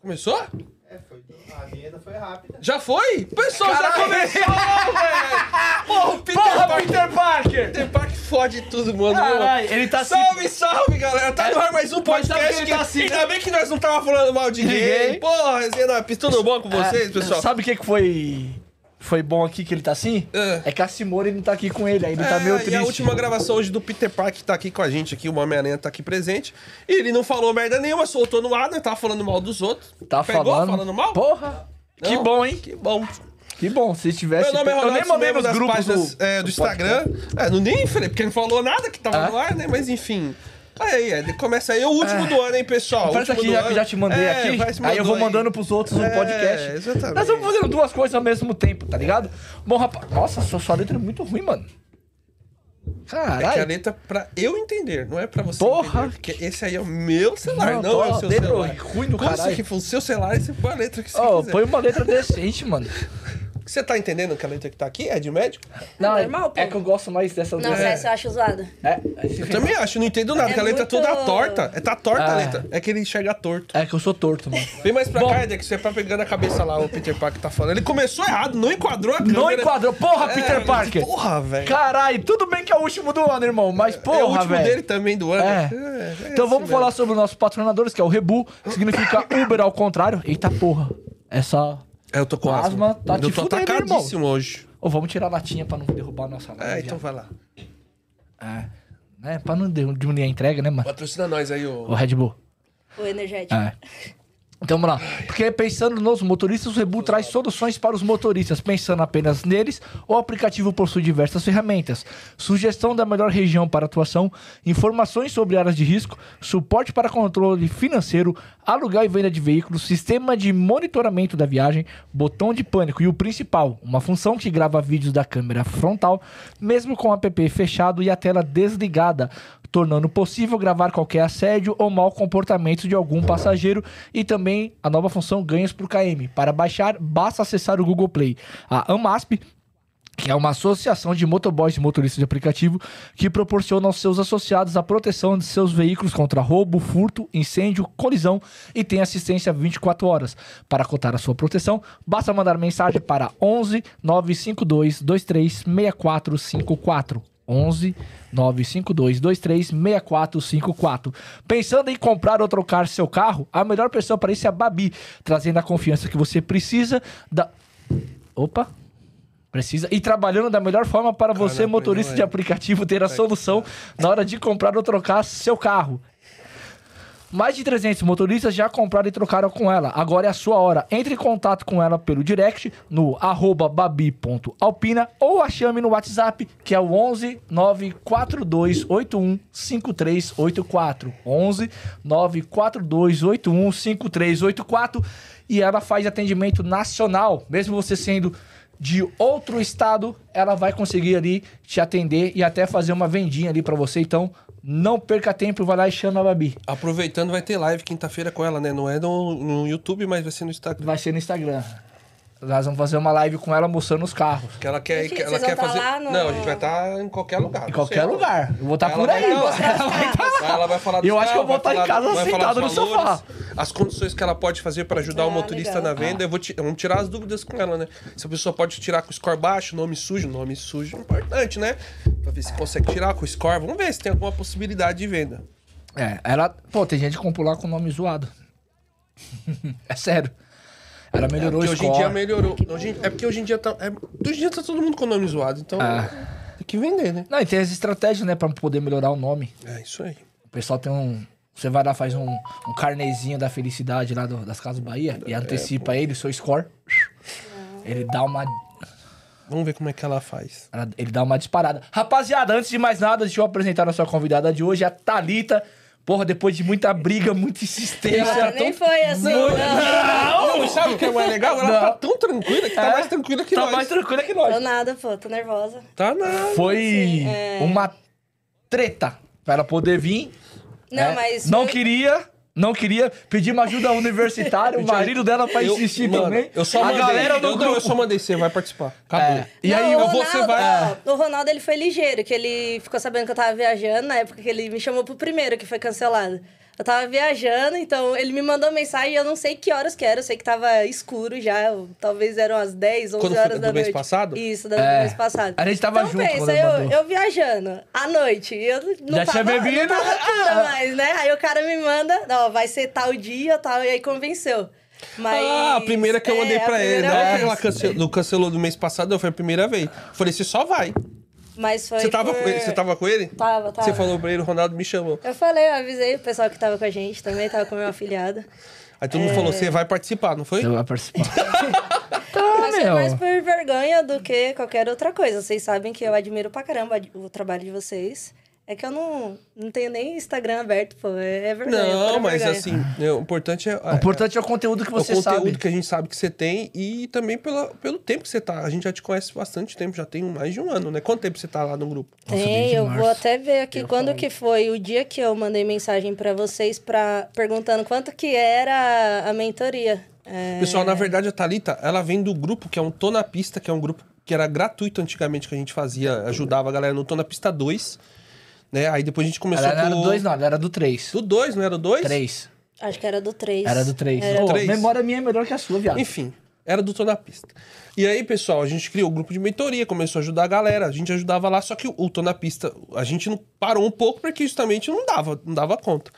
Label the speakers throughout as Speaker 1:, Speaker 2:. Speaker 1: Começou?
Speaker 2: É, foi. A vinheta foi rápida.
Speaker 1: Já foi? Pessoal, já
Speaker 3: Caralho.
Speaker 1: começou, velho! Porra, o Peter
Speaker 3: Porra,
Speaker 1: Parker-
Speaker 3: Peter Parker!
Speaker 1: Peter Parker fode todo mundo, meu.
Speaker 3: Caralho, ele tá se...
Speaker 1: Salve, salve, galera! Tá no ar mais um
Speaker 3: Mas sabe
Speaker 1: podcast
Speaker 3: que ele
Speaker 1: que...
Speaker 3: tá assim,
Speaker 1: Ainda
Speaker 3: né?
Speaker 1: bem que nós não tava falando mal de ninguém.
Speaker 3: Ninguém.
Speaker 1: Porra, resenha da pista, tudo bom com vocês,
Speaker 3: Ah,
Speaker 1: pessoal?
Speaker 3: Sabe o que que foi... Foi bom aqui que ele tá assim?
Speaker 1: Ah.
Speaker 3: É que a Simone não tá aqui com ele, aí ele tá
Speaker 1: É,
Speaker 3: meio triste.
Speaker 1: E a última gravação hoje do Peter Parker tá aqui com a gente, aqui, o Homem-Aranha tá aqui presente. E ele não falou merda nenhuma, soltou no ar, né? Tava falando mal dos outros.
Speaker 3: Tá
Speaker 1: Pegou
Speaker 3: falando.
Speaker 1: falando mal?
Speaker 3: Porra!
Speaker 1: Não.
Speaker 3: Que bom, hein?
Speaker 1: Que bom.
Speaker 3: Que bom, se tivesse...
Speaker 1: Meu nome é
Speaker 3: Eu
Speaker 1: Ronaldo,
Speaker 3: nem mandei
Speaker 1: membro
Speaker 3: nos
Speaker 1: das
Speaker 3: grupos
Speaker 1: páginas
Speaker 3: do...
Speaker 1: é, do, Instagram. É, não nem falei, porque não falou nada que tava
Speaker 3: Ah.
Speaker 1: no ar, né? Mas enfim. Aí, aí, começa aí. É o último do ano, hein, pessoal?
Speaker 3: Parece
Speaker 1: Último
Speaker 3: aqui,
Speaker 1: do
Speaker 3: já,
Speaker 1: ano.
Speaker 3: já te mandei
Speaker 1: É, vai se
Speaker 3: aqui. Aí eu vou
Speaker 1: mandou
Speaker 3: mandando pros outros no
Speaker 1: É,
Speaker 3: podcast.
Speaker 1: exatamente.
Speaker 3: Nós estamos fazendo duas coisas ao mesmo tempo, tá ligado? Bom, rapaz. Nossa, sua, sua letra é muito ruim, mano.
Speaker 1: É que a
Speaker 3: Caralho.
Speaker 1: letra pra eu entender, não é pra você
Speaker 3: Porra!
Speaker 1: entender. Porque esse aí é o meu celular, não, é o seu
Speaker 3: letra
Speaker 1: celular.
Speaker 3: ruim do
Speaker 1: Como se
Speaker 3: caralho.
Speaker 1: aqui fosse o seu celular e você põe a letra que você
Speaker 3: Ó,
Speaker 1: quiser.
Speaker 3: põe uma letra decente, mano.
Speaker 1: Você tá entendendo que a letra que tá aqui é de médico?
Speaker 3: Não, é,
Speaker 4: Normal, pô.
Speaker 3: é que eu gosto mais dessa
Speaker 4: Não,
Speaker 3: letra.
Speaker 4: essa eu acho zoada.
Speaker 3: É, esse
Speaker 1: Eu
Speaker 3: filme-
Speaker 1: também acho, não entendo nada,
Speaker 4: É
Speaker 1: que a letra é
Speaker 4: muito-
Speaker 1: toda torta. É, tá torta a
Speaker 3: Ah.
Speaker 1: letra. É que ele enxerga torto.
Speaker 3: é que eu sou torto, mano.
Speaker 1: Vem mais pra
Speaker 3: Bom.
Speaker 1: cá, Eder, que você tá pegando a cabeça lá, o Peter Parker tá falando. Ele começou errado, não enquadrou a câmera.
Speaker 3: Não enquadrou. Porra,
Speaker 1: É,
Speaker 3: Peter Parker.
Speaker 1: Porra, velho.
Speaker 3: Caralho, tudo bem que é o último do ano, irmão, mas
Speaker 1: É o
Speaker 3: porra,
Speaker 1: último dele tá
Speaker 3: velho.
Speaker 1: também do ano.
Speaker 3: É. Então
Speaker 1: esse
Speaker 3: vamos
Speaker 1: mesmo.
Speaker 3: falar sobre os nossos patrocinadores, que é o Rebu, que significa Uber ao contrário. Eita porra, essa...
Speaker 1: É, eu tô com asma.
Speaker 3: Asma tá
Speaker 1: eu
Speaker 3: te
Speaker 1: tô
Speaker 3: fudendo, irmão.
Speaker 1: atacadíssimo hoje.
Speaker 3: Ô, vamos tirar a latinha pra não derrubar a nossa live.
Speaker 1: É, então vai lá.
Speaker 3: É, né, pra não de- diminuir a entrega, né, mano?
Speaker 1: Patrocina nós aí, ô.
Speaker 3: O Red Bull.
Speaker 4: O energético.
Speaker 3: É. Então vamos lá. Porque pensando nos motoristas, o Rebu traz soluções para os motoristas. Pensando apenas neles, o aplicativo possui diversas ferramentas. Sugestão da melhor região para atuação, informações sobre áreas de risco, suporte para controle financeiro, aluguel e venda de veículos, sistema de monitoramento da viagem, botão de pânico e o principal, uma função que grava vídeos da câmera frontal, mesmo com o app fechado e a tela desligada, tornando possível gravar qualquer assédio ou mau comportamento de algum passageiro e também a nova função ganhos por KM. Para baixar, basta acessar o Google Play. A AMASP que é uma associação de motoboys e motoristas de aplicativo que proporciona aos seus associados a proteção de seus veículos contra roubo, furto, incêndio, colisão e tem assistência 24 horas. Para cotar a sua proteção, basta mandar mensagem para 11 952 23 6454. 11 952 23 6454. Pensando em comprar ou trocar seu carro, a melhor pessoa para isso é a Babi, trazendo a confiança que você precisa da. Opa! Precisa e trabalhando da melhor forma para você,
Speaker 1: Caramba,
Speaker 3: motorista
Speaker 1: não é.
Speaker 3: de aplicativo, ter a solução na hora de comprar ou trocar seu carro. Mais de 300 motoristas já compraram e trocaram com ela. Agora é a sua hora. Entre em contato com ela pelo direct no arroba babi.alpina ou a chame no WhatsApp, que é o 11 942 81 5384. 11 942 81 5384. E ela faz atendimento nacional. Mesmo você sendo de outro estado, ela vai conseguir ali te atender e até fazer uma vendinha ali pra você. Então, não perca tempo, vai lá e chama a Babi.
Speaker 1: Aproveitando, vai ter live quinta-feira com ela, né? Não é no, no YouTube, mas vai ser no Instagram.
Speaker 3: Vai ser no Instagram. Nós vamos fazer uma live com ela mostrando os carros.
Speaker 1: Que ela quer,
Speaker 4: Gente,
Speaker 1: que ela
Speaker 4: vocês
Speaker 1: quer
Speaker 4: vão tá
Speaker 1: fazer.
Speaker 4: lá no-
Speaker 1: Não, a gente vai estar em qualquer lugar.
Speaker 3: Em
Speaker 1: não
Speaker 3: qualquer
Speaker 1: sei.
Speaker 3: lugar. Eu vou estar
Speaker 1: Ela
Speaker 3: por
Speaker 1: Tá vai
Speaker 3: aí.
Speaker 1: lá.
Speaker 3: Ela vai tá lá.
Speaker 1: Ela vai falar dos
Speaker 3: Eu acho que eu vou
Speaker 1: carros, vai
Speaker 3: estar em
Speaker 1: falar-
Speaker 3: casa
Speaker 1: vai falar
Speaker 3: sentado
Speaker 1: dos
Speaker 3: no
Speaker 1: valores,
Speaker 3: sofá.
Speaker 1: As condições que ela pode fazer para ajudar o
Speaker 4: Ah,
Speaker 1: motorista
Speaker 4: legal.
Speaker 1: na venda, eu vou ti- vamos tirar as dúvidas com ela, né? Se a pessoa pode tirar com score baixo, nome sujo, nome sujo é importante, né? Pra ver se consegue tirar com score. Vamos ver se tem alguma possibilidade de venda.
Speaker 3: É, ela. Pô, tem gente que comprou lá com o nome zoado. é sério. Ela melhorou
Speaker 1: É, Porque hoje
Speaker 3: o
Speaker 1: em dia
Speaker 3: score.
Speaker 1: melhorou. Hoje em- é porque hoje em dia tá. é- hoje em dia tá todo mundo com nome zoado, então tem que vender, né?
Speaker 3: Não, e tem as estratégias, né, pra poder melhorar o nome.
Speaker 1: É isso aí.
Speaker 3: O pessoal tem um. Você vai lá, faz um, um carnezinho da felicidade lá do- das Casas Bahia
Speaker 1: É,
Speaker 3: e antecipa ele, o seu score. Ele dá uma
Speaker 1: Vamos ver como é que ela faz.
Speaker 3: Ela- Ele dá uma disparada. Rapaziada, antes de mais nada, deixa eu apresentar a nossa convidada de hoje, a Thalita. Porra, depois de muita briga, muita insistência. é
Speaker 4: Ah, nem foi assim. Não,
Speaker 1: Não, e sabe o que é mais legal? Ela
Speaker 3: Não.
Speaker 1: tá tão tranquila que tá
Speaker 3: É?
Speaker 1: mais tranquila que
Speaker 3: tá
Speaker 1: nós.
Speaker 3: mais tranquila que
Speaker 4: Tô
Speaker 3: nós.
Speaker 4: nada, pô. Tô nervosa.
Speaker 1: Tá nada.
Speaker 3: Foi
Speaker 4: é.
Speaker 3: uma treta pra ela poder vir.
Speaker 4: Não,
Speaker 3: né?
Speaker 4: mas...
Speaker 3: Não
Speaker 4: foi-
Speaker 3: queria. Não queria pedir uma ajuda universitária, o marido dela pra
Speaker 1: Eu-
Speaker 3: insistir
Speaker 1: mano,
Speaker 3: também.
Speaker 1: Eu só
Speaker 3: a
Speaker 1: mandei.
Speaker 3: galera do
Speaker 1: eu, não,
Speaker 3: grupo.
Speaker 1: eu só mandei, você vai participar. Acabou.
Speaker 3: É. E
Speaker 4: Não, É.
Speaker 3: aí,
Speaker 4: o
Speaker 1: vou-
Speaker 3: eu
Speaker 4: Ronaldo,
Speaker 1: você vai-
Speaker 4: ó, o Ronaldo, ele foi ligeiro, que ele ficou sabendo que eu tava viajando na época que ele me chamou pro primeiro, que foi cancelado. Eu tava viajando, então ele me mandou mensagem, eu não sei que horas que era, eu sei que tava escuro já, eu- talvez eram as 10, 11
Speaker 1: Quando foi-
Speaker 4: horas
Speaker 1: do
Speaker 4: da
Speaker 1: mês
Speaker 4: noite.
Speaker 1: passado?
Speaker 4: Isso, da,
Speaker 3: É.
Speaker 4: do mês passado.
Speaker 3: A gente tava
Speaker 4: então,
Speaker 3: junto quando
Speaker 4: pensa,
Speaker 3: ele
Speaker 4: eu,
Speaker 3: mandou.
Speaker 4: eu viajando à noite, eu não
Speaker 3: Já tinha
Speaker 4: tava,
Speaker 3: bebido?
Speaker 4: não tava
Speaker 1: Ah!
Speaker 4: pura mais, né? Aí o cara me manda, ó, vai ser tal dia, tal, e aí convenceu. Mas,
Speaker 1: Ah, a primeira que eu mandei
Speaker 4: é, a
Speaker 1: pra ele. né?
Speaker 4: primeira
Speaker 1: Não
Speaker 4: vez.
Speaker 1: que ela cancelou, cancelou do mês passado, não, foi a primeira vez. Falei, você só vai.
Speaker 4: Mas foi
Speaker 1: Você tava,
Speaker 4: por-
Speaker 1: com ele, você tava com ele?
Speaker 4: Tava, tava.
Speaker 1: Você falou pra ele, o Ronaldo me chamou.
Speaker 4: Eu falei, eu avisei o pessoal que tava com a gente também, tava com meu afilhado.
Speaker 1: Aí todo mundo
Speaker 4: É.
Speaker 1: falou, você vai participar, não foi?
Speaker 3: Você vai participar.
Speaker 1: Tá,
Speaker 4: Mas
Speaker 1: é
Speaker 4: foi
Speaker 3: Ah, meu.
Speaker 4: mais por vergonha do que qualquer outra coisa. Vocês sabem que eu admiro pra caramba o trabalho de vocês. É que eu não, não tenho nem Instagram aberto, pô. É, é vergonha.
Speaker 1: Não,
Speaker 4: pura
Speaker 1: mas
Speaker 4: vergonha.
Speaker 1: assim, é, o importante é,
Speaker 3: o importante é o conteúdo que
Speaker 1: é o
Speaker 3: você
Speaker 1: conteúdo
Speaker 3: sabe.
Speaker 1: que a gente sabe que você tem e também pela, pelo tempo que você tá. A gente já te conhece bastante tempo, já tem mais de um ano, né? Quanto tempo você tá lá no grupo?
Speaker 3: Nossa,
Speaker 4: Tem,
Speaker 3: desde
Speaker 4: eu
Speaker 3: março.
Speaker 4: vou até ver aqui quando que foi o dia que eu mandei mensagem pra vocês pra, perguntando quanto que era a mentoria. É,
Speaker 1: Pessoal, na verdade, a Thalita, ela vem do grupo que é um Tô na Pista, que é um grupo que era gratuito antigamente, que a gente fazia, ajudava a galera no Tô na Pista 2, né? Aí depois a gente começou
Speaker 3: Ela não era
Speaker 1: com...
Speaker 3: do 2, não, ela era do 3.
Speaker 1: Do 2, não era o 2?
Speaker 3: 3.
Speaker 4: acho que era do 3.
Speaker 3: Era do 3.
Speaker 1: do três.
Speaker 3: memória minha é melhor que a sua, viado.
Speaker 1: Enfim, era do Tô na Pista. E aí, pessoal, a gente criou o grupo de mentoria, começou a ajudar a galera, a gente ajudava lá, só que o- o Tô na Pista, a gente não parou um pouco porque justamente não dava, não dava conta.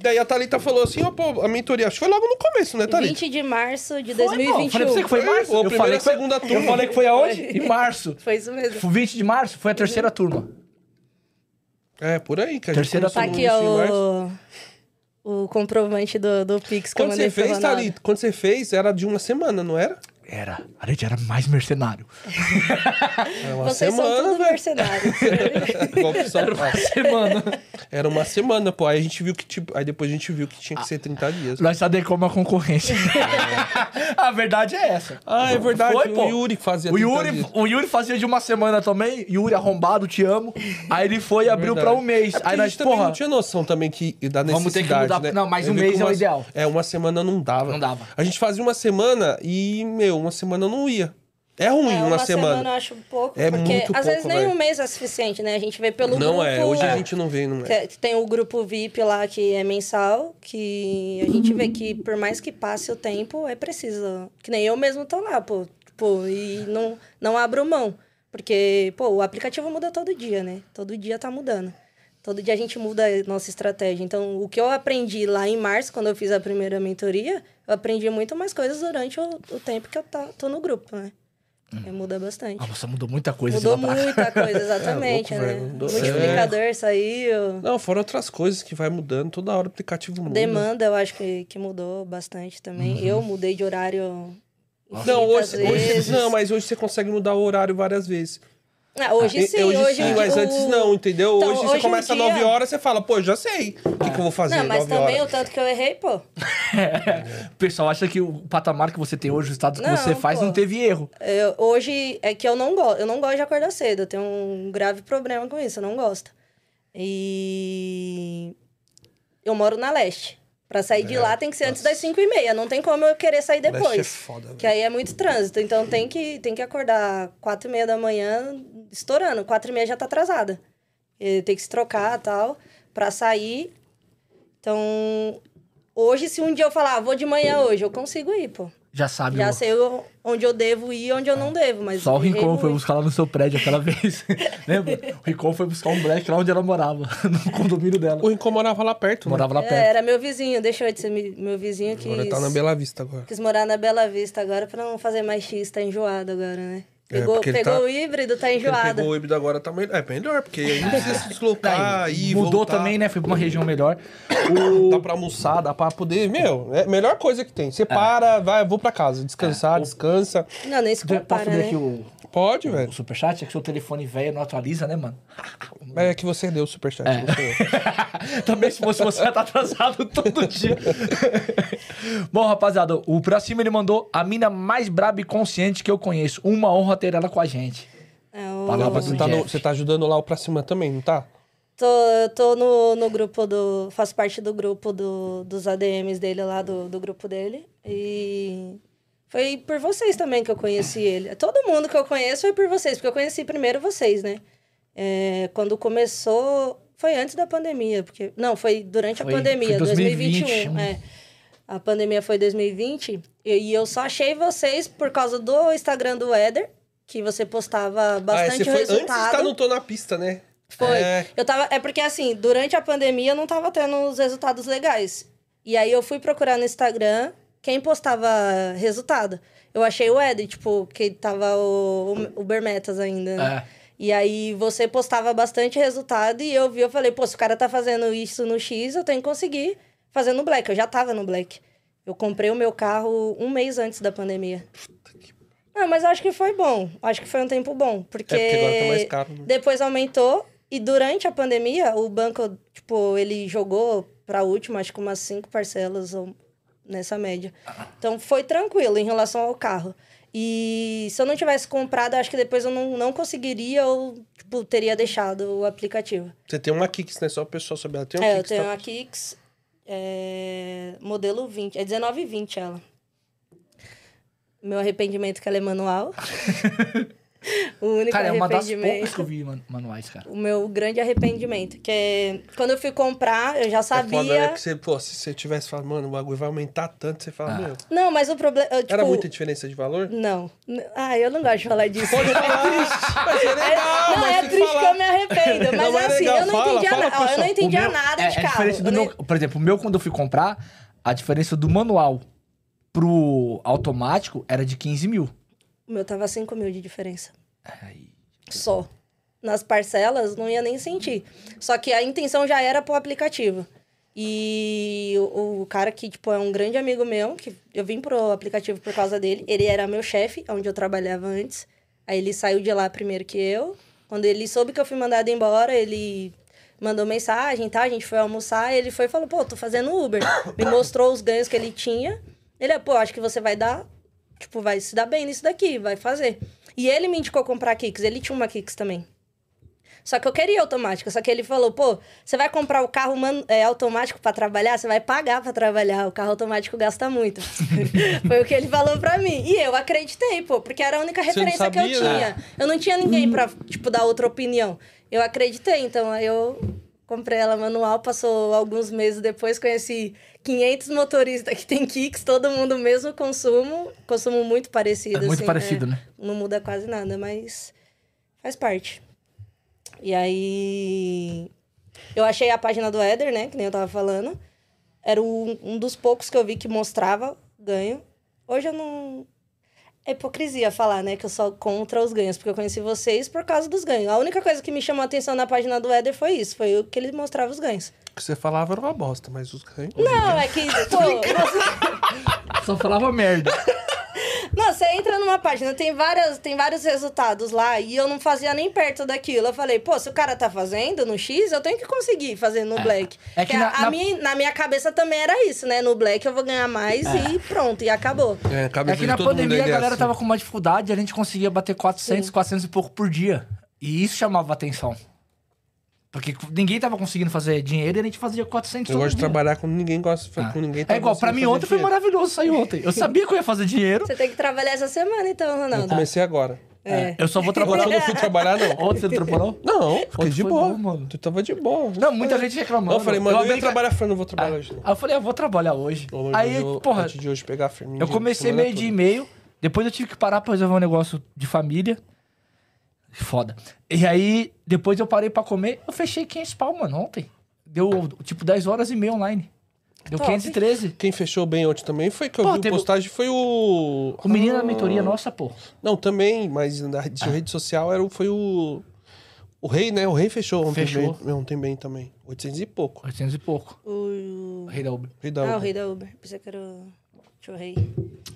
Speaker 1: Daí a Thalita falou assim, ó, pô, a mentoria, acho que foi logo no começo, né, Thalita?
Speaker 4: 20 de março de
Speaker 3: Foi, pô. Falei
Speaker 4: 2021.
Speaker 3: pra você que foi em março.
Speaker 1: Foi, a
Speaker 3: eu
Speaker 1: primeira,
Speaker 3: falei que foi,
Speaker 1: segunda
Speaker 3: Eu
Speaker 1: turma.
Speaker 3: falei que foi aonde? Em março.
Speaker 4: Foi isso mesmo.
Speaker 3: Foi 20 de março foi a terceira turma.
Speaker 1: É, por aí que a
Speaker 3: Terceira
Speaker 1: gente
Speaker 4: Tá
Speaker 1: começou
Speaker 4: aqui,
Speaker 1: no início de março.
Speaker 4: ó, o, o comprovante do, do Pix que eu
Speaker 1: Quando
Speaker 4: mandei
Speaker 1: você
Speaker 4: pro
Speaker 1: fez,
Speaker 4: Ronaldo.
Speaker 1: Thalita, quando você fez, era de uma semana, não era?
Speaker 3: Era. A gente era mais mercenário.
Speaker 1: Era uma
Speaker 4: Vocês são
Speaker 1: semana,
Speaker 4: todos
Speaker 1: velho.
Speaker 4: mercenários.
Speaker 1: Igual que são Paulo.
Speaker 3: Semana.
Speaker 1: Era uma semana, pô. Aí a gente viu que, tipo, aí depois a gente viu que
Speaker 3: Ah.
Speaker 1: tinha que ser 30 dias.
Speaker 3: Nós se adequamos
Speaker 1: é
Speaker 3: à concorrência. a verdade é essa.
Speaker 1: Ah, é verdade.
Speaker 3: Foi, pô.
Speaker 1: o Yuri que fazia
Speaker 3: O
Speaker 1: 30
Speaker 3: Yuri,
Speaker 1: dias.
Speaker 3: o Yuri fazia de uma semana também. Yuri arrombado, te amo. Aí ele foi e abriu pra um mês.
Speaker 1: É porque
Speaker 3: Aí
Speaker 1: a
Speaker 3: nós,
Speaker 1: gente também
Speaker 3: porra,
Speaker 1: não tinha noção também que da necessidade,
Speaker 3: Vamos ter que mudar.
Speaker 1: né?
Speaker 3: Não, mas
Speaker 1: Eu
Speaker 3: um
Speaker 1: vi
Speaker 3: mês
Speaker 1: que
Speaker 3: é o
Speaker 1: uma-
Speaker 3: ideal.
Speaker 1: É, uma semana não dava.
Speaker 3: Não dava.
Speaker 1: A gente fazia uma semana e, meu, uma semana não ia. É ruim
Speaker 4: É,
Speaker 1: uma, semana.
Speaker 4: eu acho pouco.
Speaker 1: É
Speaker 4: porque
Speaker 1: muito
Speaker 4: às vezes
Speaker 1: pouco,
Speaker 4: nem
Speaker 1: velho.
Speaker 4: um mês é suficiente, né? A gente vê pelo
Speaker 1: não
Speaker 4: grupo... né?
Speaker 1: é, hoje a gente não vê, não é.
Speaker 4: que- que Tem o grupo VIP lá que é mensal, que a gente vê que por mais que passe o tempo, é preciso. Que nem eu mesmo tô lá, pô. Tipo, e não, não abro mão. Porque, pô, o aplicativo muda todo dia, né? Todo dia tá mudando. Todo dia a gente muda a nossa estratégia. Então, o que eu aprendi lá em março, quando eu fiz a primeira mentoria, eu aprendi muito mais coisas durante o, o tempo que eu tá, tô no grupo, né? E Muda bastante.
Speaker 3: Ah, nossa, mudou muita coisa.
Speaker 4: Mudou
Speaker 3: esse babado.
Speaker 4: muita coisa, exatamente,
Speaker 1: É louco,
Speaker 4: né?
Speaker 1: velho, mudou.
Speaker 4: Multiplicador saiu.
Speaker 1: Não, fora outras coisas que vai mudando, toda hora o aplicativo muda. Uhum.
Speaker 4: Demanda, eu acho que, que mudou bastante também. Eu mudei de horário.
Speaker 1: Não,
Speaker 4: infinitas
Speaker 1: hoje, hoje
Speaker 4: vezes.
Speaker 1: não, mas hoje você consegue mudar o horário várias vezes.
Speaker 4: Ah, hoje
Speaker 1: É,
Speaker 4: sim,
Speaker 1: hoje,
Speaker 4: hoje,
Speaker 1: sim, mas
Speaker 4: o-
Speaker 1: antes não, entendeu?
Speaker 4: Então,
Speaker 1: hoje, você
Speaker 4: hoje
Speaker 1: começa
Speaker 4: um
Speaker 1: às
Speaker 4: dia-
Speaker 1: 9 horas, você fala, pô, eu já sei o que, que eu vou fazer
Speaker 4: Não, mas
Speaker 1: 9
Speaker 4: também
Speaker 1: horas.
Speaker 4: o tanto que eu errei, pô.
Speaker 3: O pessoal acha que o patamar que você tem hoje, o estado que
Speaker 4: Não,
Speaker 3: você faz,
Speaker 4: pô.
Speaker 3: não teve erro.
Speaker 4: Eu- hoje é que eu não gosto. Eu não gosto de acordar cedo. Eu tenho um grave problema com isso. Eu não gosto. E eu moro na leste. Pra sair de lá tem que ser antes das 5 e meia. Não tem como eu querer sair
Speaker 1: É, Leste é
Speaker 4: depois.
Speaker 1: foda, velho.
Speaker 4: que aí é muito trânsito. Então tem que, tem que acordar 4 e meia da manhã, estourando. 4 e meia já tá atrasada. E Tem que se trocar e tal. Pra sair. Então, hoje, se um dia eu falar, "Ah, vou de manhã hoje, eu consigo ir, pô.
Speaker 3: Já
Speaker 1: Ah,
Speaker 3: sabe,
Speaker 4: Já
Speaker 3: o-
Speaker 4: sei o- onde eu devo ir e onde eu não devo, mas.
Speaker 3: Só o
Speaker 4: errei
Speaker 3: Rincon foi
Speaker 4: muito.
Speaker 3: buscar lá no seu prédio aquela vez. Lembra? O Rincon foi buscar um black lá onde ela morava, no condomínio dela.
Speaker 1: O Rincon morava lá perto, né?
Speaker 3: Morava lá
Speaker 4: É,
Speaker 3: perto.
Speaker 4: era meu vizinho, deixou de ser mi- meu vizinho que.
Speaker 1: Agora tá na Bela Vista agora.
Speaker 4: Quis morar na Bela Vista agora pra não fazer mais X, tá enjoado agora, né?
Speaker 1: É,
Speaker 4: Pegou,
Speaker 1: porque ele
Speaker 4: pegou
Speaker 1: tá-
Speaker 4: o híbrido, tá
Speaker 1: Ele
Speaker 4: enjoado.
Speaker 1: pegou o híbrido agora, tá melhor. É melhor, porque aí não precisa se deslocar Tá aí.
Speaker 3: Mudou
Speaker 1: voltar.
Speaker 3: também, né? Foi pra uma região melhor.
Speaker 1: Dá pra almoçar, dá pra poder. Meu, é a melhor coisa que tem. Você para, vai, vou pra casa, descansar, descansa.
Speaker 4: Não, nem se
Speaker 3: Então, Posso
Speaker 4: compara,
Speaker 3: ver
Speaker 4: né?
Speaker 1: um
Speaker 3: aqui o,
Speaker 1: Pode, velho.
Speaker 3: o superchat? É que seu telefone velho não atualiza, né, mano?
Speaker 1: É que você deu o superchat. não foi eu.
Speaker 3: Também se fosse você, já tá atrasado todo dia. Bom, rapaziada, o pra cima ele mandou a mina mais braba e consciente que eu conheço. Uma honra ter ela com a gente.
Speaker 4: É, o-
Speaker 1: Lá,
Speaker 3: Palavra
Speaker 1: você,
Speaker 3: do
Speaker 1: tá no-
Speaker 3: Jeff.
Speaker 1: você tá ajudando lá o pra cima também, não tá?
Speaker 4: Tô, tô no, no grupo do. Faço parte do grupo do, dos ADMs dele lá, do, do grupo dele. E. Foi por vocês também que eu conheci ele. Todo mundo que eu conheço foi por vocês, porque eu conheci primeiro vocês, né? É, quando começou. Foi antes da pandemia, porque. Não, foi durante
Speaker 3: Foi-
Speaker 4: a pandemia,
Speaker 3: foi 2021,
Speaker 4: 2021. é. A pandemia foi 2020. E, e eu só achei vocês por causa do Instagram do Éder, que você postava
Speaker 1: Ah, você
Speaker 4: bastante
Speaker 1: foi antes de
Speaker 4: resultado.
Speaker 1: estar no Tô na Pista, né?
Speaker 4: Foi.
Speaker 1: É.
Speaker 4: Eu tava. É porque assim, durante a pandemia eu não tava tendo os resultados legais. E aí eu fui procurar no Instagram quem postava resultado. Eu achei o Ed, tipo, que tava o, o Bermetas ainda. né?
Speaker 3: É.
Speaker 4: E aí você postava bastante resultado e eu vi, eu falei, pô, se o cara tá fazendo isso no X, eu tenho que conseguir fazer no Black. Eu já tava no Black. Eu comprei o meu carro um mês antes da pandemia. Ah, mas eu acho que foi bom. Acho que foi um tempo bom. Porque,
Speaker 1: É, porque agora tá mais caro, né?
Speaker 4: depois aumentou e durante a pandemia o banco, tipo, ele jogou pra última, acho que umas cinco parcelas ou nessa média. Então foi tranquilo em relação ao carro. E se eu não tivesse comprado, acho que depois eu não, não conseguiria ou tipo, teria deixado o aplicativo.
Speaker 1: Você tem uma Kicks, né? Só o pessoal saber. Ela tem uma
Speaker 4: é, eu
Speaker 1: Kicks,
Speaker 4: tenho
Speaker 1: tá?
Speaker 4: a Kicks é, modelo 20, é 1920 ela. Meu arrependimento que ela é manual. o único
Speaker 3: Cara, é uma das poucas
Speaker 4: arrependimento.
Speaker 3: que eu vi man- manuais, cara.
Speaker 4: o meu grande arrependimento, que é quando eu fui comprar, eu já
Speaker 1: É foda, né?
Speaker 4: sabia.
Speaker 1: Que você, pô, se você tivesse falado, mano, o bagulho vai aumentar tanto, você fala,
Speaker 3: Ah.
Speaker 1: meu.
Speaker 4: Não, mas o problema, eu, tipo,
Speaker 1: Era muita diferença de valor?
Speaker 4: não. N- Ah, eu não gosto de falar disso.
Speaker 1: Pode falar triste, mas é legal,
Speaker 4: É- não,
Speaker 1: mas
Speaker 4: é
Speaker 1: tem
Speaker 4: triste que
Speaker 1: falar.
Speaker 4: eu me arrependo. Mas,
Speaker 1: Não, mas é
Speaker 4: assim,
Speaker 1: legal,
Speaker 4: eu não
Speaker 1: fala,
Speaker 4: entendia,
Speaker 1: fala,
Speaker 4: na- ó, eu não
Speaker 1: pessoal.
Speaker 4: entendia
Speaker 3: O meu-
Speaker 4: nada
Speaker 3: é,
Speaker 4: de
Speaker 3: é
Speaker 4: carro.
Speaker 3: diferente do
Speaker 4: Eu
Speaker 3: meu,
Speaker 4: nem-
Speaker 3: por exemplo, o meu quando eu fui comprar, a diferença do manual pro automático era de 15 mil.
Speaker 4: O meu tava 5 mil de diferença.
Speaker 3: Aí,
Speaker 4: Só. Nas parcelas, não ia nem sentir. Só que a intenção já era pro aplicativo. E o, o cara que, tipo, é um grande amigo meu, que eu vim pro aplicativo por causa dele, ele era meu chefe, onde eu trabalhava antes. Aí ele saiu de lá primeiro que eu. Quando ele soube que eu fui mandada embora, ele mandou mensagem, tá? A gente foi almoçar, ele foi e falou, pô, tô fazendo Uber. Me mostrou os ganhos que ele tinha. Ele, pô, acho que você vai dar, tipo, vai se dar bem nisso daqui, vai fazer. E ele me indicou comprar Kicks, ele tinha uma Kicks também. Só que eu queria automática, só que ele falou, pô, você vai comprar o carro man- é, automático pra trabalhar, você vai pagar pra trabalhar, o carro automático gasta muito. Foi o que ele falou pra mim. E eu acreditei, pô, porque era a única
Speaker 1: Você não
Speaker 4: referência que eu
Speaker 1: sabia, né?
Speaker 4: tinha. Eu não tinha ninguém pra, tipo, dar outra opinião. Eu acreditei, então aí eu comprei ela manual, passou alguns meses depois, conheci 500 motoristas que tem kicks, todo mundo o mesmo consumo, consumo muito parecido.
Speaker 3: é muito
Speaker 4: assim,
Speaker 3: parecido,
Speaker 4: é.
Speaker 3: né?
Speaker 4: Não muda quase nada, mas faz parte. E aí. Eu achei a página do Éder, né? Que nem eu tava falando. Era um, um dos poucos que eu vi que mostrava ganho. Hoje eu não. É hipocrisia falar, né? Que eu sou contra os ganhos, porque eu conheci vocês por causa dos ganhos. A única coisa que me chamou a atenção na página do Éder foi isso, foi o que ele mostrava os ganhos.
Speaker 1: O que você falava era uma bosta, mas os ganhos.
Speaker 4: Não, é que, pô, você-
Speaker 3: Só falava merda.
Speaker 4: Não, você entra numa página, tem, várias, tem vários resultados lá e eu não fazia nem perto daquilo. Eu falei, pô, se o cara tá fazendo no X, eu tenho que conseguir fazer no Black.
Speaker 3: É que
Speaker 4: Porque
Speaker 3: na-
Speaker 4: a- a
Speaker 3: na-
Speaker 4: minha- na minha cabeça também era isso, né? No Black eu vou ganhar mais e pronto, e acabou.
Speaker 1: É, a cabeça
Speaker 3: É que
Speaker 1: de
Speaker 3: na
Speaker 1: todo
Speaker 3: pandemia
Speaker 1: mundo
Speaker 3: a
Speaker 1: ainda é
Speaker 3: galera
Speaker 1: assim.
Speaker 3: tava com uma dificuldade e a gente conseguia bater 400, 400 e pouco por dia. E isso chamava atenção. Porque ninguém tava conseguindo fazer dinheiro e a gente fazia 400
Speaker 1: Eu
Speaker 3: todo
Speaker 1: gosto de
Speaker 3: dia.
Speaker 1: trabalhar com ninguém, gosta
Speaker 3: Ah.
Speaker 1: com ninguém. tá
Speaker 3: É igual, pra mim ontem foi maravilhoso sair ontem. Eu sabia que eu ia fazer dinheiro.
Speaker 4: Você tem que trabalhar essa semana então,
Speaker 1: Eu
Speaker 4: Ronaldo.
Speaker 1: comecei agora.
Speaker 4: É.
Speaker 3: Eu só vou
Speaker 1: Agora
Speaker 3: trabalhar
Speaker 1: eu não fui trabalhar, não.
Speaker 3: Ontem você não trabalhou?
Speaker 1: Não,
Speaker 3: Ontem
Speaker 1: fiquei de
Speaker 3: foi
Speaker 1: boa.
Speaker 3: bom, mano.
Speaker 1: Tu tava de boa.
Speaker 3: Não, muita gente reclamando.
Speaker 1: eu falei, mano, eu, ia
Speaker 3: abri-
Speaker 1: trabalhar, eu falei, não vou trabalhar hoje, não.
Speaker 3: Aí eu falei, eu vou trabalhar hoje.
Speaker 1: Eu
Speaker 3: Aí,
Speaker 1: eu,
Speaker 3: porra,
Speaker 1: antes de hoje pegar a firminha
Speaker 3: eu
Speaker 1: de
Speaker 3: comecei
Speaker 1: semana
Speaker 3: meio dia e
Speaker 1: toda.
Speaker 3: meio. Depois eu tive que parar pra resolver um negócio de família. Foda. E aí, depois eu parei pra comer. Eu fechei 500 pau, mano, ontem. Deu, tipo, 10 horas e meia online. Deu
Speaker 4: Top.
Speaker 3: 513.
Speaker 1: Quem fechou bem ontem também foi que eu
Speaker 3: Pô,
Speaker 1: vi
Speaker 3: teve-
Speaker 1: o postagem, foi o.
Speaker 3: O menino
Speaker 1: Ah,
Speaker 3: da Ah. mentoria, nossa, pô.
Speaker 1: Não, também, mas na de rede social era, o- foi o. O rei, né? O rei fechou ontem
Speaker 3: Fechou.
Speaker 1: bem. Ontem bem também. 800 e pouco.
Speaker 3: 800 e pouco.
Speaker 4: O...
Speaker 3: Rei da Uber.
Speaker 1: Rei da
Speaker 4: Ah, o
Speaker 1: Uber.
Speaker 4: rei da Uber. Pensei que era o Deixa eu rei.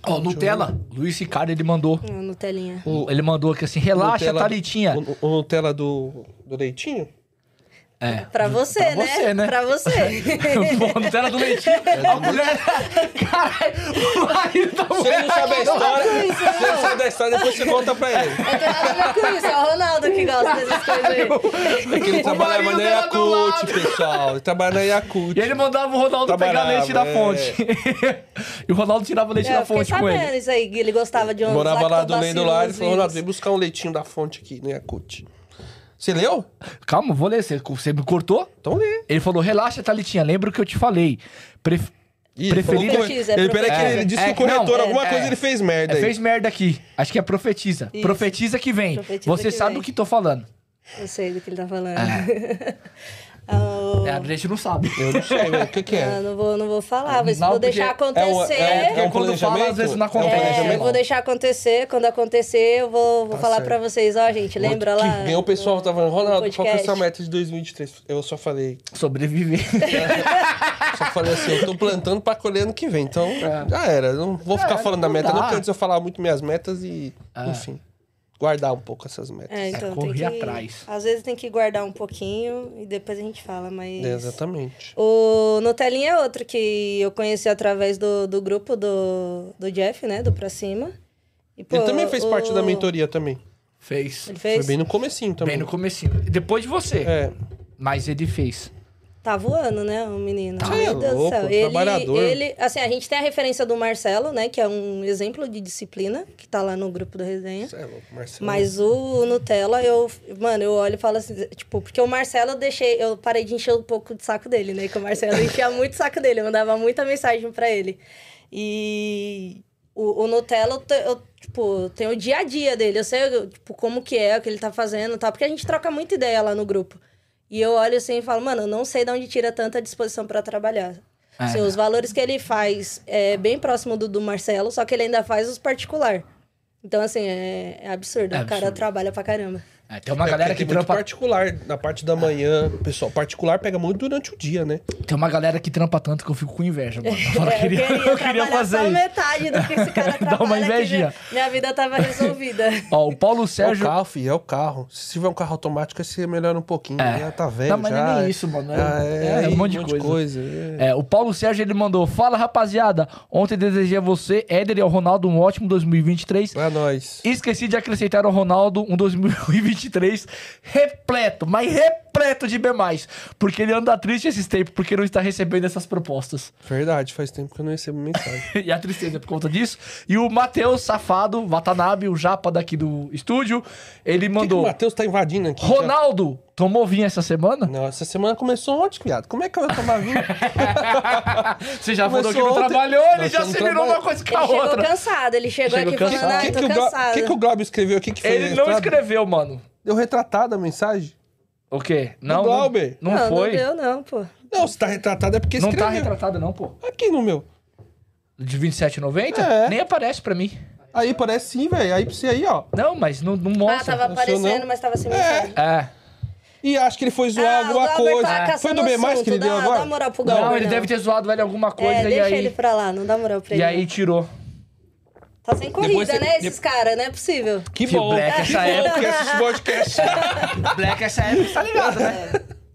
Speaker 3: Ó, Nutella. Luiz Ricardo, ele mandou.
Speaker 4: Ah, Nutelinha.
Speaker 3: Ele mandou aqui assim, relaxa,
Speaker 1: Nutella-
Speaker 3: Thalitinha.
Speaker 1: O, o Nutella do, do leitinho?
Speaker 3: É.
Speaker 4: Pra você,
Speaker 3: Pra
Speaker 4: né?
Speaker 3: você, né?
Speaker 4: Pra você.
Speaker 3: Pô, Nutella do leitinho.
Speaker 1: É
Speaker 3: A mulher... Caralho, o marido da
Speaker 1: Se ele
Speaker 3: mulher...
Speaker 1: não sabe a história,
Speaker 4: isso,
Speaker 1: se ele não sabe a história, depois você conta pra ele.
Speaker 4: Não tem nada a ver com isso, é o Ronaldo que gosta dessas coisas aí.
Speaker 1: Porque ele trabalhava
Speaker 3: marido
Speaker 1: na
Speaker 3: dela do
Speaker 1: Yakult,
Speaker 3: lado.
Speaker 1: pessoal. Ele trabalha na Yakult.
Speaker 3: E ele mandava o Ronaldo pegar
Speaker 1: Trabalhava,
Speaker 3: leite da
Speaker 1: é.
Speaker 3: fonte. e o Ronaldo tirava leite
Speaker 4: É,
Speaker 3: da
Speaker 4: eu fiquei
Speaker 3: fonte com
Speaker 4: sabendo
Speaker 3: ele.
Speaker 4: isso aí, que ele gostava de um
Speaker 1: Morava lá do lado do lado, ele falou, Ronaldo, vem buscar um leitinho da fonte aqui, no Yakut. né, Você leu?
Speaker 3: Calma, vou ler. Você, você me cortou?
Speaker 1: Então lê.
Speaker 3: Ele falou, relaxa, Thalitinha, lembra o que eu te falei. Pref-
Speaker 1: Ih,
Speaker 3: Preferido-
Speaker 1: falou com-
Speaker 4: Profetiza, é
Speaker 1: Ele, peraí, que
Speaker 4: profetiza.
Speaker 1: ele disse
Speaker 3: É,
Speaker 1: que o corretor,
Speaker 3: não,
Speaker 1: alguma
Speaker 3: é,
Speaker 1: coisa
Speaker 3: é.
Speaker 1: ele fez merda
Speaker 3: É,
Speaker 1: aí.
Speaker 3: fez merda aqui. Acho que é profetiza.
Speaker 4: Isso.
Speaker 3: Profetiza que vem.
Speaker 4: Profetiza
Speaker 3: você
Speaker 4: que
Speaker 3: sabe
Speaker 4: vem.
Speaker 3: do que tô falando.
Speaker 4: Eu sei do que ele tá falando. Ah,
Speaker 3: É, a gente não sabe.
Speaker 1: Eu não sei, velho. O que, que é?
Speaker 4: não, vou, não vou falar, mas
Speaker 3: Não,
Speaker 4: vou
Speaker 3: porque
Speaker 4: deixar
Speaker 1: É um- É
Speaker 4: acontecer.
Speaker 1: um, é um
Speaker 3: Porque quando fala, às
Speaker 1: planejamento?
Speaker 3: vezes
Speaker 1: É
Speaker 3: não
Speaker 1: um
Speaker 3: acontece.
Speaker 4: É,
Speaker 1: planejamento?
Speaker 4: eu vou deixar acontecer. Quando acontecer, eu vou, vou
Speaker 1: Tá
Speaker 4: falar
Speaker 1: certo.
Speaker 4: pra vocês. Ó, gente, lembra lá?
Speaker 1: Que ganhou o pessoal, tava falando, Ronaldo,
Speaker 4: no
Speaker 1: qual que é a
Speaker 4: podcast.
Speaker 1: sua meta de 2023? Eu só falei,
Speaker 3: Sobreviver.
Speaker 1: só falei assim, eu tô plantando pra colher ano que vem, então já era. Não vou ficar falando da
Speaker 3: É. não
Speaker 1: meta,
Speaker 3: dá. É.
Speaker 1: não, porque antes eu falava muito minhas metas e, enfim, guardar um pouco essas metas.
Speaker 4: É, então,
Speaker 3: correr
Speaker 4: tem que,
Speaker 3: atrás.
Speaker 4: Às vezes tem que guardar um pouquinho e depois a gente fala, mas.
Speaker 1: É, exatamente.
Speaker 4: O Nutelinha é outro que eu conheci através do, do grupo do, do Jeff, né? Do Pra Cima. E, pô,
Speaker 1: Ele também fez
Speaker 4: o-
Speaker 1: parte da mentoria também.
Speaker 3: Fez.
Speaker 4: Ele
Speaker 1: Foi
Speaker 4: fez?
Speaker 1: bem no comecinho também.
Speaker 3: Bem no comecinho. Depois de você.
Speaker 1: Tá É,
Speaker 3: Mas ele fez.
Speaker 4: Tá voando, né, o menino?
Speaker 1: Tá louco,
Speaker 4: Ele,
Speaker 1: trabalhador.
Speaker 4: ele, assim, a gente tem a referência do Marcelo, né? Que é um exemplo de disciplina, que tá lá no grupo do Resenha.
Speaker 1: cê é louco, Marcelo.
Speaker 4: Mas o Nutella, eu, mano, eu olho e falo assim, tipo, porque o Marcelo eu deixei, eu parei de encher um pouco de saco dele, né? Que o Marcelo enchia muito o saco dele, eu mandava muita mensagem pra ele. E o, o Nutella, eu, te- eu, tipo, tenho o dia a dia dele, eu sei, eu, tipo, como que é, o que ele tá fazendo e tal, porque a gente troca muita ideia lá no grupo. E eu olho assim e falo, mano, eu não sei de onde tira tanta disposição pra trabalhar.
Speaker 3: É.
Speaker 4: Assim, os valores que ele faz é bem próximo do do Marcelo, só que ele ainda faz os particular. Então, assim, é, é absurdo.
Speaker 3: É
Speaker 4: o cara
Speaker 3: absurdo.
Speaker 4: trabalha pra caramba.
Speaker 3: É, tem uma
Speaker 1: É,
Speaker 3: galera
Speaker 1: porque
Speaker 3: que
Speaker 1: tem muito
Speaker 3: trampa.
Speaker 1: particular, na parte da manhã, pessoal, particular pega muito durante o dia, né?
Speaker 3: Tem uma galera que trampa tanto que eu fico com inveja, mano. Eu, falo,
Speaker 4: É,
Speaker 3: queria, eu queria
Speaker 4: trabalhar
Speaker 3: fazer
Speaker 4: só
Speaker 3: isso.
Speaker 4: metade do que esse cara trabalha.
Speaker 3: uma
Speaker 4: que já-
Speaker 3: invejinha.
Speaker 4: minha vida tava resolvida.
Speaker 3: Ó, o Paulo
Speaker 1: É o
Speaker 3: Sérgio.
Speaker 1: carro, filho, é o carro. Se tiver um carro automático, aí você melhora um pouquinho.
Speaker 3: É.
Speaker 1: Já tá velho,
Speaker 3: Não, mas não é
Speaker 1: já.
Speaker 3: nem isso, mano. É-
Speaker 1: Ah,
Speaker 3: é, é
Speaker 1: aí, um monte de coisa. é.
Speaker 3: É, o Paulo Sérgio ele mandou: Fala rapaziada, ontem desejei a você, Éder e ao Ronaldo um ótimo 2023.
Speaker 1: Pra nós.
Speaker 3: Esqueci de acrescentar ao Ronaldo um 2023 repleto, mas repleto de B+. Porque ele anda triste esses tempos, porque não está recebendo essas propostas.
Speaker 1: Verdade, faz tempo que eu não recebo mensagem.
Speaker 3: e a tristeza é por conta disso. E o Matheus Safado, Watanabe, o japa daqui do estúdio, ele
Speaker 1: Por que que o
Speaker 3: mandou...
Speaker 1: Matheus tá invadindo aqui?
Speaker 3: Ronaldo, tomou vinho essa semana?
Speaker 1: Já- Não, essa semana começou ontem, viado. Como é que eu vou tomar vinho?
Speaker 3: Você já falou que
Speaker 1: Começou
Speaker 3: não
Speaker 1: ontem.
Speaker 3: trabalhou, ele
Speaker 1: Nós
Speaker 3: já
Speaker 1: estamos
Speaker 3: se virou
Speaker 1: trabalhando.
Speaker 3: uma coisa com
Speaker 4: Ele
Speaker 3: a
Speaker 4: chegou
Speaker 3: Tá outra.
Speaker 4: cansado, ele chegou
Speaker 3: Chegou
Speaker 4: aqui
Speaker 1: O
Speaker 3: cansado.
Speaker 4: falando,
Speaker 1: que,
Speaker 4: ah,
Speaker 1: que,
Speaker 4: tô
Speaker 1: o Gla...
Speaker 4: cansado.
Speaker 1: que, que o Glauber escreveu aqui que foi
Speaker 3: Ele não
Speaker 1: retratado?
Speaker 3: escreveu, mano.
Speaker 1: Deu retratada a mensagem?
Speaker 3: O quê? Não,
Speaker 1: Glauber.
Speaker 3: não, não foi.
Speaker 4: Ah, não deu não, pô. Ah,
Speaker 1: Não, se tá retratado é porque
Speaker 3: Não
Speaker 1: escreveu.
Speaker 3: tá retratado não, pô.
Speaker 1: Aqui no meu.
Speaker 3: De 27,90?
Speaker 1: É.
Speaker 3: Nem aparece pra mim.
Speaker 1: Aí parece sim, velho. Aí pra você aí, ó.
Speaker 3: Não, mas não, não
Speaker 4: Ah,
Speaker 3: mostra.
Speaker 4: tava aparecendo,
Speaker 1: não.
Speaker 4: mas tava sem mensagem.
Speaker 3: É.
Speaker 1: E acho que ele foi zoar
Speaker 4: Ah, o
Speaker 1: alguma
Speaker 4: Glauber
Speaker 1: coisa.
Speaker 4: tá
Speaker 1: foi
Speaker 4: caçando
Speaker 1: do B mais que ele
Speaker 4: assunto,
Speaker 1: deu
Speaker 4: dá-
Speaker 1: agora?
Speaker 4: dá moral pro
Speaker 3: Não,
Speaker 4: Glauber,
Speaker 3: ele
Speaker 4: não.
Speaker 3: deve ter zoado ele alguma coisa
Speaker 4: É,
Speaker 3: e
Speaker 4: deixa
Speaker 3: aí...
Speaker 4: ele pra lá, não dá moral pra
Speaker 3: E
Speaker 4: ele.
Speaker 3: aí
Speaker 4: não.
Speaker 3: tirou.
Speaker 4: Tá sem
Speaker 1: Depois
Speaker 4: corrida,
Speaker 1: você-
Speaker 4: né, esses caras, não é possível.
Speaker 1: Que
Speaker 3: Fio
Speaker 1: bom.
Speaker 3: Black,
Speaker 1: que
Speaker 3: essa
Speaker 1: bom
Speaker 3: época.
Speaker 1: que assiste podcast.
Speaker 3: Black essa época tá ligado, né?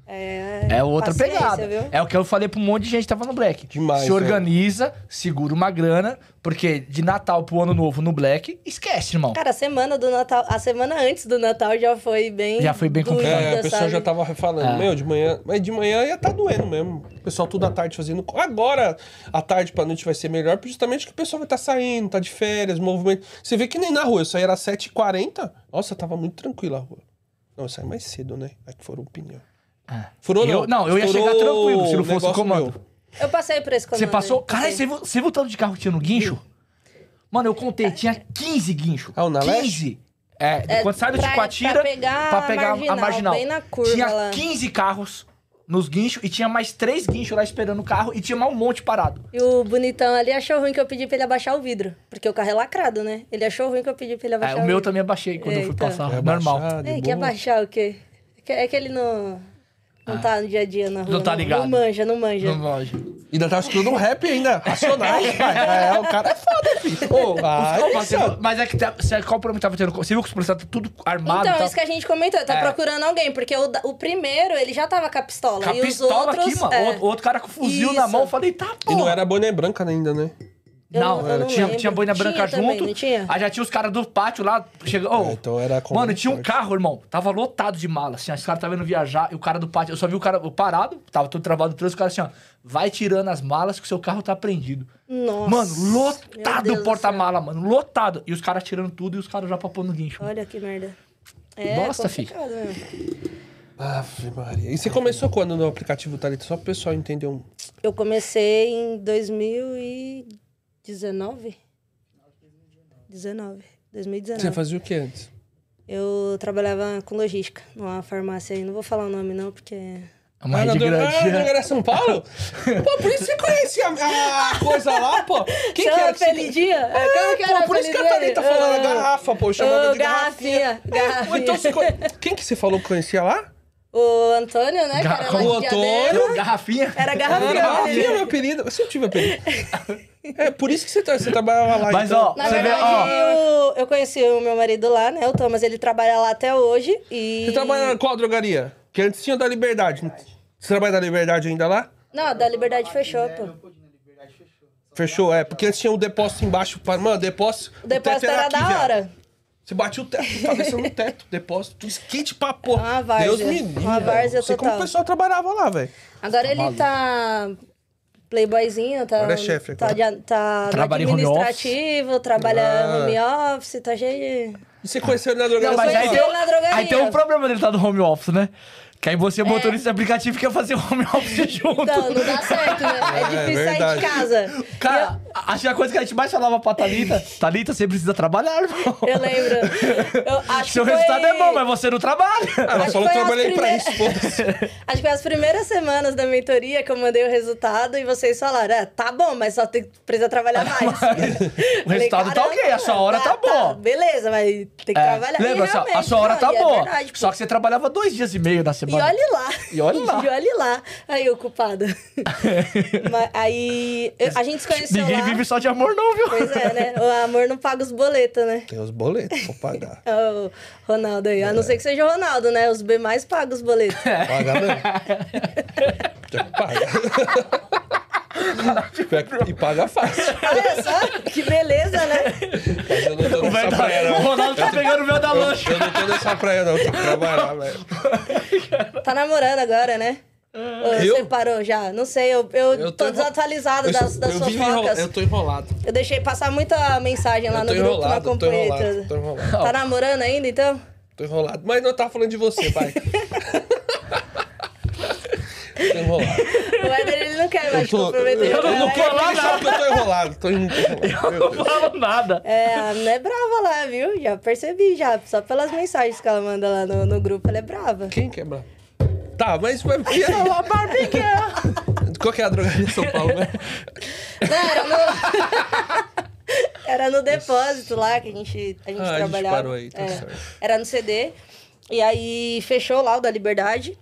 Speaker 4: É,
Speaker 3: É outra
Speaker 4: paciência,
Speaker 3: pegada.
Speaker 4: viu?
Speaker 3: É o que eu falei pra um monte de gente que tava no Black.
Speaker 1: Demais,
Speaker 3: Se organiza, segura uma grana, porque de Natal pro Ano Novo no Black, esquece, irmão.
Speaker 4: Cara, a semana do Natal, a semana antes do Natal já foi bem.
Speaker 3: Já foi bem
Speaker 4: doída,
Speaker 3: complicada.
Speaker 1: É, o pessoal
Speaker 4: sabe?
Speaker 1: já tava falando,
Speaker 3: Ah.
Speaker 1: meu, de manhã. Mas de manhã ia tá doendo mesmo. O pessoal tudo à tarde fazendo. co- Agora, à tarde pra noite vai ser melhor, justamente que o pessoal vai estar tá saindo, tá de férias, movimento. Você vê que nem na rua, eu saí era 7h40. Nossa, tava muito tranquilo a rua. Não, eu saí mais cedo, né? Aí que furou o pneu.
Speaker 3: Ah.
Speaker 1: Furou
Speaker 3: Eu-
Speaker 1: não?
Speaker 3: não, eu ia
Speaker 1: Estourou
Speaker 3: chegar tranquilo se não fosse o
Speaker 1: negócio
Speaker 3: comando.
Speaker 1: meu.
Speaker 4: Eu passei por esse comando.
Speaker 3: Você passou.
Speaker 4: aí,
Speaker 3: Caralho,
Speaker 4: passei.
Speaker 3: você, viu- você viu o tanto de carro que tinha no guincho? Mano, eu contei, tinha 15 guinchos.
Speaker 1: Ah, o na
Speaker 3: 15. É,
Speaker 4: É,
Speaker 3: quando sai do
Speaker 4: pra-
Speaker 3: Ticuatira,
Speaker 4: pra pegar a marginal, bem na curva
Speaker 3: tinha
Speaker 4: lá.
Speaker 3: 15 carros nos guinchos e tinha mais 3 guinchos lá esperando o carro e tinha mais um monte parado.
Speaker 4: E o bonitão ali achou ruim que eu pedi pra ele abaixar o vidro. Porque o carro é lacrado, né? Ele achou ruim que eu pedi pra ele
Speaker 3: É,
Speaker 4: abaixar
Speaker 3: o meu
Speaker 4: vidro.
Speaker 3: também abaixei quando eu fui
Speaker 4: Eita.
Speaker 3: passar,
Speaker 1: Vai
Speaker 3: normal.
Speaker 1: abaixar, de
Speaker 4: É, que
Speaker 1: boa.
Speaker 4: abaixar o quê? É que- É que ele não. Não tá no dia a dia na rua.
Speaker 3: Ah. Não tá ligado.
Speaker 4: Não manja, não manja.
Speaker 3: Não, lógico.
Speaker 1: Ainda tava escutando um rap ainda. Racionais, pai. É, o cara é foda, filho.
Speaker 3: Ô,
Speaker 1: Vai,
Speaker 3: os- mas,
Speaker 1: bicho.
Speaker 3: mas é que tá- se- qual o problema que tava tendo? Você viu que os policiais tá tudo armado
Speaker 4: Então,
Speaker 3: e tal?
Speaker 4: isso que a gente comentou, tá
Speaker 3: É.
Speaker 4: procurando alguém, porque o, da- o primeiro ele já tava com a pistola.
Speaker 3: Com a
Speaker 4: e os
Speaker 3: pistola
Speaker 4: outros,
Speaker 3: aqui, mano.
Speaker 4: é.
Speaker 3: O outro cara com fuzil na
Speaker 4: Isso.
Speaker 3: mão, eu falei, tá, pô.
Speaker 1: E não era boné branca ainda, né?
Speaker 4: Eu
Speaker 3: Não,
Speaker 4: não- eu não
Speaker 3: tinha,
Speaker 4: lembro.
Speaker 3: tinha boina
Speaker 4: Tinha
Speaker 3: branca
Speaker 4: também,
Speaker 3: junto.
Speaker 4: não tinha?
Speaker 3: Aí já tinha os caras do pátio lá. Chegou,
Speaker 1: É, então era com
Speaker 3: Mano, tinha um
Speaker 1: sorte.
Speaker 3: carro, irmão. Tava lotado de mala. Assim, ó, os caras estavam indo viajar e o cara do pátio. Eu só vi o cara parado, tava todo travado no trânsito. O cara assim, ó. Vai tirando as malas que o seu carro tá prendido.
Speaker 4: Nossa.
Speaker 3: mano,
Speaker 4: Meu
Speaker 3: lotado
Speaker 4: Deus
Speaker 3: o
Speaker 4: do
Speaker 3: porta-mala, mano. Lotado. E os caras tirando tudo e os caras já papando no guincho.
Speaker 4: céu. Olha que merda. É
Speaker 3: Bosta, fi.
Speaker 4: complicado mesmo.
Speaker 1: Ave Maria. E você começou quando no aplicativo Thalita? Só pro pessoal entender um.
Speaker 4: Eu comecei em 2019. 19. 2019.
Speaker 1: Você fazia o que antes?
Speaker 4: Eu trabalhava com logística numa farmácia aí. Não vou falar o nome, não, porque.
Speaker 3: É uma rede
Speaker 1: do- ah, não
Speaker 3: grande.
Speaker 1: era São Paulo? pô, por isso você conhecia a, a coisa lá, pô. Quem que
Speaker 4: Seu
Speaker 1: era? que você- Ah,
Speaker 4: apelidinho? É, Como que
Speaker 1: Pô,
Speaker 4: era
Speaker 1: por isso que a
Speaker 4: apelido
Speaker 1: Thalita
Speaker 4: dele?
Speaker 1: falando
Speaker 4: Ah.
Speaker 1: garrafa, pô, chamando
Speaker 4: Ô,
Speaker 1: de garrafinha.
Speaker 4: garrafinha. garrafinha.
Speaker 1: Ou Então, você co- quem que você falou que conhecia lá?
Speaker 4: O Antônio, né?
Speaker 3: Gar-
Speaker 4: cara, lá
Speaker 1: o
Speaker 4: de Diadema.
Speaker 1: Antônio.
Speaker 3: Garrafinha?
Speaker 4: Era
Speaker 1: Era
Speaker 4: garrafinha.
Speaker 1: garrafinha, meu apelido. Eu sempre tive apelido. É, por isso que você, tra- você trabalhava lá.
Speaker 3: Mas,
Speaker 1: então.
Speaker 3: ó,
Speaker 4: Na
Speaker 3: Você vê,
Speaker 4: verdade, eu, eu conheci o meu marido lá, né? O Thomas, ele trabalha lá até hoje e...
Speaker 1: Você trabalha em qual drogaria? Que antes tinha da Liberdade. Você trabalha da Liberdade ainda lá?
Speaker 4: Não, da Liberdade fechou, pô.
Speaker 2: Não pude na liberdade, fechou. Só
Speaker 1: Fechou, é. Porque antes tinha um depósito embaixo. pra- Mano, depósito.
Speaker 4: O depósito
Speaker 1: teto
Speaker 4: era
Speaker 1: tá aqui,
Speaker 4: da
Speaker 1: viado.
Speaker 4: hora.
Speaker 1: Você batia o teto, tava descendo no teto, depósito, tudo skate pra porra.
Speaker 4: Uma várzea.
Speaker 1: Deus me livre.
Speaker 4: Uma
Speaker 1: velho.
Speaker 4: várzea
Speaker 1: Não sei como o
Speaker 4: total.
Speaker 1: pessoal trabalhava lá, velho.
Speaker 4: Agora ele tá playboyzinho, tá...
Speaker 1: Agora é chefe
Speaker 4: Tá,
Speaker 1: agora.
Speaker 4: de- tá no
Speaker 3: Trabalha em home
Speaker 4: administrativo, trabalha
Speaker 1: Ah.
Speaker 4: home office, tá cheio de...
Speaker 1: E você conheceu ele na drogaria?
Speaker 3: Não, mas
Speaker 1: Você
Speaker 3: aí
Speaker 1: falou,
Speaker 3: tem,
Speaker 4: conheci ele na drogaria. É.
Speaker 3: aí tem um problema dele estar no home office, né? Que aí você, motorista de aplicativo, quer fazer home office junto.
Speaker 4: Então, não dá certo, né? É difícil sair
Speaker 1: verdade.
Speaker 4: de casa.
Speaker 3: Cara, acho que a coisa que a gente mais falava pra Thalita, Thalita, você precisa trabalhar, irmão.
Speaker 4: Eu tipo, lembro. Eu acho
Speaker 3: Seu
Speaker 4: que
Speaker 3: resultado
Speaker 4: foi-
Speaker 3: é bom, mas você não trabalha.
Speaker 1: Ela
Speaker 4: Acho
Speaker 1: falou que
Speaker 4: que foi as
Speaker 1: trabalhei pra
Speaker 4: primeiras-
Speaker 1: isso, foda-se.
Speaker 4: Acho que foi as primeiras semanas da mentoria que eu mandei o resultado e vocês falaram: é, tá bom, mas só tem, precisa trabalhar mais.
Speaker 3: O resultado tá ok, a sua hora tá boa. É,
Speaker 4: beleza, mas tem que trabalhar. E
Speaker 3: Lembra, a sua- a
Speaker 4: realmente,
Speaker 3: sua hora
Speaker 4: não,
Speaker 3: tá
Speaker 4: e é
Speaker 3: boa.
Speaker 4: verdade, pô.
Speaker 3: só que você trabalhava dois dias e meio na
Speaker 4: E
Speaker 3: semana.
Speaker 4: olhe lá.
Speaker 3: E olhe lá.
Speaker 4: e olhe lá. Aí, ocupada. aí, eu- a gente se conheceu
Speaker 3: Ninguém
Speaker 4: lá.
Speaker 3: vive só de amor, não, viu?
Speaker 4: Pois é, né? O amor não paga os boletos, né? É
Speaker 1: Tem os boletos pra pagar.
Speaker 4: O Ronaldo aí. A
Speaker 3: É.
Speaker 4: não ser que seja o Ronaldo, né? Os B mais pagam os boletos.
Speaker 1: Paga mesmo. Tem que pagar. E paga fácil.
Speaker 4: Olha só, que beleza, né?
Speaker 1: Mas eu não tô
Speaker 3: O, velho
Speaker 1: nessa
Speaker 3: tá-
Speaker 1: praia,
Speaker 3: o
Speaker 1: não.
Speaker 3: Ronaldo tá pegando o meu da lancha.
Speaker 1: Eu não tô nessa praia, não. Tem que trabalhar, velho.
Speaker 4: Tá namorando agora, né? Ou
Speaker 1: Eu?
Speaker 4: Você parou já? Não sei, eu, eu,
Speaker 1: Eu tô
Speaker 4: tô,
Speaker 1: enro-
Speaker 4: desatualizado
Speaker 1: Eu
Speaker 4: das,
Speaker 1: sou-
Speaker 4: das
Speaker 1: eu
Speaker 4: suas
Speaker 1: vivo enrola-
Speaker 4: focas.
Speaker 1: Eu
Speaker 4: Eu,
Speaker 1: tô enrolado.
Speaker 4: deixei passar muita mensagem lá
Speaker 1: Eu
Speaker 4: no
Speaker 1: tô
Speaker 4: grupo,
Speaker 1: enrolado,
Speaker 4: não
Speaker 1: tô
Speaker 4: acompanhei
Speaker 1: enrolado,
Speaker 4: tudo.
Speaker 1: tô enrolado.
Speaker 4: Tá namorando ainda, então?
Speaker 1: Tô enrolado. Mas não tava falando de você, pai. tô enrolado.
Speaker 4: O Éder, ele não quer mais
Speaker 1: Eu tô-
Speaker 4: comprometer.
Speaker 1: eu
Speaker 4: né?
Speaker 1: não quero
Speaker 3: falar
Speaker 1: nem saber que eu tô enrolado. Tô enrolado. Meu
Speaker 3: Não
Speaker 1: Deus.
Speaker 3: falo nada.
Speaker 4: É, a menina é brava lá, viu? Já percebi, já. Só pelas mensagens que ela manda lá no, no grupo, ela é brava.
Speaker 1: Quem quebra? Tá, mas vai- e aí?
Speaker 3: A Barbie que é.
Speaker 1: qual que é a drogaria de São Paulo, né?
Speaker 4: Não, era no... era no depósito lá que a gente, a gente
Speaker 1: Ah, a gente
Speaker 4: trabalhava.
Speaker 1: parou aí, tá
Speaker 4: É.
Speaker 1: certo.
Speaker 4: Era no CD. E aí fechou lá o da Liberdade.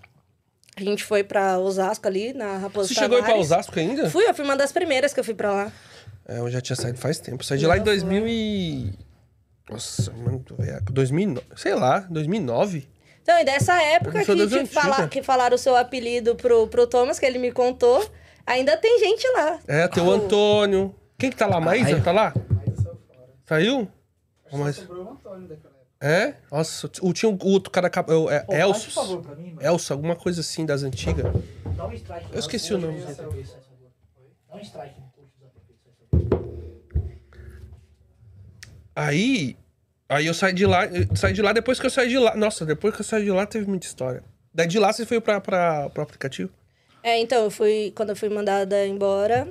Speaker 4: A gente foi pra Osasco ali, na Raposa
Speaker 1: Você chegou aí pra
Speaker 4: Tavares.
Speaker 1: Osasco ainda?
Speaker 4: Fui, eu fui uma das primeiras que eu fui pra lá.
Speaker 1: É, eu já tinha saído faz tempo. Saí de lá em 2000 e... Nossa, mano, tô velhaco. 2009, sei lá, 2009.
Speaker 4: Então, e dessa época
Speaker 1: Eu sou
Speaker 4: que,
Speaker 1: das
Speaker 4: te fala,
Speaker 1: antigas.
Speaker 4: que falaram o seu apelido pro, pro Thomas, que ele me contou, ainda tem gente lá.
Speaker 1: É, tem o Antônio. Quem que tá lá? Maísa
Speaker 3: Ai.
Speaker 1: tá lá?
Speaker 2: Mas eu sou fora.
Speaker 1: Saiu? Ou
Speaker 2: Mas...
Speaker 1: mais-
Speaker 2: Só sobrou o Antônio daquela época.
Speaker 1: É? Nossa, o- tinha o outro cara... capa- é o- É, Elsos.
Speaker 3: pra mim, mano.
Speaker 1: Elsa, alguma coisa assim das antigas.
Speaker 3: Dá um strike.
Speaker 1: Eu esqueci o nome.
Speaker 3: Dá um strike.
Speaker 1: Aí, aí eu saí de lá, eu saí de lá depois que eu saí de lá. Nossa, depois que eu saí de lá teve muita história. Daí de lá você foi pra, pra, pro aplicativo?
Speaker 4: É, então, eu fui, quando eu fui mandada embora,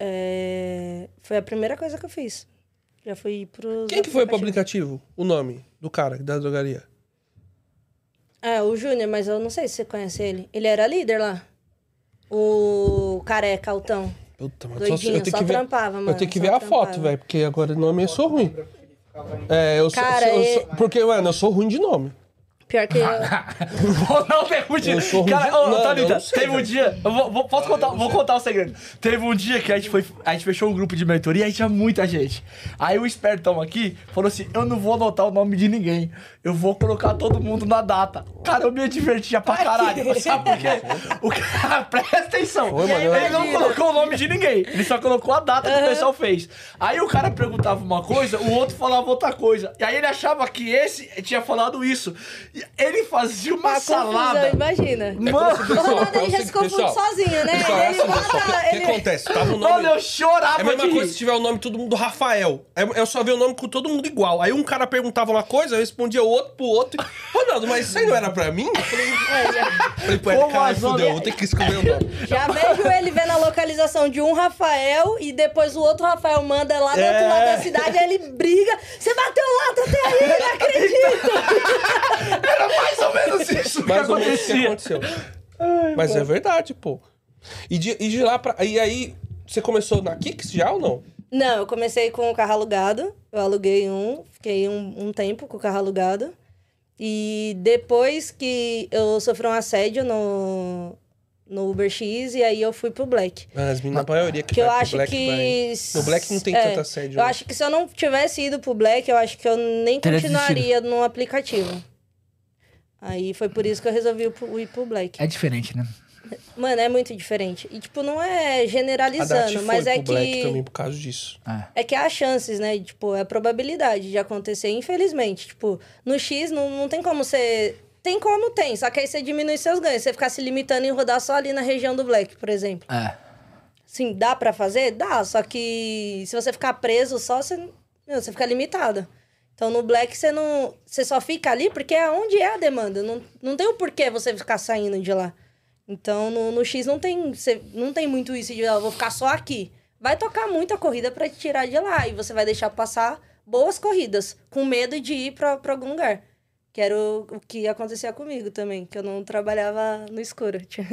Speaker 4: é, foi a primeira coisa que eu fiz. Já fui pro.
Speaker 1: Quem que foi pro aplicativo? O nome do cara da drogaria?
Speaker 4: É, o Júnior, mas eu não sei se você conhece ele. Ele era líder lá. O careca, altão.
Speaker 1: Puta, mas
Speaker 4: Doidinho,
Speaker 1: eu tenho
Speaker 4: só
Speaker 1: que ver,
Speaker 4: trampava, mano,
Speaker 1: eu tenho que
Speaker 4: só
Speaker 1: ver a
Speaker 4: trampava.
Speaker 1: foto, velho, porque agora o nome eu sou ruim. É, eu sou,
Speaker 4: Cara,
Speaker 1: eu sou-
Speaker 4: e-
Speaker 1: porque mano, eu sou ruim de nome.
Speaker 4: Pior que. eu-
Speaker 3: Ronaldo é ruim de...
Speaker 1: Eu sou ruim de-
Speaker 3: Cara, ô,
Speaker 1: Não, eu
Speaker 3: Thalita,
Speaker 1: não sei,
Speaker 3: teve um
Speaker 1: velho.
Speaker 3: dia... Eu vou, vou- posso contar, vou contar o segredo. Teve um dia que a gente, foi, a gente fechou um grupo de mentoria e aí tinha muita gente. Aí o espertão aqui falou assim, eu não vou anotar o nome de ninguém. Eu vou colocar todo mundo na data. Cara, eu me divertia pra caralho. Sabe por quê? O cara... Presta atenção.
Speaker 1: Foi, mano, eu-
Speaker 3: Ele não colocou o nome de ninguém. Ele só colocou a data que o pessoal fez. Aí o cara perguntava uma coisa, o outro falava outra coisa. E aí ele achava que esse tinha falado isso. Ele fazia uma,
Speaker 4: Uma confusão,
Speaker 3: salada.
Speaker 4: imagina.
Speaker 3: Mano,
Speaker 4: O
Speaker 1: Pessoal,
Speaker 4: Ronaldo ele já
Speaker 1: é o
Speaker 4: se
Speaker 1: seguinte,
Speaker 4: confunde
Speaker 1: pessoal.
Speaker 4: sozinho, né?
Speaker 1: Pessoal, é
Speaker 4: Ele
Speaker 1: assim, pessoal.
Speaker 4: bota.
Speaker 1: O que
Speaker 4: Ele...
Speaker 1: acontece? Tava o nome.
Speaker 3: olha, eu chorava
Speaker 1: É a mesma
Speaker 3: de
Speaker 1: coisa
Speaker 3: rir.
Speaker 1: se tiver o nome todo mundo Rafael. É- Eu só vi o nome com todo mundo igual. Aí um cara perguntava uma coisa, eu respondia outro pro outro. Ronaldo, mas isso aí não era pra mim? Eu falei,
Speaker 4: É, já-
Speaker 1: falei pô, ele,
Speaker 3: Como
Speaker 1: cara,
Speaker 3: as
Speaker 1: fudeu,
Speaker 3: nomes-
Speaker 1: vou ter que escolher o nome.
Speaker 4: Já vejo ele vendo a localização de um Rafael e depois o outro Rafael manda lá do outro
Speaker 3: É.
Speaker 4: lado da cidade, aí ele briga. Você bateu lá, tá até aí,
Speaker 1: Então,
Speaker 4: não acredito!
Speaker 3: Era mais ou menos Tá assim? isso que
Speaker 1: Mais ou menos o que
Speaker 3: acontecia.
Speaker 1: aconteceu. Mas é verdade, pô. E de, e de lá pra. E aí, você começou na Kicks já ou não?
Speaker 4: Não, eu comecei com o carro alugado. Eu aluguei um, fiquei um, um tempo com o carro alugado. E depois que eu sofri um assédio no, no Uber X, e aí eu fui pro Black.
Speaker 1: Ah, As meninas, a maioria que
Speaker 4: Que eu
Speaker 1: vai pro
Speaker 4: acho
Speaker 1: Black
Speaker 4: que.
Speaker 1: vai- No Black não tem
Speaker 4: é,
Speaker 1: tanta sede.
Speaker 4: Eu
Speaker 1: né?
Speaker 4: acho que se eu não tivesse ido pro Black, eu acho que eu nem
Speaker 3: Teria
Speaker 4: continuaria no aplicativo. Aí foi por isso que eu resolvi ir pro- ir pro Black.
Speaker 3: É diferente, né?
Speaker 4: Mano, é muito diferente. E, tipo, não
Speaker 1: A
Speaker 4: é
Speaker 1: Dati
Speaker 4: generalizando,
Speaker 1: foi
Speaker 4: mas é
Speaker 1: pro Black
Speaker 4: que.
Speaker 1: também por causa disso.
Speaker 3: É.
Speaker 4: É que há chances, né? Tipo, é a probabilidade de acontecer, infelizmente. Tipo, no X não, não tem como você. Tem como tem, só que aí você diminui seus ganhos. Você ficar se limitando em rodar só ali na região do Black, por exemplo.
Speaker 3: É.
Speaker 4: Sim, dá pra fazer? Dá, só que se você ficar preso só, você, meu, você fica limitada. Então no Black você não. Você só fica ali porque é onde é a demanda. Não, não tem o porquê você ficar saindo de lá. Então no, no X não tem, você, não tem muito isso de ah, eu vou ficar só aqui. Vai tocar muita corrida pra te tirar de lá e você vai deixar passar boas corridas, com medo de ir pra, pra algum lugar. Que era o, o que acontecia comigo também, que eu não trabalhava no escuro. Tinha-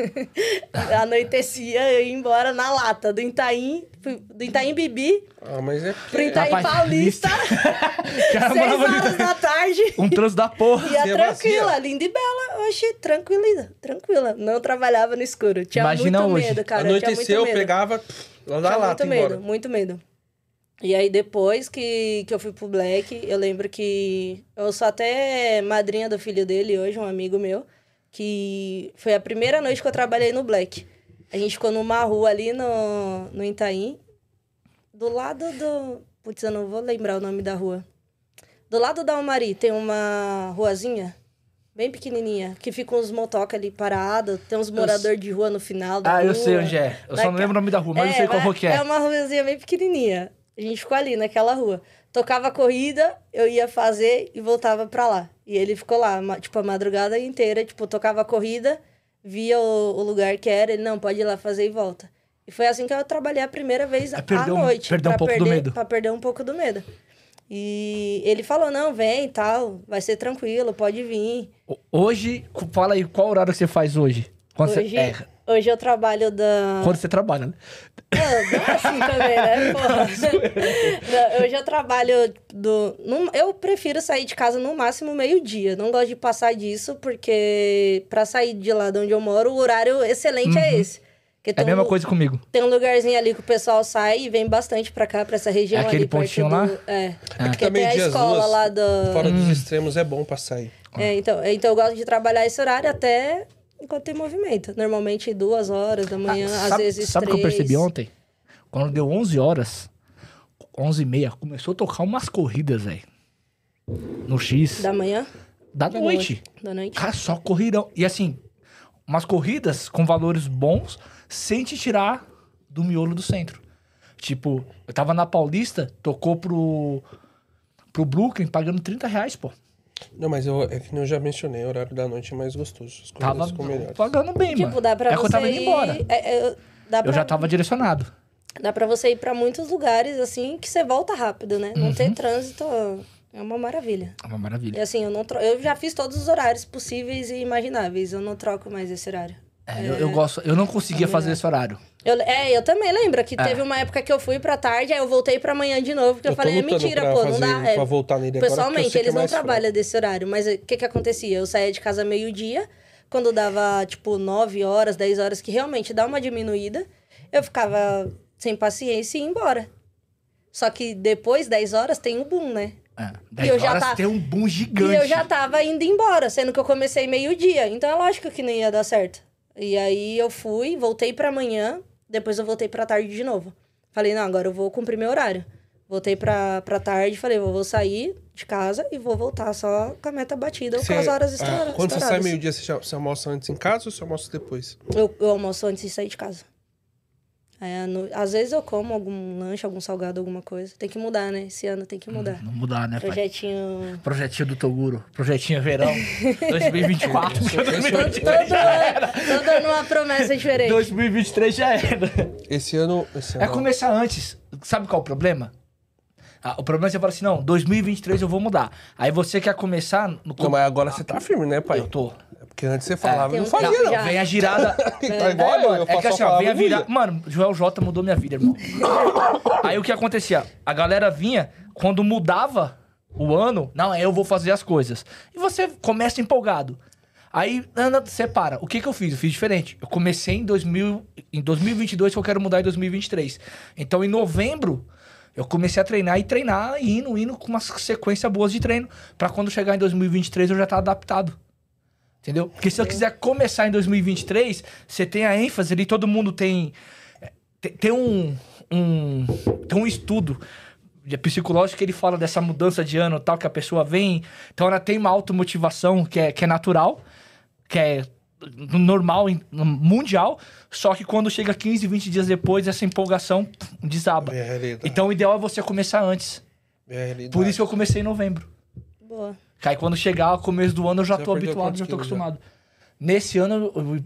Speaker 4: Anoitecia, eu ia embora na lata do Itaim, fui- do Itaim Bibi
Speaker 1: Ah, mas é
Speaker 4: pro
Speaker 1: porque...
Speaker 4: Itaim
Speaker 3: Rapaz,
Speaker 4: Paulista,
Speaker 3: Cara,
Speaker 4: seis
Speaker 3: morava
Speaker 4: horas da tarde.
Speaker 3: Um trânsito da porra.
Speaker 4: Ia
Speaker 1: Você é
Speaker 4: tranquila,
Speaker 1: vazia.
Speaker 4: linda e bela. Oxi, tranquila, tranquila. Não trabalhava no escuro. Tinha
Speaker 3: Imagina
Speaker 4: muito
Speaker 3: hoje.
Speaker 4: medo, cara. tinha
Speaker 1: Anoiteceu,
Speaker 4: muito medo.
Speaker 1: pegava pff, lá da
Speaker 4: Tinha
Speaker 1: lata
Speaker 4: muito medo,
Speaker 1: embora.
Speaker 4: muito medo. E aí, depois que, que eu fui pro Black, eu lembro que eu sou até madrinha do filho dele hoje, um amigo meu, que foi a primeira noite que eu trabalhei no Black. A gente ficou numa rua ali no, no Itaim, do lado do. Putz, eu não vou lembrar o nome da rua. Do lado da Almari tem uma ruazinha, bem pequenininha, que fica uns motoca ali parado, tem uns morador de rua no final da
Speaker 3: Ah, eu
Speaker 4: rua.
Speaker 3: sei onde é. Eu só
Speaker 4: Vai
Speaker 3: não lembro o nome da rua, mas eu sei qual
Speaker 4: mas
Speaker 3: rua que é.
Speaker 4: É uma ruazinha bem pequenininha. A gente ficou ali naquela rua. Tocava a corrida, eu ia fazer e voltava pra lá. E ele ficou lá, ma- tipo, a madrugada inteira. Tipo, tocava a corrida, via o, o lugar que era. Ele, não, pode ir lá fazer e volta. E foi assim que eu trabalhei a primeira vez
Speaker 3: É,
Speaker 4: à
Speaker 3: perdeu um-
Speaker 4: noite.
Speaker 3: perdeu um
Speaker 4: pra
Speaker 3: pouco do
Speaker 4: perder-
Speaker 3: medo.
Speaker 4: Pra perder um pouco do medo. E ele falou, não, vem e tal, vai ser tranquilo, pode vir.
Speaker 3: O- Hoje, co- fala aí, qual horário que você faz hoje? Quando
Speaker 4: Hoje,
Speaker 3: você erra.
Speaker 4: hoje eu trabalho da...
Speaker 3: Quando você trabalha, né?
Speaker 4: Não, não é assim também, né? Porra. Não, eu já trabalho do. num- eu prefiro sair de casa no máximo meio-dia. Não gosto de passar disso, porque pra sair de lá de onde eu moro, o horário excelente é esse. Porque
Speaker 3: É a
Speaker 4: tem
Speaker 3: mesma
Speaker 4: um-
Speaker 3: coisa comigo.
Speaker 4: Tem um lugarzinho ali que o pessoal sai e vem bastante pra cá, pra essa região
Speaker 3: É aquele
Speaker 4: ali. perto
Speaker 3: pontinho
Speaker 4: do-
Speaker 3: lá?
Speaker 4: É. Porque
Speaker 1: Também
Speaker 4: tem a
Speaker 1: dias
Speaker 4: escola
Speaker 1: duas,
Speaker 4: lá do.
Speaker 1: Fora dos extremos é bom pra sair.
Speaker 4: É, então, então eu gosto de trabalhar esse horário até enquanto tem movimento. Normalmente duas horas da manhã, às
Speaker 3: Ah, sabe,
Speaker 4: vezes
Speaker 3: sabe o que
Speaker 4: três.
Speaker 3: eu percebi ontem? Quando deu 11 horas, 11 e meia, começou a tocar umas corridas, velho. No X.
Speaker 4: Da
Speaker 3: Da,
Speaker 4: manhã?
Speaker 3: noite.
Speaker 4: Da noite.
Speaker 3: Cara, só corridão. E assim, umas corridas com valores bons sem te tirar do miolo do centro. Tipo, eu tava na Paulista, tocou pro, pro Brooklyn pagando 30 reais, pô.
Speaker 1: Não, mas eu, é que nem eu já mencionei, o horário da noite é mais gostoso. As coisas
Speaker 3: Tava
Speaker 1: ficam melhores.
Speaker 3: pagando bem, mano.
Speaker 4: Tipo, dá pra
Speaker 3: é que
Speaker 4: você
Speaker 3: eu tava indo
Speaker 4: ir...
Speaker 3: embora.
Speaker 4: é, é, dá, pra,
Speaker 3: Eu já tava direcionado.
Speaker 4: dá pra você ir pra muitos lugares, assim, que você volta rápido, né? Não
Speaker 3: Uhum.
Speaker 4: ter trânsito é uma maravilha.
Speaker 3: É uma
Speaker 4: E
Speaker 3: maravilha.
Speaker 4: assim, eu, não tro... eu já fiz todos os horários possíveis e imagináveis. Eu não troco mais esse horário.
Speaker 3: É, Eu, eu gosto, eu não
Speaker 4: é
Speaker 3: conseguia fazer esse horário.
Speaker 4: Eu, é, eu também lembro que
Speaker 3: É.
Speaker 4: teve uma época que eu fui pra tarde, aí eu voltei pra amanhã de novo, porque eu,
Speaker 1: Ah. tô
Speaker 4: falei, é
Speaker 1: lutando
Speaker 4: mentira,
Speaker 1: pra
Speaker 4: pô, não
Speaker 1: fazer-
Speaker 4: dá. é,
Speaker 1: Pra voltar nele agora, porque eu
Speaker 4: Pessoalmente,
Speaker 1: sei que é
Speaker 4: eles não
Speaker 1: mais fraco.
Speaker 4: trabalham desse horário, mas o que que acontecia? Eu saía de casa meio-dia, quando dava, tipo, 9 horas, 10 horas, que realmente dá uma diminuída, eu ficava sem paciência e ia embora. Só que depois, 10 horas, tem o boom, né?
Speaker 3: É.
Speaker 4: E eu
Speaker 3: 10
Speaker 4: já
Speaker 3: horas
Speaker 4: tá-
Speaker 3: tem um boom
Speaker 4: E
Speaker 3: gigante.
Speaker 4: eu já tá tava indo embora, sendo que eu comecei meio-dia. Então é lógico que não ia dar certo. E aí eu fui, voltei pra manhã, depois eu voltei pra tarde de novo. Falei, não, agora eu vou cumprir meu horário. Voltei pra, pra tarde, falei, "Vou- vou sair de casa e vou voltar só com a meta batida ou com as
Speaker 3: é,
Speaker 4: horas estoura-
Speaker 1: Ah, Quando você sai
Speaker 4: estouradas.
Speaker 1: meio-dia, você, já- você almoça antes em casa ou você almoça depois?
Speaker 4: Eu, eu almoço antes de sair de casa. Aí, à no- às vezes eu como algum lanche, algum salgado, alguma coisa. Tem que mudar, né? Esse ano tem que mudar.
Speaker 3: Não mudar, né, pai?
Speaker 4: Projetinho.
Speaker 3: Projetinho do Toguro. Projetinho verão. 2024.
Speaker 4: Tô, tô- tô dando uma promessa diferente.
Speaker 3: 2023 já era.
Speaker 1: Esse ano. Esse ano
Speaker 3: É começar antes. Sabe qual é o problema? Ah, o problema é você falar assim, não, 2023 eu vou mudar. Aí você quer começar no...
Speaker 1: Não, mas agora você tá firme, né, pai?
Speaker 3: Eu tô.
Speaker 1: É Porque antes você falava,
Speaker 4: tem
Speaker 1: não
Speaker 4: um
Speaker 1: fazia,
Speaker 4: tempo
Speaker 1: não.
Speaker 4: já.
Speaker 3: Vem a girada...
Speaker 1: Tá igual eu, eu
Speaker 3: é que
Speaker 1: faço
Speaker 3: assim,
Speaker 1: só
Speaker 3: ó, vem
Speaker 1: palavra
Speaker 3: a virada...
Speaker 1: e
Speaker 3: Mano, Joel J mudou minha vida, irmão. Aí o que acontecia? A galera vinha, quando mudava o ano, não, eu vou fazer as coisas. E você começa empolgado. Aí, Ana, separa. O que que eu fiz? Eu fiz diferente. Eu comecei em, 2000, em 2022, que eu quero mudar em 2023. Então, em novembro, eu comecei a treinar e treinar, e indo, indo, com uma sequência boa de treino, pra quando chegar em 2023 eu já tá adaptado. Entendeu? Porque se eu quiser começar em 2023, você tem a ênfase ali, todo mundo tem. Tem, tem um, um. Tem um estudo de- psicológico que ele fala dessa mudança de ano e tal, que a pessoa vem. Então ela tem uma automotivação que é, que é natural, que é normal, em- mundial. Só que quando chega 15, 20 dias depois, essa empolgação pff, desaba.
Speaker 1: É a realidade.
Speaker 3: Então o ideal é você começar antes.
Speaker 1: É a realidade.
Speaker 3: Por isso que eu comecei em novembro.
Speaker 4: Boa.
Speaker 3: Que Aí quando chegar o começo do ano eu já
Speaker 1: Você
Speaker 3: tô
Speaker 1: perdeu
Speaker 3: habituado,
Speaker 1: quantos
Speaker 3: já tô
Speaker 1: quilos já?
Speaker 3: acostumado. Nesse ano eu, eu-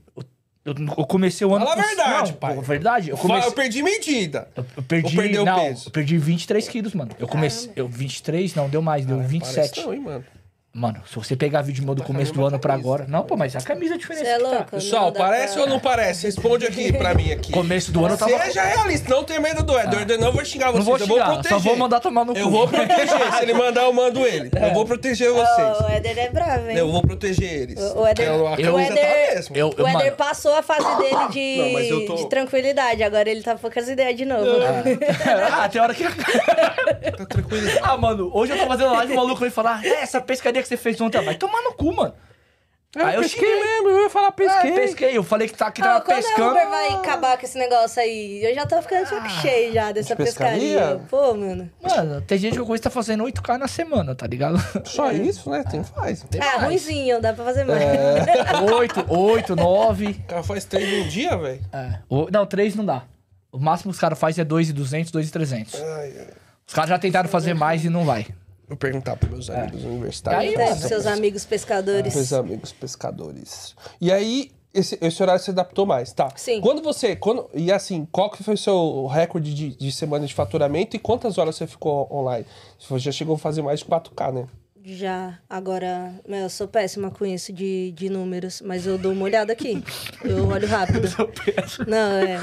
Speaker 3: eu- eu comecei o ano.
Speaker 1: Fala a
Speaker 3: com-
Speaker 1: verdade,
Speaker 3: não,
Speaker 1: pai.
Speaker 3: pô, verdade? Eu
Speaker 1: Fala,
Speaker 3: comecei.
Speaker 1: eu perdi medida.
Speaker 3: Eu, eu perdi.
Speaker 1: Ou perdeu
Speaker 3: não,
Speaker 1: peso?
Speaker 3: eu perdi 23 quilos, mano. Eu comecei. Eu, 23? Não, deu mais, deu 27.
Speaker 1: Parece Tá não, hein, mano.
Speaker 3: Mano, se você pegar vídeo meu do começo do ano pra agora. Não, pô, mas a camisa é diferente.
Speaker 4: Você é
Speaker 3: que tá.
Speaker 4: louco?
Speaker 1: Pessoal,
Speaker 4: dá pra-
Speaker 1: parece ou não é parece? Responde aqui pra mim aqui.
Speaker 3: Começo do ano eu tava. Ah.
Speaker 1: Seja realista, não tenha medo do Eduardo. Eu não vou xingar vocês,
Speaker 3: não vou
Speaker 1: eu vou
Speaker 3: xingar,
Speaker 1: proteger.
Speaker 3: só vou mandar tomar no
Speaker 1: Eu
Speaker 3: cu.
Speaker 1: vou proteger. Se ele mandar, eu mando ele. Eu vou proteger vocês.
Speaker 4: Ô, O Éder é bravo, hein?
Speaker 1: Eu vou proteger eles.
Speaker 4: O- o Éder-
Speaker 1: Eu- a
Speaker 4: o
Speaker 1: camisa
Speaker 4: Éder-
Speaker 1: tá mesmo.
Speaker 3: Eu, eu,
Speaker 4: O Éder
Speaker 3: mano,
Speaker 4: passou a fase dele de,
Speaker 1: Não, mas eu tô-
Speaker 4: de tranquilidade. Agora ele tá com as ideias de novo.
Speaker 3: ah, tem hora que.
Speaker 1: Tá tranquilo.
Speaker 3: ah, mano, hoje eu tô fazendo live, o maluco vai falar, é, essa pescaria que você fez ontem, vai tomar no cu, mano. Aí Ah, eu
Speaker 1: pesquei
Speaker 3: xinguei.
Speaker 1: mesmo, eu ia falar Ah, pesquei.
Speaker 3: É, pesquei. Eu falei que, tá, que
Speaker 4: Ah,
Speaker 3: tava
Speaker 4: quando a
Speaker 3: pescando.
Speaker 4: Uber vai acabar com esse negócio aí? Eu já tô ficando de saco cheio já dessa
Speaker 1: De
Speaker 4: pescaria.
Speaker 1: pescaria?
Speaker 4: Pô, mano.
Speaker 3: Mano, tem gente que eu conheço que tá fazendo 8K na semana, tá ligado?
Speaker 1: Só isso, né? Tem faz.
Speaker 3: É.
Speaker 1: O
Speaker 4: Ah, ruimzinho, dá pra fazer mais.
Speaker 1: É.
Speaker 3: 8, 8, 9.
Speaker 1: cara faz três no dia, velho.
Speaker 3: É. O- Não, 3 não dá. O máximo que os caras fazem é 2,200, 2,300.
Speaker 1: Ai, ai.
Speaker 3: Os caras já tentaram fazer mais e não vai.
Speaker 1: Vou perguntar pros meus amigos
Speaker 3: É. Aí,
Speaker 1: universitários.
Speaker 4: Tá,
Speaker 1: né?
Speaker 4: pros seus amigos pescadores.
Speaker 1: Meus amigos pescadores. E aí, esse, esse horário se adaptou mais, tá?
Speaker 4: Sim.
Speaker 1: Quando você. Quando, e assim, qual que foi o seu recorde de, de semana de faturamento e quantas horas você ficou online? Você já chegou a fazer mais de 4K, né?
Speaker 4: Já, agora, meu, eu sou péssima com isso de, de números, mas eu dou uma olhada aqui. Eu olho rápido. Não, é.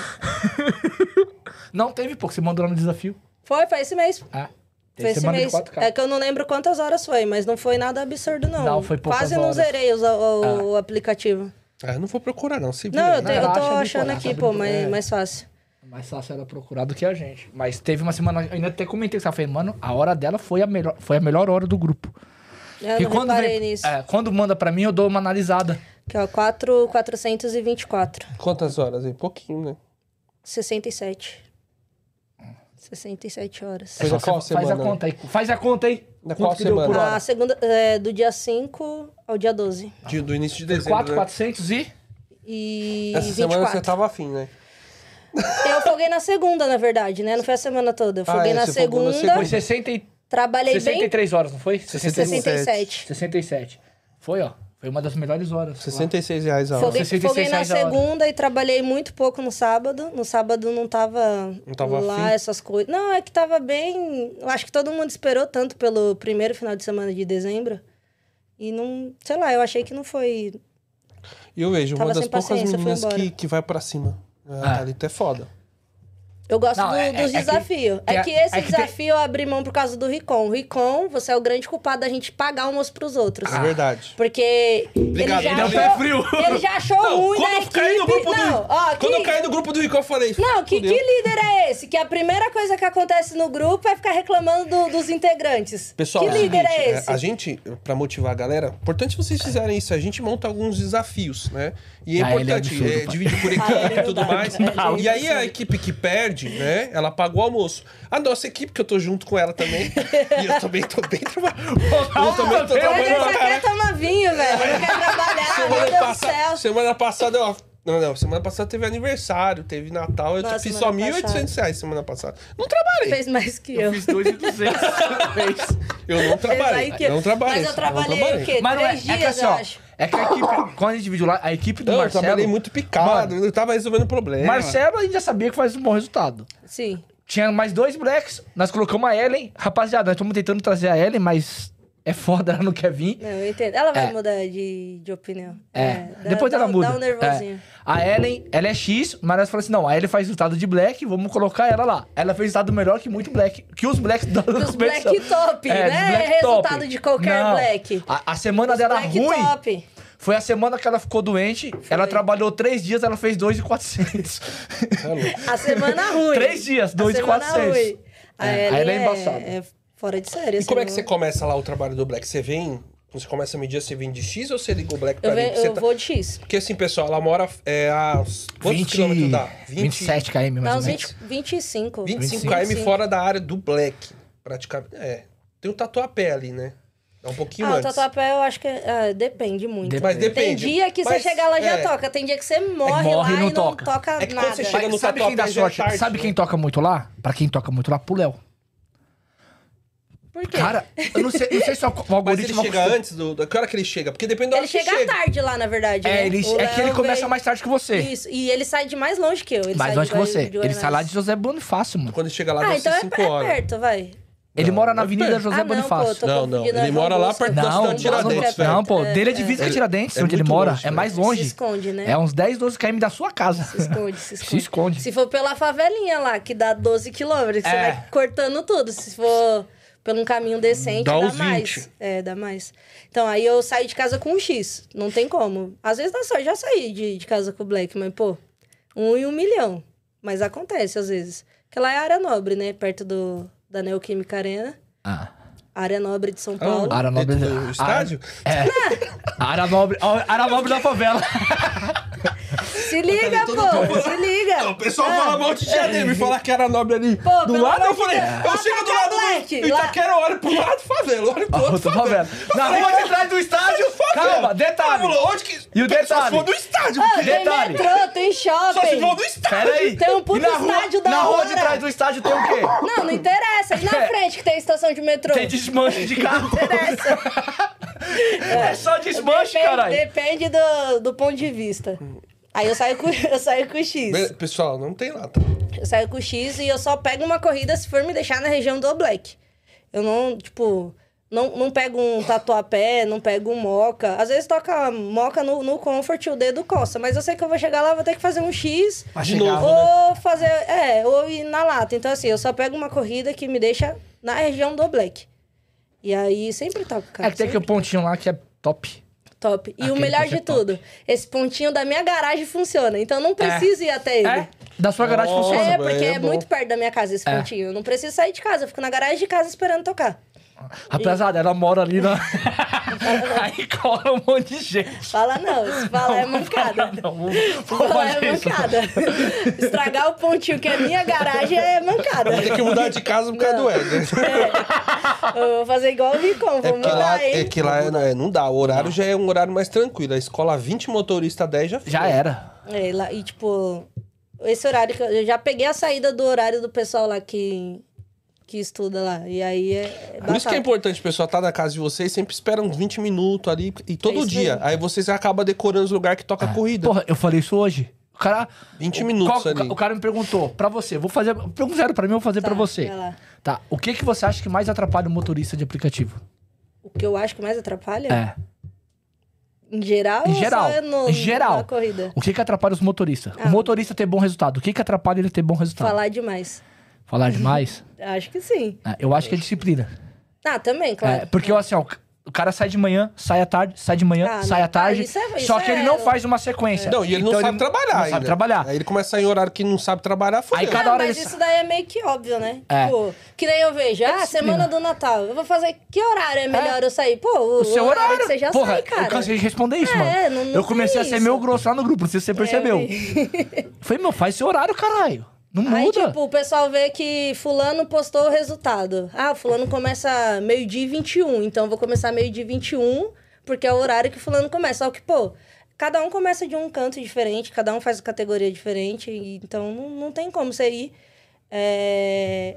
Speaker 3: Não teve, pô, que você mandou lá no desafio.
Speaker 4: Foi, foi esse mês.
Speaker 3: Ah,
Speaker 4: Foi
Speaker 3: teve
Speaker 4: esse
Speaker 3: semana
Speaker 4: mês.
Speaker 3: de 4K.
Speaker 4: É que eu não lembro quantas horas foi, mas não foi nada absurdo, não.
Speaker 3: Não, foi poucas
Speaker 4: Quase
Speaker 3: horas.
Speaker 4: não zerei os- o, o aplicativo.
Speaker 1: Ah, eu não vou procurar, não. Se
Speaker 4: Não, eu,
Speaker 1: né?
Speaker 4: tenho- eu tô
Speaker 3: Relaxa,
Speaker 4: achando
Speaker 3: Nicolás,
Speaker 4: aqui,
Speaker 3: tá
Speaker 4: pô,
Speaker 3: brincando.
Speaker 4: mais,
Speaker 3: É.
Speaker 4: mais fácil.
Speaker 3: Mais fácil era procurar do que a gente. Mas teve uma semana. Eu ainda até comentei que você tava falando, mano, a hora dela foi a melhor, foi a melhor hora do grupo.
Speaker 4: Eu
Speaker 3: E
Speaker 4: não reparei nisso.
Speaker 3: é, quando manda pra mim, eu dou uma analisada.
Speaker 4: Que ó, 4, 424.
Speaker 1: Quantas horas aí? Pouquinho, né?
Speaker 4: 67. 67 horas.
Speaker 1: Foi
Speaker 3: só
Speaker 1: na qual
Speaker 3: você faz a
Speaker 1: semana?
Speaker 3: conta aí. Faz a conta aí.
Speaker 1: Na
Speaker 3: Quanto
Speaker 1: qual
Speaker 3: que deu por
Speaker 1: semana?
Speaker 3: hora?
Speaker 4: A segunda, é, do dia 5 ao dia 12.
Speaker 1: De- do início de dezembro.
Speaker 3: 4,
Speaker 1: né?
Speaker 3: 400 e...
Speaker 4: E
Speaker 1: Essa
Speaker 4: 24.
Speaker 1: semana você tava afim, né?
Speaker 4: Eu folguei na segunda, na verdade, né? Não foi a semana toda. Eu
Speaker 1: Ah,
Speaker 4: folguei
Speaker 1: é,
Speaker 4: na
Speaker 1: você folgou
Speaker 4: segunda,
Speaker 1: na
Speaker 3: Foi
Speaker 1: segunda.
Speaker 3: 60 e...
Speaker 4: trabalhei bem.
Speaker 3: 63 horas, não foi?
Speaker 1: 67.
Speaker 4: 67.
Speaker 3: 67. Foi, ó. Foi uma das melhores horas.
Speaker 1: 66 reais a hora.
Speaker 4: Folguei,
Speaker 3: 66
Speaker 4: folguei na
Speaker 3: reais a hora.
Speaker 4: segunda e trabalhei muito pouco no sábado. No sábado não tava,
Speaker 1: Não tava
Speaker 4: lá
Speaker 1: afim?
Speaker 4: essas coisas. Não, é que tava bem. Eu acho que todo mundo esperou tanto pelo primeiro final de semana de dezembro. E não. Sei lá, eu achei que não foi.
Speaker 1: E eu vejo, uma
Speaker 4: Tava
Speaker 1: das
Speaker 4: sem
Speaker 1: poucas
Speaker 4: paciência, foi
Speaker 1: meninas
Speaker 4: embora.
Speaker 1: que, que vai pra cima. A
Speaker 3: Ah.
Speaker 1: Thalita é foda.
Speaker 4: Eu gosto
Speaker 3: Não,
Speaker 4: do-
Speaker 3: é- é- é
Speaker 4: dos
Speaker 3: que-
Speaker 4: desafios. É,
Speaker 3: tem a-
Speaker 4: que esse
Speaker 3: é que tem-
Speaker 4: desafio eu abri mão por causa do Ricon. Ricon, você é o grande culpado da gente pagar almoço pros outros.
Speaker 1: É verdade.
Speaker 4: Porque
Speaker 1: Obrigado,
Speaker 4: ele
Speaker 1: ele
Speaker 4: já
Speaker 1: deu
Speaker 4: achou,
Speaker 3: pé frio.
Speaker 4: Ele já achou ruim
Speaker 1: quando
Speaker 4: da
Speaker 1: eu caí no
Speaker 4: equipe.
Speaker 1: grupo
Speaker 4: não,
Speaker 1: do.
Speaker 4: ó,
Speaker 1: Quando
Speaker 4: que-
Speaker 1: eu caí no grupo do Rico, eu falei.
Speaker 4: Não, que, que
Speaker 1: "Fudeu".
Speaker 4: líder é esse? Que a primeira coisa que acontece no grupo é ficar reclamando do- dos integrantes.
Speaker 1: Pessoal,
Speaker 4: que
Speaker 1: é o
Speaker 4: líder
Speaker 1: seguinte,
Speaker 4: é
Speaker 1: é,
Speaker 4: esse? É.
Speaker 1: A gente, pra motivar a galera, importante vocês fizerem isso. A gente monta alguns desafios, né? E é
Speaker 3: Ah, ele é
Speaker 1: importante,
Speaker 3: absurdo,
Speaker 1: é,
Speaker 3: pai.
Speaker 1: dividir por
Speaker 4: Ah, ele
Speaker 1: equipe
Speaker 4: é
Speaker 1: e tudo
Speaker 4: verdade.
Speaker 1: mais. E aí
Speaker 4: Ele é
Speaker 1: a
Speaker 4: absurdo.
Speaker 1: equipe que tarde, né? Ela pagou o almoço. A nossa equipe, que eu tô junto com ela também. e eu também tô bem trabalhando. Eu também tô
Speaker 4: Olha,
Speaker 1: trabalhando pra
Speaker 4: você
Speaker 1: caralho.
Speaker 4: quer tomar vinho, velho. Não quer trabalhar, meu
Speaker 1: Semana,
Speaker 4: Deus do
Speaker 1: É. passa-
Speaker 4: céu.
Speaker 1: semana passada, ó. Não, não, semana passada teve aniversário, teve Natal, eu
Speaker 4: Nossa,
Speaker 1: fiz só
Speaker 4: semana
Speaker 1: 1.800
Speaker 4: passada.
Speaker 1: reais semana passada. Não trabalhei.
Speaker 4: Fez mais que
Speaker 5: Eu
Speaker 4: eu.
Speaker 5: fiz 2,200 mês.
Speaker 1: Eu não
Speaker 4: Fez
Speaker 1: trabalhei.
Speaker 4: mais que eu.
Speaker 1: Não trabalhei.
Speaker 4: Mas eu
Speaker 1: não
Speaker 4: trabalhei o quê?
Speaker 3: Mas não é,
Speaker 4: Três
Speaker 3: é
Speaker 4: dias,
Speaker 3: que assim,
Speaker 4: eu
Speaker 3: ó,
Speaker 4: acho.
Speaker 3: é que a equipe, quando a gente viu lá, a equipe do
Speaker 1: Não, eu
Speaker 3: Marcelo...
Speaker 1: trabalhei muito picado, né, eu tava resolvendo problema.
Speaker 3: Marcelo a gente já sabia que faz um bom resultado.
Speaker 4: Sim.
Speaker 3: Tinha mais dois moleques, nós colocamos a Ellen. Rapaziada, nós estamos tentando trazer a Ellen, mas é foda, ela não quer vir.
Speaker 4: Não, eu entendo. Ela vai
Speaker 3: É.
Speaker 4: mudar de, de opinião.
Speaker 3: É.
Speaker 4: dá-
Speaker 3: Depois
Speaker 4: dá,
Speaker 3: ela
Speaker 4: um-
Speaker 3: muda.
Speaker 4: Dá um nervosinho.
Speaker 3: É. A Ellen, ela é X, mas nós falamos assim: não, a Ellen faz resultado de black, vamos colocar ela lá. Ela fez resultado melhor que muito black. Que os blacks da da
Speaker 4: Dos black
Speaker 3: competição.
Speaker 4: top,
Speaker 3: É,
Speaker 4: né?
Speaker 3: dos black
Speaker 4: Resultado
Speaker 3: top.
Speaker 4: de qualquer
Speaker 3: Não.
Speaker 4: black.
Speaker 3: A, a semana dela
Speaker 4: black
Speaker 3: ruim
Speaker 4: top.
Speaker 3: foi a semana que ela ficou doente. Ela trabalhou três dias, ela fez dois e quatrocentos.
Speaker 1: É
Speaker 4: A semana ruim.
Speaker 3: Três dias,
Speaker 4: A
Speaker 3: dois e
Speaker 4: semana
Speaker 3: 400.
Speaker 4: ruim. A
Speaker 3: É,
Speaker 4: Ellen
Speaker 3: a Ellen é
Speaker 4: é,
Speaker 3: embaçada.
Speaker 4: é fora de série.
Speaker 1: E
Speaker 4: assim,
Speaker 1: como é que
Speaker 4: não-
Speaker 1: você começa lá o trabalho do Black? Você vem, quando você começa a medir, você vem de X ou você liga o Black pra
Speaker 4: Eu,
Speaker 1: mim?
Speaker 4: venho,
Speaker 1: Porque você
Speaker 4: eu
Speaker 1: tá-
Speaker 4: vou de X.
Speaker 1: Porque assim, pessoal, ela mora é, a uns- quantos
Speaker 3: 20,
Speaker 1: quilômetros dá? 20,
Speaker 3: 27 km, É mais
Speaker 4: Dá
Speaker 3: ou
Speaker 4: uns
Speaker 3: menos.
Speaker 4: 20, 25.
Speaker 1: 25 km fora da área do Black, praticamente. É, tem o tatuapé ali, né? Dá um pouquinho
Speaker 4: Ah, o
Speaker 1: antes.
Speaker 4: tatuapé eu acho que é- ah, depende muito.
Speaker 1: Mas
Speaker 4: Tem
Speaker 1: depende.
Speaker 4: dia que
Speaker 1: Mas,
Speaker 4: você chega lá e já
Speaker 1: é.
Speaker 4: toca. Tem dia que você morre,
Speaker 3: morre e
Speaker 4: lá
Speaker 3: não
Speaker 4: e não
Speaker 3: toca.
Speaker 4: toca,
Speaker 1: É que quando
Speaker 4: nada.
Speaker 1: você chega no
Speaker 3: sabe quem dá
Speaker 1: tatuapé, já é
Speaker 3: sorte?
Speaker 1: tarde,
Speaker 3: sabe
Speaker 1: né?
Speaker 3: quem toca muito lá? Pra quem toca muito lá, Puléu.
Speaker 4: Por quê?
Speaker 3: Cara, eu não sei, não sei se é o
Speaker 1: Mas ele
Speaker 3: algoritmo...
Speaker 1: chega
Speaker 3: acostuma-
Speaker 1: antes do. da- Que hora que ele chega? Porque depende da hora
Speaker 4: ele
Speaker 1: que
Speaker 4: chega, à tarde lá, na verdade. né?
Speaker 3: É, ele-
Speaker 4: O
Speaker 3: é que ele
Speaker 4: Léo
Speaker 3: começa
Speaker 4: veio-
Speaker 3: mais tarde que você.
Speaker 4: Isso, e ele sai de mais longe que eu. Ele
Speaker 3: Mais
Speaker 4: sai
Speaker 3: longe
Speaker 4: de
Speaker 3: que você.
Speaker 4: de
Speaker 3: Ele sai lá de
Speaker 4: Guararapes.
Speaker 3: José Bonifácio, mano.
Speaker 1: Quando ele chega lá,
Speaker 4: Ah,
Speaker 1: deve
Speaker 4: então
Speaker 1: ser
Speaker 4: é,
Speaker 1: 5
Speaker 4: é
Speaker 1: horas.
Speaker 4: perto, vai.
Speaker 3: Ele mora na
Speaker 1: é
Speaker 3: Avenida
Speaker 1: perto.
Speaker 3: José
Speaker 4: Ah, não,
Speaker 3: Bonifácio.
Speaker 4: pô, tô
Speaker 1: Não, não,
Speaker 4: confundindo
Speaker 1: ele
Speaker 4: a
Speaker 1: mora lá
Speaker 4: Augusta.
Speaker 1: perto da
Speaker 3: Não,
Speaker 1: cidade de Tiradentes,
Speaker 3: não,
Speaker 1: velho.
Speaker 3: pô.
Speaker 4: É,
Speaker 3: Dele é divisa
Speaker 1: é-
Speaker 3: com Tiradentes,
Speaker 1: é
Speaker 3: onde ele
Speaker 1: muito
Speaker 3: mora.
Speaker 1: longe,
Speaker 3: é
Speaker 1: né?
Speaker 3: mais
Speaker 4: Se
Speaker 3: longe.
Speaker 4: esconde, né?
Speaker 3: É uns 10, 12 km da sua casa.
Speaker 4: Se esconde, se esconde.
Speaker 3: Se esconde.
Speaker 4: Se for pela favelinha lá, que dá 12 quilômetros, que você
Speaker 3: É.
Speaker 4: vai cortando tudo. Se for por um caminho decente,
Speaker 1: Dá
Speaker 4: dá,
Speaker 1: uns
Speaker 4: mais.
Speaker 1: 20.
Speaker 4: É, dá mais. Então, aí eu saio de casa com um X. Não tem como. Às vezes dá sorte, já saí de, de casa com o Black, mas, pô, um em um milhão. Mas acontece às vezes. Porque lá é área nobre, né? Perto do, da Neoquímica Arena.
Speaker 3: Ah.
Speaker 4: Área nobre de São Paulo.
Speaker 3: Ara Nobre.
Speaker 1: Ah, Dentro do estádio?
Speaker 3: Ara- é. Ara Nobre. Ara Nobre da favela.
Speaker 4: Se
Speaker 1: Tá,
Speaker 4: liga, pô! Se liga! Ah.
Speaker 1: O pessoal fala mal de Tiradentes, me fala que era nobre ali.
Speaker 4: É. Pô,
Speaker 1: do
Speaker 4: pelo
Speaker 1: lado,
Speaker 4: amor
Speaker 1: eu
Speaker 4: de
Speaker 1: falei,
Speaker 4: Deus.
Speaker 1: eu
Speaker 4: Lá
Speaker 1: chego
Speaker 4: tá
Speaker 1: do lado
Speaker 4: Black,
Speaker 1: do
Speaker 4: lá- Ah,
Speaker 1: Itaquera, olho pro lado, favela, olho pro outro,
Speaker 3: Outra favela.
Speaker 1: favela.
Speaker 3: Na rua
Speaker 1: tá
Speaker 3: de trás do estádio. Calma, detalhe.
Speaker 1: Fórmula, onde que...
Speaker 3: E o
Speaker 1: Só se
Speaker 3: detalhe?
Speaker 1: for do estádio,
Speaker 4: Ah,
Speaker 1: porque...
Speaker 4: tem
Speaker 3: Detalhe.
Speaker 4: metrô, tem shopping.
Speaker 1: Só se for do estádio.
Speaker 3: Pera aí.
Speaker 4: Tem um puto
Speaker 3: E na rua-
Speaker 4: estádio da
Speaker 3: Na rua
Speaker 4: hora.
Speaker 3: de trás do estádio tem o quê?
Speaker 4: Não, não interessa. E na frente que tem a estação de metrô.
Speaker 3: É. Tem desmanche de carro.
Speaker 4: Interessa.
Speaker 3: É só desmanche,
Speaker 4: Depende-
Speaker 3: caralho.
Speaker 4: Depende do, do ponto de vista. Aí eu saio, com, eu saio com o X.
Speaker 1: Be- Pessoal, não tem lá, tá?
Speaker 4: Eu saio com o X e eu só pego uma corrida se for me deixar na região do Black. Eu não, tipo, não, não pego um tatuapé, não pego um moca. Às vezes toca moca no, no comfort e o dedo coça. Mas eu sei que eu vou chegar lá, vou ter que fazer um X.
Speaker 3: Pra
Speaker 1: De
Speaker 3: chegar,
Speaker 1: novo, né?
Speaker 4: Ou fazer. É, ou ir na lata. Então, assim, eu só pego uma corrida que me deixa na região do Black. E aí sempre toca, cara.
Speaker 3: É que tem
Speaker 4: sempre
Speaker 3: aquele pontinho lá que é top.
Speaker 4: Top. E
Speaker 3: Aquele
Speaker 4: o melhor
Speaker 3: ponto é
Speaker 4: de tudo, esse pontinho da minha garagem funciona. Então eu não preciso ir até ele.
Speaker 3: É? Da sua garagem
Speaker 1: Nossa.
Speaker 3: funciona.
Speaker 4: É,
Speaker 1: bem,
Speaker 4: porque
Speaker 1: é
Speaker 4: é,
Speaker 1: bom.
Speaker 4: muito perto da minha casa esse pontinho. Eu não preciso sair de casa, eu fico na garagem de casa esperando tocar.
Speaker 3: Rapaziada, ela mora ali na. Aí cola um monte de gente. um
Speaker 4: Fala não, se falar é mancada.
Speaker 3: Não, vou,
Speaker 4: Se
Speaker 3: vou
Speaker 4: falar é
Speaker 3: fazer isso.
Speaker 4: mancada. Estragar o pontinho que é minha garagem é mancada.
Speaker 1: Tem que mudar de casa por causa
Speaker 4: Não.
Speaker 1: do Éder.
Speaker 4: Eu vou fazer igual o Vicom,
Speaker 1: É
Speaker 4: vou
Speaker 1: porque lá,
Speaker 4: mudar, hein?
Speaker 1: é que lá é- não, é, não dá. O horário já é um horário mais tranquilo. A escola 20, motorista 10 já foi.
Speaker 3: Já era.
Speaker 4: É, lá, e tipo, esse horário que eu, eu já peguei a saída do horário do pessoal lá que, que estuda lá. E aí é. é
Speaker 1: Por isso que é
Speaker 4: batata.
Speaker 1: importante, pessoal, estar na casa de vocês, sempre espera uns 20 minutos ali, e todo
Speaker 4: É isso Ah,
Speaker 1: dia.
Speaker 4: mesmo.
Speaker 1: Aí vocês acabam decorando os lugares que toca corrida.
Speaker 3: Porra, eu falei isso hoje. O cara.
Speaker 1: 20
Speaker 3: o-
Speaker 1: minutos
Speaker 3: qual-
Speaker 1: ali.
Speaker 3: O cara me perguntou, pra você, vou fazer. Perguntaram pra mim, eu vou fazer
Speaker 4: Tá,
Speaker 3: pra você.
Speaker 4: vai lá.
Speaker 3: Tá. O que, que você acha que mais atrapalha o motorista de aplicativo?
Speaker 4: O que eu acho que mais atrapalha?
Speaker 3: É.
Speaker 4: Em geral?
Speaker 3: Em
Speaker 4: ou
Speaker 3: geral.
Speaker 4: só é no,
Speaker 3: em geral. Então.
Speaker 4: Na corrida?
Speaker 3: O que, que atrapalha os motoristas? O motorista ter bom resultado. O que, que atrapalha ele ter bom resultado?
Speaker 4: Ah. Falar demais.
Speaker 3: Falar demais?
Speaker 4: Acho que sim.
Speaker 3: É, eu acho que é disciplina.
Speaker 4: Ah, também, claro.
Speaker 3: É, porque assim, ó, o c- o cara sai de manhã, sai à tarde, sai de manhã,
Speaker 4: Ah,
Speaker 3: sai
Speaker 4: não,
Speaker 3: à tarde.
Speaker 4: ah, isso é-
Speaker 3: só
Speaker 4: isso
Speaker 3: que ele
Speaker 4: é-
Speaker 3: não faz uma sequência.
Speaker 1: Não, e ele não
Speaker 3: Então
Speaker 1: sabe trabalhar
Speaker 3: Não
Speaker 1: ainda.
Speaker 3: sabe trabalhar.
Speaker 1: Aí ele começa a ir em horário que não sabe trabalhar, fodeu.
Speaker 3: Aí
Speaker 4: Ah,
Speaker 3: cada hora
Speaker 4: mas
Speaker 3: ele-
Speaker 4: isso daí é meio que óbvio, né?
Speaker 3: É.
Speaker 4: Tipo, que nem eu vejo, ah,
Speaker 3: disciplina.
Speaker 4: semana do Natal, eu vou fazer que horário é melhor eu sair? Pô, o,
Speaker 3: O seu horário.
Speaker 4: que você já
Speaker 3: Porra,
Speaker 4: sai, cara.
Speaker 3: eu cansei de responder isso,
Speaker 4: É,
Speaker 3: mano.
Speaker 4: não- não
Speaker 3: eu comecei
Speaker 4: tem
Speaker 3: a ser
Speaker 4: isso. É,
Speaker 3: meio grosso lá no grupo, não sei se você percebeu.
Speaker 4: vi.
Speaker 3: Falei, meu, faz seu horário, caralho. Não
Speaker 4: Aí,
Speaker 3: muda.
Speaker 4: tipo, o pessoal vê que fulano postou o resultado. Ah, fulano começa meio-dia e 21, então eu vou começar meio-dia e 21, porque é o horário que fulano começa. Só que, pô, cada um começa de um canto diferente, cada um faz categoria diferente, e- então não, não tem como você ir é,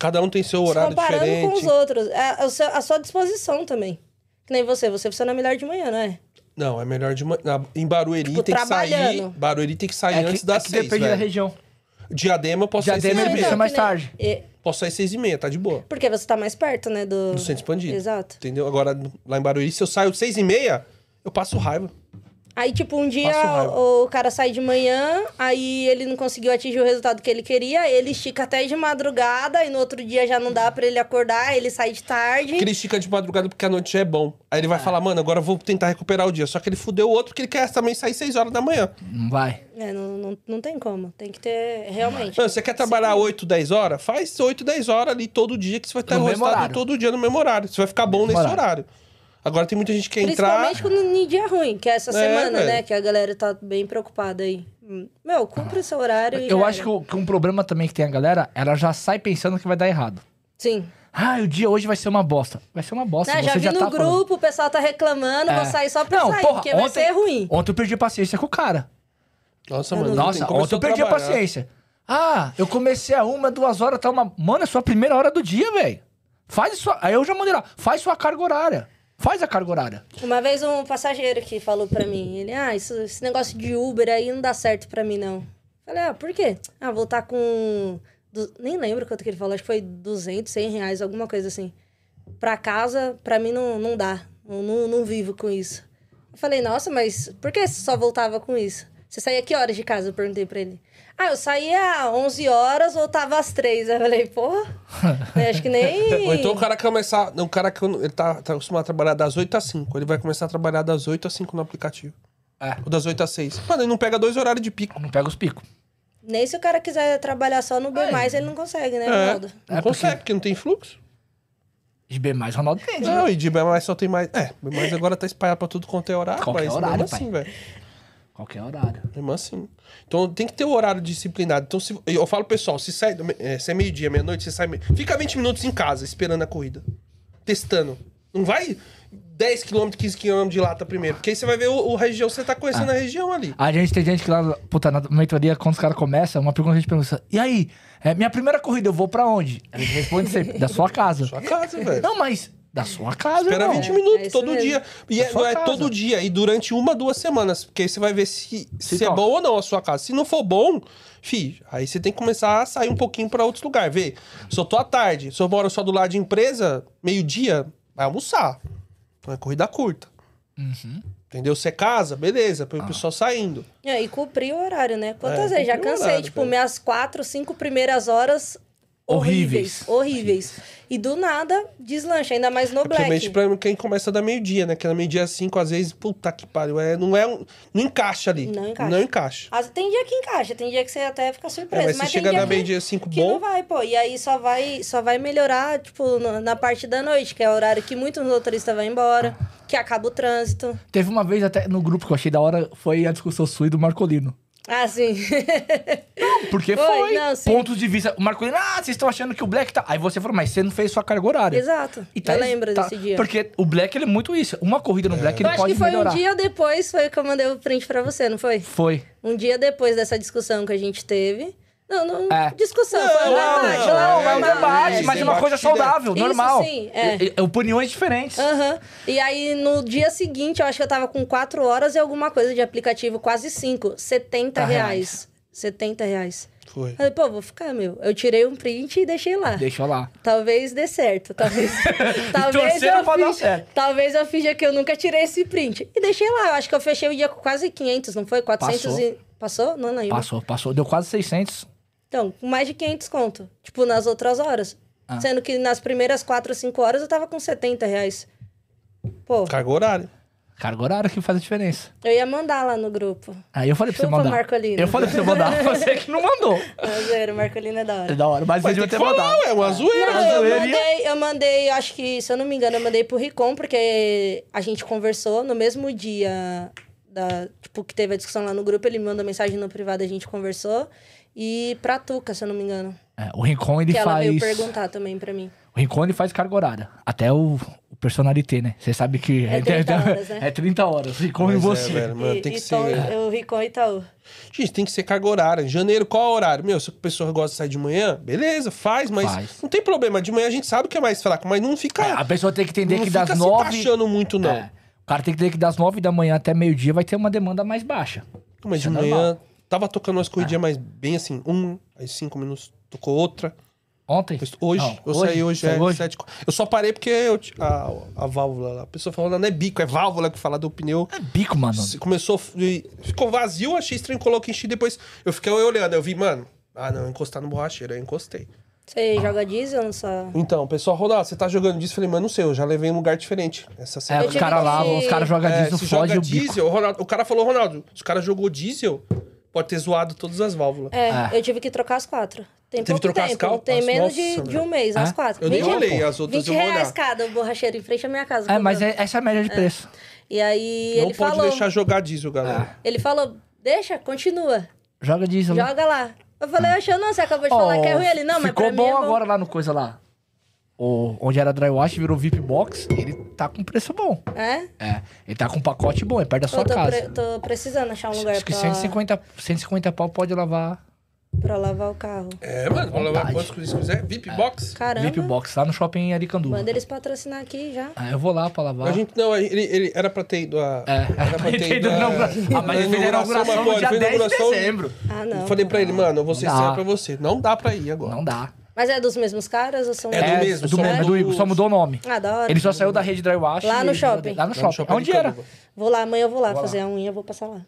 Speaker 1: Cada um tem seu
Speaker 4: se
Speaker 1: horário
Speaker 4: comparando
Speaker 1: diferente.
Speaker 4: com os outros. É, o seu- a sua disposição também. Que nem você, você funciona melhor de manhã, não é?
Speaker 1: Não, é melhor de manhã. Em Barueri
Speaker 4: Tipo,
Speaker 1: tem que sair.
Speaker 4: trabalhando.
Speaker 1: Barueri tem que sair
Speaker 3: É que,
Speaker 1: antes
Speaker 3: é
Speaker 1: das
Speaker 3: que
Speaker 1: seis.
Speaker 3: depende da
Speaker 1: velho.
Speaker 3: região.
Speaker 1: Diadema eu posso
Speaker 3: Diadema
Speaker 1: sair
Speaker 3: é
Speaker 1: seis e
Speaker 3: isso,
Speaker 1: meia.
Speaker 3: é mais
Speaker 4: então, que nem-
Speaker 3: tarde.
Speaker 4: é,
Speaker 1: Posso sair seis e meia, tá de boa.
Speaker 4: porque você tá mais perto, né, do...
Speaker 1: No centro expandido.
Speaker 4: Exato.
Speaker 1: Entendeu? Agora, lá em Barueri, se eu saio seis e meia, eu passo raiva.
Speaker 4: Aí, tipo, um dia
Speaker 1: Passo raiva.
Speaker 4: o, o cara sai de manhã, aí ele não conseguiu atingir o resultado que ele queria, ele estica até de madrugada, e no outro dia já não dá pra ele acordar, ele sai de tarde.
Speaker 1: Porque ele estica de madrugada porque a noite já é bom. Aí ele vai
Speaker 3: Ah.
Speaker 1: falar, mano, agora eu vou tentar recuperar o dia. Só que ele fudeu o outro porque ele quer também sair seis horas da manhã.
Speaker 3: Não vai.
Speaker 4: É, não, não, não tem como. Tem que ter, realmente.
Speaker 1: Mano, você quer trabalhar oito, dez horas? Faz oito, dez horas ali todo dia, que você vai ter o
Speaker 3: No mesmo
Speaker 1: resultado
Speaker 3: horário.
Speaker 1: todo dia no mesmo horário. Você vai ficar bom nesse
Speaker 3: horário.
Speaker 1: horário. Agora tem muita gente que quer entrar.
Speaker 4: Principalmente quando em dia ruim, que é essa
Speaker 1: É,
Speaker 4: semana,
Speaker 1: velho.
Speaker 4: né? Que a galera tá bem preocupada aí. Hum. Meu, cumpre o seu horário e
Speaker 3: Eu
Speaker 4: já
Speaker 3: acho que,
Speaker 4: era.
Speaker 3: o- que um problema também que tem a galera, ela já sai pensando que vai dar errado.
Speaker 4: Sim.
Speaker 3: Ah, o dia hoje vai ser uma bosta. Vai ser uma bosta.
Speaker 4: Né, já
Speaker 3: você
Speaker 4: vi
Speaker 3: já
Speaker 4: no
Speaker 3: tá
Speaker 4: grupo,
Speaker 3: falando.
Speaker 4: o pessoal tá reclamando,
Speaker 3: É.
Speaker 4: vou sair só pra sair, porque vai ser ruim.
Speaker 3: Ontem eu perdi a paciência com o cara.
Speaker 1: Nossa, mano. não
Speaker 3: Nossa,
Speaker 1: tem como
Speaker 3: ontem eu
Speaker 1: você
Speaker 3: perdi a
Speaker 1: trabalhar.
Speaker 3: paciência. Ah, eu comecei a uma, duas horas, tá uma. Mano, é sua primeira hora do dia, velho. Faz sua. Aí eu já mandei lá, faz sua carga horária. Faz a carga horária.
Speaker 4: Uma vez um passageiro que falou pra mim, ele, ah, isso- esse negócio de Uber aí não dá certo pra mim, não. Falei, ah, por quê? Ah, vou tá com... du- Nem lembro quanto que ele falou, acho que foi 200, 100 reais, alguma coisa assim. Pra casa, pra mim não, não dá, eu não, não vivo com isso. Eu falei, nossa, mas por que você só voltava com isso? Você saía que horas de casa? Eu perguntei pra ele. Ah, eu saía 11 horas, voltava às 3. Eu falei, porra, né, acho que nem...
Speaker 1: Ou então o cara começar. O cara que ele tá, tá acostumado a trabalhar das 8 às 5. Ele vai começar a trabalhar das 8 às 5 no aplicativo.
Speaker 3: É.
Speaker 1: Ou das 8 às 6. Mano, ele não pega dois horários de pico.
Speaker 3: Não pega os picos.
Speaker 4: Nem se o cara quiser trabalhar só no B+,
Speaker 1: É.
Speaker 4: ele não consegue, né, Ronaldo?
Speaker 1: Não
Speaker 3: É,
Speaker 1: consegue, porque... não tem fluxo.
Speaker 3: De B mais Ronaldo tem. né?
Speaker 1: Não, e de B mais só tem mais. É, B mais agora tá espalhado pra tudo quanto é horário.
Speaker 3: Qualquer
Speaker 1: mas
Speaker 3: horário,
Speaker 1: mesmo
Speaker 3: pai.
Speaker 1: assim, velho.
Speaker 3: Qualquer horário.
Speaker 1: Mesmo assim. Então tem que ter o horário disciplinado. Então, se, eu falo, pessoal, se, sai, é, se é meio-dia, meia-noite, você sai. meio- Fica 20 minutos em casa esperando a corrida. Testando. Não vai 10km, 15km de lata primeiro. Porque aí você vai ver o, o região, você tá conhecendo a região ali.
Speaker 3: A gente tem gente que lá, puta, na mentoria, quando os caras começam, uma pergunta que a gente pergunta: E aí, é, minha primeira corrida, eu vou pra onde? A gente responde sempre: Da sua casa.
Speaker 1: Sua casa, velho.
Speaker 3: Não, mas da sua casa,
Speaker 1: Espera um
Speaker 3: irmão.
Speaker 1: 20
Speaker 4: é
Speaker 1: minutos,
Speaker 4: isso
Speaker 1: todo
Speaker 4: mesmo.
Speaker 1: dia. E
Speaker 3: Na
Speaker 1: é,
Speaker 3: sua
Speaker 1: não é
Speaker 3: casa.
Speaker 1: todo dia, e durante uma, duas semanas. Porque aí você vai ver se,
Speaker 3: Se
Speaker 1: se, é
Speaker 3: toca.
Speaker 1: bom ou não a sua casa. Se não for bom, fi, aí você tem que começar a sair um pouquinho pra outros lugares. Vê, se eu tô à tarde, se eu moro só do lado de empresa, meio-dia, vai almoçar. Então é corrida curta. Entendeu? Se é casa, beleza, põe o pessoal saindo.
Speaker 4: É, e cumprir o horário, né? Quantas
Speaker 1: É,
Speaker 4: vezes? Já
Speaker 1: cumprir o
Speaker 4: cansei,
Speaker 1: horário,
Speaker 4: tipo,
Speaker 1: cara.
Speaker 4: minhas quatro, cinco primeiras horas
Speaker 3: Horríveis.
Speaker 4: horríveis. Horríveis. E do nada, deslancha, ainda mais no
Speaker 1: É Principalmente
Speaker 4: black.
Speaker 1: pra quem começa da meio-dia, né? Que na meio-dia às cinco, às vezes, puta que pariu. É, não é um- Não encaixa ali.
Speaker 4: Não encaixa.
Speaker 1: Não encaixa.
Speaker 4: Às- Tem dia que encaixa, tem dia que você até fica surpreso.
Speaker 1: É, mas
Speaker 4: mas
Speaker 1: se
Speaker 4: tem
Speaker 1: chega
Speaker 4: dia
Speaker 1: na
Speaker 4: que-
Speaker 1: meio-dia às cinco
Speaker 4: que
Speaker 1: bom.
Speaker 4: não vai, pô. E aí só vai, só vai melhorar, tipo, na, na parte da noite, que é o horário que muitos motoristas vão embora, que acaba o trânsito.
Speaker 3: Teve uma vez até no grupo que eu achei da hora, foi a discussão sua e do Marcolino.
Speaker 4: Ah, sim.
Speaker 3: Porque foi,
Speaker 4: Foi, não, sim.
Speaker 3: pontos de vista. O Marcolino, ah, vocês estão achando que o Black tá. Aí você falou, mas você não fez sua carga horária.
Speaker 4: Exato.
Speaker 3: tá-
Speaker 4: eu lembro
Speaker 3: tá-
Speaker 4: desse dia.
Speaker 3: Porque o Black, ele é muito isso. Uma corrida no Black,
Speaker 4: Eu
Speaker 3: ele
Speaker 4: acho
Speaker 3: pode
Speaker 4: que foi
Speaker 3: melhorar.
Speaker 4: um dia depois, foi que eu mandei o print pra você, não foi?
Speaker 3: Foi.
Speaker 4: Um dia depois dessa discussão que a gente teve. Não, não.
Speaker 3: É.
Speaker 4: Discussão,
Speaker 1: Não,
Speaker 4: foi um
Speaker 1: não,
Speaker 4: debate.
Speaker 1: não,
Speaker 4: lá,
Speaker 1: é
Speaker 3: É um
Speaker 1: Mas-
Speaker 3: debate,
Speaker 1: é,
Speaker 3: mas é uma
Speaker 1: debate
Speaker 3: coisa
Speaker 1: de ideia.
Speaker 3: saudável,
Speaker 4: Isso
Speaker 3: normal.
Speaker 4: sim, é. Ah.
Speaker 3: E- e- Opiniões diferentes.
Speaker 4: Aham. E aí, no dia seguinte, eu acho que eu tava com 4 horas e alguma coisa de aplicativo, quase 5. 70
Speaker 3: Tá
Speaker 4: reais. 70 reais.
Speaker 1: Foi.
Speaker 4: Falei, pô, vou ficar, meu. Eu tirei um print e deixei lá.
Speaker 3: Deixa lá.
Speaker 4: Talvez dê certo. Talvez.
Speaker 3: torcendo pra dar
Speaker 4: finja-
Speaker 3: certo.
Speaker 4: Talvez eu finja que eu nunca tirei esse print. E deixei lá. Eu acho que eu fechei o dia com quase 500, não foi? 400
Speaker 3: Passou.
Speaker 4: e. Passou? Não lembro.
Speaker 3: Passou, passou. Deu quase 600.
Speaker 4: Então, com mais de 500 conto. Tipo, nas outras horas.
Speaker 3: Ah.
Speaker 4: Sendo que nas primeiras 4 ou 5 horas eu tava com 70 reais. Pô,
Speaker 1: Carga horária.
Speaker 3: Carga horária que faz a diferença.
Speaker 4: eu ia mandar lá no grupo.
Speaker 3: Aí eu falei pra você
Speaker 4: Chupa,
Speaker 3: mandar.
Speaker 4: Marcolino.
Speaker 3: Eu falei pra você mandar. Você que não mandou.
Speaker 4: Mas era, o Marcolino é da
Speaker 3: É
Speaker 4: hora.
Speaker 3: da hora, mas,
Speaker 1: Mas
Speaker 3: mas
Speaker 1: tem
Speaker 3: devia
Speaker 1: que
Speaker 3: ter
Speaker 1: falar,
Speaker 3: mandado.
Speaker 1: ué, uma zoeira.
Speaker 4: É. Não, eu
Speaker 3: zoeirinha.
Speaker 4: mandei, eu mandei, acho que, se eu não me engano, eu mandei pro Ricom, porque a gente conversou no mesmo dia da, tipo, que teve a discussão lá no grupo, ele me mandou mensagem no privado, a gente conversou. e pra Tuca, se eu não me engano.
Speaker 3: É, o Rincon, ele
Speaker 4: que ela
Speaker 3: faz...
Speaker 4: veio perguntar também pra mim.
Speaker 3: O Rincon, ele faz carga horária. Até o, o personalité, né? Você sabe que...
Speaker 4: É 30 horas, né?
Speaker 3: É 30 horas. Rincon e
Speaker 1: Mas é,
Speaker 3: você.
Speaker 1: velho, mano,
Speaker 4: e,
Speaker 1: tem que ser.
Speaker 4: então,
Speaker 1: velho.
Speaker 4: eu ri com o Itaú.
Speaker 1: Gente, tem que ser carga horária. Em janeiro, qual é o horário? Meu, se a pessoa gosta de sair de manhã, beleza, faz, mas
Speaker 3: Faz. É,
Speaker 1: não tem problema. De manhã a gente sabe que é mais fraco, mas não fica.
Speaker 3: a pessoa tem que entender
Speaker 1: não
Speaker 3: que
Speaker 1: fica
Speaker 3: das
Speaker 1: se
Speaker 3: 9...
Speaker 1: taxando muito, não.
Speaker 3: É, o cara tem que entender que das 9 da manhã até meio-dia vai ter uma demanda mais baixa.
Speaker 1: Mas de
Speaker 3: Isso é
Speaker 1: manhã,
Speaker 3: normal. É.
Speaker 1: tava tocando umas corridinhas mais bem assim, um, aí cinco minutos, tocou outra.
Speaker 3: Ontem?
Speaker 1: Depois- Hoje,
Speaker 3: Não,
Speaker 1: eu saí hoje,
Speaker 3: saiu
Speaker 1: é sete co- Eu só parei porque eu ti- a, a válvula lá. A pessoa falou, não é bico, é válvula que fala do pneu.
Speaker 3: É bico, mano.
Speaker 1: Se- Começou, e ficou vazio, achei estranho, coloquei, enchi, depois eu fiquei olhando, eu vi, mano, ah não, encostar no borracheiro, aí encostei.
Speaker 4: Você joga diesel não só?
Speaker 1: Então, o pessoal, Ronaldo, você tá jogando disso? Eu falei, mano, não sei, eu já levei em um lugar diferente. Essa
Speaker 3: É,
Speaker 1: semana.
Speaker 4: Eu
Speaker 3: os
Speaker 4: tive
Speaker 3: caras
Speaker 4: que-
Speaker 3: lavam, os caras jogam
Speaker 1: É,
Speaker 3: diesel,
Speaker 1: se
Speaker 3: fode
Speaker 1: joga
Speaker 3: o bico.
Speaker 1: diesel, o, Ronaldo, o cara falou, Ronaldo, se o cara jogou diesel, pode ter zoado todas as válvulas.
Speaker 4: É,
Speaker 3: Ah.
Speaker 4: eu tive que trocar as quatro. Tem
Speaker 1: Teve que
Speaker 4: pouco
Speaker 1: trocar as
Speaker 4: tempo,
Speaker 1: cal-
Speaker 4: tem
Speaker 1: as-
Speaker 4: menos
Speaker 1: nossa,
Speaker 4: de, de
Speaker 1: velho.
Speaker 4: um mês, as
Speaker 3: Ah,
Speaker 4: quatro.
Speaker 1: eu nem
Speaker 4: 20
Speaker 1: olhei, as outras
Speaker 4: 20
Speaker 1: eu vou olhar.
Speaker 4: reais cada borracheiro em frente à minha casa.
Speaker 3: É, mas
Speaker 4: comprando.
Speaker 3: é- essa é a média de preço.
Speaker 4: E aí
Speaker 1: não
Speaker 4: ele
Speaker 1: pode
Speaker 4: falou,
Speaker 1: deixar jogar diesel,
Speaker 3: Ah,
Speaker 1: galera.
Speaker 4: ele falou, deixa, continua,
Speaker 3: Joga diesel. né?
Speaker 4: joga lá. Eu falei, achou não, você acabou de falar que é ruim. Ele, não, mas
Speaker 3: ficou
Speaker 4: pra
Speaker 3: bom
Speaker 4: mim é bom.
Speaker 3: agora lá no coisa lá. O, onde era dry wash, virou VIP Box, ele tá com preço bom.
Speaker 4: É?
Speaker 3: É, ele tá com um pacote bom, é perto da sua
Speaker 4: Eu tô,
Speaker 3: casa.
Speaker 4: pre- tô precisando achar um lugar
Speaker 3: Acho que
Speaker 4: pra,
Speaker 3: 150, 150 pau pode lavar
Speaker 4: pra lavar o carro.
Speaker 1: É, mano, vou levar
Speaker 3: Vontade. É.
Speaker 1: quantas coisas você quiser. VIP box.
Speaker 4: Caramba,
Speaker 3: VIP Box lá no shopping Aricanduva.
Speaker 4: manda eles patrocinar aqui já.
Speaker 3: Ah, eu vou lá pra lavar.
Speaker 1: A gente, não, ele, ele era pra ter ido a.
Speaker 3: É,
Speaker 1: era pra ter ido a.
Speaker 3: inaugura- Ah, mas ele fez a inauguração
Speaker 1: pô,
Speaker 3: no
Speaker 1: ele
Speaker 3: dia
Speaker 1: fez
Speaker 3: 10 de
Speaker 1: inauguração-
Speaker 3: dezembro.
Speaker 4: Ah, não.
Speaker 1: Eu falei pra ele, mano, eu vou ser
Speaker 3: Não dá.
Speaker 1: sincero pra você. Não dá pra ir agora.
Speaker 3: Não dá.
Speaker 4: Mas é dos mesmos caras ou são...
Speaker 1: É do
Speaker 3: É,
Speaker 1: mesmo,
Speaker 3: do
Speaker 1: só
Speaker 3: mesmo, é do
Speaker 1: mudou
Speaker 3: Igor, só
Speaker 1: os-
Speaker 3: mudou o nome.
Speaker 4: Ah, da hora.
Speaker 3: Ele só saiu da rede dry wash.
Speaker 4: Lá no
Speaker 3: e-
Speaker 4: shopping.
Speaker 3: Lá no
Speaker 1: Lá no
Speaker 3: shopping.
Speaker 1: shopping
Speaker 3: Onde
Speaker 1: de
Speaker 3: era?
Speaker 1: Canuba.
Speaker 4: Vou lá, amanhã eu vou lá fazer a unha, eu vou passar lá.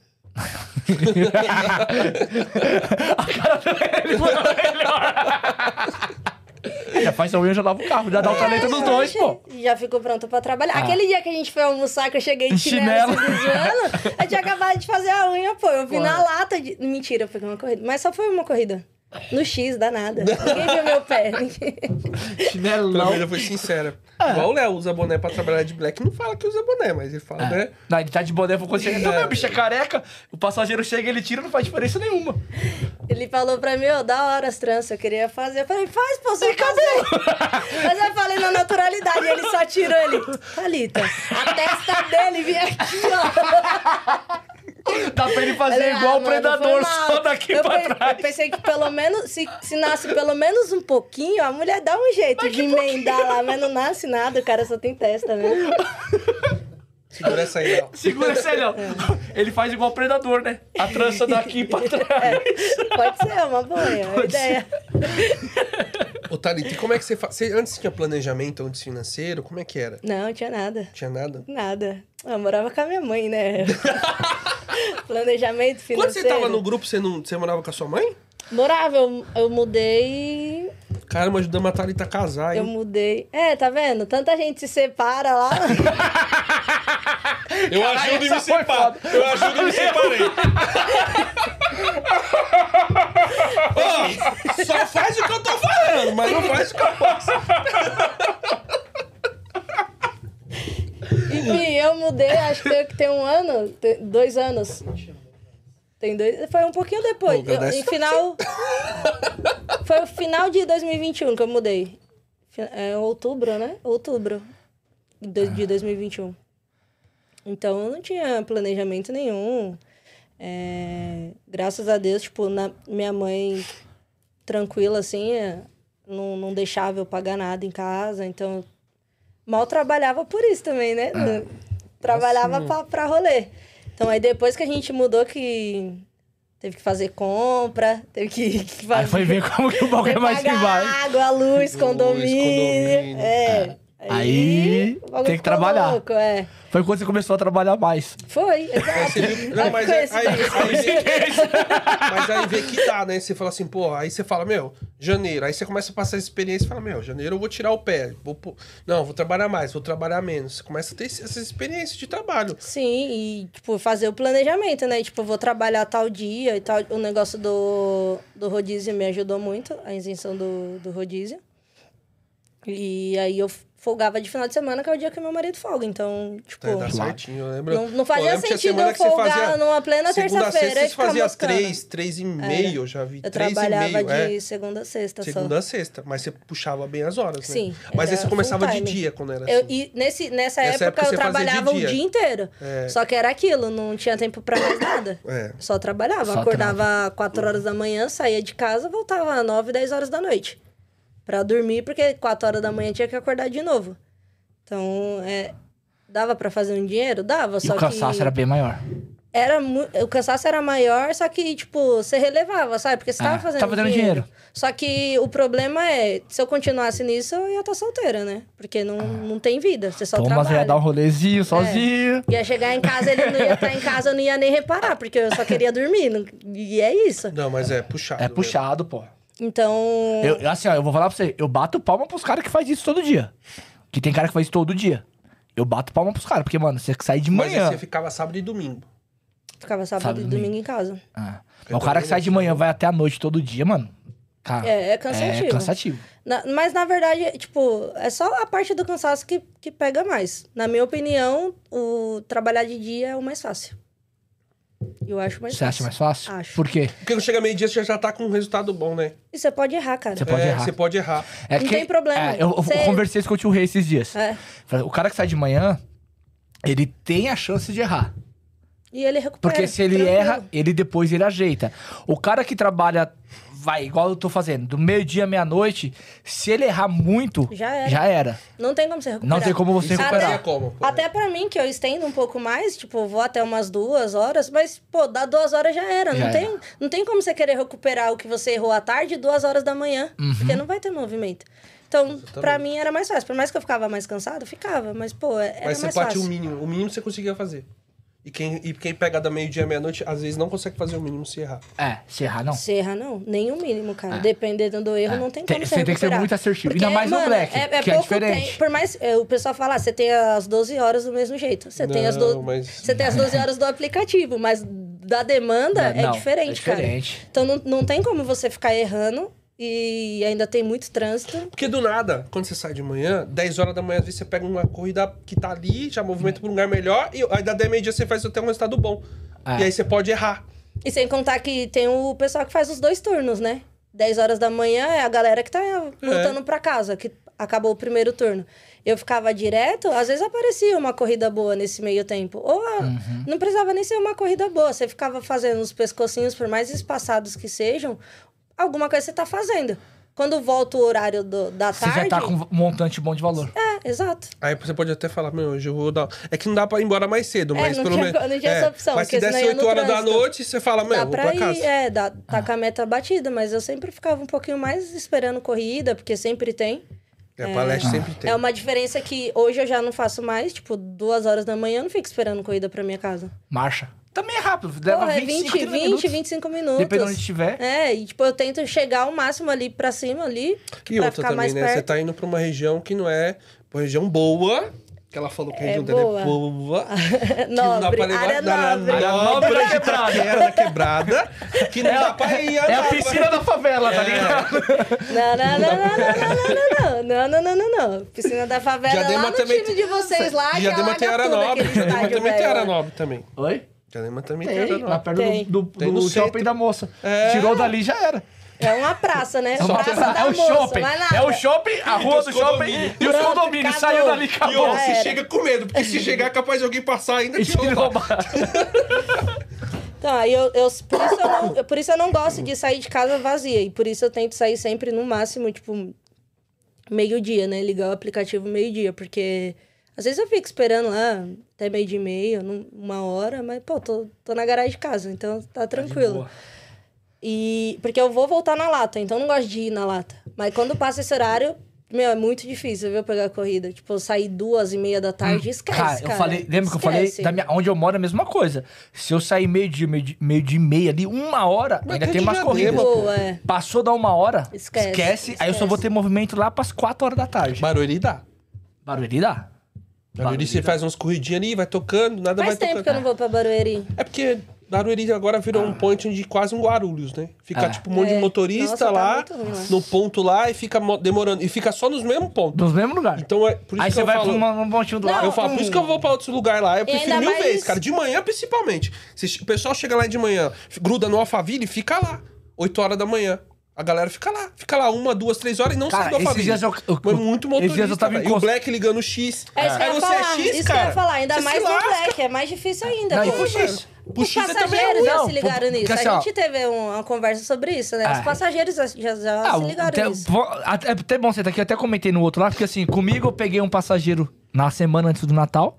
Speaker 3: Já É, faz um a unha, já lava o carro. Já dá
Speaker 4: É,
Speaker 3: o talento Tá dos dois, pô.
Speaker 4: Já ficou pronto pra trabalhar. Aquele dia que a gente foi almoçar, que eu cheguei de
Speaker 3: Em
Speaker 4: chinelo,
Speaker 3: chinelo.
Speaker 4: se desviando, eu tinha acabado de fazer a unha, pô. Eu vi na lata de... Mentira, eu peguei uma corrida. Mas só foi uma corrida. No X, danada. Ninguém viu meu pé.
Speaker 3: Chinelo
Speaker 1: Pelo menos eu fui sincera. Igual o Léo usa boné pra trabalhar de black, não fala que usa boné, mas ele fala, né?
Speaker 3: Não, ele tá de boné pra quando chega. Então, meu bicho é careca. O passageiro chega, ele tira, não faz diferença nenhuma.
Speaker 4: Ele falou pra mim, ô, da hora as tranças, eu queria fazer. Eu falei, faz, pô, você fazer. Mas eu falei na naturalidade, ele só tirou ele. Thalita, a testa dele vinha aqui, ó.
Speaker 3: Dá pra ele
Speaker 4: Falei,
Speaker 3: fazer
Speaker 4: "Ah,
Speaker 3: igual o
Speaker 4: mano, foi
Speaker 3: predador,
Speaker 4: mal."
Speaker 3: só daqui
Speaker 4: eu
Speaker 3: pra
Speaker 4: pe-
Speaker 3: trás.
Speaker 4: Eu pensei que pelo menos, se, se nasce pelo menos um pouquinho, a mulher dá um jeito de emendar lá, mas não nasce nada, o cara só tem testa, né?
Speaker 1: Segura essa aí, Léo.
Speaker 3: Segura esse aí, Léo.
Speaker 4: É.
Speaker 3: Ele faz igual o predador, né? A trança daqui pra trás.
Speaker 4: Pode ser, é uma boa, é uma ideia.
Speaker 1: Ô, Thalita, e como é que você faz? Você, antes tinha planejamento, antes financeiro, como é que era?
Speaker 4: Não, tinha nada.
Speaker 1: Tinha nada?
Speaker 4: Nada. Eu morava com a minha mãe, né? Planejamento financeiro.
Speaker 1: Quando você tava no grupo, você, não, você morava com a sua mãe?
Speaker 4: Morava, eu, eu mudei.
Speaker 1: Caramba, ajudamos a Thalita a casar,
Speaker 4: Eu
Speaker 1: hein?
Speaker 4: mudei. É, tá vendo? Tanta gente se separa lá.
Speaker 1: Eu, ajudo e me separo. Eu ajudo e me separei. Ó, só faz o que eu tô falando, mas não faz o que eu posso.
Speaker 4: Enfim, eu mudei, acho que tem- que tem um ano, tem dois anos. Tem dois. Foi um pouquinho depois.
Speaker 1: Pô, agradece.
Speaker 4: Eu- em final. Foi o final de 2021 que eu mudei. Fi- É outubro, né? Outubro de de 2021. Então eu não tinha planejamento nenhum. É, graças a Deus, tipo, na, minha mãe tranquila, assim, é, não, não deixava eu pagar nada em casa, então eu mal trabalhava por isso também, né?
Speaker 3: É.
Speaker 4: Trabalhava pra, pra rolê. Então aí depois que a gente mudou que teve que fazer compra, teve que, que fazer...
Speaker 3: Aí foi ver como que o bagulho é mais
Speaker 4: pagar
Speaker 3: embaixo.
Speaker 4: água, luz,
Speaker 1: Luz,
Speaker 4: condomínio.
Speaker 1: condomínio.
Speaker 4: É.
Speaker 3: Aí,
Speaker 4: o
Speaker 3: tem
Speaker 4: bagulho
Speaker 3: que
Speaker 4: ficou
Speaker 3: trabalhar.
Speaker 4: louco, é.
Speaker 3: Foi quando você começou a trabalhar mais.
Speaker 4: Foi, exato.
Speaker 1: Não, mas aí, aí,
Speaker 4: Coincidência.
Speaker 1: aí, mas aí vê que dá, né? Você fala assim, porra, aí você fala, meu, janeiro. Aí você começa a passar essa experiência e fala, meu, janeiro eu vou tirar o pé. Vou, pô- não, vou trabalhar mais, vou trabalhar menos. Você começa a ter esse- essas experiências de trabalho.
Speaker 4: Sim, e, tipo, fazer o planejamento, né? Tipo, eu vou trabalhar tal dia e tal. O negócio do, do rodízio me ajudou muito, a isenção do, do rodízio. E aí eu f- folgava de final de semana, que é o dia que meu marido folga. Então, tipo.
Speaker 1: Tá, tá certinho, eu lembro.
Speaker 4: Não, não
Speaker 1: Eu
Speaker 4: fazia
Speaker 1: lembro que a
Speaker 4: sentido
Speaker 1: semana
Speaker 4: eu
Speaker 1: que você
Speaker 4: folgar
Speaker 1: fazia-
Speaker 4: numa plena
Speaker 1: Segunda a sexta,
Speaker 4: terça-feira e
Speaker 1: você
Speaker 4: ficar
Speaker 1: fazia
Speaker 4: moscando. É.
Speaker 1: três, três e meio, eu já vi.
Speaker 4: Eu
Speaker 1: três e
Speaker 4: trabalhava
Speaker 1: meio, é.
Speaker 4: de segunda a sexta
Speaker 1: Segunda a sexta, mas você puxava bem as horas, né?
Speaker 4: Sim,
Speaker 1: Mas aí
Speaker 4: era
Speaker 1: você começava de
Speaker 4: full time.
Speaker 1: dia quando era
Speaker 4: só. Eu,
Speaker 1: assim.
Speaker 4: e nesse, nessa
Speaker 1: Nessa
Speaker 4: época,
Speaker 1: época você
Speaker 4: eu
Speaker 1: fazia de
Speaker 4: trabalhava o
Speaker 1: dia.
Speaker 4: dia inteiro.
Speaker 1: É.
Speaker 4: Só que era aquilo, não tinha tempo pra mais nada.
Speaker 1: É.
Speaker 4: Só trabalhava.
Speaker 3: Só
Speaker 4: Acordava 4 horas da manhã, saía de casa, voltava 9, 10 horas da noite. Pra dormir, porque 4 horas da manhã tinha que acordar de novo. Então, é, dava pra fazer um dinheiro? Dava,
Speaker 3: E
Speaker 4: só
Speaker 3: o cansaço
Speaker 4: que...
Speaker 3: era bem maior.
Speaker 4: era mu- o cansaço era maior, só que, tipo, você relevava, sabe? Porque você
Speaker 3: É,
Speaker 4: tava fazendo
Speaker 3: tava dando dinheiro.
Speaker 4: Só que o problema é, se eu continuasse nisso, eu ia estar solteira, né? Porque não, não tem vida, você só
Speaker 3: Ah. Thomas
Speaker 4: trabalha.
Speaker 3: ia dar um rolezinho sozinho.
Speaker 4: Ia chegar em casa, ele não ia estar em casa, eu não ia nem reparar, porque eu só queria dormir. não- E é isso.
Speaker 1: Não, mas é puxado.
Speaker 3: É
Speaker 1: né?
Speaker 3: puxado, pô.
Speaker 4: Então,
Speaker 3: Eu, eu, assim, ó, eu vou falar pra você, eu bato palma pros caras que faz isso todo dia. Que tem cara que faz isso todo dia. Eu bato palma pros caras, porque, mano, você que sai de
Speaker 1: Mas aí
Speaker 3: manhã.
Speaker 1: você ficava sábado e domingo.
Speaker 4: ficava sábado,
Speaker 3: Sábado e
Speaker 4: e
Speaker 3: domingo.
Speaker 4: domingo em casa.
Speaker 3: Ah, mas o cara que sai de manhã vai até a noite todo dia, mano. Cara,
Speaker 4: É, é cansativo.
Speaker 3: É cansativo.
Speaker 4: Na- mas, na verdade, tipo, é só a parte do cansaço que, que pega mais. Na minha opinião, o trabalhar de dia é o mais fácil. Eu acho mais
Speaker 3: Você acha
Speaker 4: É fácil.
Speaker 3: mais fácil?
Speaker 4: Acho.
Speaker 3: Por quê?
Speaker 1: Porque quando chega meio-dia, você já tá com um resultado bom, né?
Speaker 4: E você pode errar, cara.
Speaker 3: Você pode
Speaker 1: É,
Speaker 3: errar.
Speaker 1: Você pode errar.
Speaker 3: É
Speaker 4: Não tem problema.
Speaker 3: é, eu, eu
Speaker 4: Você-
Speaker 3: conversei isso com o tio Rei esses dias.
Speaker 4: É.
Speaker 3: Falei, O cara que sai de manhã, ele tem a chance de errar.
Speaker 4: E ele recupera.
Speaker 3: Porque se ele
Speaker 4: É, tranquilo.
Speaker 3: erra, ele depois ele ajeita. O cara que trabalha, vai, igual eu tô fazendo, do meio-dia à meia-noite, se ele errar muito,
Speaker 4: Já era.
Speaker 3: já era.
Speaker 4: Não tem como você recuperar.
Speaker 3: É. Não tem como você
Speaker 1: E você
Speaker 3: recuperar.
Speaker 1: fazia como? por exemplo?
Speaker 4: Até pra mim, que eu estendo um pouco mais, tipo, vou até umas duas horas, mas, pô, dá duas horas já era.
Speaker 3: Já
Speaker 4: não,
Speaker 3: era.
Speaker 4: Tem, não tem como você querer recuperar o que você errou à tarde duas horas da manhã,
Speaker 3: Uhum.
Speaker 4: porque não vai ter movimento. Então, pra mim era mais fácil. Por mais que eu ficava mais cansado, ficava, mas, pô, é- era
Speaker 1: Mas você um
Speaker 4: mais
Speaker 1: batia
Speaker 4: fácil.
Speaker 1: o mínimo. O mínimo você conseguia fazer. E quem, e quem pega da meio-dia à meia-noite, às vezes não consegue fazer o mínimo se errar.
Speaker 3: É, se errar, não. É.
Speaker 4: Se errar, não. Nem o mínimo, cara. Dependendo do erro, não tem
Speaker 3: Tem-
Speaker 4: como
Speaker 3: você tem que ser
Speaker 4: recuperar.
Speaker 3: muito assertivo. Ainda mais no black, que é diferente.
Speaker 4: tempo. Por mais... é, o pessoal fala, ah, você tem as 12 horas do mesmo jeito. Você, tem, as
Speaker 1: Não,
Speaker 4: do-
Speaker 1: mas-
Speaker 4: você tem as 12 horas do aplicativo, mas da demanda é,
Speaker 3: Não,
Speaker 4: diferente,
Speaker 3: É diferente.
Speaker 4: cara. Então, não, não tem como você ficar errando e ainda tem muito trânsito.
Speaker 1: Porque do nada, quando você sai de manhã, 10 horas da manhã, às vezes você pega uma corrida que tá ali, já movimenta pra um lugar melhor, e aí da meio-dia você faz até um resultado bom.
Speaker 3: Ah.
Speaker 4: É.
Speaker 1: E aí você pode errar.
Speaker 4: E sem contar que tem o pessoal que faz os dois turnos, né? 10 horas da manhã é a galera que tá voltando pra casa, que acabou o primeiro turno. Eu ficava direto, às vezes aparecia uma corrida boa nesse meio tempo. Ou a- não precisava nem ser uma corrida boa, você ficava fazendo os pescocinhos, por mais espaçados que sejam, alguma coisa você tá fazendo. Quando volta o horário do- da
Speaker 3: Você
Speaker 4: tarde.
Speaker 3: já tá com um montante bom de valor.
Speaker 4: É, exato.
Speaker 1: Aí você pode até falar, meu, hoje eu vou dar. É que não dá pra ir embora mais cedo,
Speaker 4: É,
Speaker 1: mas
Speaker 4: não
Speaker 1: pelo
Speaker 4: tinha-
Speaker 1: menos.
Speaker 4: não tinha essa opção,
Speaker 1: Mas se
Speaker 4: porque
Speaker 1: desse
Speaker 4: senão ia
Speaker 1: 8
Speaker 4: no
Speaker 1: horas da
Speaker 4: trânsito.
Speaker 1: noite, você fala, Ah, meu,
Speaker 4: dá
Speaker 1: eu vou pra
Speaker 4: pra ir,
Speaker 1: casa.
Speaker 4: é, dá, tá com a meta batida, mas eu sempre ficava um pouquinho mais esperando corrida, porque sempre tem.
Speaker 1: É, palestra sempre tem.
Speaker 4: É uma diferença que hoje eu já não faço mais, tipo, duas horas da manhã eu não fico esperando corrida pra minha casa.
Speaker 3: Marcha. Também é rápido. Leva
Speaker 4: Porra,
Speaker 3: 25,
Speaker 4: 20,
Speaker 3: 30 minutos.
Speaker 4: 25 minutos.
Speaker 3: Dependendo de onde estiver.
Speaker 4: É, e tipo, eu tento chegar o máximo ali pra cima ali.
Speaker 1: E
Speaker 4: pra
Speaker 1: outra
Speaker 4: ficar
Speaker 1: também,
Speaker 4: mais
Speaker 1: né? Você
Speaker 4: perto.
Speaker 1: tá indo pra uma região que não é. Uma região boa. Que ela falou que a
Speaker 4: É
Speaker 1: região dela é
Speaker 4: boa.
Speaker 1: boa.
Speaker 4: nobre, área
Speaker 1: na-
Speaker 4: nobre.
Speaker 1: na-
Speaker 3: Área nobre
Speaker 1: na-
Speaker 3: quebrada.
Speaker 1: que é na quebrada. Que não dá pra ir
Speaker 3: É
Speaker 1: andar,
Speaker 3: a piscina da favela, tá
Speaker 1: É.
Speaker 3: ligado?
Speaker 4: Não, não, não, não, não, não, não, não, não, não, não, não, não. Piscina da favela
Speaker 1: Diadema
Speaker 4: lá no
Speaker 1: também
Speaker 4: time
Speaker 1: tem-
Speaker 4: de vocês lá, que
Speaker 1: Diadema
Speaker 4: alaga
Speaker 1: tem área
Speaker 4: tudo
Speaker 1: nobre.
Speaker 4: aquele
Speaker 1: Diadema
Speaker 4: estádio,
Speaker 1: também tem área
Speaker 4: velho.
Speaker 1: nobre também.
Speaker 3: Oi?
Speaker 1: Diadema também tem área
Speaker 3: Tem, lá
Speaker 1: nobre.
Speaker 3: perto do-
Speaker 4: Tem.
Speaker 3: do,
Speaker 1: Tem no
Speaker 3: do
Speaker 1: centro.
Speaker 3: shopping da moça.
Speaker 1: É.
Speaker 3: Tirou dali, já era.
Speaker 4: É uma praça, né?
Speaker 3: É uma-
Speaker 4: praça da
Speaker 3: é o
Speaker 4: moça,
Speaker 3: shopping.
Speaker 4: vai lá.
Speaker 3: É o shopping, a rua do
Speaker 1: os
Speaker 3: shopping
Speaker 1: condomínios.
Speaker 3: e os
Speaker 4: Pronto,
Speaker 3: condomínios.
Speaker 4: acabou.
Speaker 3: Saiu dali,
Speaker 1: E ó,
Speaker 3: acabou.
Speaker 1: você
Speaker 4: era.
Speaker 1: chega com medo, porque se chegar é capaz de alguém passar ainda
Speaker 3: E
Speaker 1: te
Speaker 3: tirou
Speaker 1: roubar.
Speaker 4: Então, aí eu, eu- por, isso eu não, eu- por isso eu não gosto de sair de casa vazia. E por isso eu tento sair sempre no máximo, tipo, meio-dia, né? Ligar o aplicativo meio-dia. Porque às vezes eu fico esperando lá até meio dia e meio, num- uma hora, mas, pô, tô, tô na garagem de casa, então tá tranquilo.
Speaker 3: boa.
Speaker 4: e Porque eu vou voltar na lata, então eu não gosto de ir na lata. Mas quando passa esse horário. Meu, é muito difícil, viu, pegar a corrida. Tipo, eu sair duas e meia da tarde, esquece, cara.
Speaker 3: Cara, eu falei, lembra que eu falei,
Speaker 4: Esquece.
Speaker 3: da minha- onde eu moro é a mesma coisa. Se eu sair meio dia, meio dia, meio dia e meia ali, uma hora,
Speaker 1: Mas
Speaker 3: ainda
Speaker 1: que
Speaker 3: tem umas
Speaker 1: diadema,
Speaker 3: corridas.
Speaker 1: pô.
Speaker 4: Pô, é.
Speaker 3: Passou da uma hora,
Speaker 4: Esquece,
Speaker 3: aí eu só
Speaker 4: esquece.
Speaker 3: vou ter movimento lá pras quatro horas da tarde.
Speaker 1: Barulho dá.
Speaker 3: Barulho dá.
Speaker 1: Barulho você faz umas corridinhas ali, vai tocando, nada vai
Speaker 4: Faz tempo
Speaker 1: tocando.
Speaker 4: que eu não vou pra Barueri.
Speaker 1: É porque Barueri agora virou um point de quase um Guarulhos, né? Fica
Speaker 3: Ah. É.
Speaker 1: tipo um monte de
Speaker 4: É.
Speaker 1: motorista
Speaker 4: Nossa, tá
Speaker 1: lá,
Speaker 4: muito ruim lá.
Speaker 1: no ponto lá, e fica mo- demorando. E fica só nos mesmos pontos.
Speaker 3: Nos mesmos lugares.
Speaker 1: Então é por isso
Speaker 3: Aí
Speaker 1: que
Speaker 3: você
Speaker 1: eu
Speaker 3: vai
Speaker 1: falo.
Speaker 3: pra uma- um pontinho do lado.
Speaker 1: Eu falo, por isso que eu vou pra outros lugares lá. Eu prefiro
Speaker 4: ainda
Speaker 1: mil
Speaker 4: mais-
Speaker 1: vezes, cara. De manhã, principalmente. Se che- o pessoal chega lá de manhã, f- gruda no Alphaville e fica lá. 8 horas da manhã. A galera fica lá. Fica lá uma, duas, três horas e não
Speaker 3: Cara,
Speaker 1: sai do
Speaker 3: esses
Speaker 1: Alphaville.
Speaker 3: dias eu- eu-
Speaker 1: Mas muito motorista,
Speaker 3: esses dias eu tava em
Speaker 1: velho. E o
Speaker 3: Costa-
Speaker 1: Black ligando o X.
Speaker 4: É isso que
Speaker 1: Aí
Speaker 4: eu
Speaker 1: você
Speaker 4: ia falar.
Speaker 1: é X,
Speaker 4: isso
Speaker 1: cara.
Speaker 4: que eu ia falar. Ainda
Speaker 1: Você
Speaker 4: mais
Speaker 1: se
Speaker 4: no
Speaker 1: lasca.
Speaker 4: Black. É mais difícil ainda.
Speaker 3: Não, e
Speaker 4: Pô,
Speaker 3: pro X?
Speaker 4: mano,
Speaker 1: Pro
Speaker 4: Os
Speaker 1: X é também
Speaker 4: passageiros
Speaker 1: ruim.
Speaker 4: já
Speaker 3: Não,
Speaker 4: se ligaram
Speaker 3: porque
Speaker 4: nisso.
Speaker 3: assim, ó-
Speaker 4: A gente teve um- uma conversa sobre isso, né?
Speaker 3: Ah.
Speaker 4: Os passageiros já, já- já
Speaker 3: Ah,
Speaker 4: se ligaram
Speaker 3: até,
Speaker 4: nisso.
Speaker 3: vo- até, até bom, você tá aqui, eu até comentei no outro lá, porque assim, comigo eu peguei um passageiro na semana antes do Natal.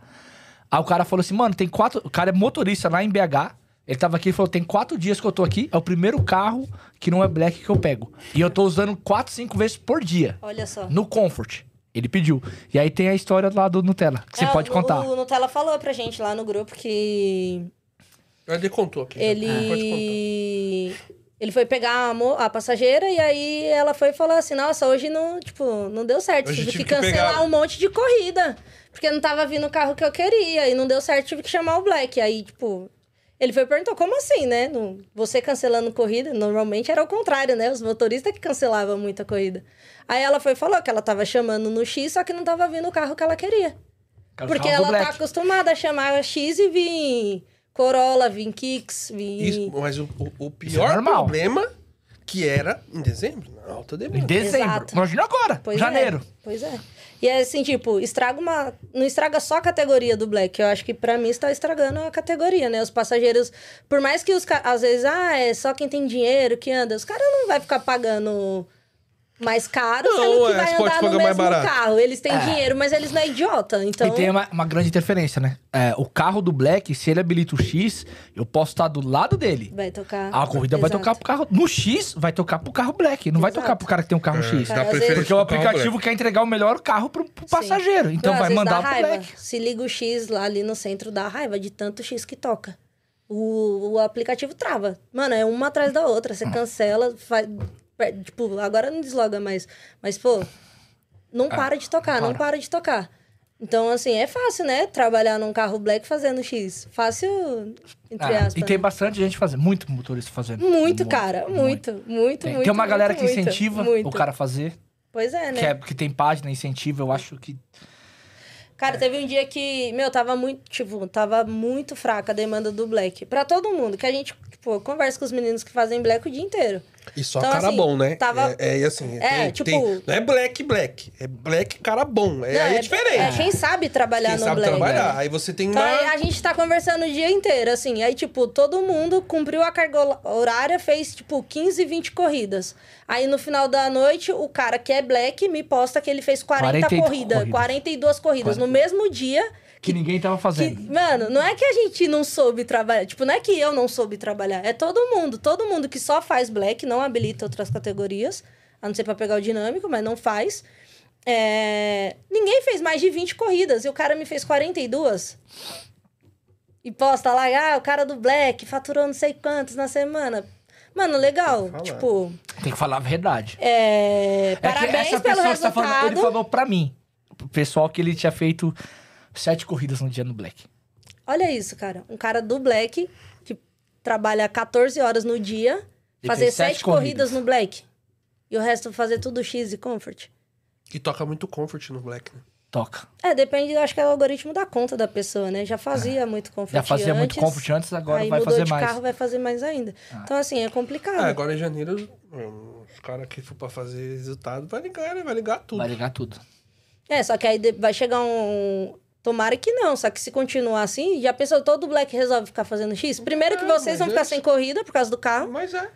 Speaker 3: Aí o cara falou assim, mano, tem quatro. O cara é motorista lá em BH. Ele tava aqui e falou: tem quatro dias que eu tô aqui, é o primeiro carro que não é black que eu pego. E eu tô usando quatro, cinco vezes por dia.
Speaker 4: Olha só.
Speaker 3: No Comfort. Ele pediu. E aí tem a história lá do Nutella, que você
Speaker 4: É,
Speaker 3: pode
Speaker 4: o-
Speaker 3: contar.
Speaker 4: O Nutella falou pra gente lá no grupo que
Speaker 1: Ele contou aqui. já. Ah, Pode contar.
Speaker 4: ele ele foi pegar a, mo- a passageira e aí ela foi falar assim nossa hoje não tipo não deu certo
Speaker 1: Hoje
Speaker 4: tive,
Speaker 1: tive
Speaker 4: que
Speaker 1: que
Speaker 4: cancelar
Speaker 1: pegar-
Speaker 4: um monte de corrida porque não tava vindo o carro que eu queria e não deu certo tive que chamar o Black aí tipo ele foi e perguntou como assim né Não- você cancelando corrida normalmente era o contrário né os motoristas que cancelavam muita corrida aí ela foi e falou que ela tava chamando no X só que não tava vindo o carro que ela queria
Speaker 3: Quero
Speaker 4: porque
Speaker 3: falar do
Speaker 4: ela tá
Speaker 3: black.
Speaker 4: acostumada a chamar X e vir Corolla, vir Kicks, vir.
Speaker 1: Isso, mas o, o- o
Speaker 3: Isso é
Speaker 1: pior
Speaker 3: normal.
Speaker 1: problema que era em dezembro, na alta
Speaker 3: Em
Speaker 1: demanda.
Speaker 3: dezembro.
Speaker 4: Exato.
Speaker 3: Imagina agora,
Speaker 4: Pois
Speaker 3: janeiro.
Speaker 4: É. Pois é. E é assim, tipo, estraga uma. Não estraga só a categoria do Black. Eu acho que pra mim está estragando a categoria, né? Os passageiros. Por mais que os. ca- Às vezes, ah, é só quem tem dinheiro que anda. Os caras não vai ficar pagando mais caro,
Speaker 1: Não,
Speaker 4: sendo que
Speaker 1: é,
Speaker 4: vai
Speaker 1: você pode
Speaker 4: andar no
Speaker 1: pagar mais
Speaker 4: mesmo
Speaker 1: barato.
Speaker 4: carro. Eles têm dinheiro, mas eles não é idiota. Então.
Speaker 3: E tem uma, uma grande interferência, né? É, o carro do Black, se ele habilita o X, eu posso estar do lado dele.
Speaker 4: Vai tocar.
Speaker 3: A corrida vai
Speaker 4: Exato.
Speaker 3: tocar pro carro. No X, vai tocar pro carro Black. Não vai
Speaker 4: Exato.
Speaker 3: tocar pro cara que tem um carro X.
Speaker 1: então,
Speaker 4: dá preferência
Speaker 3: Porque o aplicativo quer entregar o melhor carro pro, pro
Speaker 4: Sim.
Speaker 3: passageiro. Então
Speaker 4: Não,
Speaker 3: vai
Speaker 4: às vezes
Speaker 3: mandar
Speaker 4: dá
Speaker 3: pro
Speaker 4: raiva.
Speaker 3: Black.
Speaker 4: Se liga o X lá ali no centro, dá raiva de tanto X que toca. O, o aplicativo trava. Mano, é uma atrás da outra. Você cancela, faz. per- Tipo, agora não desloga mais. Mas, pô, não
Speaker 3: Ah,
Speaker 4: para de tocar, não para de tocar. Então, assim, é fácil, né? Trabalhar num carro black fazendo X. Fácil, entre
Speaker 3: Ah,
Speaker 4: aspas.
Speaker 3: e tem
Speaker 4: né?
Speaker 3: bastante gente fazendo. Muito motorista fazendo.
Speaker 4: Muito, cara. Muito, muito, muito.
Speaker 3: Tem, tem uma
Speaker 4: muito,
Speaker 3: galera que
Speaker 4: muito,
Speaker 3: incentiva
Speaker 4: muito.
Speaker 3: o cara a fazer.
Speaker 4: Pois é, né?
Speaker 3: Que, é- que tem página, incentiva. Eu acho que.
Speaker 1: É.
Speaker 4: Cara, teve um dia que, meu, tava muito, tipo, tava muito fraca a demanda do Black. Pra todo mundo, que a gente, tipo, eu converso com os meninos que fazem Black o dia inteiro.
Speaker 1: E só
Speaker 4: Então,
Speaker 1: cara
Speaker 4: assim,
Speaker 1: bom, né?
Speaker 4: tava-
Speaker 1: É, é assim,
Speaker 4: É,
Speaker 1: tem-
Speaker 4: tipo-
Speaker 1: tem- não é black, black. É black, cara bom. É,
Speaker 4: Não,
Speaker 1: aí é,
Speaker 4: É,
Speaker 1: diferente.
Speaker 4: quem sabe trabalhar
Speaker 1: Quem
Speaker 4: no
Speaker 1: sabe
Speaker 4: Black. né?
Speaker 1: trabalhar. Aí você tem
Speaker 4: Então,
Speaker 1: uma...
Speaker 4: aí a gente tá conversando o dia inteiro, assim. Aí, tipo, todo mundo cumpriu a carga hol- horária, fez, tipo, 15, 20 corridas. Aí, no final da noite, o cara que é black me posta que ele fez 40
Speaker 3: 42
Speaker 4: corridas,
Speaker 3: corridas.
Speaker 4: 42 corridas no mesmo dia.
Speaker 3: Que ninguém tava
Speaker 4: Que,
Speaker 3: fazendo.
Speaker 4: mano, não é que a gente não soube trabalhar. Tipo, não é que eu não soube trabalhar. É todo mundo. Todo mundo que só faz black, não habilita outras categorias. A não ser pra pegar o dinâmico, mas não faz. É, Ninguém fez mais de 20 corridas e o cara me fez 42. E posta lá, ah, o cara do black faturou não sei quantos na semana. Mano, legal.
Speaker 1: Falar.
Speaker 4: Tipo,
Speaker 3: Tem que falar a verdade.
Speaker 4: é,
Speaker 3: É que
Speaker 4: parabéns
Speaker 3: essa pessoa
Speaker 4: pelo
Speaker 3: que você
Speaker 4: resultado.
Speaker 3: tá falando, ele falou pra mim. Pro pessoal que ele tinha feito sete corridas no dia no Black.
Speaker 4: Olha isso, cara. Um cara do Black, que trabalha 14 horas no dia,
Speaker 3: E
Speaker 4: fazer
Speaker 3: fez sete
Speaker 4: sete
Speaker 3: corridas.
Speaker 4: corridas no Black. E o resto fazer tudo X e Comfort.
Speaker 1: E toca muito comfort no black, né?
Speaker 3: Toca.
Speaker 4: É, depende, eu acho que o algoritmo dá conta da pessoa, né? Já fazia muito Comfort
Speaker 3: É. Já fazia muito
Speaker 4: antes,
Speaker 3: comfort antes, agora
Speaker 4: aí
Speaker 3: vai
Speaker 4: mudou
Speaker 3: fazer
Speaker 4: de
Speaker 3: mais. Ah.
Speaker 4: carro, vai fazer mais ainda. Então, assim, é complicado.
Speaker 1: Ah, agora em janeiro, hum, os caras que for pra fazer resultado vai ligar, né? Vai ligar tudo.
Speaker 3: Vai ligar tudo.
Speaker 4: É, só que aí de- vai chegar um... Tomara que não, só que se continuar assim, já pensou, todo Black resolve ficar fazendo X? Primeiro que
Speaker 1: Ah,
Speaker 4: vocês
Speaker 1: mas
Speaker 4: vão ficar
Speaker 1: antes-
Speaker 4: sem corrida por causa do carro.
Speaker 1: Mas é.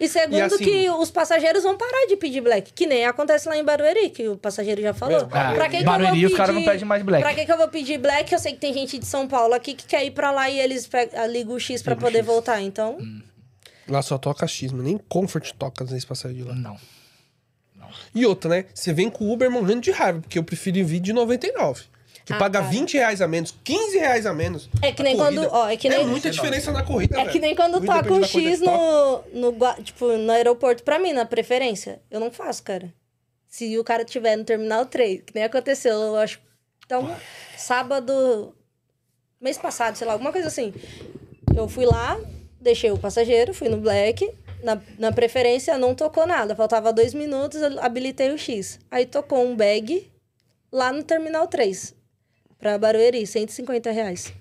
Speaker 4: E segundo
Speaker 1: E assim-
Speaker 4: que os passageiros vão parar de pedir black, que nem acontece lá em Barueri, que o passageiro já falou.
Speaker 1: Mesmo,
Speaker 3: Ah,
Speaker 4: pra que que eu
Speaker 3: Barueri,
Speaker 4: vou pedir...
Speaker 3: os caras não pedem mais black.
Speaker 4: Pra que, que eu vou pedir black? Eu sei que tem gente de São Paulo aqui que quer ir pra lá e eles pe- ah, ligam o X pra
Speaker 3: Liga o
Speaker 4: poder
Speaker 3: X. Hum.
Speaker 4: voltar. Então,
Speaker 1: Lá só toca X, mas nem comfort toca às vezes pra sair de lá.
Speaker 3: Não.
Speaker 1: E outra, né? Você vem com o Uber morrendo de raiva, porque eu prefiro ir vir de 99. Que
Speaker 4: Ah,
Speaker 1: paga
Speaker 4: cara.
Speaker 1: 20 reais a menos, 15 reais a menos.
Speaker 4: É que
Speaker 1: na
Speaker 4: nem
Speaker 1: corrida.
Speaker 4: quando- ó, é que nem-
Speaker 1: muita diferença na corrida,
Speaker 4: é que nem quando toca um X no, no, gua- tipo, no aeroporto, pra mim, na preferência. Eu não faço, cara. Se o cara tiver no Terminal 3, que nem aconteceu, eu acho. tá um Então, sábado, mês passado, sei lá, alguma coisa assim. Eu fui lá, deixei o passageiro, fui no Black. Na, na preferência não tocou nada. Faltava dois minutos, eu habilitei o X. Aí tocou um bag lá no Terminal 3. Pra Barueri, 150 reais.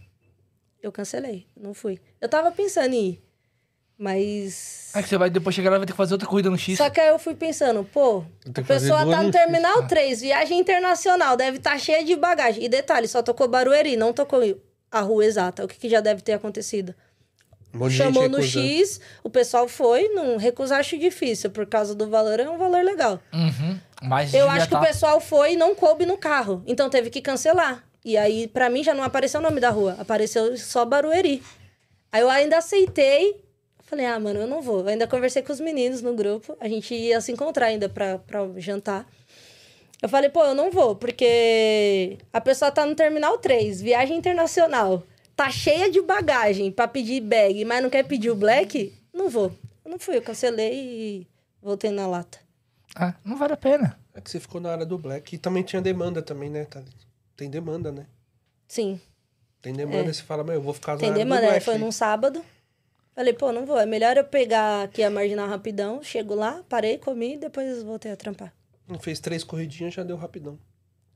Speaker 4: Eu cancelei, não fui. Eu tava pensando em ir, mas...
Speaker 3: É que você vai depois chegar lá e vai ter que fazer outra corrida no X.
Speaker 4: Só que aí eu fui pensando, pô,
Speaker 1: Tem que
Speaker 4: a
Speaker 1: fazer Ah.
Speaker 4: pessoa
Speaker 1: duas
Speaker 4: tá
Speaker 1: no
Speaker 4: no Terminal 3, viagem internacional, deve estar cheia de bagagem. E detalhe, só tocou Barueri, não tocou a rua exata. O que, que já deve ter acontecido?
Speaker 1: Um monte de gente
Speaker 4: Chamou no
Speaker 1: recusando.
Speaker 4: X, o pessoal foi, não recusar acho difícil, por causa do valor, é um valor legal.
Speaker 3: Uhum. Mas
Speaker 4: Eu
Speaker 3: já
Speaker 4: acho que
Speaker 3: tá.
Speaker 4: o pessoal foi e não coube no carro, então teve que cancelar. E aí, pra mim, já não apareceu o nome da rua, apareceu só Barueri. Aí eu ainda aceitei, falei, ah, mano, eu não vou. Eu ainda conversei com os meninos no grupo, a gente ia se encontrar ainda pra, pra jantar. Eu falei, pô, eu não vou, porque a pessoa tá no Terminal 3, viagem internacional, tá cheia de bagagem pra pedir bag, mas não quer pedir o black, não vou. Eu não fui, eu cancelei e voltei na lata.
Speaker 3: Ah, não vale a pena.
Speaker 1: É que você ficou na área do black. E também tinha demanda também, né, Thalita? Tem demanda, né?
Speaker 4: Sim.
Speaker 1: Tem demanda,
Speaker 4: É.
Speaker 1: você fala, meu, eu vou ficar na
Speaker 4: Entendeu,
Speaker 1: área
Speaker 4: mano?
Speaker 1: do
Speaker 4: Ela
Speaker 1: black.
Speaker 4: né? foi num sábado. Falei, pô, não vou. É melhor eu pegar aqui a marginal rapidão. Chego lá, parei, comi e depois voltei a trampar.
Speaker 1: Fez três corridinhas, já deu rapidão.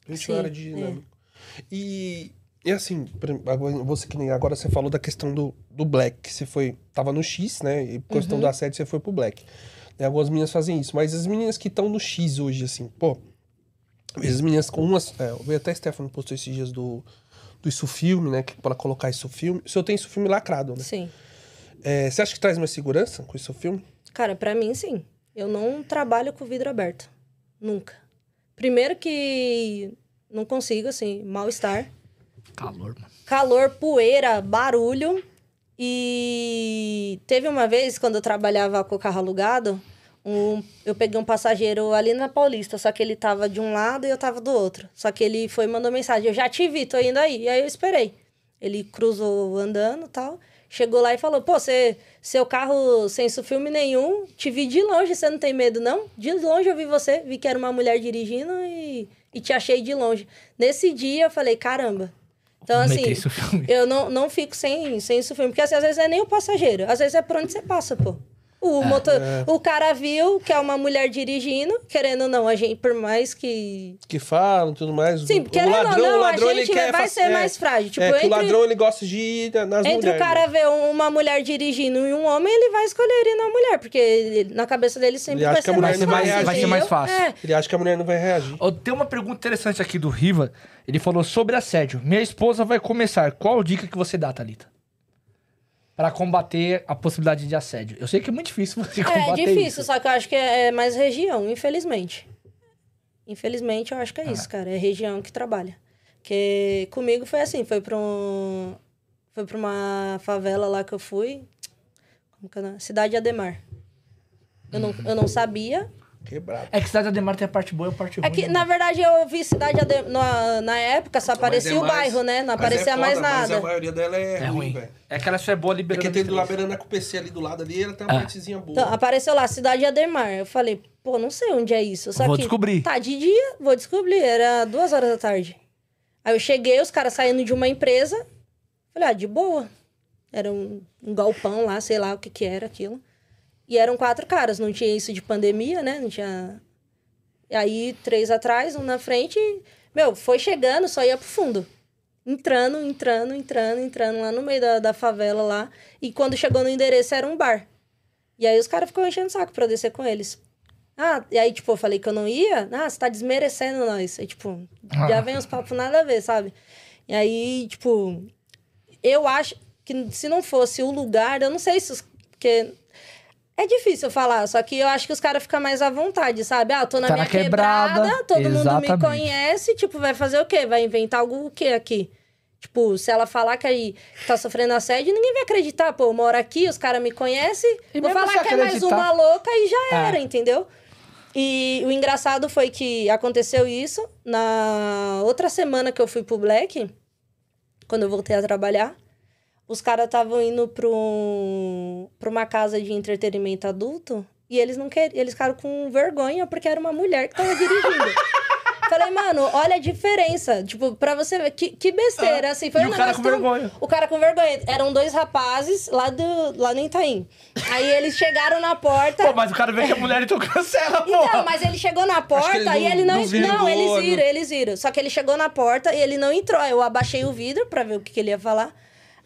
Speaker 1: 20
Speaker 4: Sim,
Speaker 1: horas de
Speaker 4: é.
Speaker 1: dinâmico. E, e assim, por exemplo, agora- você que nem agora você falou da questão do, do black, que você foi, tava no X, né? E por
Speaker 4: Uhum.
Speaker 1: questão do assédio, você foi pro black. Né, Algumas meninas fazem isso, mas as meninas que estão no X hoje, assim, pô, as meninas com umas. É, eu vi até a Stephanie postou esses dias do, do Isso Filme, né? Que, pra colocar Isso Filme. O senhor tem Isso Filme lacrado, né?
Speaker 4: Sim.
Speaker 1: É, você acha que traz mais segurança com Isso Filme?
Speaker 4: Cara, pra mim, sim. Eu não trabalho com vidro aberto. Nunca. Primeiro que não consigo, assim, mal-estar.
Speaker 3: Calor, mano.
Speaker 4: calor, poeira, barulho. E teve uma vez, quando eu trabalhava com o carro alugado, um- eu peguei um passageiro ali na Paulista, só que ele tava de um lado e eu tava do outro. Só que ele foi e mandou mensagem: Eu já te vi, tô indo aí. E aí eu esperei. Ele cruzou andando e tal. Chegou lá e falou: Pô, você, seu carro sem filme nenhum, te vi de longe, você não tem medo, não? De longe eu vi você, vi que era uma mulher dirigindo e, e te achei de longe. Nesse dia eu falei: Caramba. Então,
Speaker 3: Vou
Speaker 4: assim,
Speaker 3: meter isso no filme.
Speaker 4: eu não, não fico sem, sem isso filme. Porque assim, às vezes é nem o passageiro, às vezes é por onde você passa, pô.
Speaker 3: É,
Speaker 4: O, motor, o cara viu que é uma mulher dirigindo, querendo ou não, a gente, por mais que.
Speaker 1: que falam e tudo mais.
Speaker 4: Sim,
Speaker 1: o, o
Speaker 4: querendo ou
Speaker 1: ladrão,
Speaker 4: não,
Speaker 1: o
Speaker 4: a
Speaker 1: ladrão, ele
Speaker 4: gente
Speaker 1: quer
Speaker 4: vai
Speaker 1: fac-
Speaker 4: ser mais frágil. Tipo,
Speaker 1: é, que o
Speaker 4: entre-
Speaker 1: ladrão ele gosta de ir na- nas
Speaker 4: Entre
Speaker 1: mulheres. né?
Speaker 4: o cara ver um- uma mulher dirigindo e um homem, ele vai escolher ir na mulher, porque ele- na cabeça dele sempre
Speaker 1: Ele acha
Speaker 4: vai
Speaker 1: que a
Speaker 4: ser,
Speaker 1: mulher
Speaker 4: mais
Speaker 1: não vai
Speaker 4: fácil,
Speaker 1: reagir. Vai ser
Speaker 4: entendeu?
Speaker 3: mais fácil.
Speaker 4: É.
Speaker 1: Ele acha que a mulher não vai reagir.
Speaker 3: Ó, Tem uma pergunta interessante aqui do Riva. Ele falou sobre assédio. Minha esposa vai começar. Qual dica que você dá, Thalita? Pra combater a possibilidade de assédio. Eu sei que é muito difícil você
Speaker 4: É, é
Speaker 3: combater
Speaker 4: difícil,
Speaker 3: isso.
Speaker 4: só que eu acho que é é mais região, infelizmente. Infelizmente, eu acho que é isso, cara. É região que trabalha. Porque comigo foi assim, foi pra, um, foi pra uma favela lá que eu fui. Como que é? o nome? Cidade Ademar. Eu não, eu não sabia.
Speaker 1: Quebrado.
Speaker 3: É que Cidade Ademar tem a parte boa e a parte ruim.
Speaker 4: É que,
Speaker 3: né?
Speaker 4: na verdade, eu vi Cidade Ademar na, na época, só aparecia
Speaker 1: é
Speaker 4: o bairro, né? Não aparecia mais nada.
Speaker 1: maioria dela
Speaker 3: É ruim.
Speaker 1: velho.
Speaker 3: É que ela só é boa
Speaker 1: É
Speaker 3: liberando.
Speaker 1: que tem do
Speaker 3: estresse.
Speaker 1: Laberana com o PC ali do lado ali, ela tem
Speaker 3: Ah.
Speaker 1: uma partezinha boa.
Speaker 4: Então, apareceu lá, Cidade Ademar. Eu falei, pô, não sei onde é isso. Só
Speaker 3: Vou
Speaker 4: que,
Speaker 3: descobrir.
Speaker 4: Tá, de dia, vou descobrir. Era duas horas da tarde. Aí eu cheguei, os caras saindo de uma empresa. Falei, ah, de boa. Era um, um galpão lá, sei lá o que que era aquilo. E eram quatro caras, não tinha isso de pandemia, né? Não tinha... E aí, três atrás, um na frente. e, Meu, foi chegando, só ia pro fundo. Entrando, entrando, entrando, entrando lá no meio da, da favela lá. E quando chegou no endereço, era um bar. E aí os caras ficam enchendo o saco pra eu descer com eles. Ah, e aí, tipo, eu falei que eu não ia. Ah, você tá desmerecendo nós. Aí, tipo,
Speaker 3: Ah.
Speaker 4: já vem uns papos nada a ver, sabe? E aí, tipo, eu acho que se não fosse o lugar, eu não sei se os. Porque é difícil falar, só que eu acho que os caras ficam mais à vontade, sabe? Ah, eu tô na
Speaker 3: Tá
Speaker 4: minha
Speaker 3: na quebrada,
Speaker 4: quebrada, todo mundo
Speaker 3: exatamente.
Speaker 4: me conhece, tipo, vai fazer o quê? Vai inventar algo o quê aqui? Tipo, se ela falar que aí tá sofrendo assédio, ninguém vai acreditar. Pô, eu moro aqui, os caras me conhecem,
Speaker 3: E
Speaker 4: vou
Speaker 3: mesmo se
Speaker 4: falar que é mais
Speaker 3: acreditar-
Speaker 4: uma louca e já
Speaker 3: É.
Speaker 4: era, entendeu? E o engraçado foi que aconteceu isso na outra semana que eu fui pro Black, quando eu voltei a trabalhar. Os caras estavam indo pra, um, pra uma casa de entretenimento adulto e eles não queriam, eles ficaram com vergonha porque era uma mulher que tava dirigindo. Falei, mano, olha a diferença. Tipo, pra você ver, que, que besteira, assim. Foi
Speaker 3: Ah, E o
Speaker 4: um
Speaker 3: cara
Speaker 4: negócio
Speaker 3: com
Speaker 4: tão-
Speaker 3: vergonha.
Speaker 4: O cara com vergonha. Eram dois rapazes lá, do, lá no Itaim. Aí eles chegaram na porta...
Speaker 3: Pô, mas o cara vê que é mulher, então cancela, pô.
Speaker 4: Então, mas ele chegou na
Speaker 1: que
Speaker 4: porta
Speaker 1: eles
Speaker 4: e
Speaker 1: não-
Speaker 4: ele não.
Speaker 1: não né? viram
Speaker 4: Não,
Speaker 1: do
Speaker 4: eles
Speaker 1: olho.
Speaker 4: viram, eles viram. Só que ele chegou na porta e ele não entrou. Eu abaixei o vidro pra ver o que, que ele ia falar.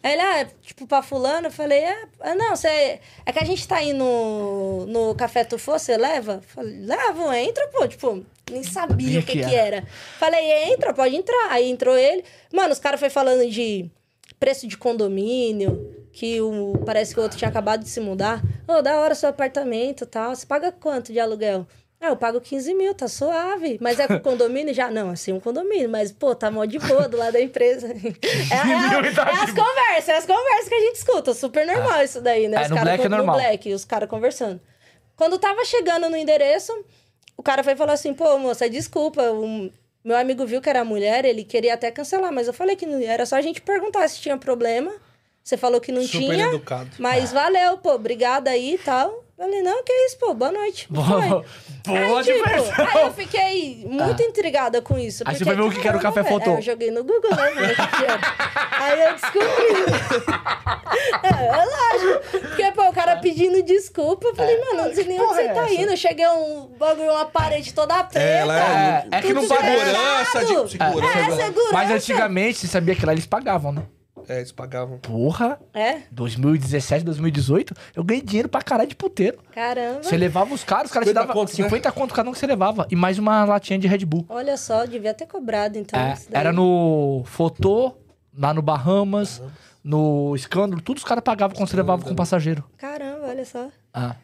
Speaker 4: Aí ele, ah, é tipo, pra fulano, eu falei, é, ah, não, você. É que a gente tá aí no, no Café Tufô, você leva? Eu Falei, levo, entra, pô. Tipo, nem sabia o que, que era. Falei, entra, pode entrar. Aí entrou ele. Mano, os caras foi falando de preço de condomínio, que o, parece que o outro tinha acabado de se mudar. Ô, da hora seu apartamento e tal. Você paga quanto de aluguel? Ah, eu pago 15 mil, tá suave. Mas é com condomínio já? Não, assim, um condomínio. Mas, pô, tá mó de boa do lado da empresa. É, é-
Speaker 3: mil tá
Speaker 4: é as
Speaker 3: de
Speaker 4: conversas, é as conversas que a gente escuta. Super normal isso daí, né?
Speaker 3: É,
Speaker 4: os
Speaker 3: no
Speaker 4: caras
Speaker 3: Black é
Speaker 4: no
Speaker 3: normal.
Speaker 4: Black, os caras conversando. Quando tava chegando no endereço, o cara foi falar assim, pô, moça, desculpa, um- meu amigo viu que era mulher, ele queria até cancelar, mas eu falei que não era só a gente perguntar se tinha problema. Você falou que não
Speaker 1: Super
Speaker 4: tinha,
Speaker 1: educado.
Speaker 3: É.
Speaker 4: mas valeu, pô, obrigada aí e tal. Falei, não, que isso, pô, boa noite. Foi.
Speaker 3: Boa, boa
Speaker 4: aí, tipo,
Speaker 3: diversão. Tá.
Speaker 4: aí eu fiquei muito intrigada com isso.
Speaker 3: Aí você
Speaker 4: porque,
Speaker 3: foi ver o que que era o
Speaker 4: caramba,
Speaker 3: café
Speaker 4: velho.
Speaker 3: Fotô.
Speaker 4: É, eu joguei no Google, né? mano, o que que era. aí eu descobri. é, é lógico. Porque, pô, o cara pedindo desculpa. Eu falei, mano, eu não sei nem onde
Speaker 3: porra
Speaker 4: você
Speaker 3: é
Speaker 4: tá
Speaker 3: essa?
Speaker 4: indo. Cheguei um bagulho, uma parede toda preta.
Speaker 1: É, ela é,
Speaker 3: É, é que não
Speaker 1: segurança,
Speaker 3: pagou.
Speaker 4: Errado.
Speaker 1: de, segurança. né?
Speaker 4: É, segurança.
Speaker 3: Mas antigamente, você sabia que lá eles pagavam, né?
Speaker 1: É, eles pagavam.
Speaker 3: Porra,
Speaker 4: É,
Speaker 3: 2017, 2018, eu ganhei dinheiro pra caralho de puteiro.
Speaker 4: caramba.
Speaker 3: Você levava os caras, os caras te
Speaker 1: 50
Speaker 3: davam
Speaker 1: contos, né?
Speaker 3: 50 conto cada um que você levava. E mais uma latinha de Red Bull.
Speaker 4: Olha só, devia ter cobrado, então.
Speaker 3: É,
Speaker 4: isso daí.
Speaker 3: era no Fotô, lá no Bahamas, no Escândalo, tudo os caras pagavam quando você levava com passageiro.
Speaker 4: Caramba, olha só.
Speaker 3: Ah.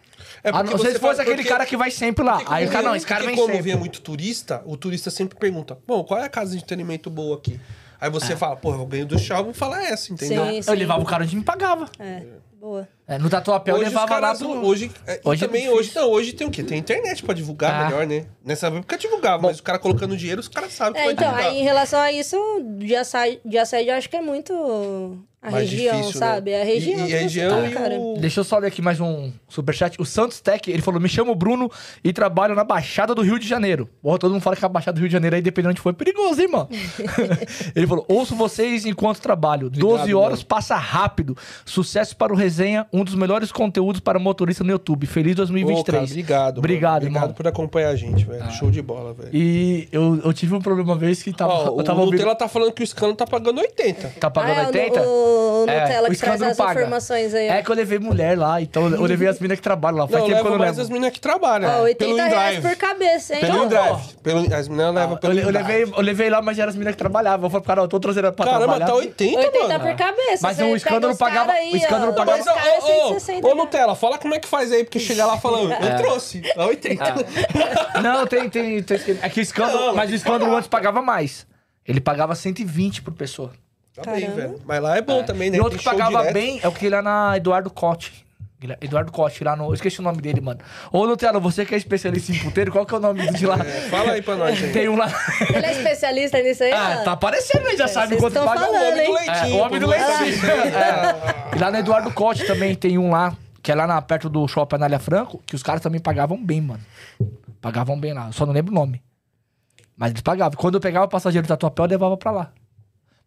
Speaker 1: É
Speaker 3: a
Speaker 1: porque
Speaker 3: não ser
Speaker 1: você
Speaker 3: se
Speaker 1: fala-
Speaker 3: fosse aquele
Speaker 1: porque-
Speaker 3: cara que vai sempre lá.
Speaker 1: porque
Speaker 3: Ah, Aí o
Speaker 1: como-
Speaker 3: cara, não, esse cara
Speaker 1: porque
Speaker 3: vem
Speaker 1: como
Speaker 3: sempre.
Speaker 1: vê muito turista, o turista sempre pergunta, bom, qual é a casa de entretenimento boa aqui? Aí
Speaker 3: Ah.
Speaker 1: você fala, pô, eu ganho do chá, vou falar essa, entendeu?
Speaker 4: Sim, sim.
Speaker 3: Eu levava o cara onde me pagava.
Speaker 4: É, boa.
Speaker 3: É, no Tatuapé eu
Speaker 1: Hoje os
Speaker 3: levava lá
Speaker 1: caras,
Speaker 3: pro...
Speaker 1: hoje, é, e
Speaker 3: Hoje é
Speaker 1: também,
Speaker 3: difícil.
Speaker 1: hoje, não, hoje tem o quê? Tem internet pra divulgar
Speaker 3: Ah.
Speaker 1: melhor, né? Nessa época divulgava, mas o cara colocando dinheiro, os caras sabem que
Speaker 4: É,
Speaker 1: vai
Speaker 4: então,
Speaker 1: divulgar.
Speaker 4: aí em relação a isso, de assédio, de assédio eu acho que é muito a
Speaker 1: Mais
Speaker 4: região,
Speaker 1: difícil, né?
Speaker 4: sabe? É A região.
Speaker 1: E, e
Speaker 4: que
Speaker 1: a
Speaker 4: você
Speaker 1: região
Speaker 4: tá,
Speaker 1: e
Speaker 4: cara.
Speaker 1: o...
Speaker 3: Deixa eu só ler aqui mais um superchat. O Santos Tech, ele falou: Me chamo Bruno e trabalho na Baixada do Rio de Janeiro. Porra, todo mundo fala que é a Baixada do Rio de Janeiro aí, dependendo de onde foi, é perigoso, hein, mano? ele falou: Ouço vocês enquanto trabalho. 12
Speaker 1: Obrigado,
Speaker 3: horas
Speaker 1: mano.
Speaker 3: passa rápido. Sucesso para o Resenha, um dos melhores conteúdos para motorista no YouTube. Feliz
Speaker 1: Ô, cara,
Speaker 3: 2023.
Speaker 1: obrigado. mano.
Speaker 3: Obrigado, irmão. Ah.
Speaker 1: Obrigado por acompanhar a gente, velho. Show de bola, velho.
Speaker 3: E eu, eu tive um problema uma vez que tava,
Speaker 1: Ó,
Speaker 3: eu tava
Speaker 1: o
Speaker 3: ouvindo.
Speaker 1: Nutella tá falando que o Scano tá pagando 80.
Speaker 3: Tá pagando
Speaker 4: ah, é,
Speaker 3: 80?
Speaker 4: O, o
Speaker 3: É,
Speaker 4: Nutella
Speaker 3: o
Speaker 4: que traz
Speaker 3: escândalo
Speaker 4: as
Speaker 3: paga.
Speaker 4: informações aí.
Speaker 3: É que eu levei mulher lá, então eu levei as meninas que trabalham lá. Faz
Speaker 1: Não,
Speaker 3: tempo que eu
Speaker 1: leva
Speaker 3: não
Speaker 1: mais
Speaker 3: levo.
Speaker 1: as meninas que trabalham.
Speaker 4: Ó, 80
Speaker 1: pelo
Speaker 4: reais
Speaker 1: drive.
Speaker 4: por cabeça, hein?
Speaker 1: Pelo
Speaker 4: Então,
Speaker 1: drive. Pelo, as meninas levam
Speaker 3: Tá, Eu,
Speaker 1: pelo
Speaker 3: le- eu
Speaker 1: drive.
Speaker 3: levei, eu levei lá, mas eram as meninas que trabalhavam. Eu falei pro cara, ó, eu tô trazendo pra
Speaker 1: Caramba,
Speaker 3: trabalhar.
Speaker 1: tá 80,
Speaker 4: 80
Speaker 1: mano. Tá
Speaker 4: por cabeça.
Speaker 3: Mas
Speaker 4: você
Speaker 3: o
Speaker 4: pega
Speaker 3: escândalo
Speaker 4: os cara
Speaker 3: pagava-
Speaker 4: aí,
Speaker 3: o escândalo
Speaker 4: ó,
Speaker 3: pagava-
Speaker 4: os
Speaker 1: Mas, ô,
Speaker 4: cara é
Speaker 1: ô,
Speaker 4: 160
Speaker 1: ô, ô,
Speaker 4: reais.
Speaker 1: Nutella, fala como é que faz aí, porque chegar lá falando,
Speaker 4: É.
Speaker 1: eu trouxe, tá 80.
Speaker 4: Ah.
Speaker 3: Não, tem, tem, tem esquema. É que o escândalo...
Speaker 1: Não,
Speaker 3: mas o escândalo antes pagava mais. Ele pagava 120 por pessoa.
Speaker 1: Tá bem,
Speaker 4: Caramba.
Speaker 1: velho. Mas lá é bom também, né?
Speaker 3: E outro
Speaker 1: Tem
Speaker 3: que
Speaker 1: show
Speaker 3: pagava
Speaker 1: direto.
Speaker 3: bem é o que lá na Eduardo Cote. Guilher- Eduardo Cote, lá no... Eu esqueci o nome dele, mano. Ô, Nutella, você que é especialista em puteiro, qual que é o nome de lá?
Speaker 1: Fala aí pra nós, gente.
Speaker 3: Tem um lá...
Speaker 4: Ele é especialista nisso aí?
Speaker 3: Ah,
Speaker 4: ó?
Speaker 3: tá aparecendo aí, já sabe
Speaker 4: vocês
Speaker 3: quanto
Speaker 4: tão
Speaker 3: paga.
Speaker 4: falando, hein?
Speaker 3: É, o homem do leitinho. É. E lá na Eduardo Cote também tem um lá, que é lá na, perto do shopping Anália Franco, que os caras também pagavam bem, mano. Pagavam bem lá. Eu só não lembro o nome. Mas eles pagavam. Quando eu pegava o passageiro do Tatuapé, eu levava pra lá.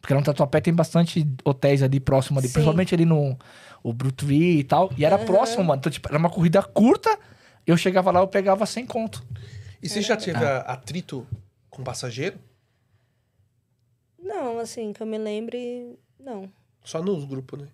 Speaker 3: Porque lá no Tatuapé tem bastante hotéis ali próximo ali.
Speaker 4: Sim.
Speaker 3: Principalmente ali no o Brutvi e tal. E era próximo, mano. Então, tipo, era uma corrida curta. Eu chegava lá, eu pegava sem conto.
Speaker 1: E você já teve
Speaker 3: É.
Speaker 1: a- atrito com passageiro?
Speaker 4: Não, assim, que eu me lembre, não.
Speaker 1: Só nos grupos, né?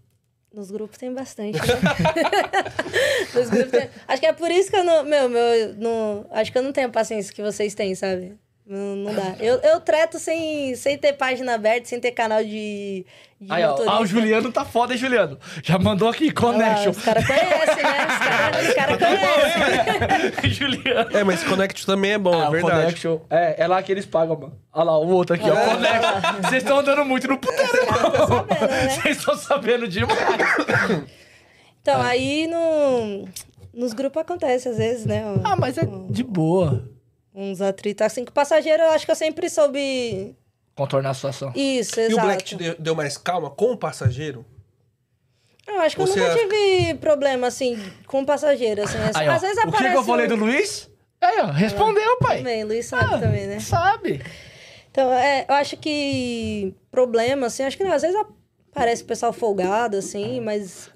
Speaker 4: Nos grupos tem bastante. Né? Nos grupos tem... Acho que é por isso que eu não. Meu, meu, eu não... acho que eu não tenho a paciência que vocês têm, sabe? Não, não dá. Eu, eu treto sem, sem ter página aberta, sem ter canal de. de
Speaker 3: Aí, ó, ah, o
Speaker 4: motorista.
Speaker 3: Juliano tá foda, hein, Juliano? Já mandou aqui,
Speaker 4: Ah,
Speaker 3: connection.
Speaker 4: os caras conhecem, né? Os caras cara conhecem.
Speaker 3: Juliano.
Speaker 1: É, mas Connect também é bom,
Speaker 3: Ah,
Speaker 1: é
Speaker 3: o
Speaker 1: verdade. É.
Speaker 3: Connection. É, é lá que eles pagam, mano. Olha lá, o outro aqui, ó. o Connection. Vocês estão andando muito no puteiro, irmão.
Speaker 4: sabendo, né?
Speaker 3: Vocês estão sabendo demais.
Speaker 4: Então, aí no, nos grupos acontece às vezes, né?
Speaker 3: Ah, mas é de boa
Speaker 4: Uns atritos assim. Com passageiro, eu acho que eu sempre soube.
Speaker 3: contornar a situação.
Speaker 4: Isso,
Speaker 1: E
Speaker 4: exato.
Speaker 1: o Black te deu, deu mais calma com o passageiro?
Speaker 4: Eu acho que
Speaker 1: Você
Speaker 4: eu nunca
Speaker 1: acha-
Speaker 4: tive problema, assim, com passageiro, assim.
Speaker 3: Aí, ó,
Speaker 4: às vezes
Speaker 3: o que,
Speaker 4: aparece...
Speaker 3: que eu falei
Speaker 4: um-
Speaker 3: do
Speaker 4: É.
Speaker 3: Luiz? Aí, ó, respondeu, pai.
Speaker 4: Também, Luiz sabe
Speaker 3: Ah,
Speaker 4: também, né?
Speaker 3: Sabe.
Speaker 4: Então, é, eu acho que problema, assim, acho que não, às vezes aparece o pessoal folgado, assim, mas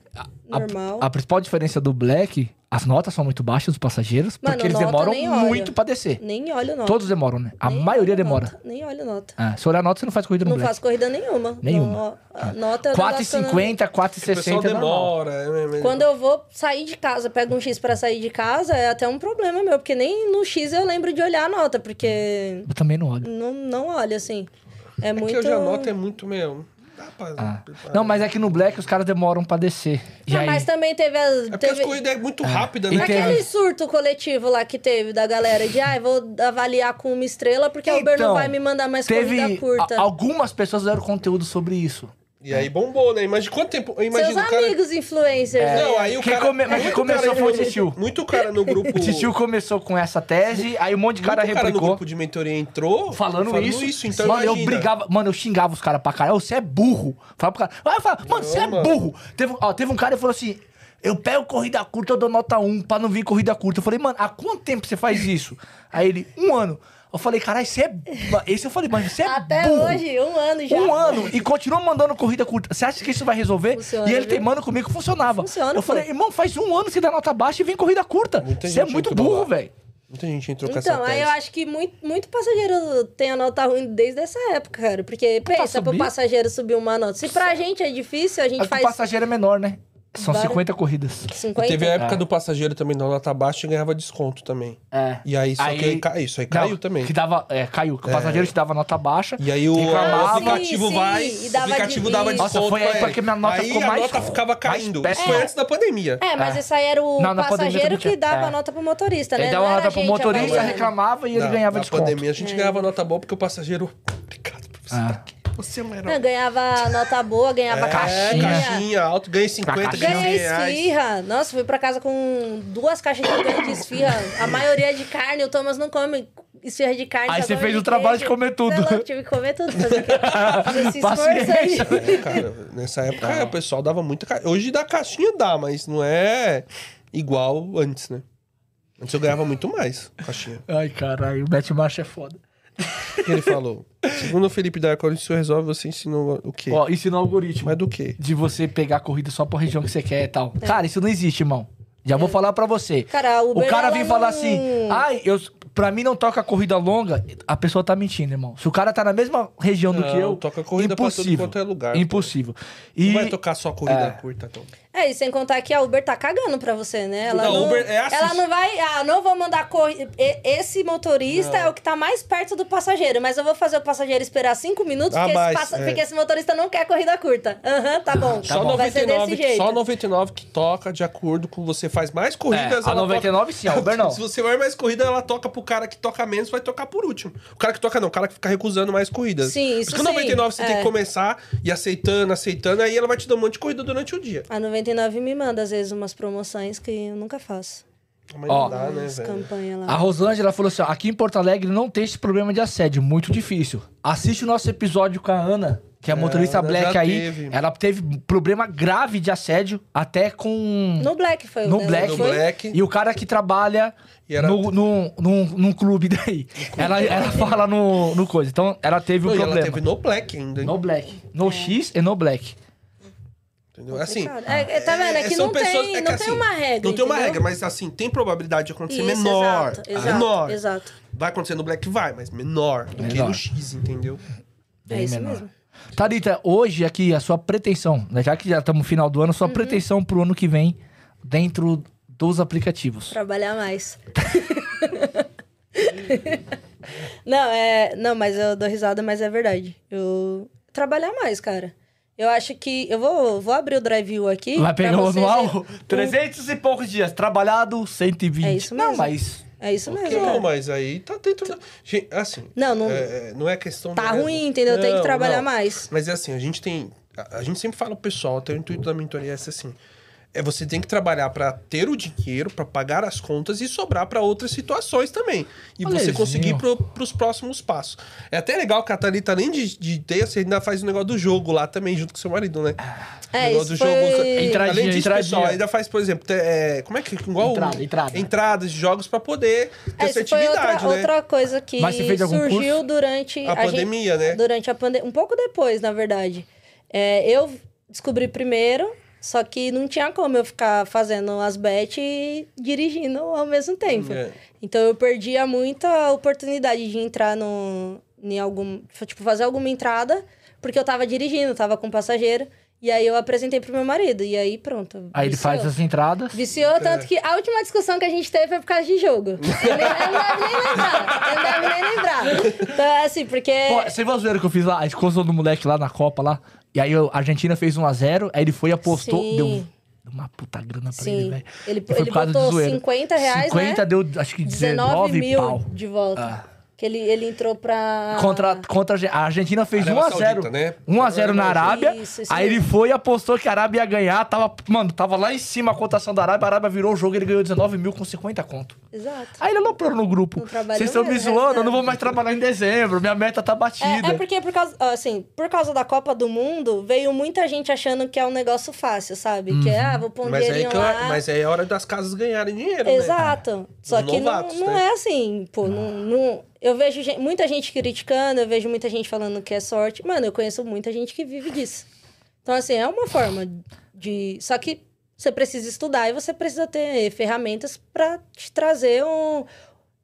Speaker 4: normal.
Speaker 3: A principal diferença do Black, as notas são muito baixas dos passageiros,
Speaker 4: Mano,
Speaker 3: porque eles
Speaker 4: nota
Speaker 3: demoram
Speaker 4: nem olha.
Speaker 3: muito pra descer.
Speaker 4: Nem olho nota.
Speaker 3: Todos demoram, né? A
Speaker 4: Nem
Speaker 3: maioria
Speaker 4: olho
Speaker 3: demora.
Speaker 4: nota, nem olho nota.
Speaker 3: Ah, se olhar a nota, você não faz corrida no
Speaker 4: Não
Speaker 3: Black.
Speaker 4: faço corrida nenhuma.
Speaker 3: Nenhuma. Ah,
Speaker 4: Não, a nota é um negócio que eu não-
Speaker 3: 4,50,
Speaker 1: O pessoal
Speaker 3: 4,60 é normal.
Speaker 1: demora. é- é-
Speaker 4: Quando eu vou sair de casa, pego um X pra sair de casa, é até um problema meu, porque nem no X eu lembro de olhar a nota, porque
Speaker 3: Eu também não olho.
Speaker 4: não, não olho assim. É,
Speaker 1: É
Speaker 4: muito.
Speaker 1: que hoje a nota é muito, meu... não Dá pra...
Speaker 3: Ah. Não, mas é que no Black os caras demoram pra descer. E
Speaker 4: Ah,
Speaker 3: aí,
Speaker 4: mas também teve as.
Speaker 1: É porque
Speaker 4: teve...
Speaker 1: as corridas é muito rápida,
Speaker 3: Ah. E
Speaker 1: né?
Speaker 3: teve-
Speaker 1: cara?
Speaker 4: Aquele surto coletivo lá que teve da galera de, ah, eu vou avaliar com uma estrela porque a Uber não
Speaker 3: Então,
Speaker 4: vai me mandar mais
Speaker 3: teve
Speaker 4: corrida curta.
Speaker 3: a- algumas pessoas fizeram conteúdo sobre isso.
Speaker 1: E aí bombou, né? Imagina quanto tempo...
Speaker 4: Seus
Speaker 1: Imagina o cara... É.
Speaker 4: amigos influencers. né?
Speaker 1: Não, aí o
Speaker 3: Quem
Speaker 1: cara...
Speaker 3: come- mas quem
Speaker 1: muito
Speaker 3: começou
Speaker 1: cara
Speaker 3: foi o
Speaker 1: no-
Speaker 3: Titio.
Speaker 1: Muito cara no grupo...
Speaker 3: O Titio começou com essa tese, aí um monte de cara
Speaker 1: muito cara no
Speaker 3: replicou.
Speaker 1: grupo de mentoria entrou...
Speaker 3: Falando, isso,
Speaker 1: então
Speaker 3: mano, eu
Speaker 1: imagina.
Speaker 3: brigava, mano, eu xingava os caras pra caralho. Você é burro. Fala pro cara. Aí eu falava, mano, você é
Speaker 1: mano.
Speaker 3: burro. Teve, ó, teve um cara que falou assim: eu pego corrida curta, eu dou nota 1 pra não vir corrida curta. Eu falei, mano, há quanto tempo você faz isso? Aí ele, um ano. Eu falei, caralho, você é. bu- Esse eu falei, mano, você é
Speaker 4: Até
Speaker 3: burro.
Speaker 4: hoje, um ano já.
Speaker 3: Um ano e continua mandando corrida curta. Você acha que isso vai resolver?
Speaker 4: Funciona,
Speaker 3: e ele
Speaker 4: viu?
Speaker 3: teimando comigo que funcionava.
Speaker 4: Funciona,
Speaker 3: eu falei,
Speaker 4: pô.
Speaker 3: irmão, faz um ano que você dá nota baixa e vem corrida curta.
Speaker 1: Muita
Speaker 3: Você é
Speaker 1: gente
Speaker 3: muito
Speaker 1: entrou
Speaker 3: burro,
Speaker 1: lá.
Speaker 3: velho.
Speaker 1: Muita gente entrou com
Speaker 4: Então,
Speaker 1: essa
Speaker 4: aí eu
Speaker 1: tese.
Speaker 4: acho que muito, muito passageiro tem a nota ruim desde essa época, cara. Porque
Speaker 3: Tá
Speaker 4: pensa pro
Speaker 3: subir?
Speaker 4: passageiro subir uma nota. Se pra gente é difícil, a gente
Speaker 3: É que O
Speaker 4: faz
Speaker 3: passageiro é menor, né? São
Speaker 4: Várias-
Speaker 3: 50 corridas.
Speaker 4: 50.
Speaker 1: Teve a época do passageiro também, na nota baixa, e ganhava desconto também.
Speaker 3: É.
Speaker 1: E aí, só
Speaker 3: Aí-
Speaker 1: que aí, ca- isso aí caiu
Speaker 3: Não,
Speaker 1: também.
Speaker 3: Que dava, é, caiu. Que O passageiro te dava nota baixa.
Speaker 1: E aí o, o
Speaker 3: Reclamava.
Speaker 1: aplicativo
Speaker 4: Sim,
Speaker 1: vai,
Speaker 4: sim, e
Speaker 1: o
Speaker 4: dava
Speaker 1: aplicativo
Speaker 4: de-
Speaker 1: dava
Speaker 4: Nossa,
Speaker 1: desconto
Speaker 3: foi a
Speaker 1: pra
Speaker 3: época
Speaker 1: ele.
Speaker 3: que minha nota
Speaker 1: aí
Speaker 3: ficou
Speaker 1: a
Speaker 3: mais-
Speaker 1: nota ficava
Speaker 3: mais
Speaker 1: caindo.
Speaker 3: péssima.
Speaker 1: Isso foi antes da pandemia.
Speaker 4: É, mas isso aí era o
Speaker 3: Não, na pandemia
Speaker 4: passageiro
Speaker 3: também
Speaker 4: que
Speaker 3: tinha.
Speaker 4: dava
Speaker 3: É.
Speaker 4: nota pro motorista, né?
Speaker 3: ele
Speaker 4: Não
Speaker 3: dava
Speaker 4: era
Speaker 3: nota
Speaker 4: a
Speaker 3: pro
Speaker 4: gente
Speaker 3: motorista,
Speaker 4: avaliando.
Speaker 3: reclamava e ele
Speaker 1: Na-
Speaker 3: ganhava
Speaker 1: na
Speaker 3: desconto.
Speaker 1: pandemia a
Speaker 4: É.
Speaker 1: gente ganhava nota boa porque o passageiro... Obrigado por você
Speaker 3: Ah.
Speaker 1: estar aqui. Você é um herói.
Speaker 4: Não, ganhava nota boa, ganhava
Speaker 1: É,
Speaker 4: caixinha.
Speaker 1: caixinha, alto, ganhei 50,
Speaker 4: Ganhei
Speaker 1: ganhei 100 reais.
Speaker 4: esfirra. Nossa, fui pra casa com duas caixas gigantes de esfirra. A maioria é de carne, o Thomas não come esfirra de carne.
Speaker 3: Aí
Speaker 4: só
Speaker 3: você
Speaker 4: come
Speaker 3: fez o trabalho de
Speaker 4: queijo.
Speaker 3: comer tudo.
Speaker 4: Sei lá, eu tive que comer tudo. Fazer o quê? Você se esforça aí.
Speaker 3: Paciência.
Speaker 1: É, cara, nessa época é, o pessoal dava muita caixinha. Hoje da caixinha dá, mas não é igual antes, né? Antes eu ganhava muito mais caixinha.
Speaker 3: Ai, caralho, o Bet Marcha é foda.
Speaker 1: O que ele falou? Segundo o Felipe D'Arcoli, se eu resolve, você ensinou o quê?
Speaker 3: Ó, ensina o algoritmo.
Speaker 1: Mas do quê?
Speaker 3: De você pegar a corrida só pra região que você quer e tal. Cara, isso não existe, irmão. Já vou falar pra você.
Speaker 4: É. Cara, a Uber, é um-
Speaker 3: o cara
Speaker 4: ela
Speaker 3: vem falar
Speaker 4: não-
Speaker 3: assim, ai, eu, pra mim não toca corrida longa, a pessoa tá mentindo, irmão. Se o cara tá na mesma região do
Speaker 1: Não,
Speaker 3: que eu,
Speaker 1: toca corrida pra tudo
Speaker 3: impossível.
Speaker 1: quanto é lugar, pô.
Speaker 3: Impossível. E
Speaker 1: Não vai tocar só corrida curta, então.
Speaker 4: É, e sem contar que a Uber tá cagando pra você, né? Ela
Speaker 1: Não,
Speaker 4: não,
Speaker 1: Uber é assim.
Speaker 4: ela não vai. Ah, não vou mandar corri- e- Esse motorista é o que tá mais perto do passageiro, mas eu vou fazer o passageiro esperar cinco minutos,
Speaker 1: Ah,
Speaker 4: porque,
Speaker 1: mas,
Speaker 4: esse passa-
Speaker 1: é.
Speaker 4: porque esse motorista não quer corrida curta. Aham, tá bom.
Speaker 1: só,
Speaker 4: Vai ser desse
Speaker 1: 99, que-
Speaker 4: jeito.
Speaker 1: só 99 que toca de acordo com você faz mais corridas.
Speaker 3: É, a
Speaker 1: ela toca...
Speaker 3: 99 sim, a Uber não.
Speaker 1: Se você vai mais corrida, ela toca pro cara que toca menos, vai tocar por último. O cara que toca não, o cara que fica recusando mais corridas.
Speaker 4: Sim, isso
Speaker 1: Por que o 99 você
Speaker 4: sim,
Speaker 1: tem
Speaker 4: é.
Speaker 1: que começar e aceitando, aceitando, aí ela vai te dar um monte de corrida durante o dia.
Speaker 4: A 99 me manda, às vezes, umas promoções que eu nunca faço.
Speaker 1: Mas
Speaker 3: Ó.
Speaker 1: não dá, né,
Speaker 4: As
Speaker 1: velho?
Speaker 4: campanhas lá.
Speaker 3: A Rosângela falou assim: ó, aqui em Porto Alegre não tem esse problema de assédio, muito difícil. Assiste o nosso episódio com a Ana, que é a motorista
Speaker 1: Ana
Speaker 3: black
Speaker 1: já
Speaker 3: aí.
Speaker 1: teve.
Speaker 3: Ela teve problema grave de assédio, até com.
Speaker 4: No Black foi o
Speaker 3: No
Speaker 4: dela,
Speaker 3: Black.
Speaker 1: No
Speaker 4: foi?
Speaker 1: Black.
Speaker 3: E o cara que trabalha
Speaker 1: E era- Um
Speaker 3: no, no, num- num clube daí. Ela, ela fala no, no coisa. Então ela teve o
Speaker 1: Não, e
Speaker 3: problema.
Speaker 1: ela teve no black ainda.
Speaker 3: No Black. No X e no Black.
Speaker 1: Entendeu? Assim.
Speaker 4: É, é, tá vendo? É que
Speaker 1: são
Speaker 4: não,
Speaker 1: pessoas-
Speaker 4: tem,
Speaker 1: é que
Speaker 4: não
Speaker 1: assim,
Speaker 4: tem uma regra.
Speaker 1: Não tem uma
Speaker 4: entendeu?
Speaker 1: regra, mas assim, tem probabilidade de acontecer
Speaker 4: Isso,
Speaker 1: menor. é
Speaker 4: Exato, exato,
Speaker 1: menor.
Speaker 4: exato.
Speaker 1: Vai acontecer no Black, vai, mas menor do que
Speaker 3: Menor.
Speaker 1: no X, entendeu?
Speaker 4: É isso mesmo.
Speaker 3: Thalita, hoje aqui a sua pretensão, né, já que já estamos no final do ano, sua
Speaker 4: Uhum.
Speaker 3: pretensão pro ano que vem dentro dos aplicativos.
Speaker 4: Trabalhar mais. não, é. Não, mas eu dou risada, mas é verdade. Eu. Trabalhar mais, cara. Eu acho que. Eu vou, vou abrir o drive-in aqui.
Speaker 3: Vai
Speaker 4: pra
Speaker 3: pegar o
Speaker 4: vocês
Speaker 3: anual?
Speaker 4: verem.
Speaker 3: 300 e poucos dias. Trabalhado, 120.
Speaker 4: É isso
Speaker 3: Não,
Speaker 4: mesmo.
Speaker 3: mas.
Speaker 4: É isso mesmo.
Speaker 1: Não,
Speaker 4: cara.
Speaker 1: mas aí tá dentro da... Gente, assim,
Speaker 4: Não, não-
Speaker 1: é, é, não é questão...
Speaker 4: Tá
Speaker 1: de-
Speaker 4: ruim, entendeu? Tem que
Speaker 1: Não,
Speaker 4: trabalhar
Speaker 1: não.
Speaker 4: mais.
Speaker 1: Mas é assim, a gente tem... A, a gente sempre fala pro pessoal, até o intuito da mentoria é esse assim... é você tem que trabalhar para ter o dinheiro, para pagar as contas e sobrar para outras situações também. E você
Speaker 3: Molezinho.
Speaker 1: conseguir para os próximos passos. É até legal que a Thalita, além de, de ter, você ainda faz o negócio do jogo lá também, junto com seu marido, né?
Speaker 4: É,
Speaker 1: O negócio
Speaker 4: isso foi-
Speaker 5: Ah, Entradinha,
Speaker 1: Além disso,
Speaker 5: entradinha.
Speaker 1: pessoal, ainda faz, por exemplo, te- é, como é que... Igual
Speaker 5: Entrada, entrada.
Speaker 1: Entradas de jogos para poder ter
Speaker 4: É,
Speaker 1: essa
Speaker 4: isso foi outra,
Speaker 1: atividade, né?
Speaker 4: outra coisa que
Speaker 3: Mas você fez algum
Speaker 4: surgiu
Speaker 3: curso?
Speaker 4: durante
Speaker 1: A
Speaker 4: gente-
Speaker 1: pandemia, né?
Speaker 4: Durante a pandemia, um pouco depois, na verdade. É, eu descobri primeiro, só que não tinha como eu ficar fazendo as bets e dirigindo ao mesmo tempo.
Speaker 1: É.
Speaker 4: Então eu perdia muita oportunidade de entrar no em algum, tipo fazer alguma entrada, porque eu tava dirigindo, tava com passageiro, e aí eu apresentei pro meu marido, e aí pronto. é
Speaker 3: Aí ele
Speaker 4: viciou.
Speaker 3: faz assim, as entradas.
Speaker 4: Viciou
Speaker 1: É.
Speaker 4: tanto que a última discussão que a gente teve foi por causa de jogo. Ele nem- ele não deve nem lembrar. Ele não deve nem lembrar. Então, é assim, porque.
Speaker 3: Pô, você viu a zoeira que eu fiz lá? A escola do moleque lá na Copa lá. E aí eu- a Argentina fez 1x0, aí ele foi e apostou,
Speaker 4: Sim.
Speaker 3: deu um- deu uma puta grana pra ele,
Speaker 4: Sim.
Speaker 3: velho.
Speaker 4: Ele,
Speaker 3: Foi
Speaker 4: ele
Speaker 3: por causa de
Speaker 4: botou
Speaker 3: zoeira.
Speaker 4: 50 reais,
Speaker 3: 50
Speaker 4: né?
Speaker 3: deu, acho que
Speaker 4: 19
Speaker 3: 19,
Speaker 4: mil Ah.
Speaker 3: pau. Ah.
Speaker 4: de volta. Que ele, ele entrou pra.
Speaker 3: Contra, contra a Arge- a Argentina fez
Speaker 1: Arábia
Speaker 3: 1x0.
Speaker 1: Saudita, né?
Speaker 3: 1x0 na
Speaker 1: Isso,
Speaker 3: Arábia.
Speaker 4: isso
Speaker 3: aí ele
Speaker 4: mesmo.
Speaker 3: foi e apostou que a Arábia ia ganhar. Tava, mano, tava lá em cima a cotação da Arábia. A Arábia virou o jogo, ele ganhou 19 mil com 50 conto.
Speaker 4: Exato.
Speaker 3: Aí ele aloprou no grupo.
Speaker 4: Não trabalhou
Speaker 3: Vocês estão me
Speaker 4: mesmo,
Speaker 3: zoando, eu não
Speaker 4: resultado."
Speaker 3: vou mais trabalhar em dezembro. Minha meta tá batida.
Speaker 4: É, é porque por causa, assim, por causa da Copa do Mundo, veio muita gente achando que é um negócio fácil, sabe? Que é,
Speaker 3: Uhum.
Speaker 4: ah, vou pôr um
Speaker 1: Mas aí,
Speaker 4: dinheirinho
Speaker 1: que eu-
Speaker 4: lá.
Speaker 1: mas aí é hora das casas ganharem dinheiro, né?
Speaker 4: Exato. Só que
Speaker 1: novatos,
Speaker 4: não, não
Speaker 1: né?
Speaker 4: é assim, pô, não, não- Eu vejo gen- muita gente criticando, eu vejo muita gente falando que é sorte. Mano, eu conheço muita gente que vive disso. Então, assim, é uma forma de... Só que você precisa estudar e você precisa ter ferramentas pra te trazer um...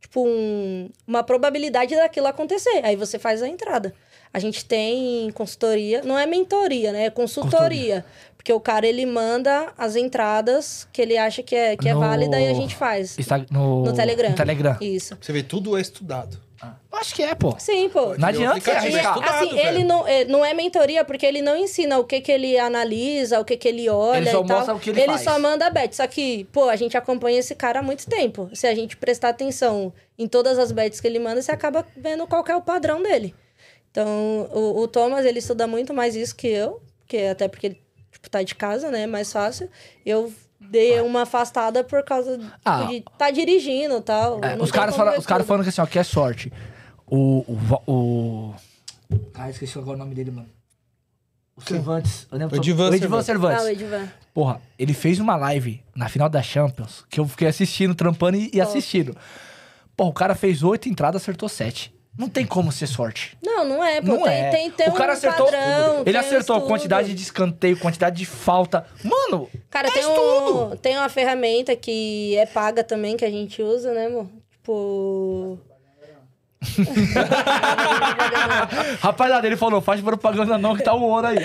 Speaker 4: Tipo, um- uma probabilidade daquilo acontecer. Aí você faz a entrada. A gente tem consultoria, não é mentoria, né? É consultoria. Porque o cara, ele manda as entradas que ele acha que é, que é
Speaker 3: No-
Speaker 4: válida e a gente faz.
Speaker 3: Está no...
Speaker 4: No Telegram.
Speaker 3: no Telegram.
Speaker 4: Isso.
Speaker 1: Você vê, tudo é estudado.
Speaker 3: Acho que é, pô.
Speaker 4: Sim, pô.
Speaker 3: Não adianta
Speaker 1: Aplicativo
Speaker 3: você
Speaker 4: E,
Speaker 1: é
Speaker 3: arriscar.
Speaker 1: estudado,
Speaker 4: assim,
Speaker 1: velho.
Speaker 4: ele não, é, não é mentoria porque ele não ensina o que, que ele analisa, o que, que ele olha
Speaker 3: Ele só
Speaker 4: e tal.
Speaker 3: mostra o que ele faz.
Speaker 4: só manda a bet. Só que, pô, a gente acompanha esse cara há muito tempo. Se a gente prestar atenção em todas as bets que ele manda, você acaba vendo qual que é o padrão dele. Então, o, o Thomas, ele estuda muito mais isso que eu, porque até porque ele tipo, tá de casa, né? É mais fácil. Eu dei uma afastada por causa
Speaker 3: Ah.
Speaker 4: de estar tá dirigindo e tal.
Speaker 3: É,
Speaker 4: Não
Speaker 3: os
Speaker 4: tem
Speaker 3: caras
Speaker 4: como
Speaker 3: fala-
Speaker 4: ver
Speaker 3: os caras
Speaker 4: tudo.
Speaker 3: falando que assim, ó, que é sorte. O. o, Va- o... Ah, esqueci agora o nome dele, mano. O Cervantes. Eu lembro
Speaker 1: O
Speaker 3: só-
Speaker 1: Edivan
Speaker 3: o Edivan
Speaker 1: Cervantes.
Speaker 4: Ah,
Speaker 3: Cervantes.
Speaker 4: o Edivan.
Speaker 3: Porra, ele fez uma live na final da Champions que eu fiquei assistindo, trampando e, e assistindo. Porra, o cara fez oito entradas, acertou sete. Não tem como ser sorte.
Speaker 4: Não, não é, pô.
Speaker 3: Não
Speaker 4: tem,
Speaker 3: é.
Speaker 4: tem, tem
Speaker 3: o cara
Speaker 4: um
Speaker 3: acertou.
Speaker 4: padrão.
Speaker 3: ele
Speaker 4: tem um
Speaker 3: acertou
Speaker 4: estudo.
Speaker 3: quantidade de escanteio, quantidade de falta. Mano,
Speaker 4: Cara,
Speaker 3: é
Speaker 4: tem,
Speaker 3: estudo.
Speaker 4: um, tem uma ferramenta que é paga também, que a gente usa, né, amor? Tipo.
Speaker 3: Rapaziada, ele falou, faz propaganda não que tá um ouro aí.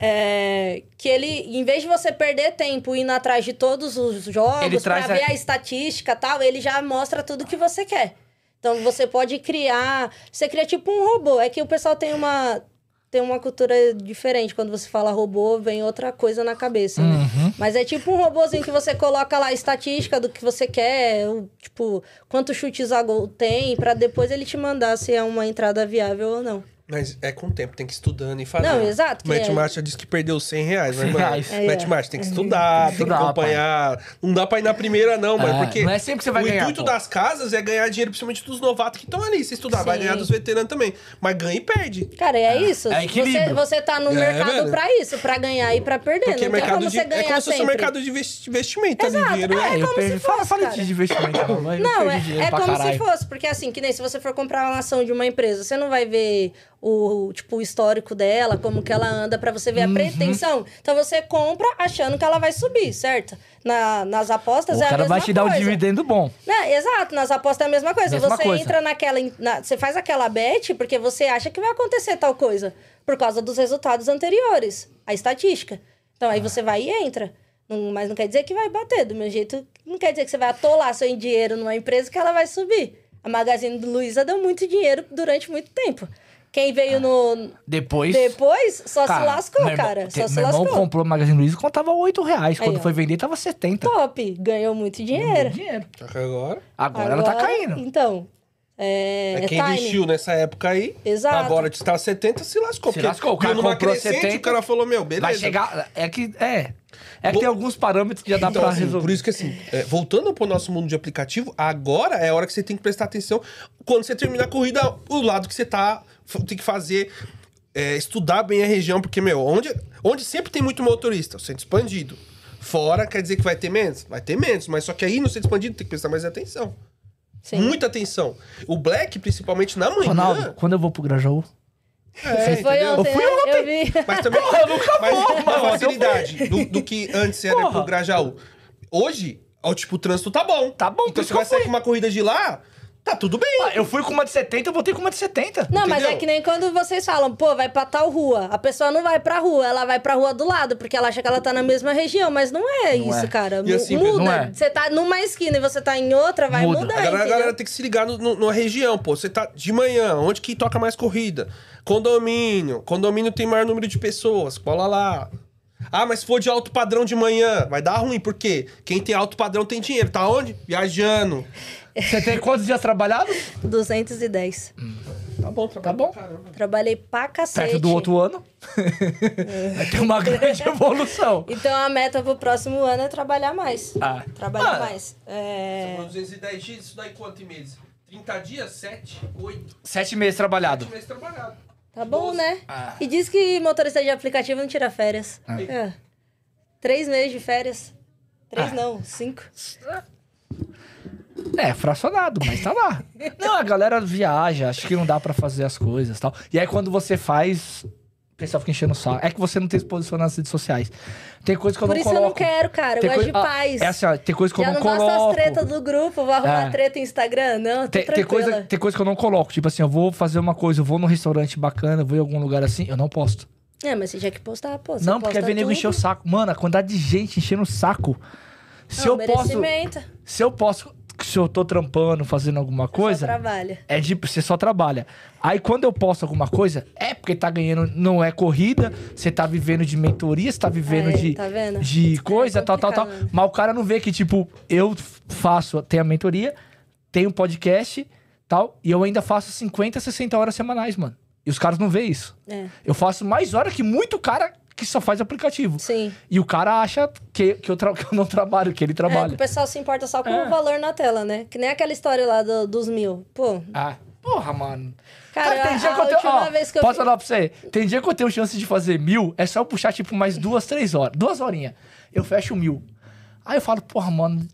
Speaker 4: é, que ele, em vez de você perder tempo indo atrás de todos os jogos
Speaker 3: Ele
Speaker 4: pra
Speaker 3: traz a-
Speaker 4: ver a estatística e tal, ele já mostra tudo que você quer. Então você pode criar. Você cria tipo um robô. É que o pessoal tem uma. Tem uma cultura diferente. Quando você fala robô, vem outra coisa na cabeça, né?
Speaker 3: Uhum.
Speaker 4: Mas é tipo um robôzinho que você coloca lá a estatística do que você quer, o- tipo, quantos chutes a gol tem, pra depois ele te mandar se é uma entrada viável ou não.
Speaker 1: Mas é com o tempo, tem que ir estudando e fazendo.
Speaker 4: Não, exato. que
Speaker 1: Matt
Speaker 4: é-
Speaker 1: Marcha disse que perdeu 100 reais, mas,
Speaker 3: 100
Speaker 1: mano,
Speaker 3: reais.
Speaker 4: É,
Speaker 1: Matt
Speaker 4: é.
Speaker 1: Marcha tem que estudar, tem que
Speaker 3: Estudar,
Speaker 1: acompanhar. Não dá pra ir na primeira, não, mas
Speaker 3: É,
Speaker 1: porque...
Speaker 3: não é sempre que você vai
Speaker 1: O
Speaker 3: ganhar,
Speaker 1: intuito
Speaker 3: pô.
Speaker 1: das casas é ganhar dinheiro, principalmente dos novatos que estão ali. Se estudar, vai
Speaker 4: Sim.
Speaker 1: ganhar dos veteranos também. Mas ganha e perde.
Speaker 4: Cara, é isso.
Speaker 3: é equilíbrio.
Speaker 4: você, você tá no
Speaker 1: É,
Speaker 4: mercado
Speaker 1: velho.
Speaker 4: pra isso, pra ganhar e pra perder.
Speaker 1: Porque é
Speaker 4: não tem
Speaker 1: mercado
Speaker 4: como
Speaker 1: de...
Speaker 4: você
Speaker 1: É
Speaker 4: ganhar
Speaker 1: como se fosse
Speaker 4: sempre.
Speaker 1: um mercado de investi- investimento, tá ali, dinheiro.
Speaker 3: É, eu
Speaker 4: como
Speaker 3: perdi.
Speaker 4: se
Speaker 3: Fala,
Speaker 4: fosse,
Speaker 3: fala
Speaker 4: cara.
Speaker 3: de investimento, não, mas eu
Speaker 4: Não,
Speaker 3: perdi
Speaker 4: é,
Speaker 3: dinheiro
Speaker 4: é
Speaker 3: pra
Speaker 4: como
Speaker 3: caralho.
Speaker 4: se fosse, porque assim, que nem se você for comprar uma ação de uma empresa, você não vai ver o, tipo, o histórico dela, como que ela anda, pra você ver a pretensão. Então você compra achando que ela vai subir, certo? Na- nas apostas
Speaker 3: O
Speaker 4: é a
Speaker 3: cara
Speaker 4: mesma
Speaker 3: vai te dar um
Speaker 4: coisa.
Speaker 3: dividendo bom.
Speaker 4: Não, exato, nas apostas é a mesma coisa.
Speaker 3: Mesma
Speaker 4: você
Speaker 3: coisa.
Speaker 4: entra naquela. in- na- você faz aquela bet porque você acha que vai acontecer tal coisa. Por causa dos resultados anteriores, a estatística. Então
Speaker 3: Ah.
Speaker 4: aí você vai e entra. Não- mas não quer dizer que vai bater. Do meu jeito, não quer dizer que você vai atolar seu dinheiro numa empresa que ela vai subir. A Magazine Luiza deu muito dinheiro durante muito tempo. Quem veio no.
Speaker 3: Depois.
Speaker 4: Depois só
Speaker 3: Ah. Cara,
Speaker 4: se lascou,
Speaker 3: meu irmão-
Speaker 4: cara.
Speaker 3: te-
Speaker 4: Só se
Speaker 3: meu irmão
Speaker 4: lascou.
Speaker 3: comprou o Magazine Luiza e contava 8 reais.
Speaker 4: Aí,
Speaker 3: Quando
Speaker 4: ó.
Speaker 3: foi vender, tava 70.
Speaker 4: Top, ganhou muito dinheiro.
Speaker 3: Dinheiro.
Speaker 1: Só que Agora...
Speaker 3: Agora, ela tá caindo.
Speaker 4: Então. É,
Speaker 1: É
Speaker 4: é
Speaker 1: quem
Speaker 4: time.
Speaker 1: investiu nessa época aí,
Speaker 4: Exato.
Speaker 1: agora de estar 70, se lascou.
Speaker 3: Se
Speaker 1: porque
Speaker 3: lascou, o cara
Speaker 1: viu numa
Speaker 3: comprou
Speaker 1: crescente,
Speaker 3: 70,
Speaker 1: o cara falou, meu, beleza.
Speaker 3: Vai chegar. É que. É. É que tem alguns parâmetros que já dá
Speaker 1: Então,
Speaker 3: pra
Speaker 1: assim,
Speaker 3: resolver.
Speaker 1: Por isso que, assim, é, voltando pro nosso mundo de aplicativo, agora é a hora que você tem que prestar atenção. Quando você terminar a corrida, o lado que você tá, f- tem que fazer, é, estudar bem a região, porque, meu, onde, onde sempre tem muito motorista, o centro expandido. Fora, quer dizer que vai ter menos? Vai ter menos, mas só que aí no centro expandido tem que prestar mais atenção.
Speaker 4: Sim.
Speaker 1: Muita atenção. O Black, principalmente na manhã.
Speaker 3: Ronaldo, quando eu vou pro Grajaú,
Speaker 1: é,
Speaker 4: Você foi
Speaker 1: entendeu?
Speaker 4: ontem,
Speaker 3: Eu fui
Speaker 4: né?
Speaker 3: ontem.
Speaker 4: Eu vi.
Speaker 1: Mas também mas uma facilidade do, do que antes era
Speaker 3: Porra.
Speaker 1: pro Grajaú. Hoje, ó, tipo, o trânsito tá bom.
Speaker 3: Tá bom, por
Speaker 1: Então você
Speaker 3: isso que
Speaker 1: vai
Speaker 3: eu
Speaker 1: sair
Speaker 3: fui.
Speaker 1: com uma corrida de lá, tá tudo bem.
Speaker 3: Ah, eu fui com uma de 70, eu voltei com uma de 70.
Speaker 4: Não, mas é
Speaker 1: Entendeu?
Speaker 4: que nem quando vocês falam, pô, vai pra tal rua. A pessoa não vai pra rua, ela vai pra rua do lado, porque ela acha que ela tá na mesma região. Mas não é
Speaker 3: Não
Speaker 4: isso,
Speaker 3: é.
Speaker 4: cara.
Speaker 1: E
Speaker 4: Mu-
Speaker 1: assim,
Speaker 4: muda.
Speaker 3: não é.
Speaker 4: Você tá numa esquina e você tá em outra, vai
Speaker 3: Muda.
Speaker 4: mudar.
Speaker 1: A galera, a
Speaker 4: entendeu?
Speaker 1: galera tem que se ligar no, no- na região, pô. Você tá de manhã, onde que toca mais corrida? Condomínio. Condomínio tem maior número de pessoas, cola lá. Ah, mas se for de alto padrão de manhã, vai dar ruim, por quê? Quem tem alto padrão tem dinheiro. Tá onde? Viajando.
Speaker 3: Você tem quantos dias trabalhados?
Speaker 4: 210.
Speaker 1: Tá bom,
Speaker 3: Tá bom.
Speaker 4: Trabalhei pra cacete.
Speaker 3: Perto do outro ano.
Speaker 4: É.
Speaker 3: Vai ter uma grande evolução.
Speaker 4: Então a meta pro próximo ano é trabalhar mais.
Speaker 3: Ah.
Speaker 4: Trabalhar
Speaker 3: Ah.
Speaker 4: mais. É...
Speaker 1: 210 dias, isso daí quanto em meses? 30 dias? 7? 8?
Speaker 3: Sete meses trabalhado.
Speaker 1: meses trabalhado.
Speaker 4: Tá bom, né?
Speaker 3: Ah.
Speaker 4: E diz que motorista de aplicativo não tira férias. É. Três meses de férias. Três
Speaker 3: Ah.
Speaker 4: não, cinco.
Speaker 3: É, fracionado, mas tá lá. Não, a galera viaja, acho que não dá pra fazer as coisas e tal. E aí quando você faz, o pessoal fica enchendo o saco. É que você não tem exposição nas redes sociais. Tem coisa que eu
Speaker 4: Por
Speaker 3: não
Speaker 4: isso
Speaker 3: coloco.
Speaker 4: eu não quero, cara. Eu
Speaker 3: Tem
Speaker 4: gosto
Speaker 3: coi-
Speaker 4: de
Speaker 3: ah,
Speaker 4: paz.
Speaker 3: é assim, ó, tem coisa que eu
Speaker 4: Já
Speaker 3: não
Speaker 4: não gosto
Speaker 3: coloco.
Speaker 4: das tretas do grupo, vou arrumar
Speaker 3: É.
Speaker 4: treta em Instagram. Não, tô
Speaker 3: Tem, tem
Speaker 4: tranquila.
Speaker 3: coisa, tem coisa que eu não coloco. Tipo assim, eu vou fazer uma coisa, eu vou num restaurante bacana, eu vou em algum lugar assim, eu não posto.
Speaker 4: É, mas você tinha que postar, pô. Você
Speaker 3: não, porque
Speaker 4: posta
Speaker 3: aí vem nego
Speaker 4: tudo.
Speaker 3: encher o saco. Mano, a quantidade de gente enchendo o saco. Se
Speaker 4: Não,
Speaker 3: eu posso.
Speaker 4: merecimento. é Só
Speaker 3: Se eu posso. Se eu tô trampando, fazendo alguma coisa.
Speaker 4: trabalha.
Speaker 3: É de você só trabalha. Aí quando eu posto alguma coisa, é porque tá ganhando, não é corrida, você tá vivendo de mentoria, você tá vivendo
Speaker 4: Aí,
Speaker 3: de,
Speaker 4: tá vendo?
Speaker 3: de coisa,
Speaker 4: É
Speaker 3: tal, tal, tal.
Speaker 4: complicado.
Speaker 3: Mas o cara não vê que, tipo, eu faço, tenho a mentoria, tenho um podcast, tal, e eu ainda faço 50, 60 horas semanais, mano. E os caras não vê isso.
Speaker 4: É.
Speaker 3: Eu faço mais hora que muito cara que só faz aplicativo.
Speaker 4: Sim.
Speaker 3: E o cara acha que, que, eu tra- que eu não trabalho, que ele
Speaker 4: É, que
Speaker 3: trabalha.
Speaker 4: o pessoal se importa só com
Speaker 3: É.
Speaker 4: o valor na tela, né? Que nem aquela história lá do- dos mil. Pô,
Speaker 3: Ah, porra, mano.
Speaker 4: cara,
Speaker 3: tem dia
Speaker 4: a,
Speaker 3: que eu tenho.
Speaker 4: última
Speaker 3: ó,
Speaker 4: vez que eu
Speaker 3: posso
Speaker 4: vi-
Speaker 3: falar pra você? Tem dia que eu tenho chance de fazer mil, é só eu puxar, tipo, mais duas, três horas. Duas horinhas. Eu fecho mil. Aí eu falo, porra, mano,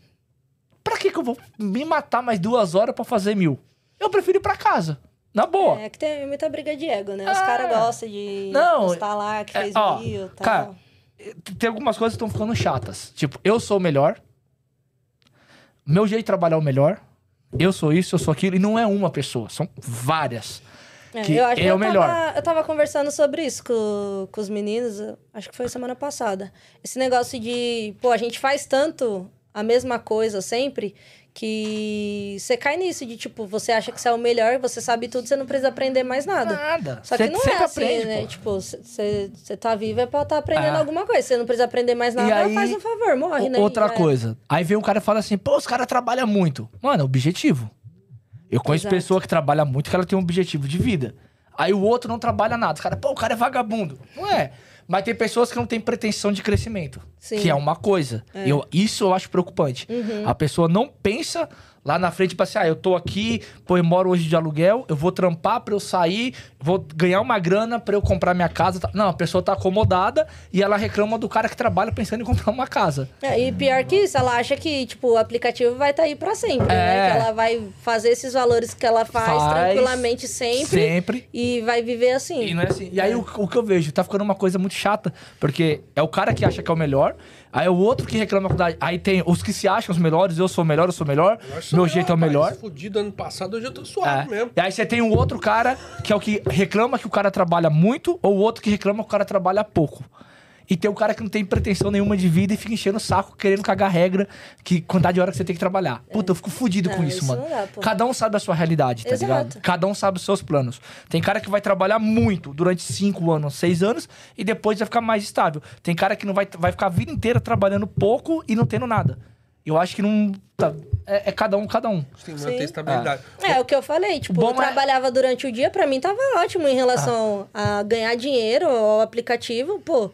Speaker 3: pra que que eu vou me matar mais duas horas pra fazer mil? Eu prefiro ir pra casa. Na boa.
Speaker 4: É que tem muita briga de ego, né? Os
Speaker 3: Ah.
Speaker 4: caras gostam de
Speaker 3: Não,
Speaker 4: postar lá que
Speaker 3: é,
Speaker 4: fez
Speaker 3: ó,
Speaker 4: mil e tal.
Speaker 3: cara, Tem algumas coisas que estão ficando chatas. Tipo, eu sou o melhor. Meu jeito de trabalhar é o melhor. Eu sou isso, eu sou aquilo. E não é uma pessoa, são várias.
Speaker 4: É,
Speaker 3: que
Speaker 4: eu acho que
Speaker 3: é
Speaker 4: eu
Speaker 3: o melhor.
Speaker 4: Tava, eu tava conversando sobre isso com, com os meninos, eu- acho que foi semana passada. Esse negócio de, pô, a gente faz tanto a mesma coisa sempre que você cai nisso de tipo, você acha que você é o melhor, você sabe tudo, você não precisa aprender mais nada.
Speaker 3: Nada.
Speaker 4: Só que
Speaker 3: Cê-
Speaker 4: não
Speaker 3: sempre
Speaker 4: é assim,
Speaker 3: aprende,
Speaker 4: né?
Speaker 3: pô.
Speaker 4: Tipo, você tá vivo é pra estar tá aprendendo
Speaker 3: Ah.
Speaker 4: alguma coisa. Você não precisa aprender mais
Speaker 3: E
Speaker 4: nada,
Speaker 3: aí,
Speaker 4: faz um favor, morre,
Speaker 3: O-
Speaker 4: né?
Speaker 3: Outra
Speaker 4: E já é.
Speaker 3: coisa. Aí vem um cara e fala assim, pô, os caras trabalham muito. Mano, é objetivo. Eu conheço
Speaker 4: Exato.
Speaker 3: pessoa que trabalha muito que ela tem um objetivo de vida. Aí o outro não trabalha nada. Os caras, pô, o cara é vagabundo. Não é. Mas tem pessoas que não têm pretensão de crescimento.
Speaker 4: Sim.
Speaker 3: Que é uma coisa. Eu, isso eu acho preocupante. A pessoa não pensa lá na frente, tipo assim, ah, eu tô aqui, pô, eu moro hoje de aluguel, eu vou trampar pra eu sair, vou ganhar uma grana pra eu comprar minha casa. Não, a pessoa tá acomodada e ela reclama do cara que trabalha pensando em comprar uma casa.
Speaker 4: É, e pior que isso, ela acha que, tipo, o aplicativo vai estar aí pra sempre, né?
Speaker 3: É.
Speaker 4: Que ela vai fazer esses valores que ela faz,
Speaker 3: Faz
Speaker 4: tranquilamente sempre,
Speaker 3: Sempre.
Speaker 4: e vai viver assim.
Speaker 3: E, não é assim. E aí o, o que eu vejo, tá ficando uma coisa muito chata, porque é o cara que acha que é o melhor, aí é o outro que reclama com da- Aí tem os que se acham os melhores, eu sou o melhor, eu sou o melhor, meu jeito é o melhor.
Speaker 1: Fudido ano passado, hoje eu tô
Speaker 3: É.
Speaker 1: suave mesmo.
Speaker 3: E aí você tem o outro cara que é o que reclama que o cara trabalha muito, ou o outro que reclama que o cara trabalha pouco. E tem o cara que não tem pretensão nenhuma de vida e fica enchendo o saco, querendo cagar regra, que quantidade de hora que você tem que trabalhar. Puta, eu fico fudido
Speaker 4: É. Não,
Speaker 3: com isso,
Speaker 4: isso
Speaker 3: mano.
Speaker 4: não dá, pô.
Speaker 3: Cada um sabe a sua realidade, tá
Speaker 4: Exato.
Speaker 3: ligado? Cada um sabe os seus planos. Tem cara que vai trabalhar muito durante cinco anos, seis anos, e depois vai ficar mais estável. Tem cara que não vai, vai ficar a vida inteira trabalhando pouco e não tendo nada. Eu acho que não. tá- é, é cada um, cada um.
Speaker 1: Tem que manter
Speaker 4: Sim.
Speaker 1: estabilidade.
Speaker 4: É, o que eu falei, tipo,
Speaker 3: bom
Speaker 4: eu
Speaker 3: é-
Speaker 4: trabalhava durante o dia, pra mim tava ótimo em
Speaker 3: Ah.
Speaker 4: relação a ganhar dinheiro, ao aplicativo, pô.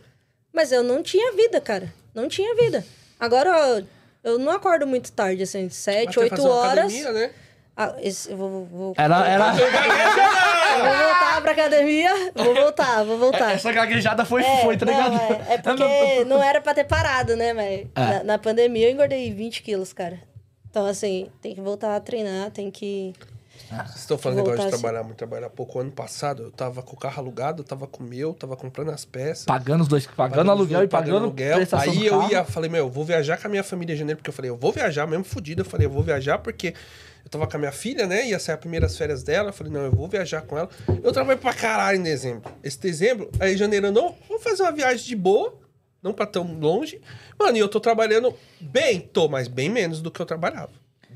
Speaker 4: Mas eu não tinha vida, cara. Não tinha vida. Agora, eu não acordo muito tarde, assim,
Speaker 1: Mas
Speaker 4: sete,
Speaker 1: quer
Speaker 4: oito
Speaker 1: fazer uma
Speaker 4: horas.
Speaker 1: academia, né?
Speaker 4: Ah, esse- eu vou, vou-
Speaker 3: Ela, ela...
Speaker 4: Eu vou voltar pra academia. Vou voltar, vou voltar.
Speaker 3: Essa gaguejada foi, foi tá
Speaker 4: não,
Speaker 3: ligado?
Speaker 4: Tá. É, é porque não era pra ter parado, né, mas
Speaker 3: É.
Speaker 4: na, na pandemia eu engordei 20 quilos, cara. Então, assim, tem que voltar a treinar, tem que.
Speaker 1: Vocês estão falando
Speaker 4: Voltar
Speaker 1: negócio de
Speaker 4: assim.
Speaker 1: trabalhar muito, trabalhar pouco. Ano passado eu tava com o carro alugado, eu tava com o meu, tava comprando as peças.
Speaker 3: Pagando os dois, pagando aluguel e pagando prestação
Speaker 1: Aí
Speaker 3: do
Speaker 1: eu
Speaker 3: carro.
Speaker 1: ia, falei, meu, eu vou viajar com a minha família em janeiro, porque eu falei, eu vou viajar, mesmo fodido. Eu falei, eu vou viajar porque eu tava com a minha filha, né? Ia ser as primeiras férias dela. Eu falei, não, eu vou viajar com ela. Eu trabalhei pra caralho em dezembro. Esse dezembro, aí janeiro, eu não, vou fazer uma viagem de boa, não pra tão longe. Mano, e eu tô trabalhando bem, tô, mas bem menos do que eu trabalhava.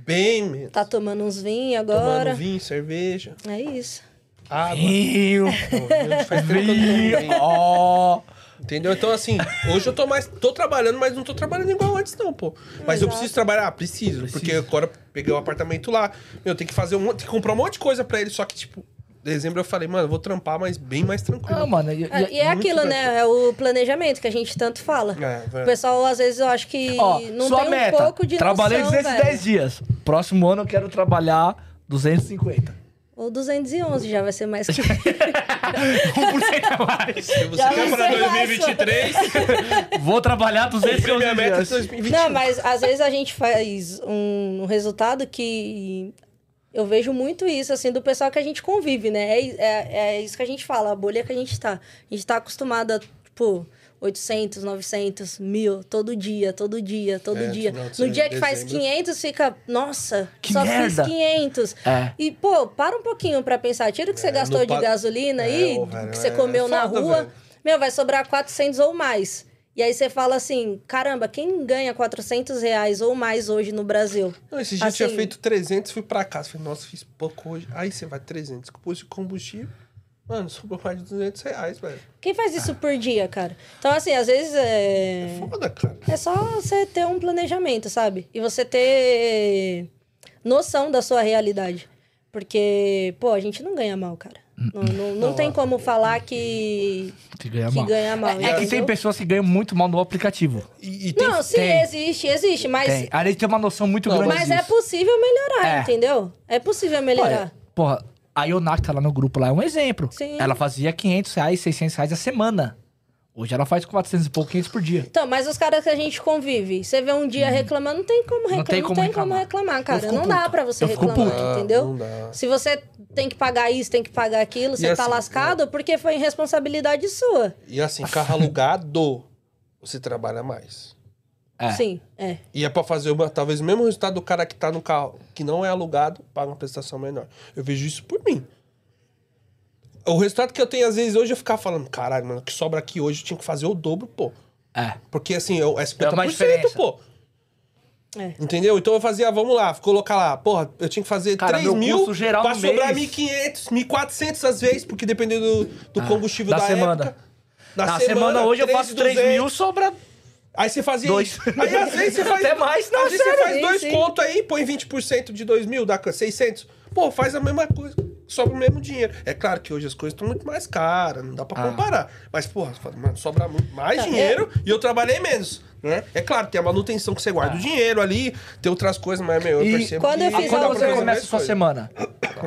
Speaker 1: Bem menos.
Speaker 4: Tá tomando uns vinhos
Speaker 1: Tomando
Speaker 4: agora.
Speaker 1: vinho, cerveja,
Speaker 4: É isso.
Speaker 1: água.
Speaker 3: Vinho,
Speaker 1: Não, vinho faz tempo que eu não tomo
Speaker 3: vinho,
Speaker 1: vinho.
Speaker 3: ó.
Speaker 1: Entendeu? Então, assim, hoje eu tô mais. tô trabalhando, mas não tô trabalhando igual antes, não, pô. Mas eu
Speaker 4: Exato.
Speaker 1: preciso trabalhar? Ah, preciso, porque agora eu peguei um apartamento lá. Meu, tem que fazer um monte, tem que comprar um monte de coisa pra ele. Só que, tipo, dezembro eu falei, mano, eu vou trampar, mas bem mais tranquilo.
Speaker 3: Ah, mano, e- e-
Speaker 4: É, e é
Speaker 1: muito
Speaker 4: aquilo,
Speaker 1: bem.
Speaker 4: né? É o planejamento que a gente tanto fala.
Speaker 1: É, velho.
Speaker 4: o pessoal, às vezes, eu acho que
Speaker 3: ó,
Speaker 4: não
Speaker 3: sua
Speaker 4: tem
Speaker 3: meta.
Speaker 4: um pouco de
Speaker 3: Trabalhei
Speaker 4: noção,
Speaker 3: 210
Speaker 4: velho.
Speaker 3: dias. Próximo ano eu quero trabalhar 250.
Speaker 4: Ou 211 já vai ser mais que
Speaker 3: 1% a mais.
Speaker 1: Se você
Speaker 4: Já
Speaker 1: quer pra
Speaker 4: vai ser mais,
Speaker 1: 2023,
Speaker 3: Vou trabalhar
Speaker 1: cumprir
Speaker 3: 211
Speaker 1: minha meta é de
Speaker 3: dias.
Speaker 1: 2023.
Speaker 4: Não, mas às vezes a gente faz um, um resultado que eu vejo muito isso, assim, do pessoal que a gente convive, né? É, é- é isso que a gente fala, a bolha que a gente tá. A gente tá acostumada, tipo, 800, 900, mil, todo dia, todo dia, todo
Speaker 1: É,
Speaker 4: dia.
Speaker 1: final de
Speaker 4: No
Speaker 1: semana,
Speaker 4: dia que faz
Speaker 1: dezembro.
Speaker 4: 500, fica, nossa,
Speaker 3: Que
Speaker 4: só
Speaker 3: merda!
Speaker 4: fiz 500.
Speaker 3: É.
Speaker 4: E, pô, para um pouquinho pra pensar. Tira o que você
Speaker 1: É,
Speaker 4: gastou
Speaker 1: no
Speaker 4: de
Speaker 1: pa-
Speaker 4: gasolina
Speaker 1: É,
Speaker 4: aí,
Speaker 1: ô, velho,
Speaker 4: que você
Speaker 1: é
Speaker 4: comeu na
Speaker 1: foda,
Speaker 4: rua.
Speaker 1: velho.
Speaker 4: Meu, vai sobrar 400 ou mais. E aí você fala assim, caramba, quem ganha 400 reais ou mais hoje no Brasil?
Speaker 1: Não, esse dia eu tinha
Speaker 4: Assim-
Speaker 1: feito 300, fui pra casa. Falei, nossa, fiz pouco hoje. Aí você vai 300, pus de combustível. Mano, sobrou mais de 200 reais, velho.
Speaker 4: Quem faz isso por dia, cara? Então, assim, às vezes é...
Speaker 1: É foda, cara.
Speaker 4: É só você ter um planejamento, sabe? E você ter noção da sua realidade. Porque, pô, a gente não ganha mal, cara. Não, não, não
Speaker 1: Não,
Speaker 4: tem
Speaker 1: ó.
Speaker 4: como falar que,
Speaker 3: Que ganha
Speaker 4: que
Speaker 3: mal.
Speaker 4: ganha mal.
Speaker 3: É que tem
Speaker 4: entendeu?
Speaker 3: pessoas que ganham muito mal no aplicativo.
Speaker 1: E, e tem
Speaker 4: Não, sim,
Speaker 3: tem.
Speaker 4: existe, existe, mas,
Speaker 3: Tem. A gente tem uma noção muito
Speaker 1: Não,
Speaker 3: grande
Speaker 4: mas é
Speaker 3: disso.
Speaker 4: possível melhorar,
Speaker 3: É.
Speaker 4: entendeu? É possível melhorar.
Speaker 3: Olha, porra, a Yonak tá lá no grupo lá, é um exemplo.
Speaker 4: Sim.
Speaker 3: Ela fazia 500 reais, 600 reais a semana. Hoje ela faz 400 e pouco, 500 por dia.
Speaker 4: Então, mas os caras que a gente convive, você vê um
Speaker 3: Hum.
Speaker 4: dia reclamando, não tem como reclamar, não tem como, reclamar. cara.
Speaker 3: fico
Speaker 4: Não dá
Speaker 3: puto.
Speaker 4: pra você
Speaker 3: Eu fico
Speaker 4: reclamar,
Speaker 1: puto.
Speaker 4: entendeu?
Speaker 1: Ah, Não dá.
Speaker 4: Se você tem que pagar isso, tem que pagar aquilo, você tá
Speaker 1: assim,
Speaker 4: lascado porque foi irresponsabilidade sua.
Speaker 1: E assim, carro alugado, você trabalha mais.
Speaker 3: É.
Speaker 4: Sim, é.
Speaker 1: E é pra fazer uma- talvez o mesmo resultado do cara que tá no carro, que não é alugado, paga uma prestação menor. Eu vejo isso por mim. O resultado que eu tenho, às vezes, hoje eu ficar falando, caralho, mano, o que sobra aqui hoje eu tinha que fazer o dobro, pô.
Speaker 3: É.
Speaker 1: Porque assim, eu, é 50%,
Speaker 3: diferença.
Speaker 1: pô.
Speaker 4: É.
Speaker 1: Entendeu? Então eu fazia, vamos lá, colocar lá, porra, eu tinha que fazer
Speaker 3: Cara,
Speaker 1: 3
Speaker 3: meu
Speaker 1: mil
Speaker 3: custo geral
Speaker 1: pra
Speaker 3: no
Speaker 1: sobrar
Speaker 3: mês.
Speaker 1: 1.500, 1.400 às vezes, porque dependendo do, do combustível
Speaker 3: da
Speaker 1: da,
Speaker 3: Ah, semana.
Speaker 1: época.
Speaker 3: Na, semana, hoje eu faço 3
Speaker 1: 3.200.
Speaker 3: mil, sobra
Speaker 1: Aí você fazia
Speaker 3: Dois.
Speaker 1: isso. Aí às vezes você faz.
Speaker 3: Até mais, tá não,
Speaker 1: às vezes você
Speaker 3: sério.
Speaker 1: faz
Speaker 4: Sim,
Speaker 1: dois
Speaker 4: sim.
Speaker 1: conto aí, põe 20% de 2 mil, dá 600. Pô, faz a mesma coisa, sobra o mesmo dinheiro. É claro que hoje as coisas estão muito mais caras, não dá pra
Speaker 3: Ah.
Speaker 1: comparar. Mas, porra, você fala, mano, sobra mu- mais
Speaker 4: Tá,
Speaker 1: dinheiro e eu trabalhei menos. Né? É claro, tem a manutenção que você
Speaker 3: Tá.
Speaker 1: guarda o dinheiro ali, tem outras coisas, mas meu, eu
Speaker 3: E
Speaker 1: percebo.
Speaker 4: Ah, quando eu
Speaker 1: que
Speaker 4: fiz
Speaker 1: dá
Speaker 3: quando
Speaker 1: pra
Speaker 4: algo-
Speaker 3: você
Speaker 1: fazer
Speaker 3: começa a
Speaker 1: mais
Speaker 3: sua
Speaker 1: coisa.
Speaker 3: semana.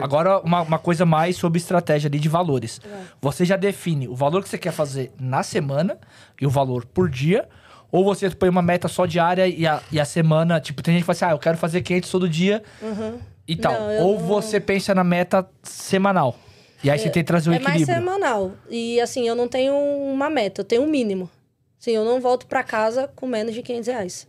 Speaker 3: Agora, uma, uma coisa mais sobre estratégia ali de valores.
Speaker 4: É.
Speaker 3: Você já define o valor que você quer fazer na semana e o valor por dia. Ou você põe uma meta só diária e a, e a semana. Tipo, tem gente que fala assim: ah, eu quero fazer 500 todo dia e tal.
Speaker 4: Uhum. Não, eu
Speaker 3: ou
Speaker 4: não-
Speaker 3: você pensa na meta semanal. E aí você tem que trazer o
Speaker 4: é mais
Speaker 3: um equilíbrio.
Speaker 4: semanal. E assim, eu não tenho uma meta, eu tenho um mínimo. Assim, eu não volto pra casa com menos de 500 reais.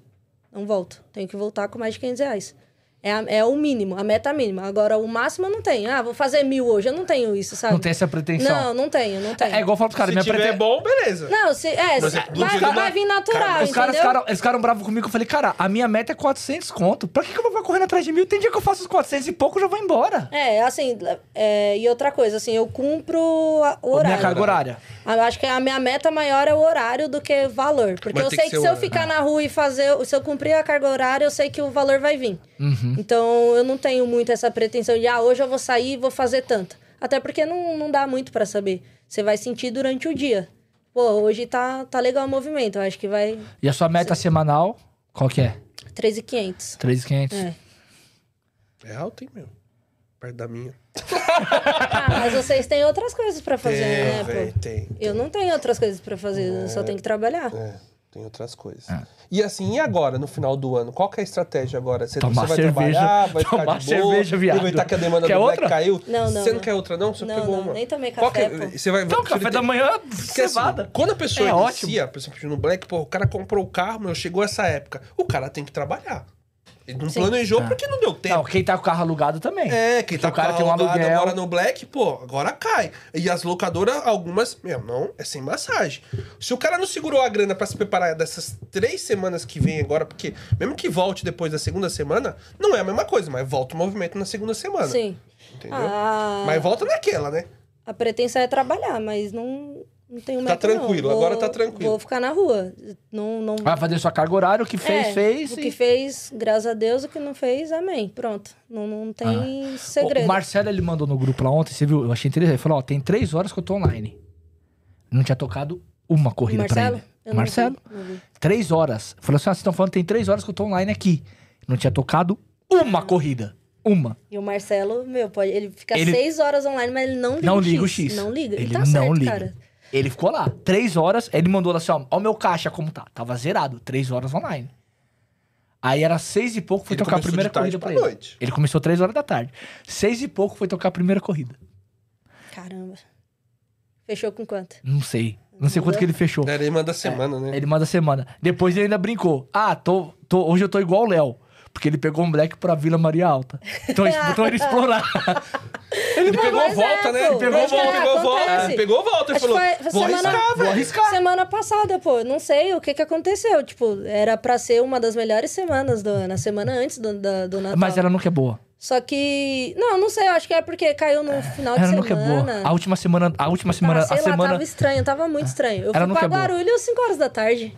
Speaker 4: Não volto. Tenho que voltar com mais de 500 reais. É, a- é o mínimo, a meta mínima. Agora, o máximo eu não tenho. Ah, vou fazer mil hoje. Eu não tenho isso, sabe?
Speaker 3: Não tem essa pretensão.
Speaker 4: Não, não tenho, não tenho.
Speaker 3: É igual eu falo pros caras:
Speaker 1: Se
Speaker 3: minha
Speaker 1: tiver
Speaker 3: pretensão.
Speaker 1: bom, beleza.
Speaker 4: Não, se, é,
Speaker 1: Mas
Speaker 4: se-
Speaker 1: é tudo
Speaker 4: vai,
Speaker 1: que-
Speaker 4: vai vir natural,
Speaker 3: Os caras
Speaker 4: entendeu?
Speaker 3: ficaram, eles ficaram bravos comigo. Eu falei, cara, a minha meta é 400 conto. Pra que, que eu vou ficar correndo atrás de mil? Tem dia que eu faço os 400 e pouco, eu já vou embora.
Speaker 4: É, assim, é, e outra coisa, assim, eu cumpro a- o
Speaker 3: Minha carga
Speaker 4: horário.
Speaker 3: horária.
Speaker 4: Eu acho que a minha meta maior é o horário do que valor. Porque
Speaker 1: Mas
Speaker 4: eu
Speaker 1: tem
Speaker 4: sei
Speaker 1: que ser
Speaker 4: que,
Speaker 1: Ah.
Speaker 4: se eu
Speaker 1: horário.
Speaker 4: ficar na rua e fazer. Se eu cumprir a carga horária, eu sei que o valor vai vir.
Speaker 1: Uhum.
Speaker 4: Então eu não tenho muito essa pretensão de, ah, hoje eu vou sair e vou fazer tanto. Até porque não, não dá muito pra saber. Você vai sentir durante o dia. Pô, pô, hoje tá, tá legal o movimento. Eu acho que vai
Speaker 3: E a sua meta semanal, qual que é?
Speaker 4: 3,500.
Speaker 3: 3,500?
Speaker 4: É.
Speaker 1: É alto, hein, meu? Perto da minha.
Speaker 4: Ah, mas vocês têm outras coisas pra fazer, né, pô?
Speaker 1: velho, É, tem.
Speaker 4: Eu não tenho outras coisas pra fazer, eu só tenho que trabalhar.
Speaker 1: É, tem outras coisas.
Speaker 3: É.
Speaker 1: E assim, e agora, no final do ano? Qual que é a estratégia agora? Você, você
Speaker 3: Tomar
Speaker 1: vai
Speaker 3: cerveja.
Speaker 1: trabalhar, vai
Speaker 3: Tomar
Speaker 1: ficar de boa,
Speaker 3: cerveja, viado.
Speaker 1: aproveitar que a demanda
Speaker 3: Quer
Speaker 1: do
Speaker 3: outra?
Speaker 1: Black caiu?
Speaker 4: Não, não,
Speaker 1: Você não
Speaker 4: não.
Speaker 1: quer outra, não? Você
Speaker 4: Não,
Speaker 1: pegou
Speaker 4: não,
Speaker 1: uma.
Speaker 4: nem tomei
Speaker 1: Qual
Speaker 4: café,
Speaker 1: que é-
Speaker 4: pô.
Speaker 1: Você vai...
Speaker 3: Então, café da manhã,
Speaker 1: Porque, assim,
Speaker 3: cevada.
Speaker 1: quando a pessoa
Speaker 3: É
Speaker 1: inicia, a pessoa pedindo Black, um pô, o cara comprou o carro, meu, chegou essa época. O cara tem que trabalhar. Ele não
Speaker 4: Sim.
Speaker 1: planejou porque não deu tempo.
Speaker 3: É. Não, quem tá com o carro alugado também.
Speaker 1: É, quem tá
Speaker 3: o cara
Speaker 1: com
Speaker 3: tem um
Speaker 1: alugado
Speaker 3: aluguel.
Speaker 1: agora no Black, pô, agora cai. E as locadoras, algumas, meu, não, é sem massagem. Se o cara não segurou a grana pra se preparar dessas três semanas que vem agora, porque mesmo que volte depois da segunda semana, não é a mesma coisa, mas volta o movimento na segunda semana.
Speaker 4: Sim.
Speaker 1: Entendeu?
Speaker 4: Ah,
Speaker 1: Mas volta naquela, né?
Speaker 4: A pretensão é trabalhar, mas não, não tenho
Speaker 1: Tá
Speaker 4: meta,
Speaker 1: tranquilo,
Speaker 4: não. Vou-
Speaker 1: agora tá tranquilo.
Speaker 4: Vou ficar na rua. Não, não...
Speaker 3: Vai fazer sua carga horária, Ah, o que fez,
Speaker 4: É,
Speaker 3: fez.
Speaker 4: O
Speaker 3: e-
Speaker 4: que fez, graças a Deus, o que não fez, amém. Pronto. Não, não tem é segredo.
Speaker 3: Ah. O Marcelo, ele mandou no grupo lá ontem, você viu? Eu achei interessante. Ele falou, ó, tem três horas que eu tô online. Não tinha tocado uma corrida pra
Speaker 4: Marcelo? Eu
Speaker 3: ele.
Speaker 4: não
Speaker 3: Marcelo,
Speaker 4: vi, não vi.
Speaker 3: três horas. Falou assim, ó, vocês estão falando, tem três horas que eu tô online aqui. Não tinha tocado
Speaker 4: Ah.
Speaker 3: uma corrida. Uma.
Speaker 4: E o Marcelo, meu, pode, ele fica
Speaker 3: Ele-
Speaker 4: seis horas online, mas ele não liga
Speaker 3: Não
Speaker 4: o
Speaker 3: liga o
Speaker 4: X.
Speaker 3: X.
Speaker 4: Não liga. E
Speaker 3: Ele
Speaker 4: tá
Speaker 3: não
Speaker 4: certo,
Speaker 3: liga.
Speaker 4: cara.
Speaker 3: Ele ficou lá, três horas, ele mandou lá assim, ó, ó o meu caixa como tá. Tava zerado, três horas online. Aí era seis e pouco, foi
Speaker 1: Ele
Speaker 3: tocar a
Speaker 1: começou
Speaker 3: primeira
Speaker 1: de tarde
Speaker 3: corrida pra
Speaker 1: pra
Speaker 3: ele.
Speaker 1: noite.
Speaker 3: Ele começou três horas da tarde. Seis e pouco foi tocar a primeira corrida.
Speaker 4: Caramba. Fechou com quanto?
Speaker 3: Não sei. Não sei quanto que ele fechou.
Speaker 1: Né, Ele manda semana,
Speaker 4: É.
Speaker 1: né?
Speaker 3: Ele manda semana. Depois ele ainda brincou. Ah, tô, tô- hoje eu tô igual o Léo. Porque ele pegou um black pra Vila Maria Alta. Então eles então ele explorar.
Speaker 1: Ele pegou
Speaker 4: mas
Speaker 1: volta,
Speaker 4: é,
Speaker 1: né? Ele
Speaker 4: pô.
Speaker 1: pegou
Speaker 4: Mas,
Speaker 1: volta,
Speaker 4: cara,
Speaker 1: pegou volta.
Speaker 4: acontece.
Speaker 1: Ele pegou volta e
Speaker 4: Acho que
Speaker 1: falou,
Speaker 4: foi- foi
Speaker 1: vou
Speaker 4: semana-
Speaker 1: arriscar,
Speaker 3: Vou
Speaker 1: velho.
Speaker 3: arriscar.
Speaker 4: Semana passada, pô, não sei o que que aconteceu. Tipo, era pra ser uma das melhores semanas do ano, a semana antes do, da- do Natal.
Speaker 3: Mas ela nunca é boa.
Speaker 4: Só que. Não, não sei, acho que é porque caiu no final de
Speaker 3: Ela
Speaker 4: semana.
Speaker 3: nunca é boa. A última semana, a última semana,
Speaker 4: ah, sei
Speaker 3: a
Speaker 4: lá,
Speaker 3: semana.
Speaker 4: tava estranho, tava muito estranho. Eu
Speaker 3: Ela
Speaker 4: fui
Speaker 3: nunca
Speaker 4: pra
Speaker 3: é boa.
Speaker 4: Guarulhos às 5 horas da tarde.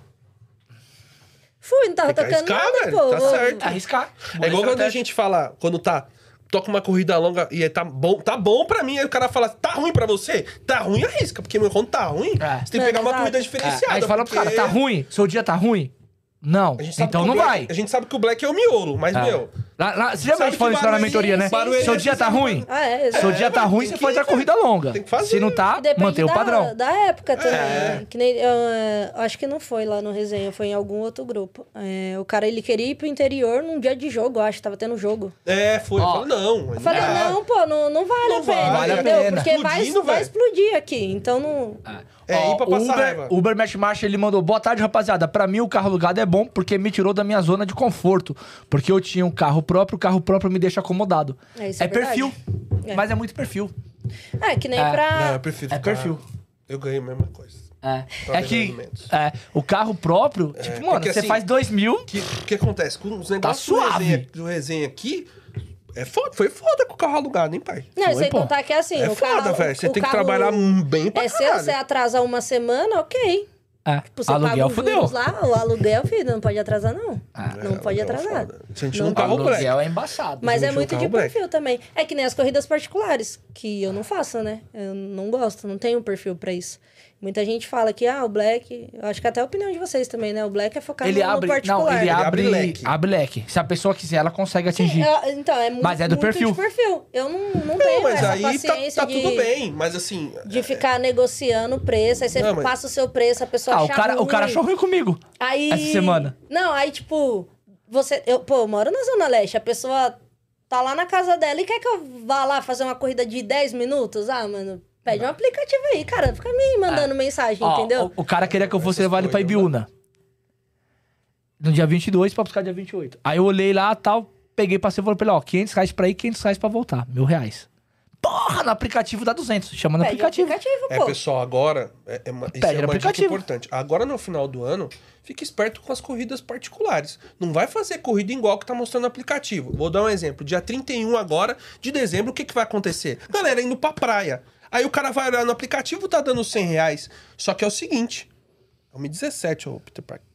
Speaker 4: Fui, não tava
Speaker 1: Tem que
Speaker 4: tocando
Speaker 1: arriscar,
Speaker 4: nada,
Speaker 1: velho,
Speaker 4: pô.
Speaker 1: tá
Speaker 4: Vou-
Speaker 1: certo.
Speaker 3: Arriscar.
Speaker 1: É igual quando a gente fala, quando tá. Toca uma corrida longa e aí tá bom, tá bom pra mim. Aí o cara fala, tá ruim pra você? Tá ruim, arrisca, porque meu, quando tá ruim,
Speaker 3: É.
Speaker 1: você tem que
Speaker 4: Não,
Speaker 1: pegar uma
Speaker 4: exato.
Speaker 1: corrida
Speaker 3: É,
Speaker 1: diferenciada.
Speaker 3: aí fala pro cara,
Speaker 1: porque é."
Speaker 3: tá ruim? Seu dia tá ruim? Não.
Speaker 1: a gente sabe
Speaker 3: Então
Speaker 1: que o
Speaker 3: não
Speaker 1: Black-
Speaker 3: vai. Ah.
Speaker 1: A gente sabe que o Black é o miolo, mas, meu.
Speaker 3: Lá, lá, você lembra
Speaker 1: Sabe que
Speaker 3: a gente falando isso lá na
Speaker 1: barulho-
Speaker 3: mentoria, né?
Speaker 1: sim, barulho-
Speaker 3: Seu dia tá ruim?
Speaker 4: Ah, é, exato.
Speaker 3: Seu dia tá ruim,
Speaker 1: tem
Speaker 3: você
Speaker 1: que-
Speaker 3: faz a corrida longa.
Speaker 1: tem que fazer.
Speaker 3: Se não tá,
Speaker 4: Depende
Speaker 3: mantém o
Speaker 4: da-
Speaker 3: padrão.
Speaker 4: Da época também. né? Que nem, eu, é, acho que não foi lá no resenha, foi em algum outro grupo. É, o cara ele queria ir pro interior num dia de jogo, eu acho, tava tendo jogo.
Speaker 1: É, foi. eu
Speaker 3: Ó,
Speaker 1: falo, não. tá
Speaker 4: Eu falei,
Speaker 1: dá.
Speaker 4: não, pô, não, não vale
Speaker 1: Não
Speaker 4: a pena.
Speaker 1: vale
Speaker 3: a
Speaker 4: entendeu?
Speaker 3: pena.
Speaker 4: Porque vai,
Speaker 1: Explodindo,
Speaker 4: vai
Speaker 1: velho.
Speaker 4: explodir aqui. Então não.
Speaker 1: É,
Speaker 3: Ó,
Speaker 1: ir pra passar
Speaker 3: Uber,
Speaker 1: raiva.
Speaker 3: Uber Match Marcha, ele mandou, boa tarde, rapaziada. Pra mim, o carro alugado é bom porque me tirou da minha zona de conforto. Porque eu tinha um carro próprio, o carro próprio me deixa acomodado.
Speaker 4: É, isso é verdade.
Speaker 3: perfil,
Speaker 4: É.
Speaker 3: mas é muito perfil.
Speaker 4: É, que nem
Speaker 3: É.
Speaker 1: Não, eu
Speaker 4: pra.
Speaker 1: prefiro.
Speaker 3: É
Speaker 1: ficar-
Speaker 3: perfil.
Speaker 1: Eu ganho a mesma coisa.
Speaker 3: É,
Speaker 1: Trabalhando
Speaker 3: que
Speaker 1: menos.
Speaker 3: é, o carro próprio, tipo, mano,
Speaker 1: porque
Speaker 3: você
Speaker 1: assim-
Speaker 3: faz dois mil,
Speaker 1: O que, que acontece? Com os negócios
Speaker 3: Tá suave.
Speaker 1: do, resenha, do resenha aqui, é foda, foi foda com o carro alugado, hein, pai?
Speaker 4: Não, e
Speaker 3: Foi,
Speaker 4: sem
Speaker 3: pô.
Speaker 4: contar que é assim.
Speaker 1: É
Speaker 4: o
Speaker 1: foda,
Speaker 4: carro-
Speaker 1: velho. Você
Speaker 4: o
Speaker 1: tem que
Speaker 4: carro
Speaker 1: trabalhar bem pra
Speaker 4: É seu,
Speaker 1: caralho.
Speaker 4: você atrasar uma semana, ok.
Speaker 3: é,
Speaker 4: Tipo, você paga
Speaker 3: aluguel Ah.
Speaker 4: os juros
Speaker 3: fodeu.
Speaker 4: lá, o aluguel, filho, não pode atrasar, não. não pode
Speaker 1: é
Speaker 4: atrasar.
Speaker 1: foda. Se a gente
Speaker 4: Não
Speaker 1: não carro black.
Speaker 3: Aluguel é embaçado.
Speaker 4: Mas é
Speaker 1: Gente,
Speaker 4: muito
Speaker 1: o
Speaker 4: de
Speaker 1: carro black.
Speaker 4: perfil também. É que nem as corridas particulares, que eu não faço, né? Eu não gosto, não tenho perfil pra isso. Muita gente fala que, ah, o Black. Eu acho que até a opinião de vocês também, né? O Black é focado
Speaker 3: Ele
Speaker 4: no
Speaker 3: abre,
Speaker 4: particular.
Speaker 3: não, ele
Speaker 1: abre
Speaker 3: abre,
Speaker 1: leque.
Speaker 3: abre leque. Se a pessoa quiser, ela consegue atingir.
Speaker 4: É, então, é muito,
Speaker 3: Mas é do
Speaker 4: muito
Speaker 3: perfil.
Speaker 4: de perfil. Eu não, não
Speaker 1: Não,
Speaker 4: tenho
Speaker 1: mas
Speaker 4: essa
Speaker 1: aí tá,
Speaker 4: paciência
Speaker 1: tá
Speaker 4: de,
Speaker 1: tudo bem, mas assim.
Speaker 4: de ficar negociando o preço. Aí você
Speaker 1: Não, mas-
Speaker 4: passa o seu preço, a pessoa
Speaker 3: Ah, o
Speaker 4: acha
Speaker 3: cara, o cara
Speaker 4: ruim.
Speaker 3: achou ruim comigo.
Speaker 4: Aí.
Speaker 3: Essa semana.
Speaker 4: Não, aí, tipo, você. Eu, pô, eu moro na Zona Leste, a pessoa tá lá na casa dela e quer que eu vá lá fazer uma corrida de 10 minutos? Ah, mano, pede um aplicativo aí, cara. Fica me mandando mensagem,
Speaker 3: É. Ó, um
Speaker 4: entendeu?
Speaker 3: O, o cara queria que eu fosse
Speaker 1: Essas
Speaker 3: levar ele pra
Speaker 1: coisas,
Speaker 3: Ibiúna. No dia 22 pra buscar dia 28. Aí eu olhei lá tal, peguei, passei e falei pra ele, ó, 500 reais pra ir, 500 reais pra voltar, mil reais. Porra, no aplicativo dá 200, chama no
Speaker 4: Pede
Speaker 3: aplicativo.
Speaker 4: um aplicativo,
Speaker 1: É,
Speaker 4: pô.
Speaker 1: pessoal, agora. É, é uma, isso
Speaker 3: Pede
Speaker 1: é uma dica
Speaker 3: aplicativo.
Speaker 1: importante. Agora, no final do ano, fique esperto com as corridas particulares. Não vai fazer corrida igual que tá mostrando no aplicativo. Vou dar um exemplo. Dia 31 agora de dezembro, o que, que vai acontecer? Galera indo pra praia. Aí o cara vai olhar no aplicativo, tá dando 100 reais. Só que é o seguinte: é 1,17, ô Peter Parker.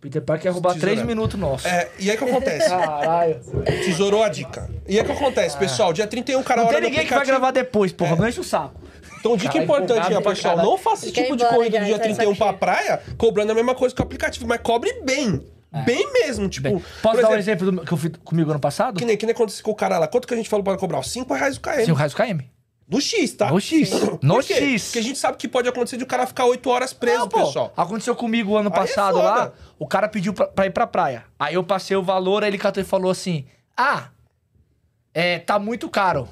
Speaker 3: Peter Parker quer roubar 3
Speaker 1: Tesourado.
Speaker 3: minutos nossos.
Speaker 1: É, e aí o que acontece?
Speaker 3: Ah, Caralho.
Speaker 1: Tesourou a dica. E aí o que acontece, pessoal? Dia 31 o cara
Speaker 3: Ah. Não tem
Speaker 1: olha no
Speaker 3: ninguém que vai
Speaker 1: aplicativo-
Speaker 3: É. gravar depois, porra, não enche o saco.
Speaker 1: Então, dica
Speaker 3: Cara,
Speaker 1: importante,
Speaker 3: empolgado
Speaker 1: aí,
Speaker 3: pra
Speaker 1: pessoal.
Speaker 3: caralho.
Speaker 1: Não faça esse
Speaker 4: Fica
Speaker 1: tipo de
Speaker 4: embora,
Speaker 1: corrida do
Speaker 4: já,
Speaker 1: dia
Speaker 4: faz
Speaker 1: 31
Speaker 4: só
Speaker 1: pra
Speaker 4: que-
Speaker 1: praia, cobrando a mesma coisa que o aplicativo, mas cobre bem. Bem mesmo, tipo.
Speaker 3: É. Bem,
Speaker 1: por
Speaker 3: posso dar um exemplo do- que eu fiz comigo ano passado?
Speaker 1: Que nem, que nem aconteceu com o cara lá. Quanto que a gente falou para cobrar? 5 reais o KM.
Speaker 3: Sim, o Raios KM.
Speaker 1: No X, tá?
Speaker 3: No X. No
Speaker 1: Por quê?
Speaker 3: X.
Speaker 1: Porque a gente sabe que pode acontecer de o cara ficar 8 horas preso,
Speaker 3: Não, pô,
Speaker 1: pessoal.
Speaker 3: Aconteceu comigo ano
Speaker 1: Aí é
Speaker 3: passado
Speaker 1: foda.
Speaker 3: lá. O cara pediu pra, pra ir pra praia. Aí eu passei o valor, aí ele catou e falou assim: Ah, é, tá muito caro.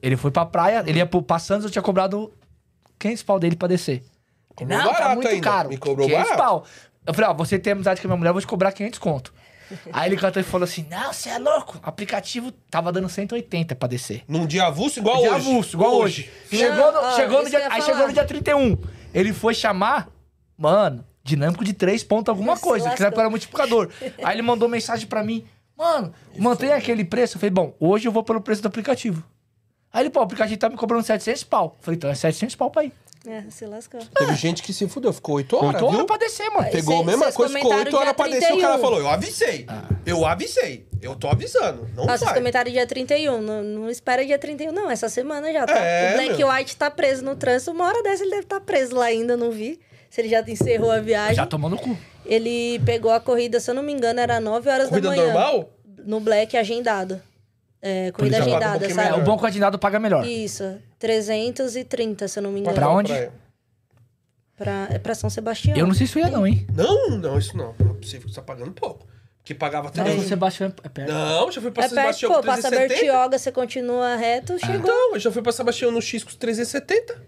Speaker 3: Ele foi pra praia, ele ia pro passando, eu tinha cobrado 500 pau dele pra descer.
Speaker 1: Cobrou
Speaker 3: não, tá
Speaker 1: barato
Speaker 3: muito
Speaker 1: ainda.
Speaker 3: caro.
Speaker 1: Me cobrou
Speaker 3: 500
Speaker 1: barato.
Speaker 3: pau. Eu falei, ó, você tem amizade com a minha mulher, eu vou te cobrar 500 conto. Aí ele cantou e falou assim, não, você é louco. O aplicativo tava dando 180 pra descer.
Speaker 1: Num dia avulso igual
Speaker 3: Dia
Speaker 1: hoje.
Speaker 3: avulso, igual hoje. Chegou, no,
Speaker 4: Não, ó,
Speaker 3: chegou no
Speaker 4: Ah, isso que eu
Speaker 3: dia,
Speaker 4: ia
Speaker 3: aí
Speaker 4: falar.
Speaker 3: chegou no dia 31. Ele foi chamar, mano, dinâmico de 3 pontos alguma
Speaker 4: Se
Speaker 3: coisa, que na
Speaker 4: lascou.
Speaker 3: época era multiplicador. aí ele mandou mensagem pra mim, mano, mantém aquele preço. Eu falei, bom, hoje eu vou pelo preço do aplicativo. Aí ele, pô, o aplicativo tá me cobrando 700 pau. Eu falei, então é 700 pau pra ir.
Speaker 4: É, se lascou.
Speaker 1: Teve gente que se fudeu, ficou 8 horas,
Speaker 3: Oito horas
Speaker 1: viu?
Speaker 3: pra descer, mano.
Speaker 4: Aí
Speaker 1: Pegou a
Speaker 4: Cês-
Speaker 1: mesma
Speaker 4: cês
Speaker 1: coisa, ficou 8
Speaker 4: comentaram
Speaker 1: horas pra
Speaker 4: dia
Speaker 1: descer, o cara
Speaker 4: 31.
Speaker 1: falou, eu avisei.
Speaker 3: Ah.
Speaker 1: Eu avisei. Eu tô avisando. Não
Speaker 4: Nossa, vocês
Speaker 1: vai.
Speaker 4: comentaram dia 31. Não, não espera dia 31, não. Essa semana já, tá?
Speaker 1: É,
Speaker 4: o Black
Speaker 1: meu.
Speaker 4: White tá preso no trânsito. Uma hora dessa ele deve estar preso lá ainda, não vi. Se ele já encerrou a viagem.
Speaker 3: Já tomou no cu.
Speaker 4: Ele pegou a corrida, se eu não me engano, era 9 horas
Speaker 1: Corrida
Speaker 4: da manhã.
Speaker 1: normal?
Speaker 4: No Black agendado. É, corrida
Speaker 1: Polícia paga um
Speaker 4: agendada,
Speaker 1: pouquinho
Speaker 4: sabe?
Speaker 3: É, o
Speaker 1: melhor.
Speaker 3: bom coordenado paga melhor.
Speaker 4: Isso. 330, se eu não me engano.
Speaker 3: Pra onde?
Speaker 4: Pra, é pra São Sebastião.
Speaker 3: Eu não sei se eu ia, não, hein?
Speaker 1: Não, não, isso não. Não é possível que você tá pagando pouco. Porque pagava
Speaker 3: Não,
Speaker 1: três.
Speaker 3: Sebastião é perto.
Speaker 1: Não, já fui pra
Speaker 4: É perto,
Speaker 1: Sebastião
Speaker 4: pô,
Speaker 1: com
Speaker 4: passa
Speaker 1: 370.
Speaker 4: Bertioga, você continua reto,
Speaker 3: Ah.
Speaker 4: chegou.
Speaker 1: Então, eu já fui pra Sebastião no X com 370.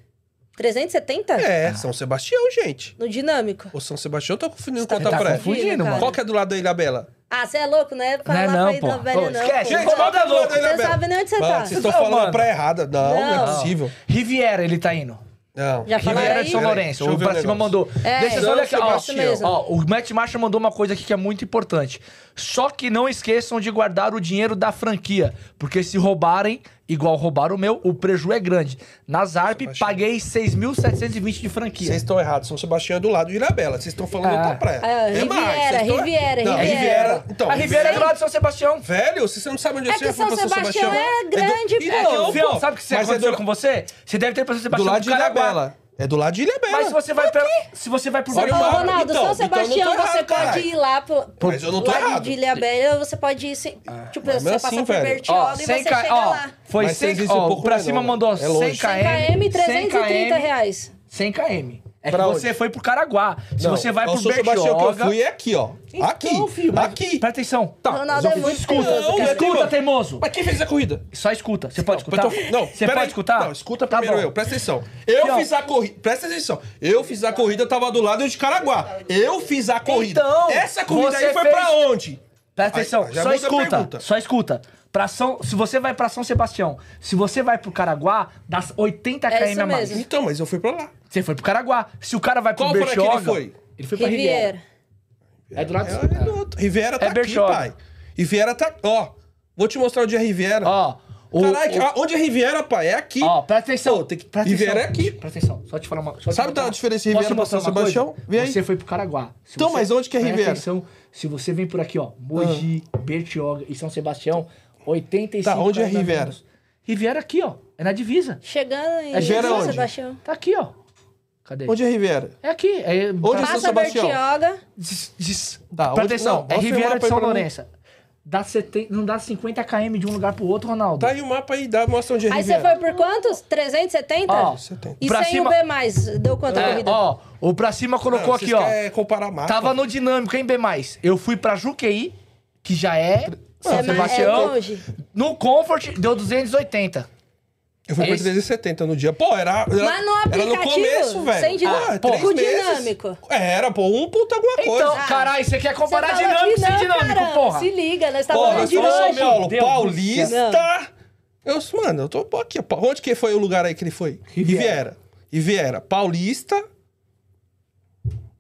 Speaker 4: 370?
Speaker 1: É, São Sebastião, gente.
Speaker 4: No dinâmico.
Speaker 1: Ô, São Sebastião, eu tô confundindo
Speaker 4: Você
Speaker 1: com outra
Speaker 3: tá
Speaker 1: praia.
Speaker 3: confundindo,
Speaker 4: cara.
Speaker 3: mano.
Speaker 1: Qual que é do lado da Ilha Bela?
Speaker 4: Ah, você é louco, né?
Speaker 3: Não é
Speaker 4: lá
Speaker 3: não,
Speaker 4: pra
Speaker 3: pô.
Speaker 4: Ilha Velha,
Speaker 3: Ô,
Speaker 4: não,
Speaker 3: esquece,
Speaker 4: pô.
Speaker 3: Gente, qual que é do lado da
Speaker 4: Você
Speaker 1: Ilha
Speaker 4: não
Speaker 1: Bela?
Speaker 4: sabe nem onde você
Speaker 1: Mano,
Speaker 4: tá.
Speaker 1: vocês estão
Speaker 3: Não,
Speaker 1: falando
Speaker 3: mano.
Speaker 1: a praia errada. Não, não, é
Speaker 4: Não.
Speaker 1: possível.
Speaker 3: Riviera, ele tá indo.
Speaker 1: Não.
Speaker 4: Já Fala
Speaker 3: Riviera
Speaker 4: aí.
Speaker 3: de São Lourenço.
Speaker 1: Deixa eu
Speaker 3: O
Speaker 1: ver um
Speaker 3: pra cima
Speaker 1: negócio.
Speaker 3: mandou.
Speaker 4: É,
Speaker 3: Deixa eu só olhar aqui, ó.
Speaker 4: isso mesmo.
Speaker 3: Ó, O Matt Marshall mandou uma coisa aqui que é muito importante. Só que não esqueçam de guardar o dinheiro da franquia. Porque se roubarem, igual roubaram o meu, o prejuízo é grande. Na Zarp,
Speaker 1: Sebastião.
Speaker 3: paguei 6.720 de franquia.
Speaker 1: Vocês estão errados. São Sebastião é do lado de Ilha Bela. Vocês estão falando
Speaker 3: Ah.
Speaker 1: outra praia.
Speaker 4: Ah, Riviera,
Speaker 1: vocês estão-
Speaker 4: Riviera,
Speaker 1: Não,
Speaker 4: Riviera.
Speaker 1: Então,
Speaker 3: É. a Riviera é do lado de São Sebastião.
Speaker 1: Velho, se você não sabe onde
Speaker 4: É
Speaker 1: você
Speaker 4: que
Speaker 1: foi pra
Speaker 4: São Sebastião é
Speaker 1: do-
Speaker 4: grande,
Speaker 1: Ih,
Speaker 4: pô.
Speaker 1: não,
Speaker 3: Fiel,
Speaker 1: pô.
Speaker 3: sabe o que você
Speaker 1: Mas é
Speaker 3: aconteceu
Speaker 1: do-
Speaker 3: com você? Você deve ter passado
Speaker 1: do
Speaker 3: Sebastião
Speaker 1: lado de Ilha
Speaker 3: Caraguá.
Speaker 1: Bela. É do lado de Ilha Bela.
Speaker 3: Mas se você vai pra. Se você vai pro
Speaker 1: Olha
Speaker 4: Ô,
Speaker 1: o mapa.
Speaker 4: Ronaldo,
Speaker 1: Então,
Speaker 3: tá
Speaker 4: São
Speaker 1: então eu não tô
Speaker 4: Sebastião,
Speaker 1: errado,
Speaker 4: você pode
Speaker 1: caralho.
Speaker 4: ir lá pro, pro
Speaker 1: Mas eu não tô
Speaker 4: lá
Speaker 1: errado.
Speaker 4: de Ilha Bela, você pode ir sem, tipo,
Speaker 1: mas
Speaker 4: você
Speaker 1: mesmo
Speaker 4: passa
Speaker 1: assim,
Speaker 4: por
Speaker 1: velho.
Speaker 4: Bertioga
Speaker 3: Ó,
Speaker 4: e você
Speaker 3: 100
Speaker 4: chega
Speaker 3: K, ó,
Speaker 4: lá.
Speaker 3: foi
Speaker 1: Mas
Speaker 3: 100
Speaker 1: vocês
Speaker 3: km.
Speaker 1: dizem
Speaker 3: Ó,
Speaker 1: pouco
Speaker 3: pra
Speaker 1: não é,
Speaker 3: cima
Speaker 1: não.
Speaker 3: mandou
Speaker 1: É
Speaker 3: 100
Speaker 1: longe.
Speaker 3: km.
Speaker 4: 100 km, 330
Speaker 3: 100 km,
Speaker 4: reais.
Speaker 3: 100 km. É que
Speaker 1: Pra
Speaker 3: você
Speaker 1: onde?
Speaker 3: foi pro Caraguá. Se você vai pro
Speaker 1: é São Sebastião que eu
Speaker 3: Bertioga...
Speaker 1: fui é aqui, ó.
Speaker 4: Então,
Speaker 1: aqui.
Speaker 3: Então, filho, mas-
Speaker 1: aqui.
Speaker 3: Presta atenção.
Speaker 1: Tá,
Speaker 4: Ronaldo é muito
Speaker 3: Escuta,
Speaker 4: teimoso,
Speaker 1: Não,
Speaker 4: cara.
Speaker 1: eu tô-
Speaker 3: escuta, teimoso.
Speaker 1: Mas quem fez a corrida?
Speaker 3: Só escuta. Você pode
Speaker 1: Não,
Speaker 3: escutar?
Speaker 1: eu tô- Não,
Speaker 3: Você
Speaker 1: pera
Speaker 3: pode
Speaker 1: aí.
Speaker 3: escutar?
Speaker 1: Não, escuta
Speaker 3: Tá
Speaker 1: primeiro
Speaker 3: bom.
Speaker 1: eu, presta atenção. Eu
Speaker 3: Fiel.
Speaker 1: fiz a corrida. Presta atenção. Eu fiz a corrida, tava do lado de Caraguá. Eu fiz a corrida.
Speaker 3: Então,
Speaker 1: Essa corrida
Speaker 3: você
Speaker 1: aí foi
Speaker 3: fez-
Speaker 1: pra onde?
Speaker 3: Presta
Speaker 1: Aí,
Speaker 3: atenção,
Speaker 1: já
Speaker 3: só
Speaker 1: muda a
Speaker 3: escuta,
Speaker 1: pergunta.
Speaker 3: só escuta. Pra São, se você vai pra São Sebastião, se você vai pro Caraguá, dá 80
Speaker 4: É
Speaker 3: km
Speaker 4: isso
Speaker 3: a mais.
Speaker 4: mesmo.
Speaker 1: Então, mas eu fui pra lá.
Speaker 3: Você foi pro Caraguá. Se o cara vai pro
Speaker 1: Qual praia que ele
Speaker 3: Bertioga...
Speaker 1: foi?
Speaker 3: Ele foi pra Riviera.
Speaker 4: Riviera.
Speaker 3: É do lado...
Speaker 1: É, é do outro. Riviera tá
Speaker 3: É
Speaker 1: aqui,
Speaker 3: Bertioga.
Speaker 1: pai. Riviera tá. Ó, vou te mostrar onde é Riviera.
Speaker 3: Ó, o-
Speaker 1: Caralho,
Speaker 3: o-
Speaker 1: ah, onde é Riviera, pai? É aqui.
Speaker 3: Ó, presta atenção.
Speaker 1: Pô, tem que-
Speaker 3: presta
Speaker 1: Riviera
Speaker 3: atenção.
Speaker 1: é aqui.
Speaker 3: Presta atenção. Só te falar uma... Só te
Speaker 1: Sabe
Speaker 3: contar-
Speaker 1: da diferença de Riviera
Speaker 3: Posso te
Speaker 1: pra
Speaker 3: mostrar
Speaker 1: São
Speaker 3: uma coisa?
Speaker 1: Sebastião? Vem aí.
Speaker 3: Você foi pro Caraguá. Se
Speaker 1: Então,
Speaker 3: você-
Speaker 1: mas onde que é
Speaker 3: presta
Speaker 1: Riviera?
Speaker 3: atenção. Se você vem por aqui, ó, Mogi, Bertioga e São Sebastião, 85...
Speaker 1: Tá, onde é
Speaker 3: km.
Speaker 1: Riviera?
Speaker 3: Riviera aqui, ó. É na divisa.
Speaker 4: Chegando em
Speaker 3: É
Speaker 1: Riviera
Speaker 4: São
Speaker 1: onde?
Speaker 4: Sebastião.
Speaker 3: Tá aqui, ó. Cadê?
Speaker 1: Onde é Riviera?
Speaker 3: É aqui. É...
Speaker 1: Onde São
Speaker 3: tá-
Speaker 4: Passa
Speaker 1: Sebastião.
Speaker 4: Bertioga.
Speaker 3: Des- des-
Speaker 1: Tá,
Speaker 3: Presta
Speaker 1: onde-
Speaker 3: atenção,
Speaker 1: não,
Speaker 3: é
Speaker 1: mostra o
Speaker 3: Riviera
Speaker 1: mapa
Speaker 3: de
Speaker 1: aí
Speaker 3: São
Speaker 1: pra mim.
Speaker 3: Lourenço. Dá 70, não dá 50 km de um lugar pro outro, Ronaldo.
Speaker 1: Tá aí o mapa aí, dá, mostra onde é
Speaker 4: Aí você
Speaker 1: Riviera.
Speaker 4: foi por quantos? 370?
Speaker 3: Ó,
Speaker 4: e
Speaker 3: pra
Speaker 4: sem
Speaker 3: cima-
Speaker 4: o B+, mais, deu quanto a
Speaker 3: É,
Speaker 4: corrida?
Speaker 3: ó, o pra cima colocou
Speaker 1: Não,
Speaker 3: aqui,
Speaker 1: vocês
Speaker 3: ó.
Speaker 1: querem comparar
Speaker 4: Ah,
Speaker 1: mapa.
Speaker 3: Tava no dinâmico, hein, B+. Eu fui pra Juqueí, que já é São
Speaker 4: é, mais- é
Speaker 3: Sebastião.
Speaker 4: longe.
Speaker 3: no Comfort, deu 280.
Speaker 1: Eu fui pra
Speaker 3: Esse-
Speaker 1: 370 no dia. Pô, era. era
Speaker 4: Mas no
Speaker 1: era no
Speaker 4: aplicativo,
Speaker 1: começo, velho.
Speaker 4: sem dinâmico,
Speaker 1: Ah, três
Speaker 4: com
Speaker 1: meses.
Speaker 4: dinâmico.
Speaker 1: Era, pô, um puta alguma coisa.
Speaker 3: Então, caralho, você quer comparar
Speaker 4: Você falou
Speaker 3: dinâmico
Speaker 4: que
Speaker 3: sem
Speaker 4: não,
Speaker 3: dinâmico,
Speaker 4: cara.
Speaker 3: porra.
Speaker 4: Se liga, nós estamos
Speaker 1: Porra,
Speaker 4: falando de
Speaker 1: São
Speaker 4: longe.
Speaker 1: Paulo,
Speaker 3: Deus do
Speaker 1: Paulista. Eu, mano, eu tô aqui. ó. Onde que foi o lugar aí que ele foi?
Speaker 3: Riviera.
Speaker 1: Riviera. Riviera. Paulista.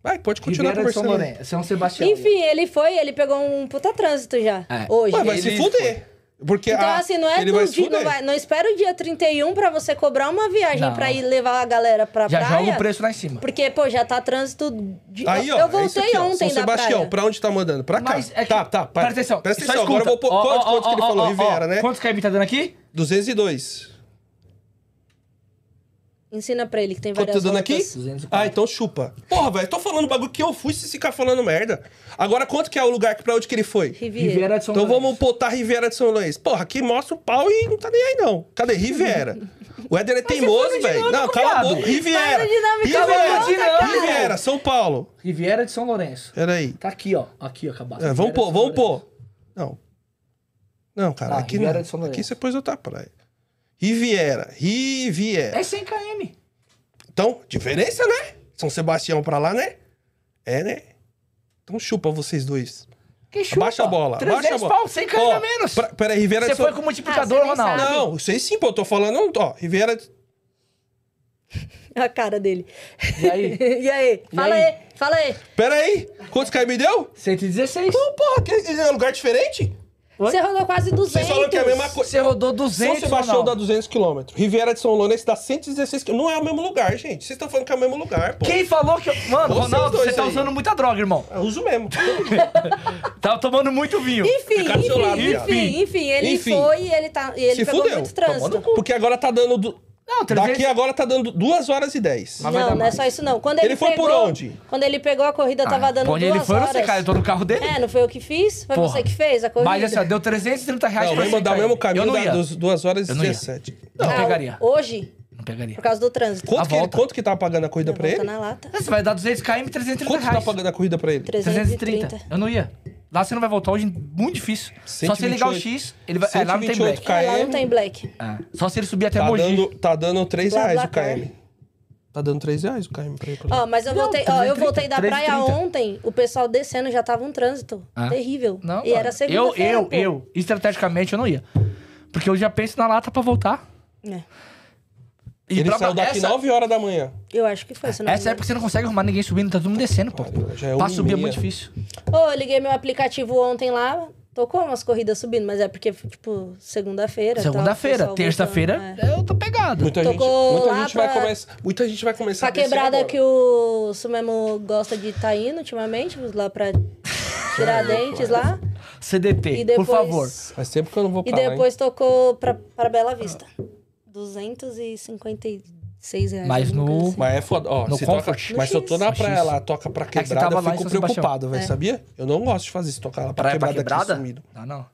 Speaker 1: Vai, pode continuar
Speaker 3: Riviera de São
Speaker 1: conversando. aí.
Speaker 3: Lourenço, São Sebastião.
Speaker 4: Enfim, ele foi, ele pegou um puta trânsito já,
Speaker 3: É.
Speaker 4: hoje.
Speaker 1: Ué, vai se
Speaker 3: Ele
Speaker 1: fuder. Porque
Speaker 4: Então,
Speaker 1: a-
Speaker 4: assim, não é
Speaker 1: Ah, ele
Speaker 4: do
Speaker 1: vai se
Speaker 4: dia, não,
Speaker 1: fuder.
Speaker 4: vai, não espera o dia 31 pra você cobrar uma viagem
Speaker 3: Não.
Speaker 4: pra ir levar a galera pra
Speaker 3: Já
Speaker 4: praia.
Speaker 3: joga o preço lá em cima.
Speaker 4: Porque, pô, já tá trânsito de...
Speaker 1: Aí, ó,
Speaker 4: eu
Speaker 1: é isso
Speaker 4: voltei
Speaker 1: aqui, ó.
Speaker 4: ontem
Speaker 1: São
Speaker 4: da
Speaker 1: Sebastião,
Speaker 4: praia.
Speaker 1: pra onde tá mandando? Pra cá.
Speaker 3: Mas é que-
Speaker 1: Tá, tá.
Speaker 3: Presta atenção.
Speaker 1: Presta
Speaker 3: só
Speaker 1: atenção. Agora eu vou pôr.
Speaker 3: escuta. Ó,
Speaker 1: quanto,
Speaker 3: ó,
Speaker 1: quanto que ele
Speaker 3: ó, é ó,
Speaker 1: falou? né?
Speaker 3: ó.
Speaker 1: Riviera, né?
Speaker 3: Quantos KM tá dando aqui?
Speaker 1: 202.
Speaker 4: Ensina pra ele que tem
Speaker 1: Tô
Speaker 4: várias
Speaker 1: te tá dando aqui?
Speaker 4: rotas.
Speaker 1: Ah, então chupa. Porra, velho, tô falando um bagulho que eu fui se ficar falando merda. Agora, quanto que é o lugar que pra onde que ele foi?
Speaker 4: Riviera.
Speaker 3: Rivera de São
Speaker 1: Então
Speaker 3: Lourenço.
Speaker 1: vamos botar Riviera de São Luís. Porra, aqui mostra o pau e não tá nem aí, não. Cadê Riviera? O Éder é teimoso, velho. Não, cala a
Speaker 3: viado. é
Speaker 1: boca. Riviera.
Speaker 4: Para de dar me
Speaker 1: Riviera.
Speaker 4: calar a boca, cara.
Speaker 1: Riviera, São Paulo.
Speaker 5: Riviera de São Lourenço.
Speaker 1: Peraí.
Speaker 5: Tá aqui, ó. Aqui, ó, cabaça.
Speaker 1: É,
Speaker 5: Riviera
Speaker 1: vamos
Speaker 5: de
Speaker 1: pôr,
Speaker 5: São
Speaker 1: vamos
Speaker 5: Lourenço.
Speaker 1: pôr. Não. Não, cara,
Speaker 3: Ah,
Speaker 1: aqui
Speaker 3: Riviera
Speaker 1: não.
Speaker 3: de São Lourenço.
Speaker 1: Aqui você pôs outra praia. Riviera. Riviera.
Speaker 3: É 100 km.
Speaker 1: Então, diferença, né? São Sebastião pra lá, né? É, né? Então chupa vocês dois.
Speaker 3: Que chupa.
Speaker 1: Abaixa a bola, abaixa a
Speaker 3: 300
Speaker 1: bola.
Speaker 3: pau, 100 km
Speaker 1: Ó,
Speaker 3: a menos.
Speaker 1: pra- pera aí, Riviera
Speaker 3: Você
Speaker 1: de São...
Speaker 3: foi com o multiplicador,
Speaker 4: Ah, você nem
Speaker 3: Ronaldo.
Speaker 4: sabe.
Speaker 1: Não, isso aí sim, pô. Eu tô falando, ó. Riviera...
Speaker 4: A cara dele.
Speaker 3: E Tá aí?
Speaker 4: e aí? Fala
Speaker 3: aí?
Speaker 4: aí, fala aí.
Speaker 1: Pera aí. Quantos caras me deu?
Speaker 3: 116.
Speaker 1: Então, porra, que é lugar diferente?
Speaker 3: Oi?
Speaker 4: Você rodou quase 200.
Speaker 1: Vocês falam que é a mesma coisa.
Speaker 3: Você rodou
Speaker 1: São
Speaker 3: 200,
Speaker 1: Sebastião dá
Speaker 3: Ronaldo.
Speaker 1: 200 km. Riviera de São Lourenço dá 116 km. Não é o mesmo lugar, gente. Vocês estão falando que é o mesmo lugar, pô.
Speaker 3: Quem falou que... eu- Mano,
Speaker 1: Vocês
Speaker 3: Ronaldo,
Speaker 1: dois
Speaker 3: você tá
Speaker 1: aí.
Speaker 3: usando muita droga, irmão.
Speaker 1: Eu uso mesmo.
Speaker 3: Tá tomando muito vinho.
Speaker 4: Enfim,
Speaker 1: Ficar do seu lado,
Speaker 4: enfim,
Speaker 1: viado.
Speaker 4: enfim, enfim, ele
Speaker 1: Enfim.
Speaker 4: foi e ele, tá, e ele
Speaker 1: Se
Speaker 4: pegou
Speaker 1: fudeu.
Speaker 4: muito trânsito.
Speaker 1: Porque agora tá dando... du-
Speaker 3: Não, 300...
Speaker 1: Daqui agora tá dando 2 horas e 10.
Speaker 3: Mas vai dar
Speaker 4: Não, não é
Speaker 3: mais.
Speaker 4: só isso não. Quando ele,
Speaker 1: Ele foi
Speaker 4: pegou-
Speaker 1: por onde?
Speaker 4: Quando ele pegou a corrida, tava dando
Speaker 3: Onde
Speaker 4: duas
Speaker 3: Ah, ele foi, eu
Speaker 4: horas.
Speaker 3: não sei, cara. Eu tô no carro dele.
Speaker 4: É, não foi eu que fiz? Foi
Speaker 3: Porra.
Speaker 4: você que fez a corrida?
Speaker 3: Mas assim, ó, deu 330 reais
Speaker 1: Não,
Speaker 3: pra
Speaker 1: vai mandar o
Speaker 3: você,
Speaker 1: mesmo
Speaker 3: cara.
Speaker 1: caminho
Speaker 3: Eu não
Speaker 1: da,
Speaker 3: ia.
Speaker 1: dos 2 horas e
Speaker 3: Eu não ia.
Speaker 1: 17.
Speaker 3: Não
Speaker 4: Ah,
Speaker 3: pegaria.
Speaker 4: Hoje,
Speaker 3: Não pegaria.
Speaker 4: por causa do trânsito.
Speaker 1: Quanto
Speaker 3: A
Speaker 1: que, ele,
Speaker 3: volta.
Speaker 1: quanto que tava pagando a corrida pra
Speaker 4: Volta é um
Speaker 1: ele?
Speaker 4: na lata.
Speaker 3: Você vai dar 200 km, 330
Speaker 1: Quanto que
Speaker 3: reais.
Speaker 1: tá pagando a corrida pra ele?
Speaker 4: 330.
Speaker 3: 330. Eu não ia. Lá você não vai voltar hoje, muito difícil. Só se ele ligar o X, ele vai. É, lá não tem black.
Speaker 1: 128
Speaker 4: É, lá não
Speaker 1: KM.
Speaker 4: tem black.
Speaker 3: É. Só se ele subir até
Speaker 1: Tá
Speaker 3: Mogi.
Speaker 1: dando, tá dando 3
Speaker 4: Blá,
Speaker 1: reais
Speaker 4: blá,
Speaker 1: o KM. Tá dando 3 reais o KM pra ele.
Speaker 3: Ah,
Speaker 4: Ó, mas eu
Speaker 3: Não,
Speaker 4: voltei, ó, eu
Speaker 3: 330,
Speaker 4: voltei da praia
Speaker 3: 330.
Speaker 4: ontem, o pessoal descendo já tava um trânsito
Speaker 3: Ah.
Speaker 4: terrível.
Speaker 3: Não,
Speaker 4: e
Speaker 3: mano.
Speaker 4: era segunda
Speaker 3: Eu, eu, eu, estrategicamente eu não ia. Porque eu já penso na lata pra voltar.
Speaker 4: É,
Speaker 3: E
Speaker 1: ele
Speaker 3: pra-
Speaker 1: saiu daqui
Speaker 3: essa,
Speaker 1: 9 horas da manhã.
Speaker 4: Eu acho que foi, se eu não me
Speaker 3: Essa é época
Speaker 4: engano.
Speaker 3: você não consegue arrumar ninguém subindo, tá todo mundo descendo, pô.
Speaker 1: Cara, já é
Speaker 3: pra
Speaker 1: uma e
Speaker 3: subir é
Speaker 1: meia.
Speaker 3: muito difícil.
Speaker 4: Ô, eu liguei meu aplicativo ontem lá, tocou umas corridas subindo, mas é porque, tipo, segunda-feira. tal,
Speaker 3: é Segunda-feira,
Speaker 4: pessoal
Speaker 3: terça-feira,
Speaker 4: voltando, é.
Speaker 3: eu tô pegado.
Speaker 1: Muita gente,
Speaker 4: Tocou
Speaker 1: muita
Speaker 4: lá
Speaker 1: gente vai
Speaker 4: pra-
Speaker 1: começar. Muita gente vai começar
Speaker 4: Essa
Speaker 1: a descer
Speaker 4: quebrada
Speaker 1: agora.
Speaker 4: que o Sumemo gosta de estar indo ultimamente, lá pra Tiradentes lá.
Speaker 3: CDT,
Speaker 4: E depois...
Speaker 3: por favor.
Speaker 1: Faz tempo que eu não vou
Speaker 4: E
Speaker 1: pra lá, hein?
Speaker 4: depois tocou pra, pra Bela Vista. 256 reais.
Speaker 3: Mas
Speaker 4: alguma
Speaker 3: no-
Speaker 4: coisa assim.
Speaker 1: Mas é foda. Ó,
Speaker 3: No
Speaker 1: se
Speaker 3: comfort.
Speaker 1: Toca, mas se eu tô na
Speaker 3: No X.
Speaker 1: praia lá, toca pra
Speaker 3: que você
Speaker 1: quebrada,
Speaker 3: tava
Speaker 1: eu
Speaker 3: lá em
Speaker 1: fico
Speaker 3: São Sebastião.
Speaker 1: preocupado,
Speaker 4: É.
Speaker 1: velho, sabia? Eu não gosto de fazer isso, tocar lá pra
Speaker 3: Praia pra
Speaker 1: Tá quebrada,
Speaker 3: quebrada?
Speaker 1: aqui sumido.
Speaker 3: Ah, não.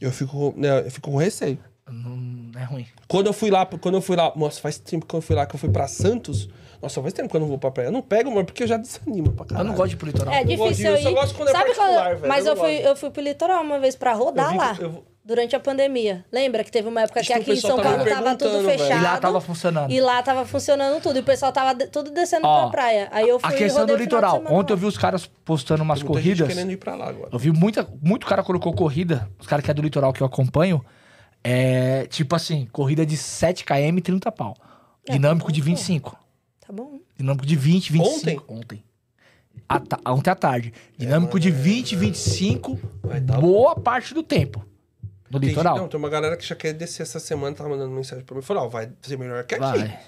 Speaker 1: Eu fico, né, eu fico com receio.
Speaker 3: Não é ruim.
Speaker 1: Quando eu fui lá, quando eu fui lá, nossa, faz tempo que eu fui lá, que eu fui pra Santos. Nossa, faz tempo que eu não vou pra praia. Eu não pego, mano, porque eu já desanimo pra
Speaker 3: Eu
Speaker 1: caralho.
Speaker 3: não gosto de ir pro litoral.
Speaker 4: É
Speaker 1: gosto
Speaker 4: difícil
Speaker 1: de-
Speaker 4: eu
Speaker 1: eu só
Speaker 4: ir.
Speaker 1: gosto quando é
Speaker 4: Sabe
Speaker 1: particular,
Speaker 4: quando...
Speaker 1: velho,
Speaker 4: Mas
Speaker 1: eu
Speaker 4: eu,
Speaker 1: não
Speaker 4: fui,
Speaker 1: gosto.
Speaker 4: eu fui pro litoral uma vez pra rodar
Speaker 1: Eu vi-
Speaker 4: lá.
Speaker 1: eu vou-
Speaker 4: Durante a pandemia. Lembra que teve uma época
Speaker 1: Isso
Speaker 4: que
Speaker 1: que o
Speaker 4: aqui em
Speaker 1: pessoal
Speaker 4: São
Speaker 1: tava
Speaker 4: Paulo
Speaker 1: me
Speaker 4: tava tudo
Speaker 1: perguntando, velho.
Speaker 4: fechado.
Speaker 3: E lá tava funcionando.
Speaker 4: E lá tava funcionando tudo. E o pessoal tava de- tudo descendo
Speaker 3: Ó,
Speaker 4: pra praia. Aí eu fui
Speaker 3: A
Speaker 1: é
Speaker 4: e
Speaker 3: questão do
Speaker 4: rodei o final de
Speaker 3: é litoral.
Speaker 4: semana
Speaker 3: Ontem eu
Speaker 4: lá.
Speaker 3: vi os caras postando umas
Speaker 1: Muita gente
Speaker 3: corridas.
Speaker 1: querendo ir pra lá agora.
Speaker 3: Eu vi muita, muito cara colocou corrida, os caras que é do litoral que eu acompanho, é tipo assim, corrida de 7 km 30 pau.
Speaker 4: É,
Speaker 3: Dinâmico de
Speaker 4: bom,
Speaker 3: 25.
Speaker 4: Tá bom.
Speaker 3: Dinâmico de 20, 25.
Speaker 1: Ontem?
Speaker 3: Ontem. À ta- ontem à tarde. Dinâmico de 20, 25,
Speaker 1: Vai dar
Speaker 3: boa parte do tempo. No
Speaker 1: Tem gente-
Speaker 3: litoral.
Speaker 1: Não, tem uma galera que já quer descer essa semana, tava mandando mensagem pra mim. Falou, ó, vai ser melhor que aqui.
Speaker 3: Vai.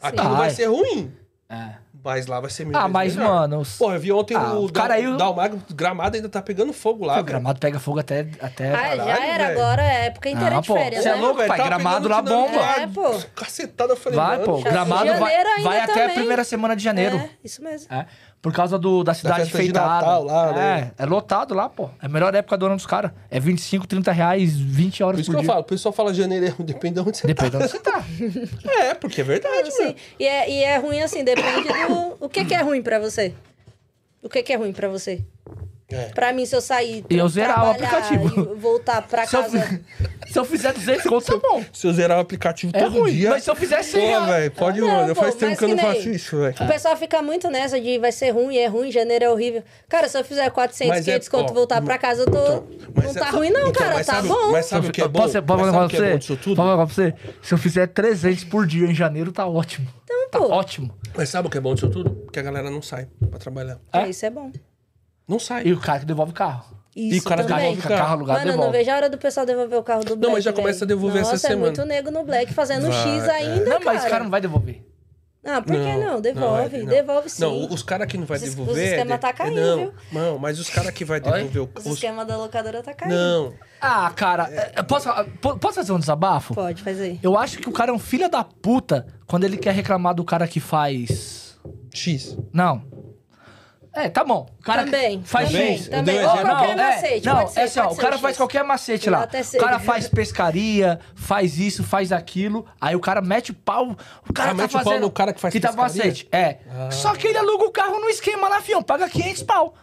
Speaker 1: Aqui
Speaker 3: Sim.
Speaker 1: não vai
Speaker 3: Vai.
Speaker 1: ser ruim,
Speaker 3: É.
Speaker 1: mas lá vai ser melhor.
Speaker 3: Ah, mas,
Speaker 1: melhor.
Speaker 3: mano, os-
Speaker 1: Pô, eu vi ontem
Speaker 3: Ah,
Speaker 1: o,
Speaker 3: o cara aí-
Speaker 1: Dal- Dalmagro, gramado ainda tá pegando fogo lá.
Speaker 3: o gramado pega fogo até. até...
Speaker 4: Ah, já
Speaker 1: caralho,
Speaker 4: era
Speaker 1: velho.
Speaker 4: agora, é a época inteira
Speaker 3: É, Ah,
Speaker 4: de
Speaker 3: pô,
Speaker 4: férias,
Speaker 3: você é
Speaker 4: né?
Speaker 1: tá
Speaker 3: louco, pai, gramado lá bomba.
Speaker 4: É, pô.
Speaker 1: Cacetada, eu falei,
Speaker 3: Vai,
Speaker 1: mano,
Speaker 3: pô. o
Speaker 1: cara,
Speaker 3: Gramado vai,
Speaker 4: Janeiro ainda
Speaker 3: vai até a
Speaker 4: também.
Speaker 3: primeira semana de janeiro.
Speaker 4: É, isso mesmo.
Speaker 3: É, por causa do, da cidade
Speaker 1: festa de
Speaker 3: enfeitada.
Speaker 1: Natal lá,
Speaker 3: é,
Speaker 1: né?
Speaker 3: é lotado lá, pô. É a melhor época do ano dos caras. É 25, 30 reais, 20 horas
Speaker 1: Por isso
Speaker 3: por
Speaker 1: que eu
Speaker 3: dia.
Speaker 1: falo, o pessoal fala janeiro é ruim, depende de onde você
Speaker 3: Depende de onde você tá.
Speaker 1: tá. É, porque é
Speaker 3: tipo
Speaker 1: verdade,
Speaker 4: Assim,
Speaker 1: mano.
Speaker 4: e, é, e é ruim assim, depende do. O que, que é ruim pra você? O que, que é ruim pra você?
Speaker 1: É.
Speaker 4: Pra mim, se eu sair.
Speaker 3: Eu zerava o
Speaker 4: trabalhar
Speaker 3: aplicativo.
Speaker 4: e voltar pra
Speaker 3: Se eu,
Speaker 4: casa.
Speaker 3: fi- se eu fizer 200 conto, tá bom.
Speaker 1: Se eu zerar o aplicativo
Speaker 3: É
Speaker 1: todo
Speaker 3: ruim,
Speaker 1: dia...
Speaker 3: mas se eu fizer 100
Speaker 1: Pô,
Speaker 3: reais-
Speaker 1: velho, pode ir,
Speaker 4: Não,
Speaker 1: mano.
Speaker 4: pô,
Speaker 1: Faz tempo
Speaker 4: mas
Speaker 1: que eu não
Speaker 4: que nem- Então,
Speaker 1: faço isso, velho.
Speaker 4: O pessoal fica muito nessa de vai ser ruim, é ruim, janeiro é horrível. Cara, se eu fizer 400,
Speaker 1: Mas é,
Speaker 4: 500 conto
Speaker 1: ó,
Speaker 4: e voltar pra casa, eu tô.
Speaker 1: Mas
Speaker 4: não
Speaker 1: é-
Speaker 4: tá ruim, não,
Speaker 1: Então,
Speaker 4: cara,
Speaker 1: mas
Speaker 4: tá
Speaker 1: sabe-
Speaker 4: bom.
Speaker 1: Mas sabe o que é bom?
Speaker 3: Posso, posso
Speaker 1: Mas
Speaker 3: falar
Speaker 1: sabe o
Speaker 3: pra
Speaker 1: que é
Speaker 3: você?
Speaker 1: bom disso tudo?
Speaker 3: Posso falar pra você? Se eu fizer 300 por dia em janeiro, tá ótimo.
Speaker 4: Então,
Speaker 3: Tá
Speaker 4: pô.
Speaker 3: ótimo.
Speaker 1: Mas sabe o que é bom disso tudo? Que a galera não sai pra trabalhar.
Speaker 4: É, isso é bom.
Speaker 1: Não sai.
Speaker 3: E o cara que devolve o carro.
Speaker 4: Isso
Speaker 1: E o cara
Speaker 3: Carro,
Speaker 4: também.
Speaker 1: devolve o
Speaker 3: carro, carro alugado
Speaker 4: Mano, eu não
Speaker 3: devolve.
Speaker 4: vejo a hora do pessoal devolver o carro do Black.
Speaker 1: mas já começa
Speaker 4: velho.
Speaker 1: a devolver essa
Speaker 4: Nossa,
Speaker 1: semana.
Speaker 4: é muito nego no Black fazendo
Speaker 1: Vai,
Speaker 4: X ainda,
Speaker 3: Não,
Speaker 4: cara.
Speaker 3: mas esse cara não vai devolver.
Speaker 4: Não, por que não? Devolve,
Speaker 1: é, não.
Speaker 4: devolve sim.
Speaker 1: Não, os caras que não vai
Speaker 4: Os- os
Speaker 1: devolver.
Speaker 4: esquema
Speaker 1: é de-
Speaker 4: tá caindo,
Speaker 1: Não,
Speaker 4: viu?
Speaker 1: não mas os caras que vai devolver o.
Speaker 4: Os
Speaker 1: os-
Speaker 4: esquemas da locadora tá caindo.
Speaker 1: Não,
Speaker 3: Ah, cara,
Speaker 1: É.
Speaker 3: eh, posso, ah, po- posso fazer um desabafo?
Speaker 4: Pode fazer.
Speaker 3: Eu acho que o cara é um filho da puta quando ele quer reclamar do cara que faz.
Speaker 1: X.
Speaker 3: Não. É, tá bom. O cara
Speaker 4: Também,
Speaker 3: faz
Speaker 4: também,
Speaker 3: X.
Speaker 4: também.
Speaker 1: Ou qualquer
Speaker 4: macete,
Speaker 3: Não,
Speaker 4: pode ser,
Speaker 3: é assim, ó,
Speaker 4: pode
Speaker 3: o
Speaker 4: ser
Speaker 3: cara
Speaker 4: X.
Speaker 3: faz qualquer macete lá.
Speaker 4: Até ser.
Speaker 3: O cara faz pescaria, faz isso, faz aquilo. Aí o cara mete o pau. O cara
Speaker 1: Ah,
Speaker 3: tá
Speaker 1: mete o pau
Speaker 3: fazendo.
Speaker 1: no cara que faz
Speaker 3: tá
Speaker 1: pescaria? Ah.
Speaker 3: macete. É. Só que ele aluga o carro no esquema lá, fião. Paga 500 pau.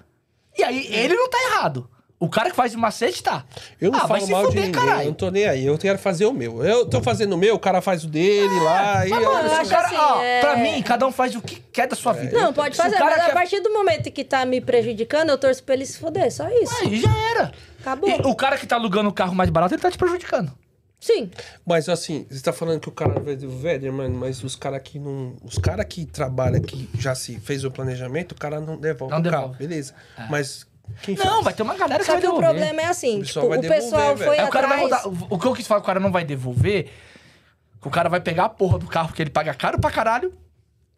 Speaker 3: E aí ele não tá errado. O cara que faz o macete tá.
Speaker 1: Eu não
Speaker 3: ah, vai
Speaker 1: falo
Speaker 3: se
Speaker 1: mal de
Speaker 3: fuder,
Speaker 1: ninguém, eu não
Speaker 3: caralho.
Speaker 1: tô nem aí. Eu quero fazer o meu. Eu tô fazendo o meu, o cara faz o dele lá. E
Speaker 3: Mas,
Speaker 1: eu-
Speaker 3: mano, se o
Speaker 4: Ah, acho
Speaker 3: cara,
Speaker 4: assim,
Speaker 3: ó,
Speaker 4: é-
Speaker 3: pra mim, cada um faz o que quer da
Speaker 1: É.
Speaker 3: sua vida.
Speaker 4: Não, pode
Speaker 3: Se o
Speaker 4: fazer,
Speaker 3: cara
Speaker 4: mas a
Speaker 3: quer-
Speaker 4: partir do momento que tá me prejudicando, eu torço pra ele se fuder, só isso.
Speaker 3: Aí já era.
Speaker 4: Acabou.
Speaker 3: E o cara que tá alugando o carro mais barato, ele tá te prejudicando.
Speaker 4: Sim.
Speaker 1: Mas assim, você tá falando que o cara vai devolver, mano, mas os caras que não. Os caras que trabalham, que já se fez o planejamento, o cara não devolve
Speaker 3: Não
Speaker 1: o
Speaker 3: devolve. É.
Speaker 1: carro, beleza. Mas quem
Speaker 3: Não,
Speaker 1: faz?
Speaker 3: vai ter uma galera que
Speaker 4: Só
Speaker 3: vai
Speaker 4: que o
Speaker 3: devolver.
Speaker 4: problema é assim,
Speaker 1: O
Speaker 4: tipo,
Speaker 1: pessoal vai
Speaker 4: o
Speaker 1: devolver,
Speaker 4: pessoal
Speaker 1: velho.
Speaker 4: foi
Speaker 3: Aí o cara vai
Speaker 4: atrás...
Speaker 3: rodar. O que eu quis falar, o cara não vai devolver. que O cara vai pegar a porra do carro que ele paga caro pra caralho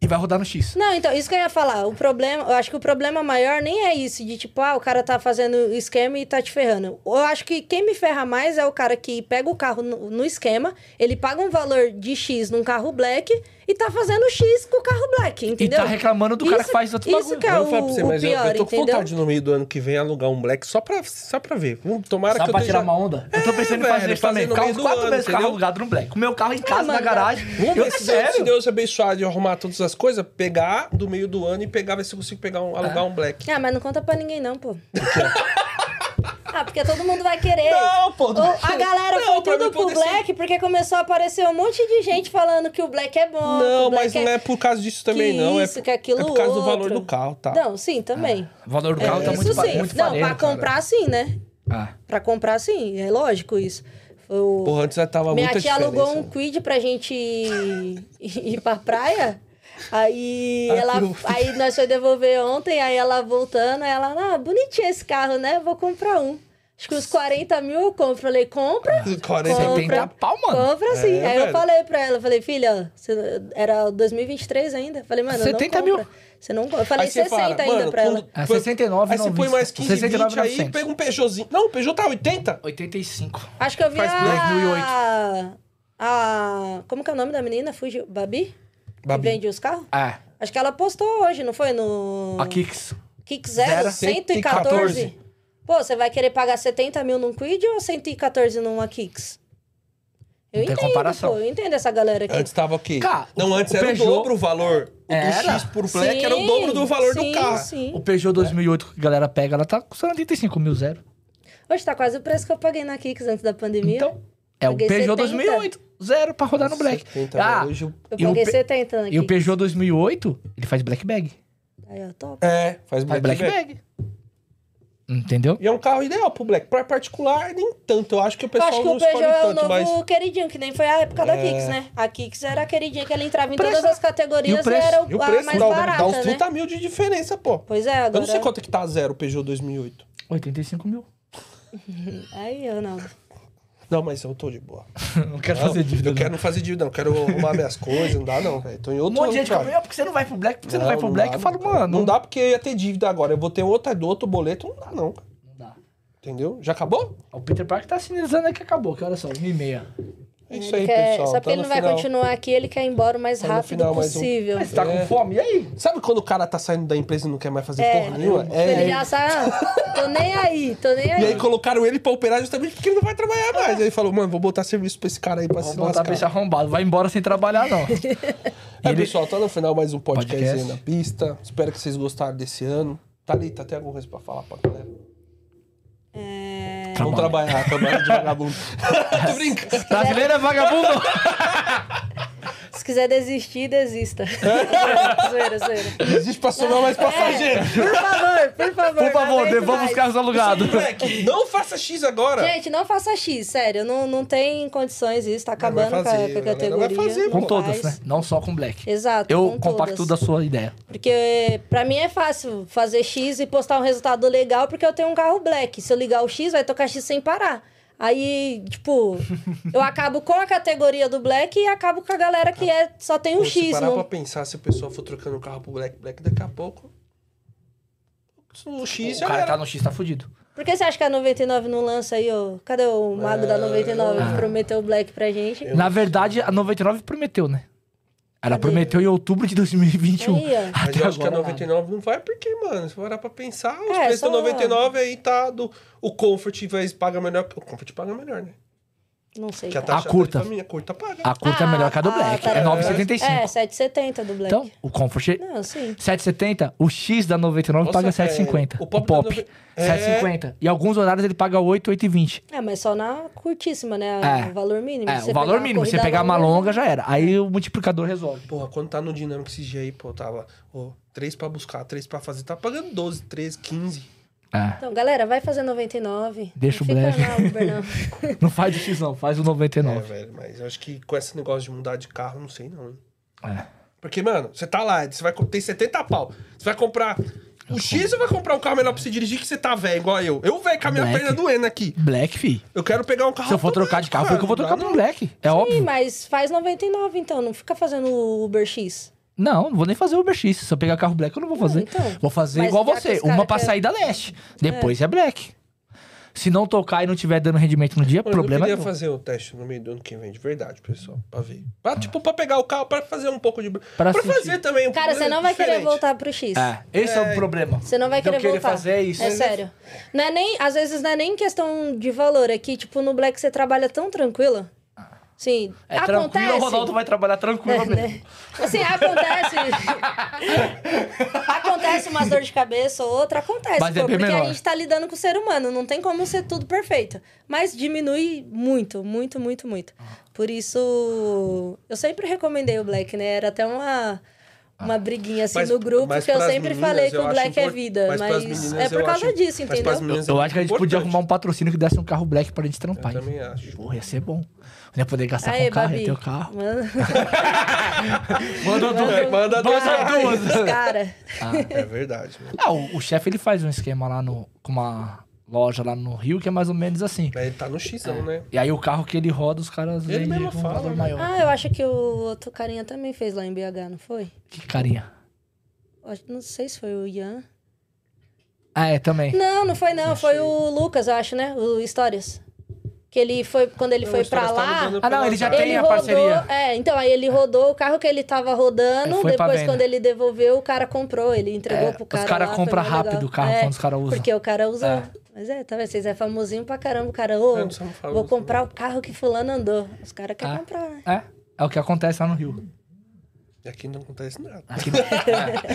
Speaker 3: e vai rodar no X.
Speaker 4: Não, então, isso que eu ia falar. O problema, eu acho que o problema maior nem é isso, de tipo, ah, o cara tá fazendo esquema e tá te ferrando. Eu acho que quem me ferra mais é o cara que pega o carro no, no esquema, ele paga um valor de X num carro black e tá fazendo X com o carro black, entendeu?
Speaker 3: tá reclamando do cara que faz outro
Speaker 4: isso
Speaker 3: bagulho.
Speaker 4: que é
Speaker 1: eu
Speaker 4: o,
Speaker 1: falo pra você,
Speaker 4: o
Speaker 1: mas eu-
Speaker 4: pior,
Speaker 1: eu, tô com
Speaker 4: entendeu?
Speaker 1: vontade no meio do ano que vem alugar um black só pra, só pra ver. Hum, Tomara
Speaker 3: Sabe
Speaker 1: que eu
Speaker 3: pra
Speaker 1: esteja-
Speaker 3: tirar uma onda? eu tô pensando em
Speaker 1: velho,
Speaker 3: fazer isso
Speaker 1: fazer
Speaker 3: também.
Speaker 1: no
Speaker 3: Ficar
Speaker 1: meio
Speaker 3: uns
Speaker 1: do
Speaker 3: quatro
Speaker 1: ano,
Speaker 3: meses com o carro
Speaker 1: entendeu? é
Speaker 3: alugado no Black. Com o meu carro em casa, na
Speaker 4: mano,
Speaker 3: garagem.
Speaker 1: Vamos
Speaker 3: eu
Speaker 1: ver se Deus,
Speaker 3: sério.
Speaker 1: um se Deus abençoar de arrumar todas as coisas, pegar do meio do ano e pegar, ver se eu consigo pegar um, alugar um black.
Speaker 4: Ah, mas não conta pra ninguém não, pô. Ah, porque todo mundo vai querer.
Speaker 1: Não, pô,
Speaker 4: Ou a galera
Speaker 1: não,
Speaker 4: foi
Speaker 1: pra
Speaker 4: tudo
Speaker 1: mim
Speaker 4: pro
Speaker 1: poder ser-
Speaker 4: Black porque começou a aparecer um monte de gente falando que o Black é bom. que o
Speaker 1: Não, mas
Speaker 4: Black
Speaker 1: não é por causa disso também,
Speaker 4: que
Speaker 1: não.
Speaker 4: isso,
Speaker 1: é,
Speaker 4: que aquilo
Speaker 1: é por causa do valor
Speaker 4: outro.
Speaker 1: do carro, tá?
Speaker 4: Não, sim, também.
Speaker 3: O valor do carro
Speaker 4: É,
Speaker 3: tá muito,
Speaker 4: isso
Speaker 3: fa-
Speaker 4: sim.
Speaker 3: muito
Speaker 4: Não,
Speaker 3: farelo,
Speaker 4: pra
Speaker 3: cara.
Speaker 4: comprar sim, né?
Speaker 3: Ah.
Speaker 4: Pra comprar sim, é lógico isso. O-
Speaker 1: Porra, antes já tava
Speaker 4: Minha
Speaker 1: muita
Speaker 4: tia
Speaker 1: diferença.
Speaker 4: alugou um quid pra gente ir, ir pra praia. Aí
Speaker 1: Ah,
Speaker 4: ela.
Speaker 1: que
Speaker 4: Aí nós foi devolver ontem, aí ela voltando, aí ela, ah, bonitinho esse carro, né? Vou comprar um. Acho que uns 40 mil eu compro. Falei, compra?
Speaker 1: 40
Speaker 4: compra,
Speaker 3: tem que dar pau, mano.
Speaker 4: Compra sim.
Speaker 1: É,
Speaker 4: aí eu
Speaker 1: velho.
Speaker 4: falei pra ela, falei, filha, você- era 2023 ainda. Falei, mano,
Speaker 3: 70
Speaker 4: não
Speaker 3: mil.
Speaker 4: compra. Você não compra. Eu falei
Speaker 1: Aí você
Speaker 4: 60
Speaker 1: fala,
Speaker 4: ainda
Speaker 1: mano,
Speaker 4: pra ela.
Speaker 1: quando-
Speaker 3: Ah, 69
Speaker 1: Aí você
Speaker 3: não
Speaker 1: põe
Speaker 3: vista.
Speaker 1: mais 15, 20 aí,
Speaker 3: 69,900.
Speaker 1: pega um Peugeotzinho. Não, o Peugeot tá 80.
Speaker 3: 85.
Speaker 4: Acho que eu vi
Speaker 1: Faz
Speaker 4: a...
Speaker 1: dois,
Speaker 3: 2008.
Speaker 4: a... Como que é o nome da menina? Fugiu. Babi?
Speaker 1: Babi.
Speaker 4: Que vende os carros?
Speaker 3: É.
Speaker 4: Acho que ela postou hoje, não foi? No...
Speaker 3: A Kicks.
Speaker 4: Kick Zero,
Speaker 3: Zero,
Speaker 4: 114. Pô, você vai querer pagar 70 mil num Quid ou 114 numa Kicks? Eu
Speaker 3: Não tem
Speaker 4: entendo,
Speaker 3: comparação.
Speaker 4: pô. Eu entendo essa galera aqui.
Speaker 1: Antes tava ok.
Speaker 3: Cara,
Speaker 1: não,
Speaker 3: o-
Speaker 1: antes
Speaker 3: o
Speaker 1: era
Speaker 3: Peugeot-
Speaker 1: o dobro o valor. O do
Speaker 3: Era.
Speaker 1: X por black era o dobro do valor
Speaker 4: sim,
Speaker 1: do carro.
Speaker 4: Sim.
Speaker 3: O Peugeot 2008 que a galera pega, ela tá custando 85 mil zero.
Speaker 4: Hoje tá quase o preço que eu paguei na Kicks antes da pandemia.
Speaker 3: Então, é o
Speaker 4: Paguei
Speaker 3: Peugeot
Speaker 4: 70.
Speaker 3: 2008, zero pra
Speaker 4: Tá
Speaker 3: rodar no Black.
Speaker 1: 70,
Speaker 3: Ah,
Speaker 1: né? Hoje o-
Speaker 4: eu
Speaker 3: e o
Speaker 4: paguei
Speaker 3: Pe-
Speaker 4: 70 na
Speaker 3: e o
Speaker 4: Kicks.
Speaker 3: Peugeot 2008, ele faz Black Bag.
Speaker 4: Aí, ó, top.
Speaker 1: É, faz
Speaker 3: Faz
Speaker 1: black,
Speaker 3: Black
Speaker 1: velho.
Speaker 3: Bag. Entendeu?
Speaker 1: E é um carro ideal pro black. Pra particular, nem tanto. Eu acho que o
Speaker 4: Eu
Speaker 1: pessoal
Speaker 4: acho que
Speaker 1: não
Speaker 4: o Peugeot
Speaker 1: escolhe
Speaker 4: é o
Speaker 1: tanto,
Speaker 4: novo
Speaker 1: mas...
Speaker 4: queridinho, que nem foi a época da Kicks, né? A Kicks era a queridinha que ela entrava em todas
Speaker 3: É. Preço.
Speaker 4: as categorias
Speaker 3: E
Speaker 4: e,
Speaker 3: o preço?
Speaker 4: era o,
Speaker 1: E o
Speaker 4: a
Speaker 1: preço
Speaker 4: mais
Speaker 1: dá,
Speaker 4: barata,
Speaker 1: dá uns
Speaker 4: né?
Speaker 3: tá-
Speaker 1: 30 mil de diferença, pô.
Speaker 4: Pois é, agora...
Speaker 1: Eu não sei quanto que tá zero o Peugeot 2008.
Speaker 3: 85 mil.
Speaker 4: Aí, Ronaldo.
Speaker 1: Não, mas eu tô de boa.
Speaker 3: Não quero
Speaker 1: Não,
Speaker 3: fazer dívida. né?
Speaker 1: Eu
Speaker 3: não.
Speaker 1: quero não fazer dívida, não. Quero arrumar minhas coisas, não dá não, velho. Tô em
Speaker 3: Um
Speaker 1: outro
Speaker 3: monte de gente
Speaker 1: lugar.
Speaker 3: fala, "Meu, por que você não vai pro Black? Por que você não, vai pro Black?
Speaker 1: dá,
Speaker 3: eu falo,
Speaker 1: não.
Speaker 3: mano.
Speaker 1: Não dá porque eu ia ter dívida agora. Eu vou ter outra do outro boleto, não dá não. cara.
Speaker 3: Não dá.
Speaker 1: Entendeu? Já acabou?
Speaker 3: O Peter Parker tá sinalizando aí que acabou, que hora são? 1 e meia.
Speaker 1: É isso
Speaker 4: Ele
Speaker 1: aí,
Speaker 4: quer-
Speaker 1: pessoal.
Speaker 4: Só que
Speaker 1: tá
Speaker 4: ele
Speaker 1: no
Speaker 4: não vai
Speaker 1: final.
Speaker 4: continuar aqui, ele quer ir embora o mais
Speaker 1: Tá no
Speaker 4: rápido
Speaker 1: final, mais um.
Speaker 4: possível.
Speaker 3: Mas você tá com fome? E aí?
Speaker 1: Sabe quando o cara tá saindo da empresa e não quer mais fazer porra nenhuma?
Speaker 4: Ele
Speaker 1: É.
Speaker 4: já sabe, "Ah, tô nem aí, tô nem
Speaker 1: E
Speaker 4: aí.
Speaker 1: aí colocaram ele pra operar justamente porque ele não vai trabalhar mais. Aí ele falou, mano, vou botar serviço pra esse cara aí pra
Speaker 3: Vou
Speaker 1: se
Speaker 3: botar
Speaker 1: lascar.
Speaker 3: tá pra esse arrombado. Vai embora sem trabalhar, não.
Speaker 1: É,
Speaker 3: Ele-
Speaker 1: pessoal, tá no final mais um podcast,
Speaker 3: Podcast.
Speaker 1: aí na pista. Espero que vocês gostaram desse ano. Tá Thalita, tem alguma coisa pra falar pra galera?
Speaker 4: É,
Speaker 1: Vamos trabalhar, trabalhar de vagabundo. Tô brincando.
Speaker 3: Brasileiro é vagabundo.
Speaker 4: Se quiser desistir, desista. zoeira, zoeira.
Speaker 1: Existe pra somar mais passageiro.
Speaker 4: É, por favor, por favor.
Speaker 3: Por favor,
Speaker 4: não aguento
Speaker 3: devolva os
Speaker 4: mais.
Speaker 3: carros alugados.
Speaker 1: Moleque, não faça X agora.
Speaker 4: Gente, não faça X, sério. Não, não tem condições isso. Tá acabando com a-
Speaker 1: fazer,
Speaker 4: com a
Speaker 1: galera,
Speaker 4: categoria.
Speaker 1: vai fazer,
Speaker 3: Com
Speaker 4: não
Speaker 3: todas, né?
Speaker 4: faz.
Speaker 3: Não só com Black.
Speaker 4: Exato.
Speaker 3: Eu
Speaker 4: com
Speaker 3: compacto da
Speaker 4: todas.
Speaker 3: sua ideia.
Speaker 4: Porque pra mim é fácil fazer X e postar um resultado legal porque eu tenho um carro black. Se eu ligar o X, vai tocar X sem parar. Aí, tipo, eu acabo com a categoria do black e acabo com a galera que é, só tem um
Speaker 1: Pô, se
Speaker 4: X.
Speaker 1: parar
Speaker 4: não-
Speaker 1: pra pensar, se o pessoal for trocando o carro pro Black Black, daqui a pouco. O X
Speaker 3: o
Speaker 1: já
Speaker 3: cara
Speaker 1: era.
Speaker 3: tá no X, tá fudido.
Speaker 4: Por que você acha que a 99 não lança aí, ó? Cadê o mago da 99 que prometeu o black pra gente?
Speaker 1: É. Ah. Eu-
Speaker 3: Na verdade, a 99 prometeu, né? Ela prometeu em outubro de 2021.
Speaker 4: Aí, ó.
Speaker 1: Mas eu acho que é a
Speaker 3: agora
Speaker 1: 99 não vai porque, mano, se parar pra pensar, os
Speaker 4: É,
Speaker 1: preços da
Speaker 4: só-
Speaker 1: 99 aí tá do... O Comfort vai paga melhor... O Comfort paga melhor, né?
Speaker 4: Não sei.
Speaker 1: Que a
Speaker 4: cara.
Speaker 1: taxa
Speaker 3: A curta.
Speaker 1: tarifa minha, a curta paga.
Speaker 3: A curta é melhor Ah, que a do
Speaker 4: Ah,
Speaker 3: Black.
Speaker 4: tá.
Speaker 3: é 9,75.
Speaker 4: É, 7,70 do black.
Speaker 3: então, o Comfort é
Speaker 4: Não, sim.
Speaker 3: 7,70. O X da 99
Speaker 1: Nossa,
Speaker 3: paga
Speaker 1: é,
Speaker 3: 7,50.
Speaker 1: o
Speaker 3: O
Speaker 1: pop
Speaker 3: Pop,
Speaker 1: da nove- É.
Speaker 3: 7,50. E alguns horários ele paga 8, 8,20.
Speaker 4: É, mas só na curtíssima, né? A-
Speaker 3: É.
Speaker 4: O valor mínimo.
Speaker 3: É,
Speaker 4: Você
Speaker 3: o valor
Speaker 4: pegar uma
Speaker 3: mínimo. Você
Speaker 4: corrida
Speaker 3: pegar uma longa, já era. Aí o multiplicador resolve.
Speaker 1: Porra, quando tá no Dynamic CG aí, pô, tava... Ó, 3 pra buscar, 3 pra fazer. Tá pagando 12, 13, 15.
Speaker 3: É.
Speaker 4: Então, galera, vai fazer 99.
Speaker 3: Deixa
Speaker 4: não
Speaker 3: o black.
Speaker 4: Fica na Uber, não.
Speaker 3: Não faz o X, não. Faz o
Speaker 1: É,
Speaker 3: 99.
Speaker 1: velho, mas eu acho que com esse negócio de mudar de carro, não sei não, hein?
Speaker 3: É.
Speaker 1: Porque, mano, você tá lá, você vai co- tem 70 pau. Você vai comprar... O X você vai comprar um carro melhor pra você dirigir que você tá velho, igual eu. Eu, velho, com a minha
Speaker 3: Black.
Speaker 1: perna doendo aqui.
Speaker 3: Black, fi.
Speaker 1: Eu quero pegar um carro...
Speaker 3: Se eu for trocar de carro, foi que eu vou trocar pro Black. É
Speaker 4: Ih,
Speaker 3: óbvio.
Speaker 4: mas faz 99 então, não fica fazendo o Uber X.
Speaker 3: Não, não vou nem fazer o Uber X. Se eu pegar carro Black, eu não vou fazer.
Speaker 4: então.
Speaker 3: Vou fazer
Speaker 4: Mas
Speaker 3: igual
Speaker 4: já que
Speaker 3: você.
Speaker 4: os cara
Speaker 3: Uma pra
Speaker 4: quer-
Speaker 3: sair da leste. Depois é. Black. Se não tocar e não tiver dando rendimento no dia,
Speaker 1: Mano,
Speaker 3: problema
Speaker 1: eu
Speaker 3: é
Speaker 1: queria
Speaker 3: meu.
Speaker 1: fazer o teste no meio do ano que vem, de verdade, pessoal, pra ver. Pra, tipo, pra pegar o carro, pra fazer um pouco de... Pra,
Speaker 3: Pra
Speaker 1: fazer
Speaker 3: sentir.
Speaker 1: também um
Speaker 4: Cara, você não vai querer
Speaker 1: diferente.
Speaker 4: voltar pro X.
Speaker 3: É, esse é, o problema.
Speaker 4: Você não vai
Speaker 3: De eu
Speaker 4: querer voltar.
Speaker 3: fazer isso.
Speaker 4: É sério. Não é nem, às vezes não é nem questão de valor. É que, tipo, no Black você trabalha tão tranquila. Sim.
Speaker 3: É
Speaker 4: acontece.
Speaker 3: tranquilo, o Ronaldo vai trabalhar tranquilo
Speaker 4: É,
Speaker 3: mesmo.
Speaker 4: né? Assim, acontece. acontece umas dor de cabeça ou outra, acontece.
Speaker 3: Mas é bem
Speaker 4: porque
Speaker 3: menor.
Speaker 4: a gente tá lidando com o ser humano, não tem como ser tudo perfeito. Mas diminui muito, muito, muito, muito. Por isso, eu sempre recomendei o Black, né? Era até uma. Uma briguinha assim
Speaker 1: Mas-
Speaker 4: no grupo,
Speaker 1: mas
Speaker 4: que eu
Speaker 1: pras
Speaker 4: sempre
Speaker 1: meninas,
Speaker 4: falei que
Speaker 1: eu
Speaker 4: o
Speaker 1: acho
Speaker 4: Black é
Speaker 1: import-
Speaker 4: vida.
Speaker 1: mas
Speaker 4: Mas,
Speaker 1: pras meninas,
Speaker 4: é por
Speaker 1: eu
Speaker 4: causa
Speaker 1: acho-
Speaker 4: disso,
Speaker 1: mas pras
Speaker 4: entendeu?
Speaker 1: meninas
Speaker 3: Eu
Speaker 1: é
Speaker 3: acho que a gente podia
Speaker 1: importante.
Speaker 3: arrumar um patrocínio que desse um carro Black pra gente trampar.
Speaker 1: Eu
Speaker 3: hein?
Speaker 1: também acho.
Speaker 3: Porra, ia ser bom. Não ia poder gastar
Speaker 4: Aê,
Speaker 3: com o carro,
Speaker 4: Babi.
Speaker 3: ia ter o carro.
Speaker 4: Manda-
Speaker 3: Manda
Speaker 1: É, manda duas.
Speaker 4: Os cara.
Speaker 1: É verdade, mano.
Speaker 3: Ah, o, o chefe ele faz um esquema lá no, com uma loja lá no Rio que é mais ou menos assim.
Speaker 1: Mas ele tá no X, não, né?
Speaker 3: E aí o carro que ele roda, os caras
Speaker 1: Ele
Speaker 3: vendem
Speaker 1: mesmo
Speaker 3: com um
Speaker 1: fala,
Speaker 3: valor
Speaker 1: né?
Speaker 3: maior.
Speaker 4: Ah, eu acho que o outro carinha também fez lá em BH, não foi?
Speaker 3: Que carinha.
Speaker 4: Eu acho- Não sei se foi o Ian.
Speaker 3: Ah, é, também.
Speaker 4: Não, não foi não. Foi o Lucas, eu acho, né? O Histórias. Que ele foi, quando ele foi pra lá...
Speaker 3: Ah, não, ele já tem
Speaker 4: Ele
Speaker 3: a
Speaker 4: rodou,
Speaker 3: parceria.
Speaker 4: é, então aí ele rodou o carro que ele tava rodando,
Speaker 3: É, foi pra
Speaker 4: depois
Speaker 3: venda.
Speaker 4: quando ele devolveu, o cara comprou, ele entregou
Speaker 3: É,
Speaker 4: pro
Speaker 3: os
Speaker 4: cara.
Speaker 3: cara
Speaker 4: lá, foi
Speaker 3: compra
Speaker 4: mó
Speaker 3: rápido
Speaker 4: legal.
Speaker 3: o carro
Speaker 4: É,
Speaker 3: quando os cara usam.
Speaker 4: Porque o cara usa.
Speaker 3: É.
Speaker 4: Mas é, tá vendo? Vocês é famosinho pra caramba, o cara, ô,
Speaker 1: É, não sabe falar
Speaker 4: vou
Speaker 1: isso, né?
Speaker 4: comprar o carro que fulano andou. Os caras querem
Speaker 3: um Ah.
Speaker 4: comprar, né?
Speaker 3: É, é o que acontece lá no Rio.
Speaker 1: E aqui não acontece nada.
Speaker 3: Aqui- É.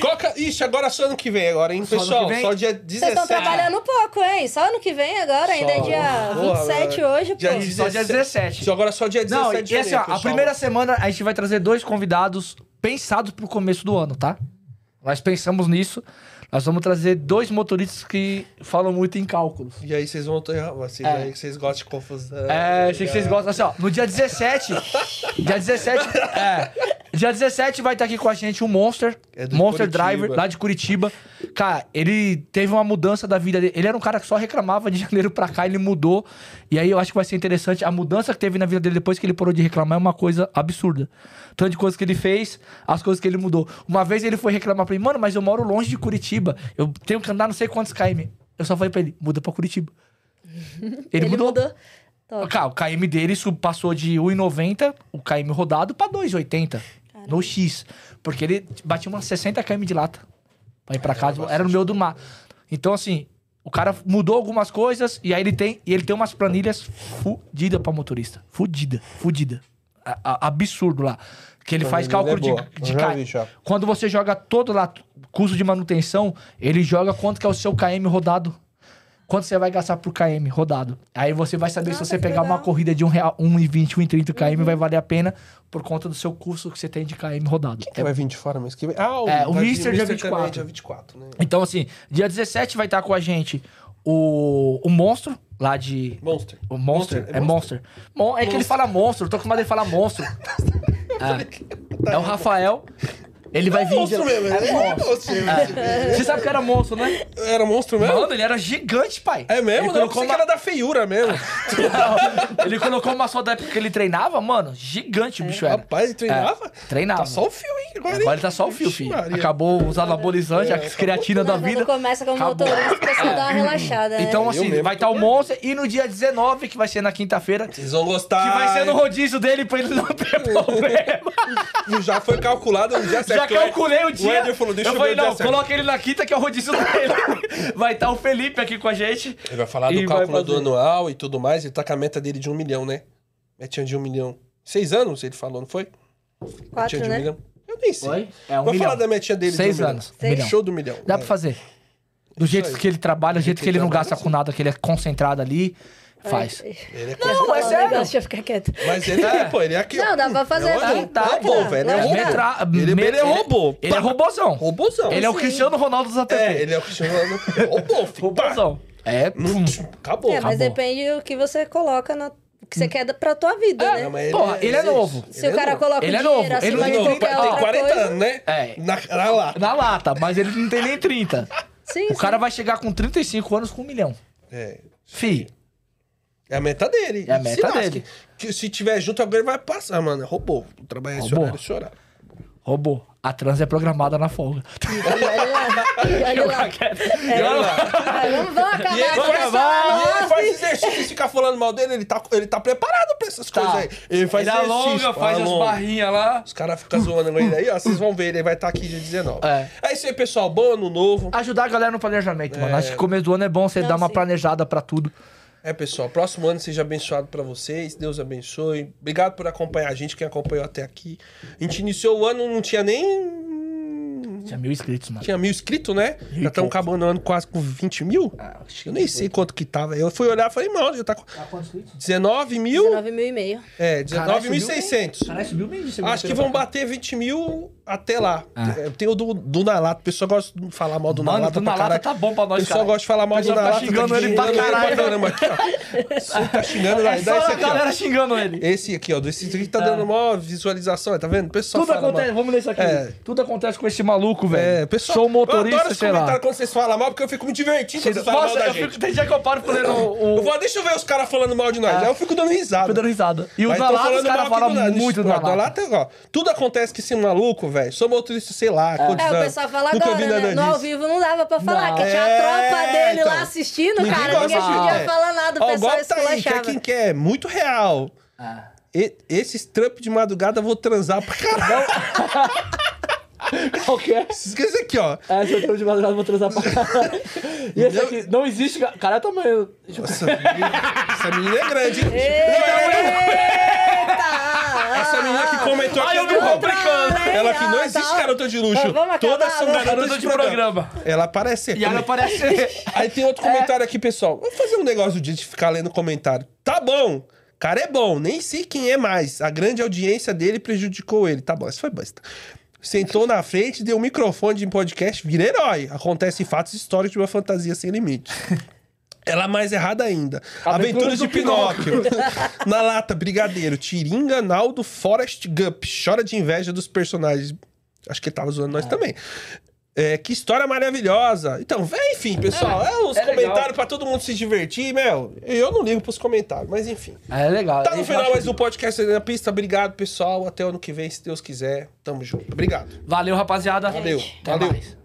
Speaker 1: Coca... Ixi, agora só ano que vem agora, hein,
Speaker 3: Só ano
Speaker 1: pessoal?
Speaker 3: que vem?
Speaker 1: Só dia
Speaker 4: Vocês
Speaker 1: 17.
Speaker 4: estão trabalhando pouco, hein? Só ano que vem agora, ainda é
Speaker 1: Só.
Speaker 4: dia
Speaker 1: Porra,
Speaker 4: 27
Speaker 1: velho.
Speaker 4: hoje, pô.
Speaker 1: Dia
Speaker 3: Só dia 17.
Speaker 1: Só agora só dia 17
Speaker 3: Não,
Speaker 1: de
Speaker 3: e assim, ó,
Speaker 1: janeiro,
Speaker 3: a
Speaker 1: pessoal.
Speaker 3: primeira semana a gente vai trazer dois convidados pensados pro começo do ano, tá? Nós pensamos nisso. Nós vamos trazer dois motoristas que falam muito em cálculos.
Speaker 1: E aí vocês vão... ter- Vocês,
Speaker 3: É.
Speaker 1: aí vocês gostam de confusão.
Speaker 3: É, achei que vocês gostam. Assim, ó, no dia 17. dia 17. É. Dia 17 vai estar aqui com a gente o Monster.
Speaker 1: É do
Speaker 3: Monster
Speaker 1: Curitiba.
Speaker 3: Driver, lá de Curitiba. Cara, ele teve uma mudança da vida dele. Ele era um cara que só reclamava de janeiro pra cá, ele mudou. E aí eu acho que vai ser interessante. A mudança que teve na vida dele depois que ele parou de reclamar é uma coisa absurda. Tanto de coisas que ele fez, as coisas que ele mudou. Uma vez ele foi reclamar pra mim, mano, mas eu moro longe de Curitiba. Eu tenho que andar não sei quantos km. Eu só falei pra ele, muda pra Curitiba. Ele, mudou.
Speaker 4: Top.
Speaker 3: Cara, o KM dele su- passou de 1,90, o KM rodado, pra 2,80 no X. Porque ele batia umas 60 KM de lata pra ir pra casa. Era no meio do mar. Então, assim, o cara mudou algumas coisas e aí ele tem, e ele tem umas planilhas fudidas pra motorista. Fudida, fudida. A- a- absurdo lá. Que ele faz
Speaker 1: Planilha
Speaker 3: cálculo
Speaker 1: é
Speaker 3: de,
Speaker 1: boa.
Speaker 3: de
Speaker 1: Eu já
Speaker 3: KM.
Speaker 1: vi, já.
Speaker 3: Quando você joga todo lá, custo de manutenção, ele joga quanto que é o seu KM rodado. Quanto você vai gastar por KM rodado. Aí você vai saber
Speaker 4: Nossa,
Speaker 3: se você
Speaker 4: que
Speaker 3: pegar uma
Speaker 4: legal. Uhum.
Speaker 3: corrida de 1,20, 1,30 KM vai valer a pena por conta do seu custo que você tem de KM rodado.
Speaker 1: Quem vai vir de Então é fora mês que vem? Ah,
Speaker 3: É, o
Speaker 1: vai vir
Speaker 3: Mister dia
Speaker 1: também,
Speaker 3: 24.
Speaker 1: dia 24, né?
Speaker 3: Então, assim, dia 17 vai estar com a gente o, o Monstro, lá de...
Speaker 1: Monster.
Speaker 3: O Monster?
Speaker 1: Monster, é
Speaker 3: É Monster. Mon-
Speaker 1: Tá
Speaker 3: é que ele fala Monstro, eu tô acostumado a ele falar Monstro. é. É o Ah, Rafael. Ele vai vir. de-
Speaker 1: monstro mesmo. assim. Era monstro.
Speaker 3: É. Você sabe que era monstro, né?
Speaker 1: Era monstro mesmo?
Speaker 3: Mano, ele era gigante, pai.
Speaker 1: É mesmo?
Speaker 3: Ele
Speaker 1: Não,
Speaker 3: colocou
Speaker 1: eu pensei
Speaker 3: uma-
Speaker 1: que era da feiura mesmo.
Speaker 3: Não, ele colocou uma só da época que ele treinava, mano. Gigante o bicho era.
Speaker 1: Rapaz, ele treinava?
Speaker 3: Treinava.
Speaker 1: É. Tá só o fio, hein? Agora,
Speaker 3: É. Agora
Speaker 1: hein?
Speaker 3: ele tá só o fio,
Speaker 1: Vixe,
Speaker 3: filho.
Speaker 1: Maria. É,
Speaker 3: Acabou os
Speaker 4: É.
Speaker 3: anabolizantes, as creatina da
Speaker 4: Não,
Speaker 3: vida.
Speaker 4: Quando começa como
Speaker 3: Acabou. É.
Speaker 4: motorista, você dá uma relaxada, né?
Speaker 3: Então, assim,
Speaker 1: mesmo.
Speaker 3: vai estar o Monster e no dia 19, que vai ser na quinta-feira, que
Speaker 1: Vocês vão gostar.
Speaker 3: vai ser no rodízio dele pra ele não ter problema.
Speaker 1: Já foi calculado o dia
Speaker 3: Já
Speaker 1: certo. é. né?
Speaker 3: calculei o dia.
Speaker 1: O Eder falou, deixa eu,
Speaker 3: eu falei,
Speaker 1: ver o dia
Speaker 3: não,
Speaker 1: certo.
Speaker 3: coloca ele na quinta que é o rodízio dele. Vai estar o Felipe aqui com a gente.
Speaker 1: Ele vai falar
Speaker 3: E
Speaker 1: do
Speaker 3: vai
Speaker 1: cálculo do
Speaker 3: fazer.
Speaker 1: anual e tudo mais. Ele tá com a meta dele de um milhão, né? Metinha de um milhão. Seis anos, ele falou, não foi?
Speaker 4: Quatro,
Speaker 1: Metinha de um
Speaker 4: né?
Speaker 1: milhão. Eu nem sei.
Speaker 5: Oi?
Speaker 3: É um
Speaker 1: Vamos
Speaker 3: milhão.
Speaker 1: falar da metinha dele
Speaker 3: Seis
Speaker 1: de um milhão.
Speaker 3: anos, um milhão.
Speaker 1: Show do milhão.
Speaker 3: Dá
Speaker 1: É.
Speaker 3: pra fazer. Do jeito
Speaker 1: aí.
Speaker 3: que ele trabalha, do jeito que ele não
Speaker 1: trabalha,
Speaker 3: gasta com nada, que ele é concentrado ali, faz.
Speaker 1: Ele é
Speaker 3: Não, é
Speaker 4: Falar um
Speaker 3: sério.
Speaker 4: negócio, Deixa eu ficar quieto.
Speaker 1: Mas ele é,
Speaker 3: É.
Speaker 1: pô, ele é aqui.
Speaker 4: Não, dá pra fazer, tá?
Speaker 1: Não,
Speaker 4: dá,
Speaker 1: não,
Speaker 3: Tá,
Speaker 4: dá,
Speaker 1: robô,
Speaker 4: dá,
Speaker 1: velho, é
Speaker 4: dá.
Speaker 1: robô.
Speaker 3: Metra-
Speaker 1: Ele é
Speaker 3: me-
Speaker 1: bem- ele é robô.
Speaker 3: Ele é
Speaker 1: Pá.
Speaker 3: robôzão.
Speaker 1: Robôzão.
Speaker 3: Ele é o
Speaker 4: Sim.
Speaker 3: Cristiano Ronaldo dos ATP.
Speaker 1: Então, assim, É, ele um é o Cristiano Ronaldo. Ô, pô, filho, pá.
Speaker 3: Robôzão. É, pum.
Speaker 1: Acabou.
Speaker 4: É, mas
Speaker 3: Acabou.
Speaker 4: depende do que você coloca, na, o que você
Speaker 3: Hum.
Speaker 4: quer da- pra tua vida, né?
Speaker 1: Não, Ah, mas
Speaker 3: Porra, ele é novo.
Speaker 4: Se o cara coloca
Speaker 3: Ele é
Speaker 4: o dinheiro
Speaker 3: novo, ele
Speaker 4: acima
Speaker 1: Ele
Speaker 3: não
Speaker 4: de
Speaker 1: é novo,
Speaker 4: qualquer outra
Speaker 1: tem 40
Speaker 4: coisa...
Speaker 1: anos, né?
Speaker 3: É.
Speaker 1: Na, na lá.
Speaker 3: na lata, mas ele não tem nem 30.
Speaker 4: Sim,
Speaker 3: O
Speaker 4: sim.
Speaker 3: cara vai chegar com 35 anos com um milhão.
Speaker 1: É.
Speaker 3: Fi,
Speaker 1: É a meta dele.
Speaker 3: É a meta
Speaker 1: Se lasque.
Speaker 3: dele.
Speaker 1: Que se tiver junto, alguém vai passar, mano. É Robô. Vou trabalhar esse
Speaker 3: Robô.
Speaker 1: horário, esse horário.
Speaker 3: robô, a trans é programada na folga.
Speaker 4: E olha lá, e olha lá. É, Ah, vai, vamos, vamos acabar
Speaker 1: E ele,
Speaker 4: com
Speaker 1: faz,
Speaker 4: essa
Speaker 1: e
Speaker 4: nossa.
Speaker 1: ele faz exercício. Se ficar falando mal dele, ele tá, ele tá preparado pra essas coisas aí. é, Ele faz
Speaker 3: Tá. ele
Speaker 1: exercício.
Speaker 3: alonga, faz as
Speaker 1: alonga.
Speaker 3: barrinhas lá.
Speaker 1: Os caras ficam zoando ele aí, ó. Vocês vão ver, ele vai estar aqui dia 19.
Speaker 3: É.
Speaker 1: É isso aí, pessoal. Bom ano novo.
Speaker 3: Ajudar a galera no planejamento, mano. Acho que começo do ano é bom você
Speaker 4: Não,
Speaker 3: dar uma
Speaker 4: sim.
Speaker 3: planejada pra tudo.
Speaker 1: É, pessoal, próximo ano seja abençoado pra vocês. Deus abençoe. Obrigado por acompanhar a gente, quem acompanhou até aqui. A gente iniciou o ano, não tinha nem.
Speaker 3: Tinha mil inscritos, mano.
Speaker 1: Tinha mil inscritos, né? Já estamos acabando o ano quase com 20 mil.
Speaker 5: Ah,
Speaker 1: eu nem sei quanto que tava. Eu fui olhar e falei, mano, já tá com
Speaker 5: Tá quantos inscritos?
Speaker 1: 19 mil.
Speaker 4: 19 mil e meio.
Speaker 1: É,
Speaker 5: Caralho, subiu,
Speaker 1: 19.600.
Speaker 5: Caralho, subiu meio de segunda
Speaker 1: Acho que vão bater 20 mil até lá. É, Tem o do, do Nalato. O pessoal gosta de falar mal do
Speaker 3: Ah. Mano,
Speaker 1: Nalato
Speaker 3: do
Speaker 1: pra
Speaker 3: Nalata
Speaker 1: caralho.
Speaker 3: tá bom pra nós,
Speaker 1: O pessoal
Speaker 3: cara.
Speaker 1: gosta de falar mal
Speaker 3: O
Speaker 1: do
Speaker 3: pessoal tá
Speaker 1: Nalata.
Speaker 3: xingando ele pra caralho.
Speaker 1: caramba aqui, ó. O pessoal Tá xingando lá.
Speaker 3: É
Speaker 1: Dá
Speaker 3: só
Speaker 1: esse
Speaker 3: a
Speaker 1: aqui, ó.
Speaker 3: galera xingando ele.
Speaker 1: Esse aqui, ó. Do Esse aqui tá dando maior visualização, tá vendo? O pessoal
Speaker 3: Tudo
Speaker 1: fala
Speaker 3: acontece,
Speaker 1: mal.
Speaker 3: vamos ler isso aqui.
Speaker 1: É.
Speaker 3: Tudo acontece com esse maluco, velho.
Speaker 1: É, o pessoal...
Speaker 3: Sou um
Speaker 1: eu adoro
Speaker 3: motorista,
Speaker 1: os
Speaker 3: sei lá.
Speaker 1: comentários quando vocês falam mal, porque eu fico me divertindo quando vocês falam mal
Speaker 3: Nossa,
Speaker 1: da
Speaker 3: eu
Speaker 1: gente.
Speaker 3: fico, tem dia que eu paro falando o,
Speaker 1: Eu vou, deixa eu ver os caras falando mal de nós. Aí eu fico dando risada.
Speaker 3: Tô É. dando risada. E o
Speaker 1: Mas tão
Speaker 3: Nalata, os
Speaker 1: falando mal
Speaker 3: caras
Speaker 1: aqui do
Speaker 3: falam
Speaker 1: nada. Tipo,
Speaker 3: muito do
Speaker 1: Ó,
Speaker 3: Nalata.
Speaker 1: Nalata, ó, Tudo acontece que esse maluco, velho. Sou motorista, sei lá. quantos
Speaker 4: É, o
Speaker 1: anos.
Speaker 4: pessoal fala
Speaker 1: Nunca
Speaker 4: agora,
Speaker 1: vi nada
Speaker 4: né? No ao
Speaker 1: disso.
Speaker 4: vivo não dava pra falar,
Speaker 3: Não.
Speaker 4: que tinha a
Speaker 1: É,
Speaker 4: tropa dele
Speaker 1: então.
Speaker 4: lá assistindo,
Speaker 1: Ninguém
Speaker 4: cara. Ninguém
Speaker 1: gosta de-
Speaker 4: podia
Speaker 1: é.
Speaker 4: falar nada, o
Speaker 1: Ó, o
Speaker 4: pessoal
Speaker 1: golpe tá aí, quer
Speaker 4: esculachava. É.
Speaker 1: quem quer. Muito real.
Speaker 5: Ah.
Speaker 1: E- esses tramp de madrugada eu vou transar pra caralho.
Speaker 5: Qual que é?
Speaker 1: Esquece aqui, ó.
Speaker 5: Essa eu tenho de madrugada, vou transar pra caralho. E esse
Speaker 1: Meu-
Speaker 5: aqui, não existe... ca- Caralho, o tamanho...
Speaker 1: Nossa, menina- essa menina é grande, hein? é
Speaker 4: Eita!
Speaker 1: Essa menina que comentou aqui. é
Speaker 3: Ai, eu me
Speaker 1: ela-
Speaker 3: complicando.
Speaker 1: Ela que não
Speaker 4: Tá.
Speaker 1: existe garota de luxo.
Speaker 4: Vamos acabar,
Speaker 1: Todas são
Speaker 4: vamos.
Speaker 1: garotas
Speaker 3: Garota
Speaker 1: de
Speaker 3: de
Speaker 1: programa.
Speaker 3: programa.
Speaker 1: Ela aparece aqui.
Speaker 3: E ela parece...
Speaker 1: Aí tem outro
Speaker 4: É.
Speaker 1: comentário aqui, pessoal. Vamos fazer um negócio do dia de ficar lendo comentário. Tá bom. Cara é bom, nem sei quem é mais. A grande audiência dele prejudicou ele. Tá bom, isso foi basta. Sentou na frente, deu um microfone de podcast, vira herói. Acontecem fatos históricos de uma fantasia sem limites. Ela é mais errada ainda.
Speaker 5: Aventuras
Speaker 1: Aventuras, de
Speaker 5: do
Speaker 1: Pinóquio. na lata, Brigadeiro, Tiringa, Naldo, Forrest Gump. Chora de inveja dos personagens. Acho que ele tava zoando nós também. É, que história maravilhosa. Então, é, enfim, pessoal, é uns
Speaker 5: é legal.
Speaker 1: comentários pra todo mundo se divertir, meu. Eu não ligo pros comentários, mas enfim.
Speaker 3: É legal.
Speaker 1: Tá no
Speaker 3: Esse
Speaker 1: final
Speaker 3: macho-
Speaker 1: mais do podcast na pista. Obrigado, pessoal. Até ano que vem, se Deus quiser. Tamo junto. Obrigado.
Speaker 3: Valeu, rapaziada.
Speaker 1: Valeu.
Speaker 3: É. Até
Speaker 1: Valeu.
Speaker 3: mais.